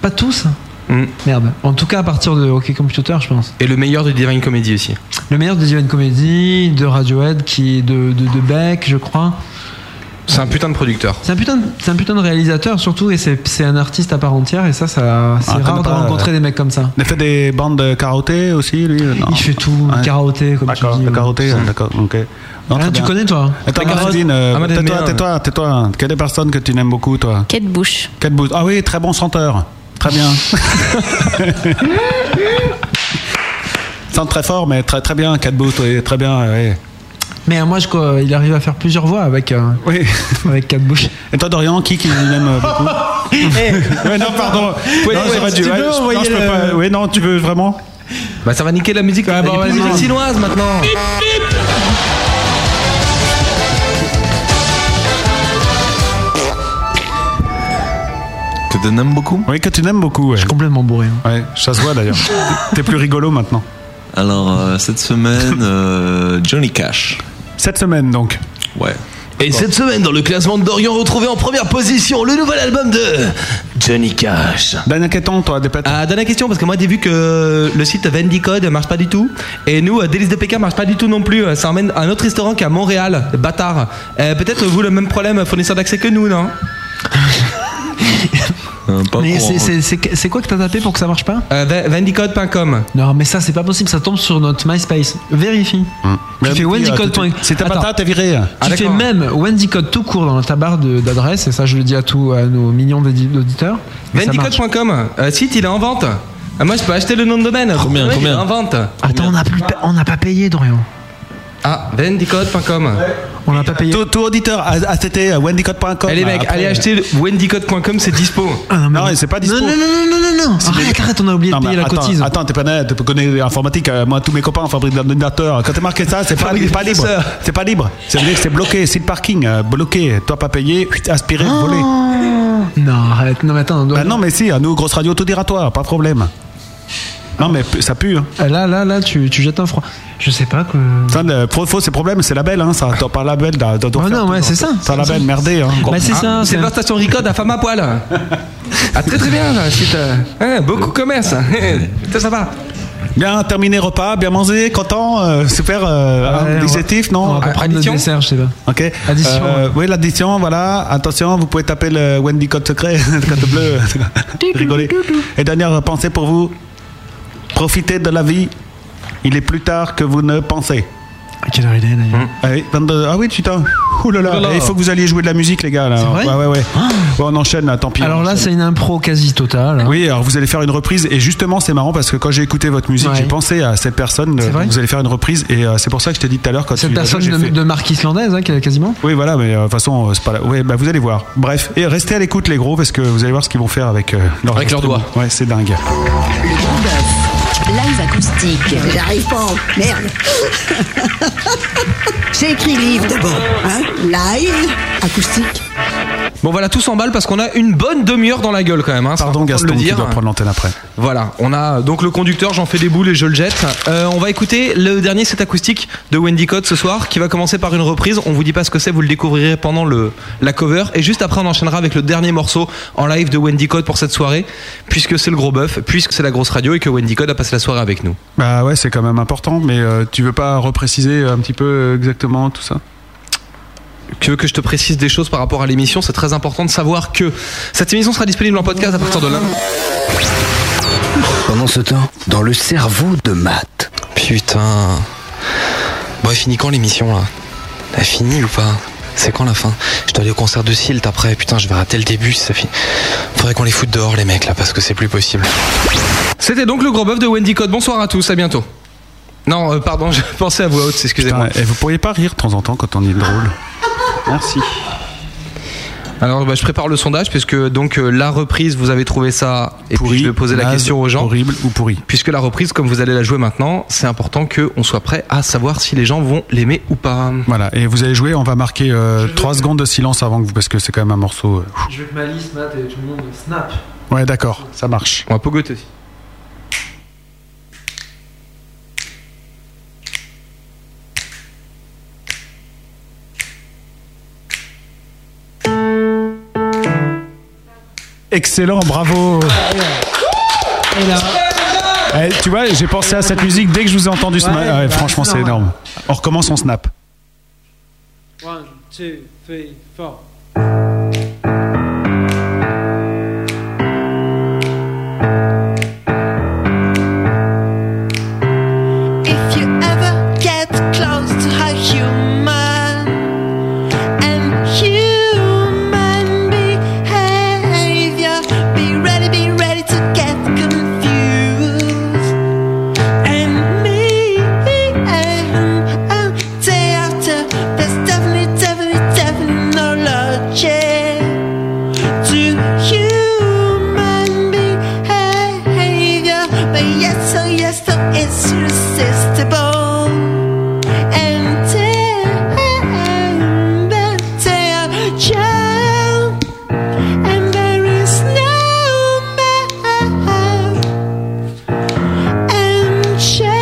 Speaker 6: Pas tous hein. Merde. En tout cas, à partir de OK Computer, je pense.
Speaker 5: Et le meilleur de Divine Comedy aussi.
Speaker 6: Le meilleur des Divine Comedy, de Radiohead, qui est de, de, de Beck, je crois.
Speaker 5: C'est un putain de producteur.
Speaker 6: C'est un, putain de, c'est un putain de réalisateur, surtout, et c'est, c'est un artiste à part entière, et ça, ça
Speaker 4: Ah,
Speaker 6: c'est rare
Speaker 4: connais
Speaker 6: de
Speaker 4: pas,
Speaker 6: rencontrer
Speaker 4: euh,
Speaker 6: des mecs comme ça.
Speaker 4: Il a fait des bandes de karaoté aussi, lui non.
Speaker 6: Il fait tout,
Speaker 4: Ouais.
Speaker 6: karaoté, comme
Speaker 4: D'accord,
Speaker 6: tu dis.
Speaker 4: le
Speaker 6: ouais.
Speaker 4: karaoté, euh, d'accord, ok. Non,
Speaker 6: Ah,
Speaker 4: très
Speaker 6: tu
Speaker 4: bien.
Speaker 6: connais, toi
Speaker 4: Attends,
Speaker 6: Le karaoté-
Speaker 4: Marceline, euh,
Speaker 6: Ah, mais des
Speaker 4: tais-toi,
Speaker 6: meilleurs,
Speaker 4: tais-toi, tais-toi. Quelle est la personne que tu n'aimes beaucoup, toi
Speaker 11: Kate Bush.
Speaker 4: Kate Bush. Ah oui, très bon senteur. Très bien. Sente très fort, mais très, très bien, Kate Bush, oui, très bien, oui.
Speaker 6: Mais euh, moi, je, crois, il arrive à faire plusieurs voix avec, euh, avec quatre bouches.
Speaker 4: Et toi, Dorian, qui qui l'aime beaucoup
Speaker 6: Eh.
Speaker 4: Ouais, non, pardon.
Speaker 5: Ouais,
Speaker 4: non,
Speaker 5: ouais,
Speaker 4: j'aurais
Speaker 5: si
Speaker 4: dû-
Speaker 5: tu
Speaker 4: ouais,
Speaker 5: veux
Speaker 4: je- non,
Speaker 5: envoyer
Speaker 4: je peux
Speaker 5: le-
Speaker 4: pas. Ouais, non, tu veux vraiment
Speaker 5: Bah ça va niquer la musique,
Speaker 4: bah,
Speaker 5: la
Speaker 4: vas-y,
Speaker 5: musique
Speaker 4: vas-y.
Speaker 5: chinoise maintenant.
Speaker 4: Que tu n'aimes beaucoup Oui, que tu n'aimes beaucoup. Je suis
Speaker 6: complètement bourré.
Speaker 4: Ouais, ça se voit d'ailleurs. T'es plus rigolo maintenant.
Speaker 7: Alors, euh, cette semaine, euh, Johnny Cash.
Speaker 4: Cette semaine donc
Speaker 7: Ouais.
Speaker 1: Et cette semaine, dans le classement de Dorian, retrouvé en première position le nouvel album de Johnny Cash.
Speaker 4: Dernière question, toi, des
Speaker 5: Ah, dernière question, parce que moi j'ai vu que le site Vendy Code marche pas du tout. Et nous, euh, Délice de Pékin marche pas du tout non plus. Euh, Ça emmène à un autre restaurant qui est à Montréal, bâtard. Euh, Peut-être vous le même problème, fournisseur d'accès que nous, non
Speaker 6: Mais c'est, c'est, c'est, c'est quoi que t'as tapé pour que ça marche pas
Speaker 5: ben- Euh, Vendicode.com.
Speaker 6: Non, mais ça, c'est pas possible, ça tombe sur notre MySpace. Vérifie.
Speaker 4: Hmm.
Speaker 6: Tu fais wendycode.com.
Speaker 4: C'était pas
Speaker 6: Attends.
Speaker 4: tard, t'es viré.
Speaker 6: Tu fais même wendycode tout court dans ta barre de- d'adresse, et ça, je le dis à tous à nos millions d'édi- d'auditeurs. Et ça marche.
Speaker 5: Vendicode.com, euh, site il est en vente. Ah, moi je peux acheter le nom de domaine. Combien,
Speaker 6: combien
Speaker 5: En vente.
Speaker 6: Attends, on n'a plus- on n'a pas payé, Dorian.
Speaker 5: Ah, vendicode.com.
Speaker 6: On n'a pas payé.
Speaker 4: Tout, tout auditeur, a- ACT, à wendycode.com.
Speaker 5: Allez, mec, Eh, allez acheter wendycode.com, c'est dispo.
Speaker 6: Ah,
Speaker 4: Ah non, mais c'est pas dispo.
Speaker 6: Non, non, non,
Speaker 4: Ah,
Speaker 6: non, non, non. Arrête, Ah, arrête, on a oublié de payer la
Speaker 4: attends,
Speaker 6: cotise.
Speaker 4: Attends, t'es pas net, tu connais l'informatique. euh, Moi, tous mes copains fabriquent des ordinateurs. Quand t'es marqué ça, c'est pas,
Speaker 6: Fabrique
Speaker 4: c'est pas
Speaker 6: des
Speaker 4: libre.
Speaker 6: processeurs.
Speaker 4: C'est pas libre. Ça veut dire que c'est bloqué. C'est le parking, euh, bloqué. Toi, pas payé, aspiré, volé.
Speaker 6: Ah. Non, arrête. Non, mais attends. on doit-
Speaker 4: Bah non, mais si, à nous, grosse radio autodiratoire, pas de problème. Non, mais p- ça pue. hein.
Speaker 6: Euh, Là, là, là, tu, tu jettes un froid. Je sais pas que.
Speaker 4: Ça, le faux, faux, c'est problème, c'est la belle, hein, ça. T'as pas la belle, t'as t'as-
Speaker 6: Ah non, ouais, c'est ça.
Speaker 4: t'as la belle, merdée, hein.
Speaker 6: Bah, c'est ça.
Speaker 5: Ah, C'est la station Ricode à femme à poil. Ah, très très bien, là, suite, euh, hein, beaucoup de commerce. Ça, ça va.
Speaker 4: Bien terminé repas, bien mangé, content, euh, super euh,
Speaker 6: Ouais,
Speaker 4: digestif,
Speaker 6: on va-
Speaker 4: non Ah,
Speaker 6: On va pas prendre le dessert, je sais pas.
Speaker 4: Ok.
Speaker 6: Addition, ouais.
Speaker 4: Euh, oui, l'addition, voilà. Attention, vous pouvez taper le Wendy code secret, le code bleu. Rigoler. Et dernière pensée pour vous. Profitez de la vie. Il est plus tard que vous ne pensez.
Speaker 6: À quelle heure il est d'ailleurs
Speaker 4: Ah oui, 22 Ah oui, putain. Ouh là là.
Speaker 6: Ouh là là.
Speaker 4: Et Il faut que vous alliez jouer de la musique, les gars. Là.
Speaker 6: C'est vrai Ah.
Speaker 4: ouais, ouais, ouais. Ouais, on enchaîne, là, tant pis.
Speaker 6: Alors
Speaker 4: on
Speaker 6: là,
Speaker 4: enchaîne.
Speaker 6: c'est une impro quasi totale. hein.
Speaker 4: Oui, alors vous allez faire une reprise et justement c'est marrant parce que quand j'ai écouté votre musique,
Speaker 6: Ouais.
Speaker 4: j'ai pensé à cette personne.
Speaker 6: C'est
Speaker 4: euh,
Speaker 6: vrai
Speaker 4: vous allez faire une reprise et euh, c'est pour ça que je t'ai dit tout à l'heure quand
Speaker 6: Cette
Speaker 4: tu l'as
Speaker 6: personne
Speaker 4: joué, j'ai
Speaker 6: de,
Speaker 4: fait-
Speaker 6: de marque islandaise, hein, qu'elle a quasiment.
Speaker 4: Oui, voilà, mais euh, de toute façon euh, c'est pas là. Ouais, bah vous allez voir. Bref, et restez à l'écoute les gros parce que vous allez voir ce qu'ils vont faire avec euh, leurs
Speaker 5: Avec leurs
Speaker 4: instruments. Ouais, c'est dingue.
Speaker 13: Live acoustique.
Speaker 3: J'arrive pas, merde. J'ai écrit livre d'abord, hein Live, acoustique.
Speaker 5: Bon, voilà, tout s'emballe parce qu'on a une bonne demi-heure dans la gueule quand même. hein, c'est
Speaker 4: Pardon
Speaker 5: important de
Speaker 4: Gaston,
Speaker 5: le
Speaker 4: tu
Speaker 5: dire.
Speaker 4: dois prendre l'antenne après.
Speaker 5: Voilà, on a donc le conducteur, j'en fais des boules et je le jette. Euh, on va écouter le dernier set acoustique de Wendy Code ce soir, qui va commencer par une reprise. On vous dit pas ce que c'est, vous le découvrirez pendant le, la cover. Et juste après, on enchaînera avec le dernier morceau en live de Wendy Code pour cette soirée, puisque c'est le gros bœuf, puisque c'est la grosse radio et que Wendy Code a passé la soirée avec nous.
Speaker 4: Bah ouais, c'est quand même important, mais euh, tu veux pas repréciser un petit peu euh, exactement tout ça
Speaker 5: Tu veux que je te précise des choses par rapport à l'émission C'est très important de savoir que cette émission sera disponible en podcast à partir de lundi.
Speaker 1: Pendant ce temps, dans le cerveau de Matt.
Speaker 9: Putain. Bon, elle finit quand l'émission là Elle finit ou pas C'est quand la fin Je dois aller au concert de Silt après. Putain, je vais rater le début si ça finit. Faudrait qu'on les foute dehors les mecs là parce que c'est plus possible.
Speaker 5: C'était donc le gros bœuf de Wendy Code. Bonsoir à tous, à bientôt. Non, euh, pardon, je pensais à voix haute, excusez-moi.
Speaker 4: Et eh, vous pourriez pas rire de temps en temps quand on est drôle Merci.
Speaker 5: Alors, bah, je prépare le sondage puisque donc euh, la reprise, vous avez trouvé ça et puis je vais poser la
Speaker 4: naze,
Speaker 5: question aux gens.
Speaker 4: Horrible ou pourri
Speaker 5: Puisque la reprise, comme vous allez la jouer maintenant, c'est important qu'on soit prêt à savoir si les gens vont l'aimer ou pas.
Speaker 4: Voilà, et vous allez jouer, on va marquer 3 secondes de silence avant que vous, parce que c'est quand même un morceau. euh,
Speaker 16: Je veux que ma liste, Matt, et tout le monde snap.
Speaker 4: Ouais, d'accord, ça marche.
Speaker 5: On va pogoter aussi.
Speaker 4: Excellent, bravo Eh, Tu vois, j'ai pensé à cette musique dès que je vous ai entendu ce
Speaker 16: Ouais,
Speaker 4: ma-
Speaker 16: bah,
Speaker 4: ouais, Franchement,
Speaker 16: c'est
Speaker 4: c'est
Speaker 16: normal.
Speaker 4: énorme. On recommence, on snap.
Speaker 16: 1, 2, 3,
Speaker 10: If you ever get close to a human and human behavior, be ready, be ready to get confused. And me and um, day after, there's definitely, definitely, definitely no logic to human behavior. But yes, oh yes, though it's irresistible. And then, then, then, child, and there is no man and charity.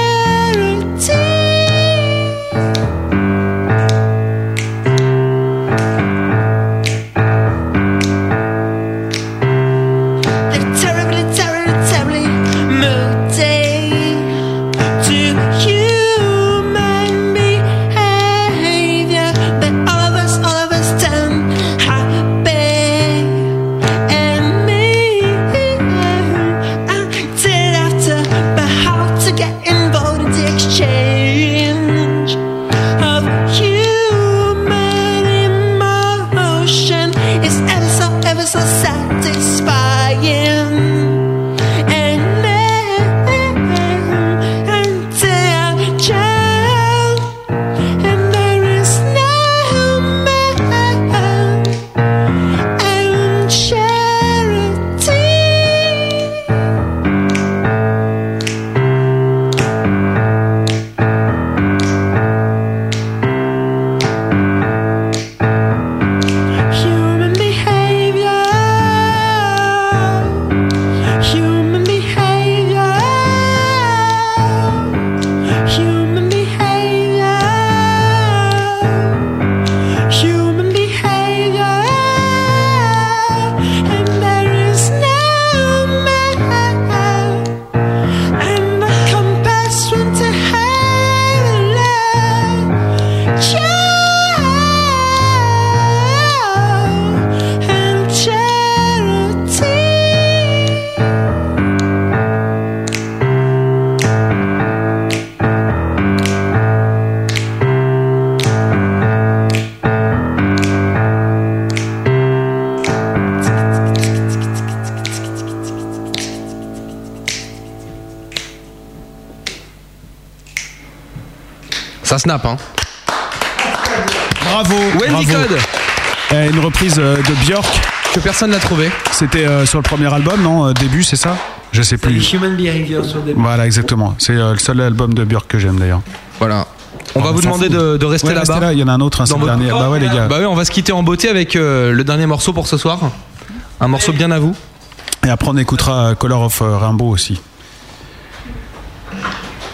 Speaker 10: They're terribly, terribly, terribly moody to human behavior. But all of us, all of us turn happy. And me, I did after, but how to get involved in the exchange of human emotion is ever so, ever so satisfying. And then, until child, and there is no
Speaker 5: Ça snap, hein.
Speaker 4: Bravo.
Speaker 5: Wendy
Speaker 4: bravo.
Speaker 5: Code.
Speaker 4: Eh, une reprise euh, de Björk.
Speaker 5: Que personne n'a trouvé.
Speaker 4: C'était euh, sur le premier album, non euh, Début, c'est ça Je sais plus.
Speaker 8: Human Behavior sur des.
Speaker 4: Voilà, exactement. C'est euh, le seul album de Björk que j'aime d'ailleurs. Ah,
Speaker 5: Voilà. On va vous demander de, de rester là-bas.
Speaker 4: Il y en a un autre, hein, c'est
Speaker 5: Dans
Speaker 4: le
Speaker 5: votre-
Speaker 4: dernier. Bah ouais, les gars.
Speaker 5: Bah oui, on va se quitter en beauté avec euh, le dernier morceau pour ce soir. Un morceau bien à vous.
Speaker 4: Et après, on écoutera euh, Color of euh, Rainbow aussi.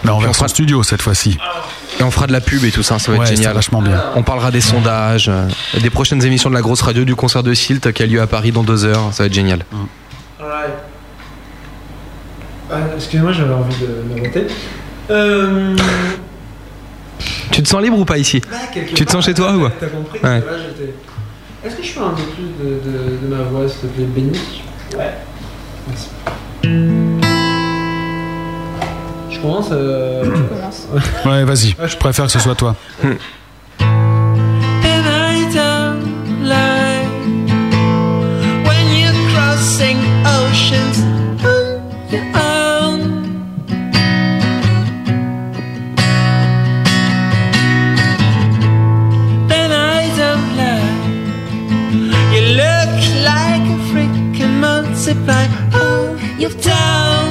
Speaker 4: Mais en
Speaker 5: Puis on
Speaker 4: version
Speaker 5: fera-
Speaker 4: studio cette fois-ci.
Speaker 8: Ah,
Speaker 5: Et on fera de la pub et tout ça, ça va
Speaker 4: Ouais,
Speaker 5: être
Speaker 4: c'est
Speaker 5: génial.
Speaker 4: vachement bien.
Speaker 5: On parlera des sondages, euh, des prochaines émissions de la grosse radio, du concert de Silt qui a lieu à Paris dans deux heures, ça va être génial.
Speaker 4: Mm.
Speaker 8: Alright. Ah, Excusez-moi, j'avais envie de m'inventer. Euh.
Speaker 5: Tu te sens libre ou pas ici
Speaker 8: bah, quelque
Speaker 5: Tu
Speaker 8: part,
Speaker 5: te sens chez toi ou
Speaker 8: t'as- T'as compris que
Speaker 5: Ouais.
Speaker 8: là j'étais. Est-ce que je peux un peu plus de, de, de ma voix, s'il te plaît, Benny Ouais. Merci. Je commence. Euh... tu
Speaker 11: commences.
Speaker 4: Ouais, vas-y. Je préfère que ce soit toi.
Speaker 5: Hmm.
Speaker 10: And I don't lie when you're crossing oceans on your own. And I don't lie. You look like a freaking multiply. Oh, you're down.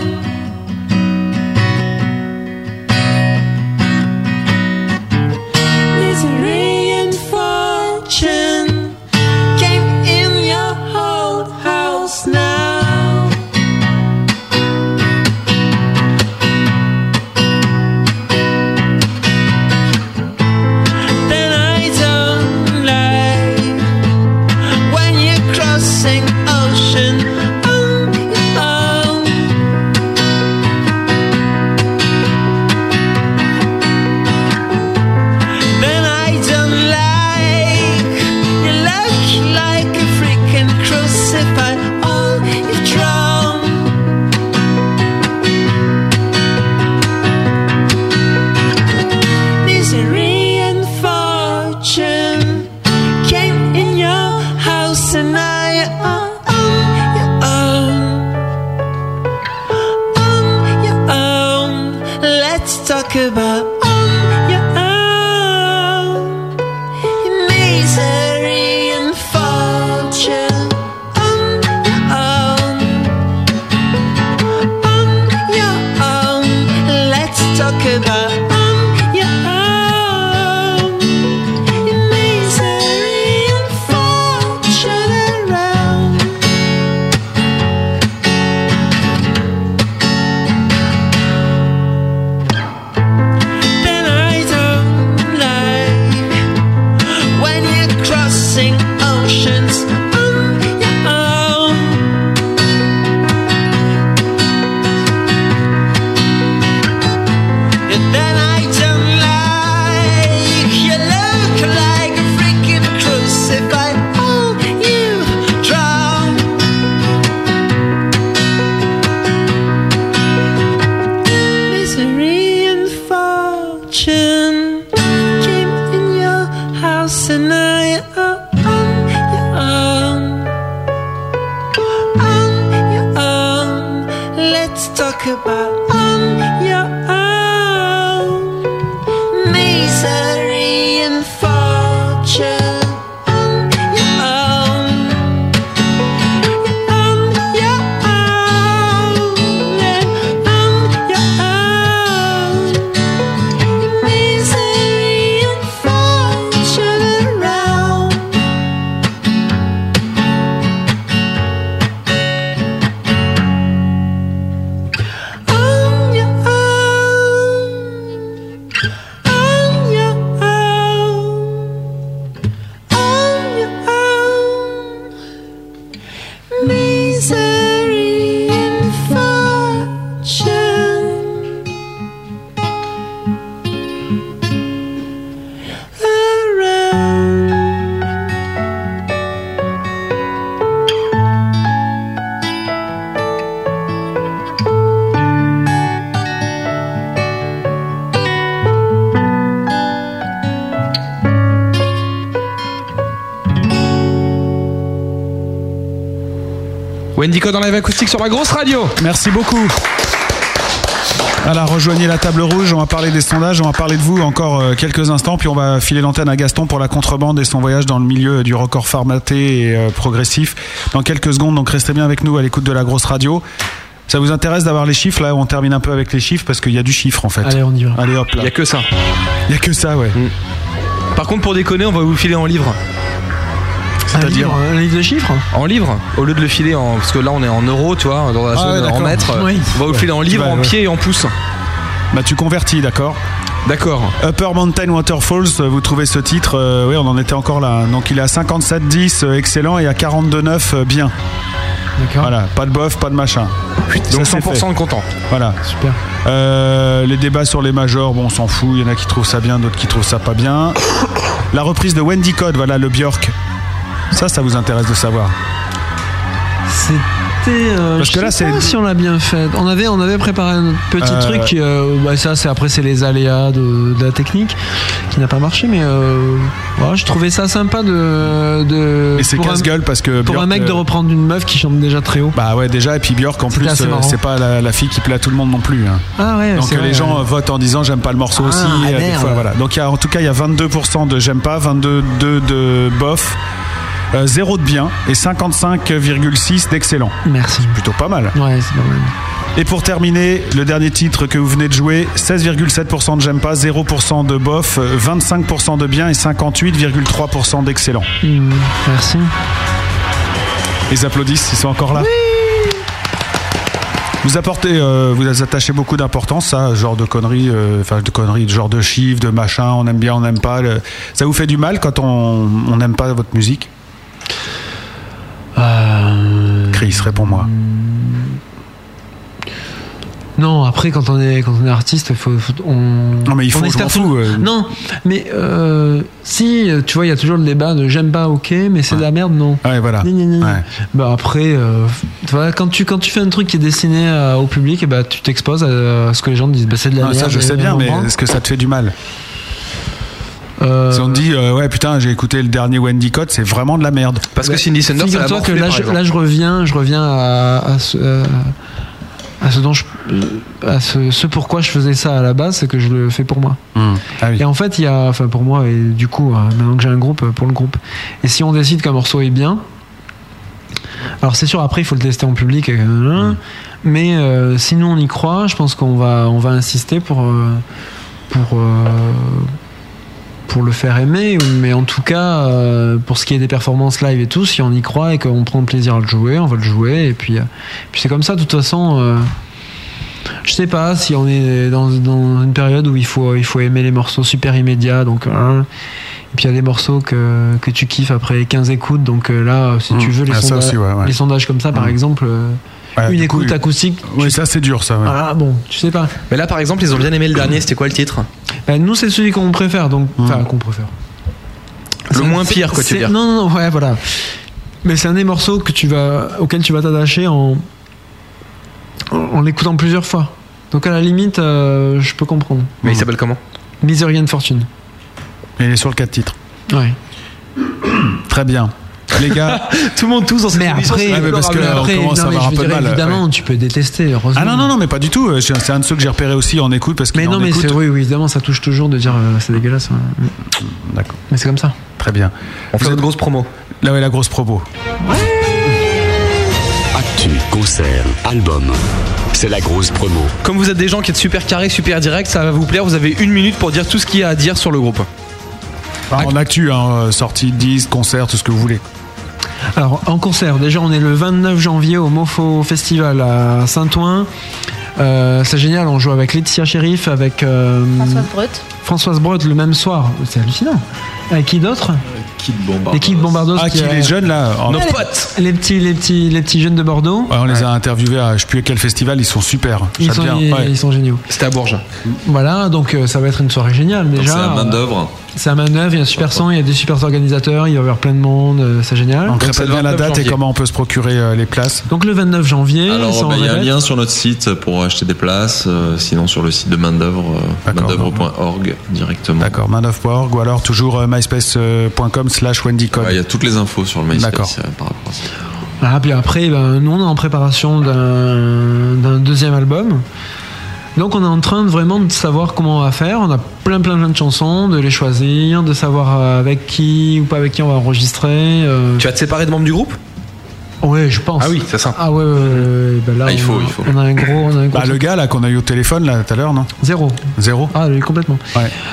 Speaker 10: Misery and fortune came in your whole house now. Then I don't lie when you're crossing ocean oh, on your own. Then I don't like you look like a freaking crucified. Oh, you've drawn. Misery and fortune came in your house, and oh, now you're on your own. On your own. Let's talk about on your own. Misery and fortune. On your own. On your own. Let's talk about on your own. Misery and fortune around. Then I don't like when you're crossing oceans on your own. And then I don't like you look like a freaking crucified. Oh, you drown. Misery and fortune came in your house, and now you're on your own. On your own. Let's talk about on your own. Misery and fortune. Oh, On your own. On your own. On your own. Misery and fortune around. On your own. On your own. On your own. Misery and fortune around.
Speaker 5: Wendy Code en live acoustique sur la grosse radio.
Speaker 4: Merci beaucoup. Alors rejoignez la table rouge, on va parler des sondages, on va parler de vous encore euh, quelques instants, puis on va filer l'antenne à Gaston pour la contrebande et son voyage dans le milieu du record formaté et euh, progressif. Dans quelques secondes, donc restez bien avec nous à l'écoute de la grosse radio. Ça vous intéresse d'avoir les chiffres là On termine un peu avec les chiffres parce qu'il y a du chiffre en fait. Allez,
Speaker 6: on y va.
Speaker 4: Allez hop là.
Speaker 5: Il y a que ça. Mm.
Speaker 4: Il y a que ça, ouais.
Speaker 5: Par contre, pour déconner, on va vous filer en livre.
Speaker 6: C'est-à-dire un livre de chiffres
Speaker 5: En livre, au lieu de le filer en. Parce que là, on est en euros, tu vois, dans la
Speaker 4: Ah ouais,
Speaker 5: zone en
Speaker 4: d'accord.
Speaker 5: mètres.
Speaker 4: Oui.
Speaker 5: On va vous le
Speaker 4: Ouais.
Speaker 5: filer en livre,
Speaker 4: Ouais,
Speaker 5: en
Speaker 4: ouais.
Speaker 5: pied et en pouce.
Speaker 4: Bah tu convertis, d'accord
Speaker 5: D'accord.
Speaker 4: Upper Mountain Waterfalls, euh, vous trouvez ce titre, euh, oui on en était encore là. hein. Donc il est à 57-10, euh, excellent, et à 42-9, euh, bien.
Speaker 6: D'accord.
Speaker 4: Voilà, pas de bof, pas de machin.
Speaker 5: Donc
Speaker 4: Ça, c'est
Speaker 5: 100%
Speaker 4: fait.
Speaker 5: de content.
Speaker 4: Voilà. Euh,
Speaker 6: Super.
Speaker 4: les débats sur les majors, bon, on s'en fout. Il y en a qui trouvent ça bien, d'autres qui trouvent ça pas bien. La reprise de Wendy Code, voilà, le Björk. Ça, ça vous intéresse de savoir.
Speaker 6: C'était. euh,
Speaker 4: Parce
Speaker 6: je
Speaker 4: que là,
Speaker 6: sais
Speaker 4: c'est-
Speaker 6: pas si on l'a bien fait. On avait, on avait préparé un petit
Speaker 4: Euh,
Speaker 6: truc. euh, bah, ça, c'est après, c'est les aléas de, de la technique qui n'a pas marché. Mais euh, ouais, je trouvais ça sympa de. de
Speaker 4: Et c'est
Speaker 6: pour un-
Speaker 4: casse-gueule parce que.
Speaker 6: Pour un
Speaker 4: Björk,
Speaker 6: mec de
Speaker 4: euh,
Speaker 6: reprendre une meuf qui chante déjà très haut.
Speaker 4: Bah ouais, déjà, et puis Björk en
Speaker 6: C'était
Speaker 4: plus,
Speaker 6: assez
Speaker 4: euh,
Speaker 6: marrant.
Speaker 4: c'est pas la, la fille qui plaît à tout le monde non plus. hein.
Speaker 6: Ah ouais,
Speaker 4: Donc
Speaker 6: c'est
Speaker 4: euh,
Speaker 6: vrai,
Speaker 4: les gens euh, votent en disant j'aime pas le morceau
Speaker 6: Ah,
Speaker 4: aussi.
Speaker 6: ah,
Speaker 4: euh, des
Speaker 6: merde.
Speaker 4: fois, voilà. Donc il y a- en tout cas, il y a 22% de j'aime pas, 22 de, de bof. 0 de bien et 55,6 d'excellent.
Speaker 6: Merci.
Speaker 4: Plutôt pas mal.
Speaker 6: Ouais, c'est pas mal.
Speaker 4: Et pour terminer, le dernier titre que vous venez de jouer, 16,7% de j'aime pas, 0% de bof, euh, 25% de bien et 58,3% d'excellent.
Speaker 6: Mmh, merci.
Speaker 4: Ils applaudissent, ils sont encore là. vous apportez, euh, vous attachez beaucoup d'importance, ça, genre de conneries, euh, enfin de conneries, de genre de chiffres, de machin, on aime bien, on n'aime pas. le- Ça vous fait du mal quand on on n'aime pas votre musique
Speaker 6: Euh,
Speaker 4: Chris, réponds-moi.
Speaker 6: Non, après, quand on est, quand on est artiste, faut, faut- on.
Speaker 4: Non, mais il faut,
Speaker 6: on
Speaker 4: je
Speaker 6: espère
Speaker 4: m'en
Speaker 6: tout-
Speaker 4: fous, euh.
Speaker 6: Non, mais euh, si, tu vois, il y a toujours le débat de j'aime pas, ok, mais c'est de la merde, non.
Speaker 4: Ouais, voilà.
Speaker 6: Ni, ni, ni, ni. Bah après, euh, tu vois, quand tu, quand tu fais un truc qui est destiné à- au public, et bah, tu t'exposes à, à ce que les gens disent, bah, c'est de la
Speaker 4: euh. Non,
Speaker 6: merde.
Speaker 4: Ah, ça, je
Speaker 6: et
Speaker 4: sais bien,
Speaker 6: on
Speaker 4: mais
Speaker 6: prend.
Speaker 4: est-ce que ça te fait du mal Si on te dit, euh, ouais, putain, j'ai écouté le dernier Wendy Code, c'est vraiment de la merde.
Speaker 5: Parce que Cindy Sander, ça l'a
Speaker 6: Bah, Figure-toi que
Speaker 5: morflé,
Speaker 6: là,
Speaker 5: par
Speaker 6: je,
Speaker 5: exemple.
Speaker 6: là, je reviens, je reviens à, à ce, euh, à ce dont je, à ce, ce pourquoi je faisais ça à la base, c'est que je le fais pour moi. Et en fait, il y a, enfin pour moi, et du coup, euh, maintenant que j'ai un groupe, euh, pour le groupe. Et si on décide qu'un morceau est bien, alors c'est sûr, après il faut le tester en public, et, euh, mais euh, si nous on y croit, je pense qu'on va, on va insister pour, euh, pour, euh, pour le faire aimer, mais en tout cas, euh, pour ce qui est des performances live et tout, si on y croit et qu'on prend plaisir à le jouer, on va le jouer, et puis, euh, puis c'est comme ça, de toute façon. euh, je sais pas si on est dans, dans une période où il faut, il faut aimer les morceaux super immédiats. Donc, hein. et puis il y a des morceaux que, que tu kiffes après 15 écoutes. Donc euh, là, si
Speaker 4: Mmh.
Speaker 6: tu veux, les,
Speaker 4: Ah, ça
Speaker 6: sonda-
Speaker 4: aussi, ouais, ouais.
Speaker 6: les sondages comme ça, par
Speaker 4: Mmh.
Speaker 6: exemple, euh,
Speaker 4: Ouais,
Speaker 6: une
Speaker 4: du coup,
Speaker 6: écoute
Speaker 4: il-
Speaker 6: acoustique.
Speaker 4: Oui, ça, c'est dur, ça. ouais.
Speaker 6: Ah bon, tu sais pas.
Speaker 5: Mais là, par exemple, ils ont bien aimé le dernier, c'était quoi le titre
Speaker 6: Bah, nous, c'est celui qu'on préfère. Donc, enfin, qu'on préfère.
Speaker 5: Le
Speaker 6: C'est-
Speaker 5: moins
Speaker 6: c'est-
Speaker 5: pire, quoi, tu
Speaker 6: c'est-
Speaker 5: veux dire.
Speaker 6: Non, non, non, ouais, voilà. Mais c'est un des morceaux que tu vas, auquel tu vas t'attacher en, en, en l'écoutant plusieurs fois. Donc à la limite, euh, je peux comprendre.
Speaker 5: Mais il s'appelle comment
Speaker 6: Misery and Fortune.
Speaker 4: Et Il est sur le 4 titres.
Speaker 6: Ouais.
Speaker 4: Très bien. Les gars.
Speaker 5: Tout le monde tous dans cette
Speaker 6: Mais
Speaker 5: émission,
Speaker 6: après,
Speaker 5: c'est
Speaker 4: Ouais, mais parce que
Speaker 6: mais
Speaker 4: là, on
Speaker 6: après,
Speaker 4: commence
Speaker 6: non,
Speaker 4: à
Speaker 6: mais
Speaker 4: avoir
Speaker 6: je
Speaker 4: un peu
Speaker 6: veux
Speaker 4: de
Speaker 6: dire,
Speaker 4: mal,
Speaker 6: évidemment, tu peux détester, heureusement.
Speaker 4: Ah non, non, non, mais pas du tout. Euh, C'est c'est un de ceux que j'ai repéré aussi en écoute parce qu'il
Speaker 6: mais
Speaker 4: en
Speaker 6: non, mais
Speaker 4: écoute.
Speaker 6: c'est- oui, oui, évidemment, ça touche toujours de dire euh, c'est dégueulasse. ouais.
Speaker 4: D'accord.
Speaker 6: Mais c'est comme ça.
Speaker 4: Très bien.
Speaker 5: On fait notre grosse promo.
Speaker 4: Là, ouais, la grosse promo.
Speaker 17: Actu, concert, album. C'est la grosse promo.
Speaker 5: Comme vous êtes des gens qui êtes super carrés, super directs, ça va vous plaire. Vous avez une minute pour dire tout ce qu'il y a à dire sur le groupe.
Speaker 4: Enfin, en actu, hein, euh, sortie, disque, concert, tout ce que vous voulez.
Speaker 6: Alors, en concert, déjà, on est le 29 janvier au Mofo Festival à Saint-Ouen. Euh, c'est génial, on joue avec Laetitia Sheriff, avec euh,
Speaker 11: Françoise Breut.
Speaker 6: Françoise Brotte le même soir. C'est hallucinant. Avec qui d'autre
Speaker 7: Kid
Speaker 6: Les Kids Bombardos.
Speaker 4: Euh, Ah, qui
Speaker 6: a-
Speaker 4: les jeunes là en-
Speaker 6: les- les petits, les, petits, les petits jeunes de Bordeaux.
Speaker 4: Ouais, on les a interviewés à je sais plus à quel festival, ils sont super.
Speaker 6: Ils
Speaker 4: J'aime
Speaker 6: sont,
Speaker 4: bien.
Speaker 6: ils-
Speaker 4: Ouais.
Speaker 6: ils sont géniaux.
Speaker 5: C'était à Bourges.
Speaker 6: Voilà, donc euh, ça va être une soirée géniale
Speaker 7: C'est
Speaker 6: déjà. euh,
Speaker 7: la main d'œuvre.
Speaker 6: C'est un manœuvre, il y a un super son, il y a des super organisateurs, il va y avoir plein de monde, euh, c'est génial.
Speaker 4: Donc, répète bien la date et comment on peut se procurer euh, les places.
Speaker 6: Donc le 29
Speaker 4: Ah,
Speaker 6: janvier,
Speaker 7: Alors,
Speaker 6: ça, on
Speaker 7: bah, il y a un
Speaker 6: répète.
Speaker 7: lien sur notre site pour acheter des places, euh, sinon sur le site de main d'œuvre, euh, maindœuvre.org directement.
Speaker 4: D'accord, main9.org ou alors toujours euh, myspace.com slash wendycode.
Speaker 7: Ouais, Il y a toutes les infos sur le
Speaker 4: D'accord.
Speaker 7: MySpace euh, par rapport à ça.
Speaker 6: Ah, puis après, ben, nous on est en préparation d'un d'un deuxième album. Donc on est en train de vraiment de savoir comment on va faire. On a plein plein plein de chansons, de les choisir, de savoir euh, avec qui ou pas avec qui on va enregistrer. euh.
Speaker 5: Tu vas te séparer de membres du groupe
Speaker 6: Ouais, je pense.
Speaker 5: Ah oui, c'est ça.
Speaker 6: Ah ouais, ouais, ouais, ouais. Bah là,
Speaker 5: Ah, il
Speaker 6: on-
Speaker 5: faut, il faut.
Speaker 6: On a un gros, on a un gros
Speaker 4: Bah, le gars là qu'on a eu au téléphone là tout à l'heure, non
Speaker 6: Zéro.
Speaker 4: Zéro
Speaker 6: Ah, lui, complètement.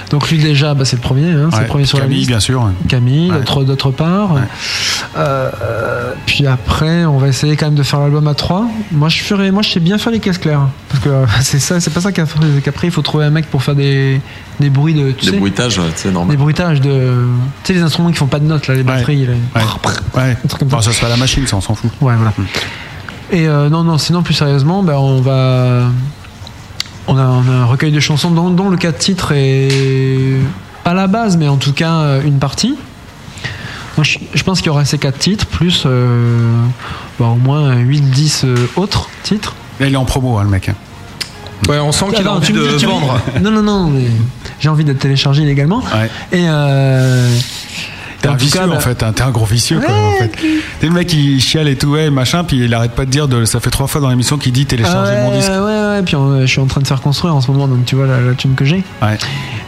Speaker 6: Donc lui déjà, bah, c'est le premier, hein, c'est
Speaker 4: Ouais.
Speaker 6: le premier sur
Speaker 4: Camille,
Speaker 6: la liste.
Speaker 4: bien sûr.
Speaker 6: Camille, d'autre- d'autre part. Euh, euh, puis après, on va essayer quand même de faire l'album à trois. Moi, je ferai, moi, je sais bien faire les caisses claires, parce que euh, c'est ça, c'est pas ça qu'après, c'est qu'après, il faut trouver un mec pour faire des, des bruits de, tu
Speaker 7: Des
Speaker 6: sais,
Speaker 7: bruitages, ouais, euh, tu sais,
Speaker 6: des
Speaker 7: normal.
Speaker 6: bruitages de, tu sais, les instruments qui font pas de notes là, les batteries. là.
Speaker 4: Ouais. Bon, ça sera la machine, ça on s'en fout.
Speaker 6: Ouais, voilà. Et euh, non, non, sinon, plus sérieusement, ben, on va. On a, on a un recueil de chansons dont, dont le cas de titre est. Pas la base, mais en tout cas euh, une partie. Donc, je, je pense qu'il y aura ces quatre titres, plus euh, ben, au moins 8-10 autres titres.
Speaker 4: Là, il est en promo, hein, le mec.
Speaker 5: Ouais, on sent
Speaker 6: Ah non, tu me dis- tu me dis- Non, non, non, mais j'ai envie de télécharger illégalement. Et. euh,
Speaker 4: T'es
Speaker 6: en
Speaker 4: un
Speaker 6: tout
Speaker 4: vicieux
Speaker 6: cas, bah-
Speaker 4: en fait, hein. t'es un- t'es un gros vicieux quoi, en fait. T'es le mec qui chiale et tout, ouais, machin, puis il arrête pas de dire, de, ça fait trois fois dans l'émission qu'il dit télécharger
Speaker 6: Ah ouais,
Speaker 4: mon disque.
Speaker 6: Ouais, ouais, puis on- je suis en train de faire construire en ce moment, donc tu vois la, la thune que j'ai.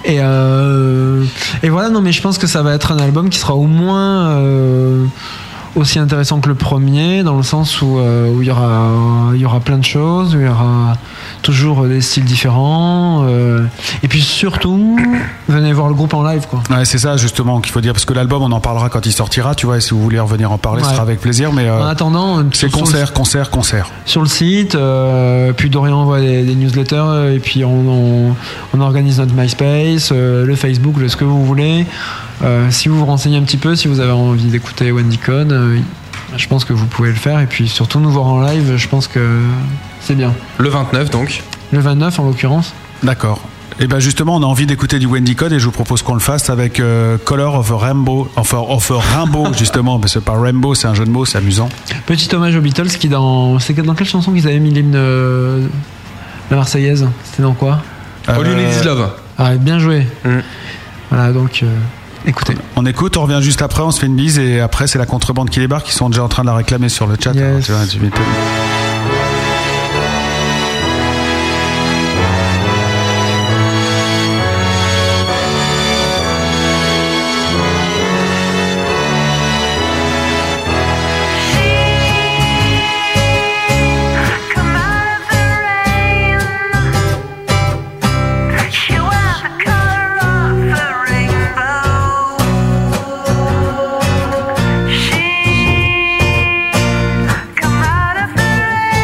Speaker 6: Et, euh, et voilà, non, mais je pense que ça va être un album qui sera au moins euh, aussi intéressant que le premier, dans le sens où euh, où il y, aura, il y aura plein de choses, où il y aura toujours des styles différents. euh, et puis surtout, venez voir le groupe en live, quoi.
Speaker 4: Ouais, c'est ça justement qu'il faut dire, parce que l'album, on en parlera quand il sortira, tu vois, et si vous voulez revenir en parler, ce
Speaker 6: Ouais. Ah,
Speaker 4: sera avec plaisir, mais euh,
Speaker 6: en attendant,
Speaker 4: c'est
Speaker 6: sur- sur le-
Speaker 4: concert, concert, concert.
Speaker 6: sur le site. euh, puis Dorian envoie des, des newsletters euh, et puis on, on- on organise notre MySpace, euh, le Facebook, le ce que vous voulez. Euh, si vous vous renseignez un petit peu, si vous avez envie d'écouter Wendy Code, je pense que vous pouvez le faire. Et puis surtout nous voir en live, je pense que c'est bien.
Speaker 5: Le 29 donc.
Speaker 6: Le 29 en l'occurrence.
Speaker 4: D'accord. Et ben justement, on a envie d'écouter du Wendy Code et je vous propose qu'on le fasse avec euh, Color of a Rainbow, enfin of a Rainbow justement, parce que par Rainbow, c'est un jeu de mots, c'est amusant.
Speaker 6: Petit hommage aux Beatles qui dans. C'est dans quelle chanson qu'ils avaient mis l'hymne euh, la Marseillaise C'était dans quoi
Speaker 4: Euh,
Speaker 5: All You Need Is Love.
Speaker 6: Ah, bien joué. Voilà donc. euh, Écoutez.
Speaker 4: On écoute, on revient juste après, on se fait une bise et après c'est la contrebande qui débarque, ils sont déjà en train de la réclamer sur le chat. Alors, tu vois, tu m'étonnes.
Speaker 10: Come out of the rain.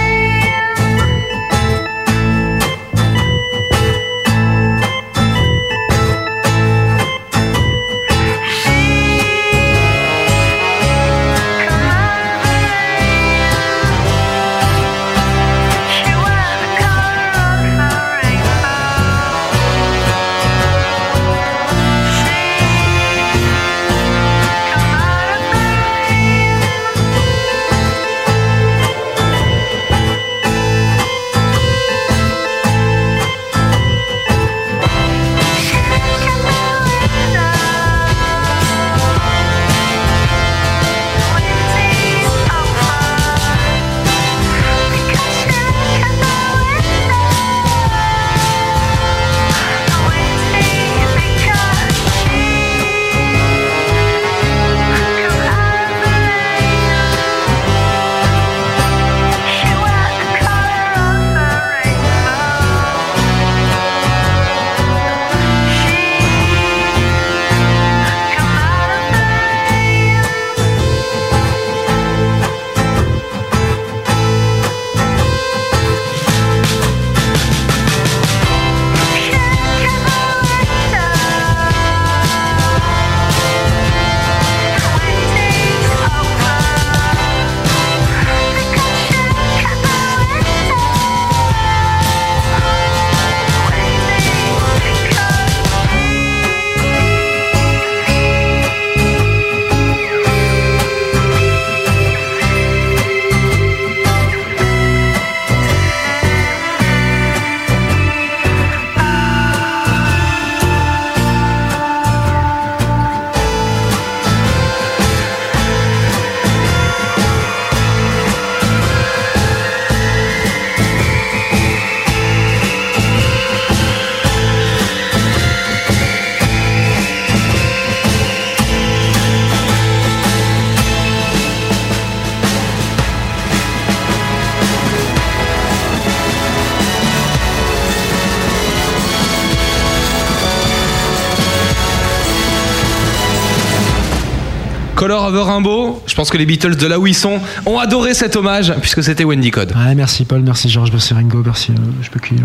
Speaker 5: Color of a Rainbow. Je pense que les Beatles de là où ils sont ont adoré cet hommage puisque c'était Wendy Code.
Speaker 6: Ouais, merci Paul, merci Georges, merci Ringo, merci euh, je peux qui.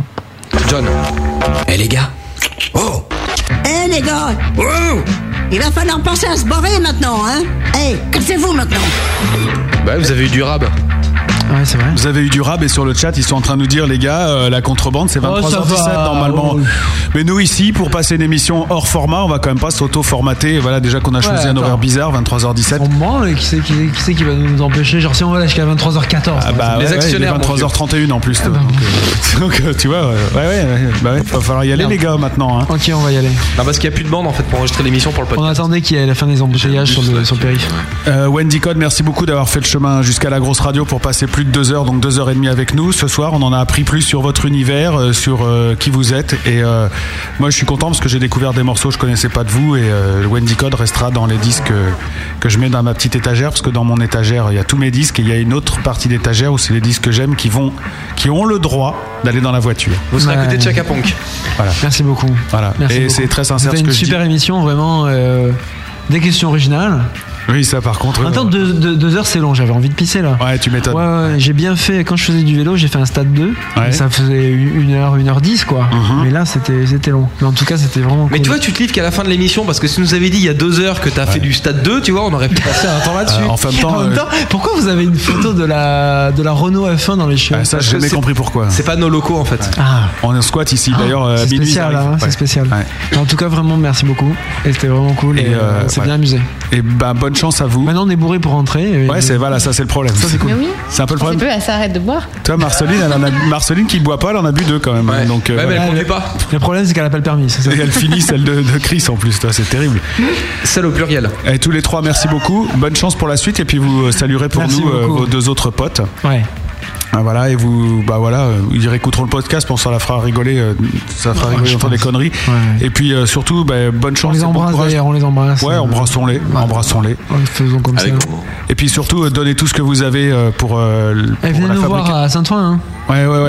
Speaker 5: John.
Speaker 18: Eh les gars,
Speaker 3: Oh Eh les gars Il va falloir penser à se barrer maintenant, hein Eh, cassez-vous maintenant
Speaker 5: Bah, vous avez eu du rab.
Speaker 6: Ouais, c'est vrai.
Speaker 4: Vous avez eu du rab et sur le chat, ils sont en train de nous dire, les gars, euh, la contrebande, c'est
Speaker 6: Oh,
Speaker 4: 23h17
Speaker 6: ça va, Oh.
Speaker 4: normalement. Mais nous, ici, pour passer une émission hors format, on va quand même pas s'auto-formater. Voilà, déjà qu'on a
Speaker 6: Ouais,
Speaker 4: choisi un
Speaker 6: attends.
Speaker 4: horaire bizarre, 23h17.
Speaker 6: On ment, qui c'est qui, qui c'est qui va nous empêcher Genre si on va là jusqu'à 23h14.
Speaker 4: Ah bah, ouais, ouais, il est 23h31 en plus.
Speaker 6: Ah
Speaker 4: toi. donc, euh, donc, euh, tu vois, ouais, ouais, ouais, ouais, bah ouais, va falloir y aller,
Speaker 6: bah, Merde.
Speaker 4: les gars, maintenant. hein.
Speaker 6: Ok, on va y aller.
Speaker 5: Non, parce qu'il n'y a plus de bande en fait pour enregistrer l'émission pour le
Speaker 6: On
Speaker 5: podcast.
Speaker 6: attendait qu'il y ait la fin des embouteillages sur le, sur le périph.
Speaker 4: Euh, Wendy Code, merci beaucoup d'avoir fait le chemin jusqu'à la grosse radio pour passer plus de deux heures, donc deux heures et demie avec nous. Ce soir, on en a appris plus sur votre univers, euh, sur euh, qui vous êtes. Et euh, moi, je suis content parce que j'ai découvert des morceaux que je connaissais pas de vous. Et euh, Wendy Code restera dans les disques euh, que je mets dans ma petite étagère, parce que dans mon étagère, il y a tous mes disques et il y a une autre partie d'étagère où c'est les disques que j'aime qui vont, qui ont le droit d'aller dans la voiture.
Speaker 5: Vous serez à côté de Chaka Ponk.
Speaker 4: Voilà.
Speaker 6: Merci beaucoup.
Speaker 4: Voilà.
Speaker 6: Merci
Speaker 4: et
Speaker 6: beaucoup.
Speaker 4: c'est très sincère
Speaker 6: C'était
Speaker 4: ce que
Speaker 6: une
Speaker 4: je dis.
Speaker 6: super émission, vraiment. euh, des questions originales.
Speaker 4: Oui, ça par contre. euh,
Speaker 6: Attends, deux, deux- deux heures c'est long, j'avais envie de pisser là.
Speaker 4: Ouais, tu m'étonnes.
Speaker 6: Ouais, ouais, j'ai bien fait, quand je faisais du vélo, j'ai fait un stade 2.
Speaker 4: Ouais. Mm-hmm.
Speaker 6: Ça faisait une heure, une heure dix quoi. Mais là c'était c'était long. Mais en tout cas c'était vraiment
Speaker 5: Mais
Speaker 6: cool.
Speaker 5: tu vois, tu te livres qu'à la fin de l'émission parce que si tu nous avais dit il y a deux heures que t'as fait du stade 2, tu vois, on aurait pu passer un temps là-dessus.
Speaker 4: Euh, en même temps,
Speaker 6: En même
Speaker 4: euh,
Speaker 6: temps, pourquoi vous avez une photo de la, de la Renault F1 dans les cheveux
Speaker 4: Ah, ça,
Speaker 5: Parce
Speaker 4: j'ai
Speaker 5: que
Speaker 4: jamais
Speaker 5: c'est-
Speaker 4: compris pourquoi.
Speaker 5: C'est pas nos locaux en fait.
Speaker 6: Ah.
Speaker 4: On est en squat ici, d'ailleurs. euh,
Speaker 6: C'est
Speaker 4: minuit,
Speaker 6: spécial,
Speaker 4: ils arrivent.
Speaker 6: hein,
Speaker 4: Ouais.
Speaker 6: c'est spécial.
Speaker 4: Ouais.
Speaker 6: En tout cas, vraiment, merci beaucoup. Et c'était vraiment cool. Et,
Speaker 4: Et, euh,
Speaker 6: on s'est
Speaker 4: ouais.
Speaker 6: bien amusé.
Speaker 4: Et bah, bonne chance à vous.
Speaker 6: Maintenant, on est bourré pour rentrer.
Speaker 4: Ouais, c'est voilà, ça c'est le problème. c'est
Speaker 11: Mais oui.
Speaker 4: C'est un peu le
Speaker 11: C'est
Speaker 4: problème.
Speaker 11: peu, elle s'arrête de boire.
Speaker 4: Toi, Marceline, elle en a- Marceline qui ne boit pas, elle en a bu deux quand même. hein, Donc, euh,
Speaker 5: Ouais, mais
Speaker 4: voilà.
Speaker 5: elle conduit pas.
Speaker 6: Le problème, c'est qu'elle n'a pas le permis. c'est ça.
Speaker 4: Et elle finit celle de, de Chris en plus, toi, c'est terrible.
Speaker 5: Celle au pluriel.
Speaker 4: Et tous les trois, merci beaucoup. Bonne chance pour la suite et puis vous euh, saluerez pour
Speaker 6: Merci
Speaker 4: nous euh,
Speaker 6: beaucoup.
Speaker 4: vos deux autres potes.
Speaker 6: Ouais.
Speaker 4: Ah, voilà et vous bah voilà euh, ils réécouteront le podcast pour ça la fera rigoler euh, ça fera
Speaker 6: Ouais,
Speaker 4: rigoler
Speaker 6: Ah, je
Speaker 4: entendre des
Speaker 6: pense.
Speaker 4: conneries
Speaker 6: Ouais.
Speaker 4: et puis euh, surtout bah, bonne
Speaker 6: On
Speaker 4: chance
Speaker 6: les
Speaker 4: et bon
Speaker 6: embrasse
Speaker 4: courage.
Speaker 6: d'ailleurs, on les embrasse.
Speaker 4: ouais
Speaker 6: Euh,
Speaker 4: embrassons-les embrassons-les
Speaker 6: ouais, faisons comme ça.
Speaker 4: et puis surtout euh, donnez tout ce que vous avez euh, pour, euh, l- pour
Speaker 6: Et Eh, venez
Speaker 4: la
Speaker 6: nous voir
Speaker 4: fabrication
Speaker 6: à Saint-Ouen, hein,
Speaker 4: ouais ouais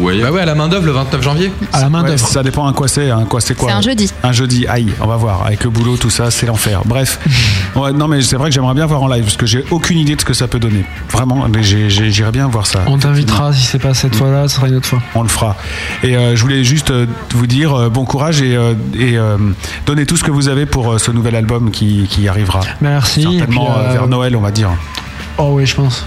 Speaker 4: ouais
Speaker 5: Bah ouais, à la main d'œuvre le 29 janvier.
Speaker 6: à la main
Speaker 4: Ouais,
Speaker 6: d'œuvre.
Speaker 4: ça dépend à quoi c'est, hein, quoi c'est quoi.
Speaker 11: C'est un jeudi.
Speaker 4: Un jeudi, aïe, on va voir. Avec le boulot, tout ça, c'est l'enfer. Bref. Ouais, non, mais c'est vrai que j'aimerais bien voir en live parce que j'ai aucune idée de ce que ça peut donner. Vraiment, mais j'ai- j'ai- j'irais bien voir ça.
Speaker 6: On t'invitera si c'est pas cette fois-là, ce sera une autre fois.
Speaker 4: Mmh. On le fera. Et euh, je voulais juste euh, vous dire euh, bon courage et, euh, et euh, donnez tout ce que vous avez pour euh, ce nouvel album qui, qui arrivera.
Speaker 6: Merci. et
Speaker 4: Certainement
Speaker 6: puis,
Speaker 4: euh,
Speaker 6: euh,
Speaker 4: vers Noël, on va dire.
Speaker 6: Oh oui, je pense.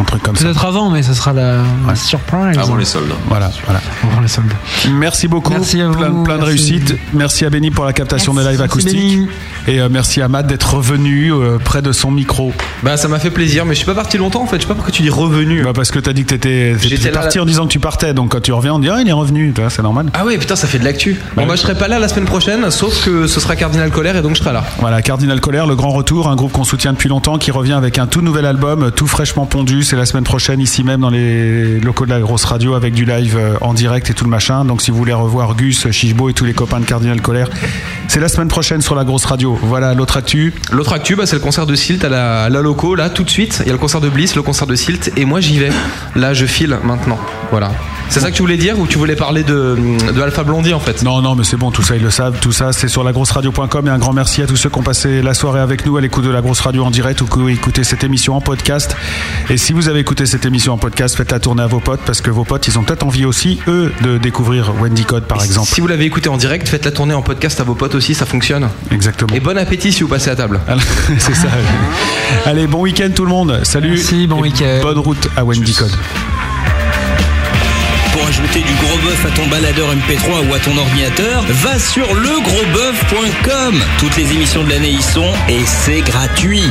Speaker 4: Un truc comme ça.
Speaker 6: Peut-être avant, mais ce sera la la surprise.
Speaker 19: Avant les soldes.
Speaker 4: Voilà, voilà.
Speaker 6: Avant les soldes.
Speaker 4: Merci beaucoup.
Speaker 6: Merci à vous,
Speaker 4: Plein, plein de
Speaker 6: merci.
Speaker 4: réussite. Merci à Benny pour la captation des lives
Speaker 6: Merci,
Speaker 4: acoustiques.
Speaker 6: Benny.
Speaker 4: Et euh, merci à Matt d'être revenu euh, près de son micro.
Speaker 5: Bah ça m'a fait plaisir, mais je suis pas parti longtemps en fait. Je sais pas pourquoi tu dis revenu.
Speaker 4: Bah, parce que t'as dit que t'étais
Speaker 5: J'étais
Speaker 4: t'étais
Speaker 5: là,
Speaker 4: parti
Speaker 5: là.
Speaker 4: en disant que tu partais. Donc quand tu reviens, on dit Ah, il est revenu. Tu vois, C'est normal.
Speaker 5: Ah ouais, putain, ça fait de l'actu. bon, bah je serai pas là la semaine prochaine, sauf que ce sera Cardinal Colère et donc je serai là.
Speaker 4: Voilà, Cardinal Colère, le grand retour, un groupe qu'on soutient depuis longtemps, qui revient avec un tout nouvel album, euh, tout fraîchement pondu. C'est la semaine prochaine, ici même, dans les locaux de la grosse radio, avec du live euh, en direct et tout le machin. Donc, si vous voulez revoir Gus, Chichbo et tous les copains de Cardinal Colère, c'est la semaine prochaine sur la grosse radio. Voilà, l'autre actu.
Speaker 5: L'autre actu, bah, c'est le concert de Silt à la, à la Loco, là, tout de suite. Il y a le concert de Bliss, le concert de Silt, et moi j'y vais. Là, je file maintenant. Voilà. C'est ça que tu voulais dire ou tu voulais parler de, de Alpha Blondie en fait
Speaker 4: Non, non, mais c'est bon, tout ça, ils le savent. Tout ça, c'est sur lagrosseradio.com. Et un grand merci à tous ceux qui ont passé la soirée avec nous à l'écoute de la grosse radio en direct ou qui ont écouté cette émission en podcast. Et si vous avez écouté cette émission en podcast, faites-la tourner à vos potes parce que vos potes, ils ont peut-être envie aussi, eux, de découvrir Wendy Code, par exemple.
Speaker 5: Si vous l'avez écouté en direct, faites la tournée en podcast à vos potes aussi, ça fonctionne.
Speaker 4: Exactement.
Speaker 5: Et bon appétit si vous passez à table.
Speaker 4: c'est ça. Allez, bon week-end tout le monde. Salut.
Speaker 6: Merci, bon
Speaker 4: et
Speaker 6: week-end.
Speaker 4: Bonne route à Wendy Code.
Speaker 1: Pour ajouter du gros bœuf à ton baladeur MP3 ou à ton ordinateur, va sur legrosboeuf.com. Toutes les émissions de l'année y sont et c'est gratuit.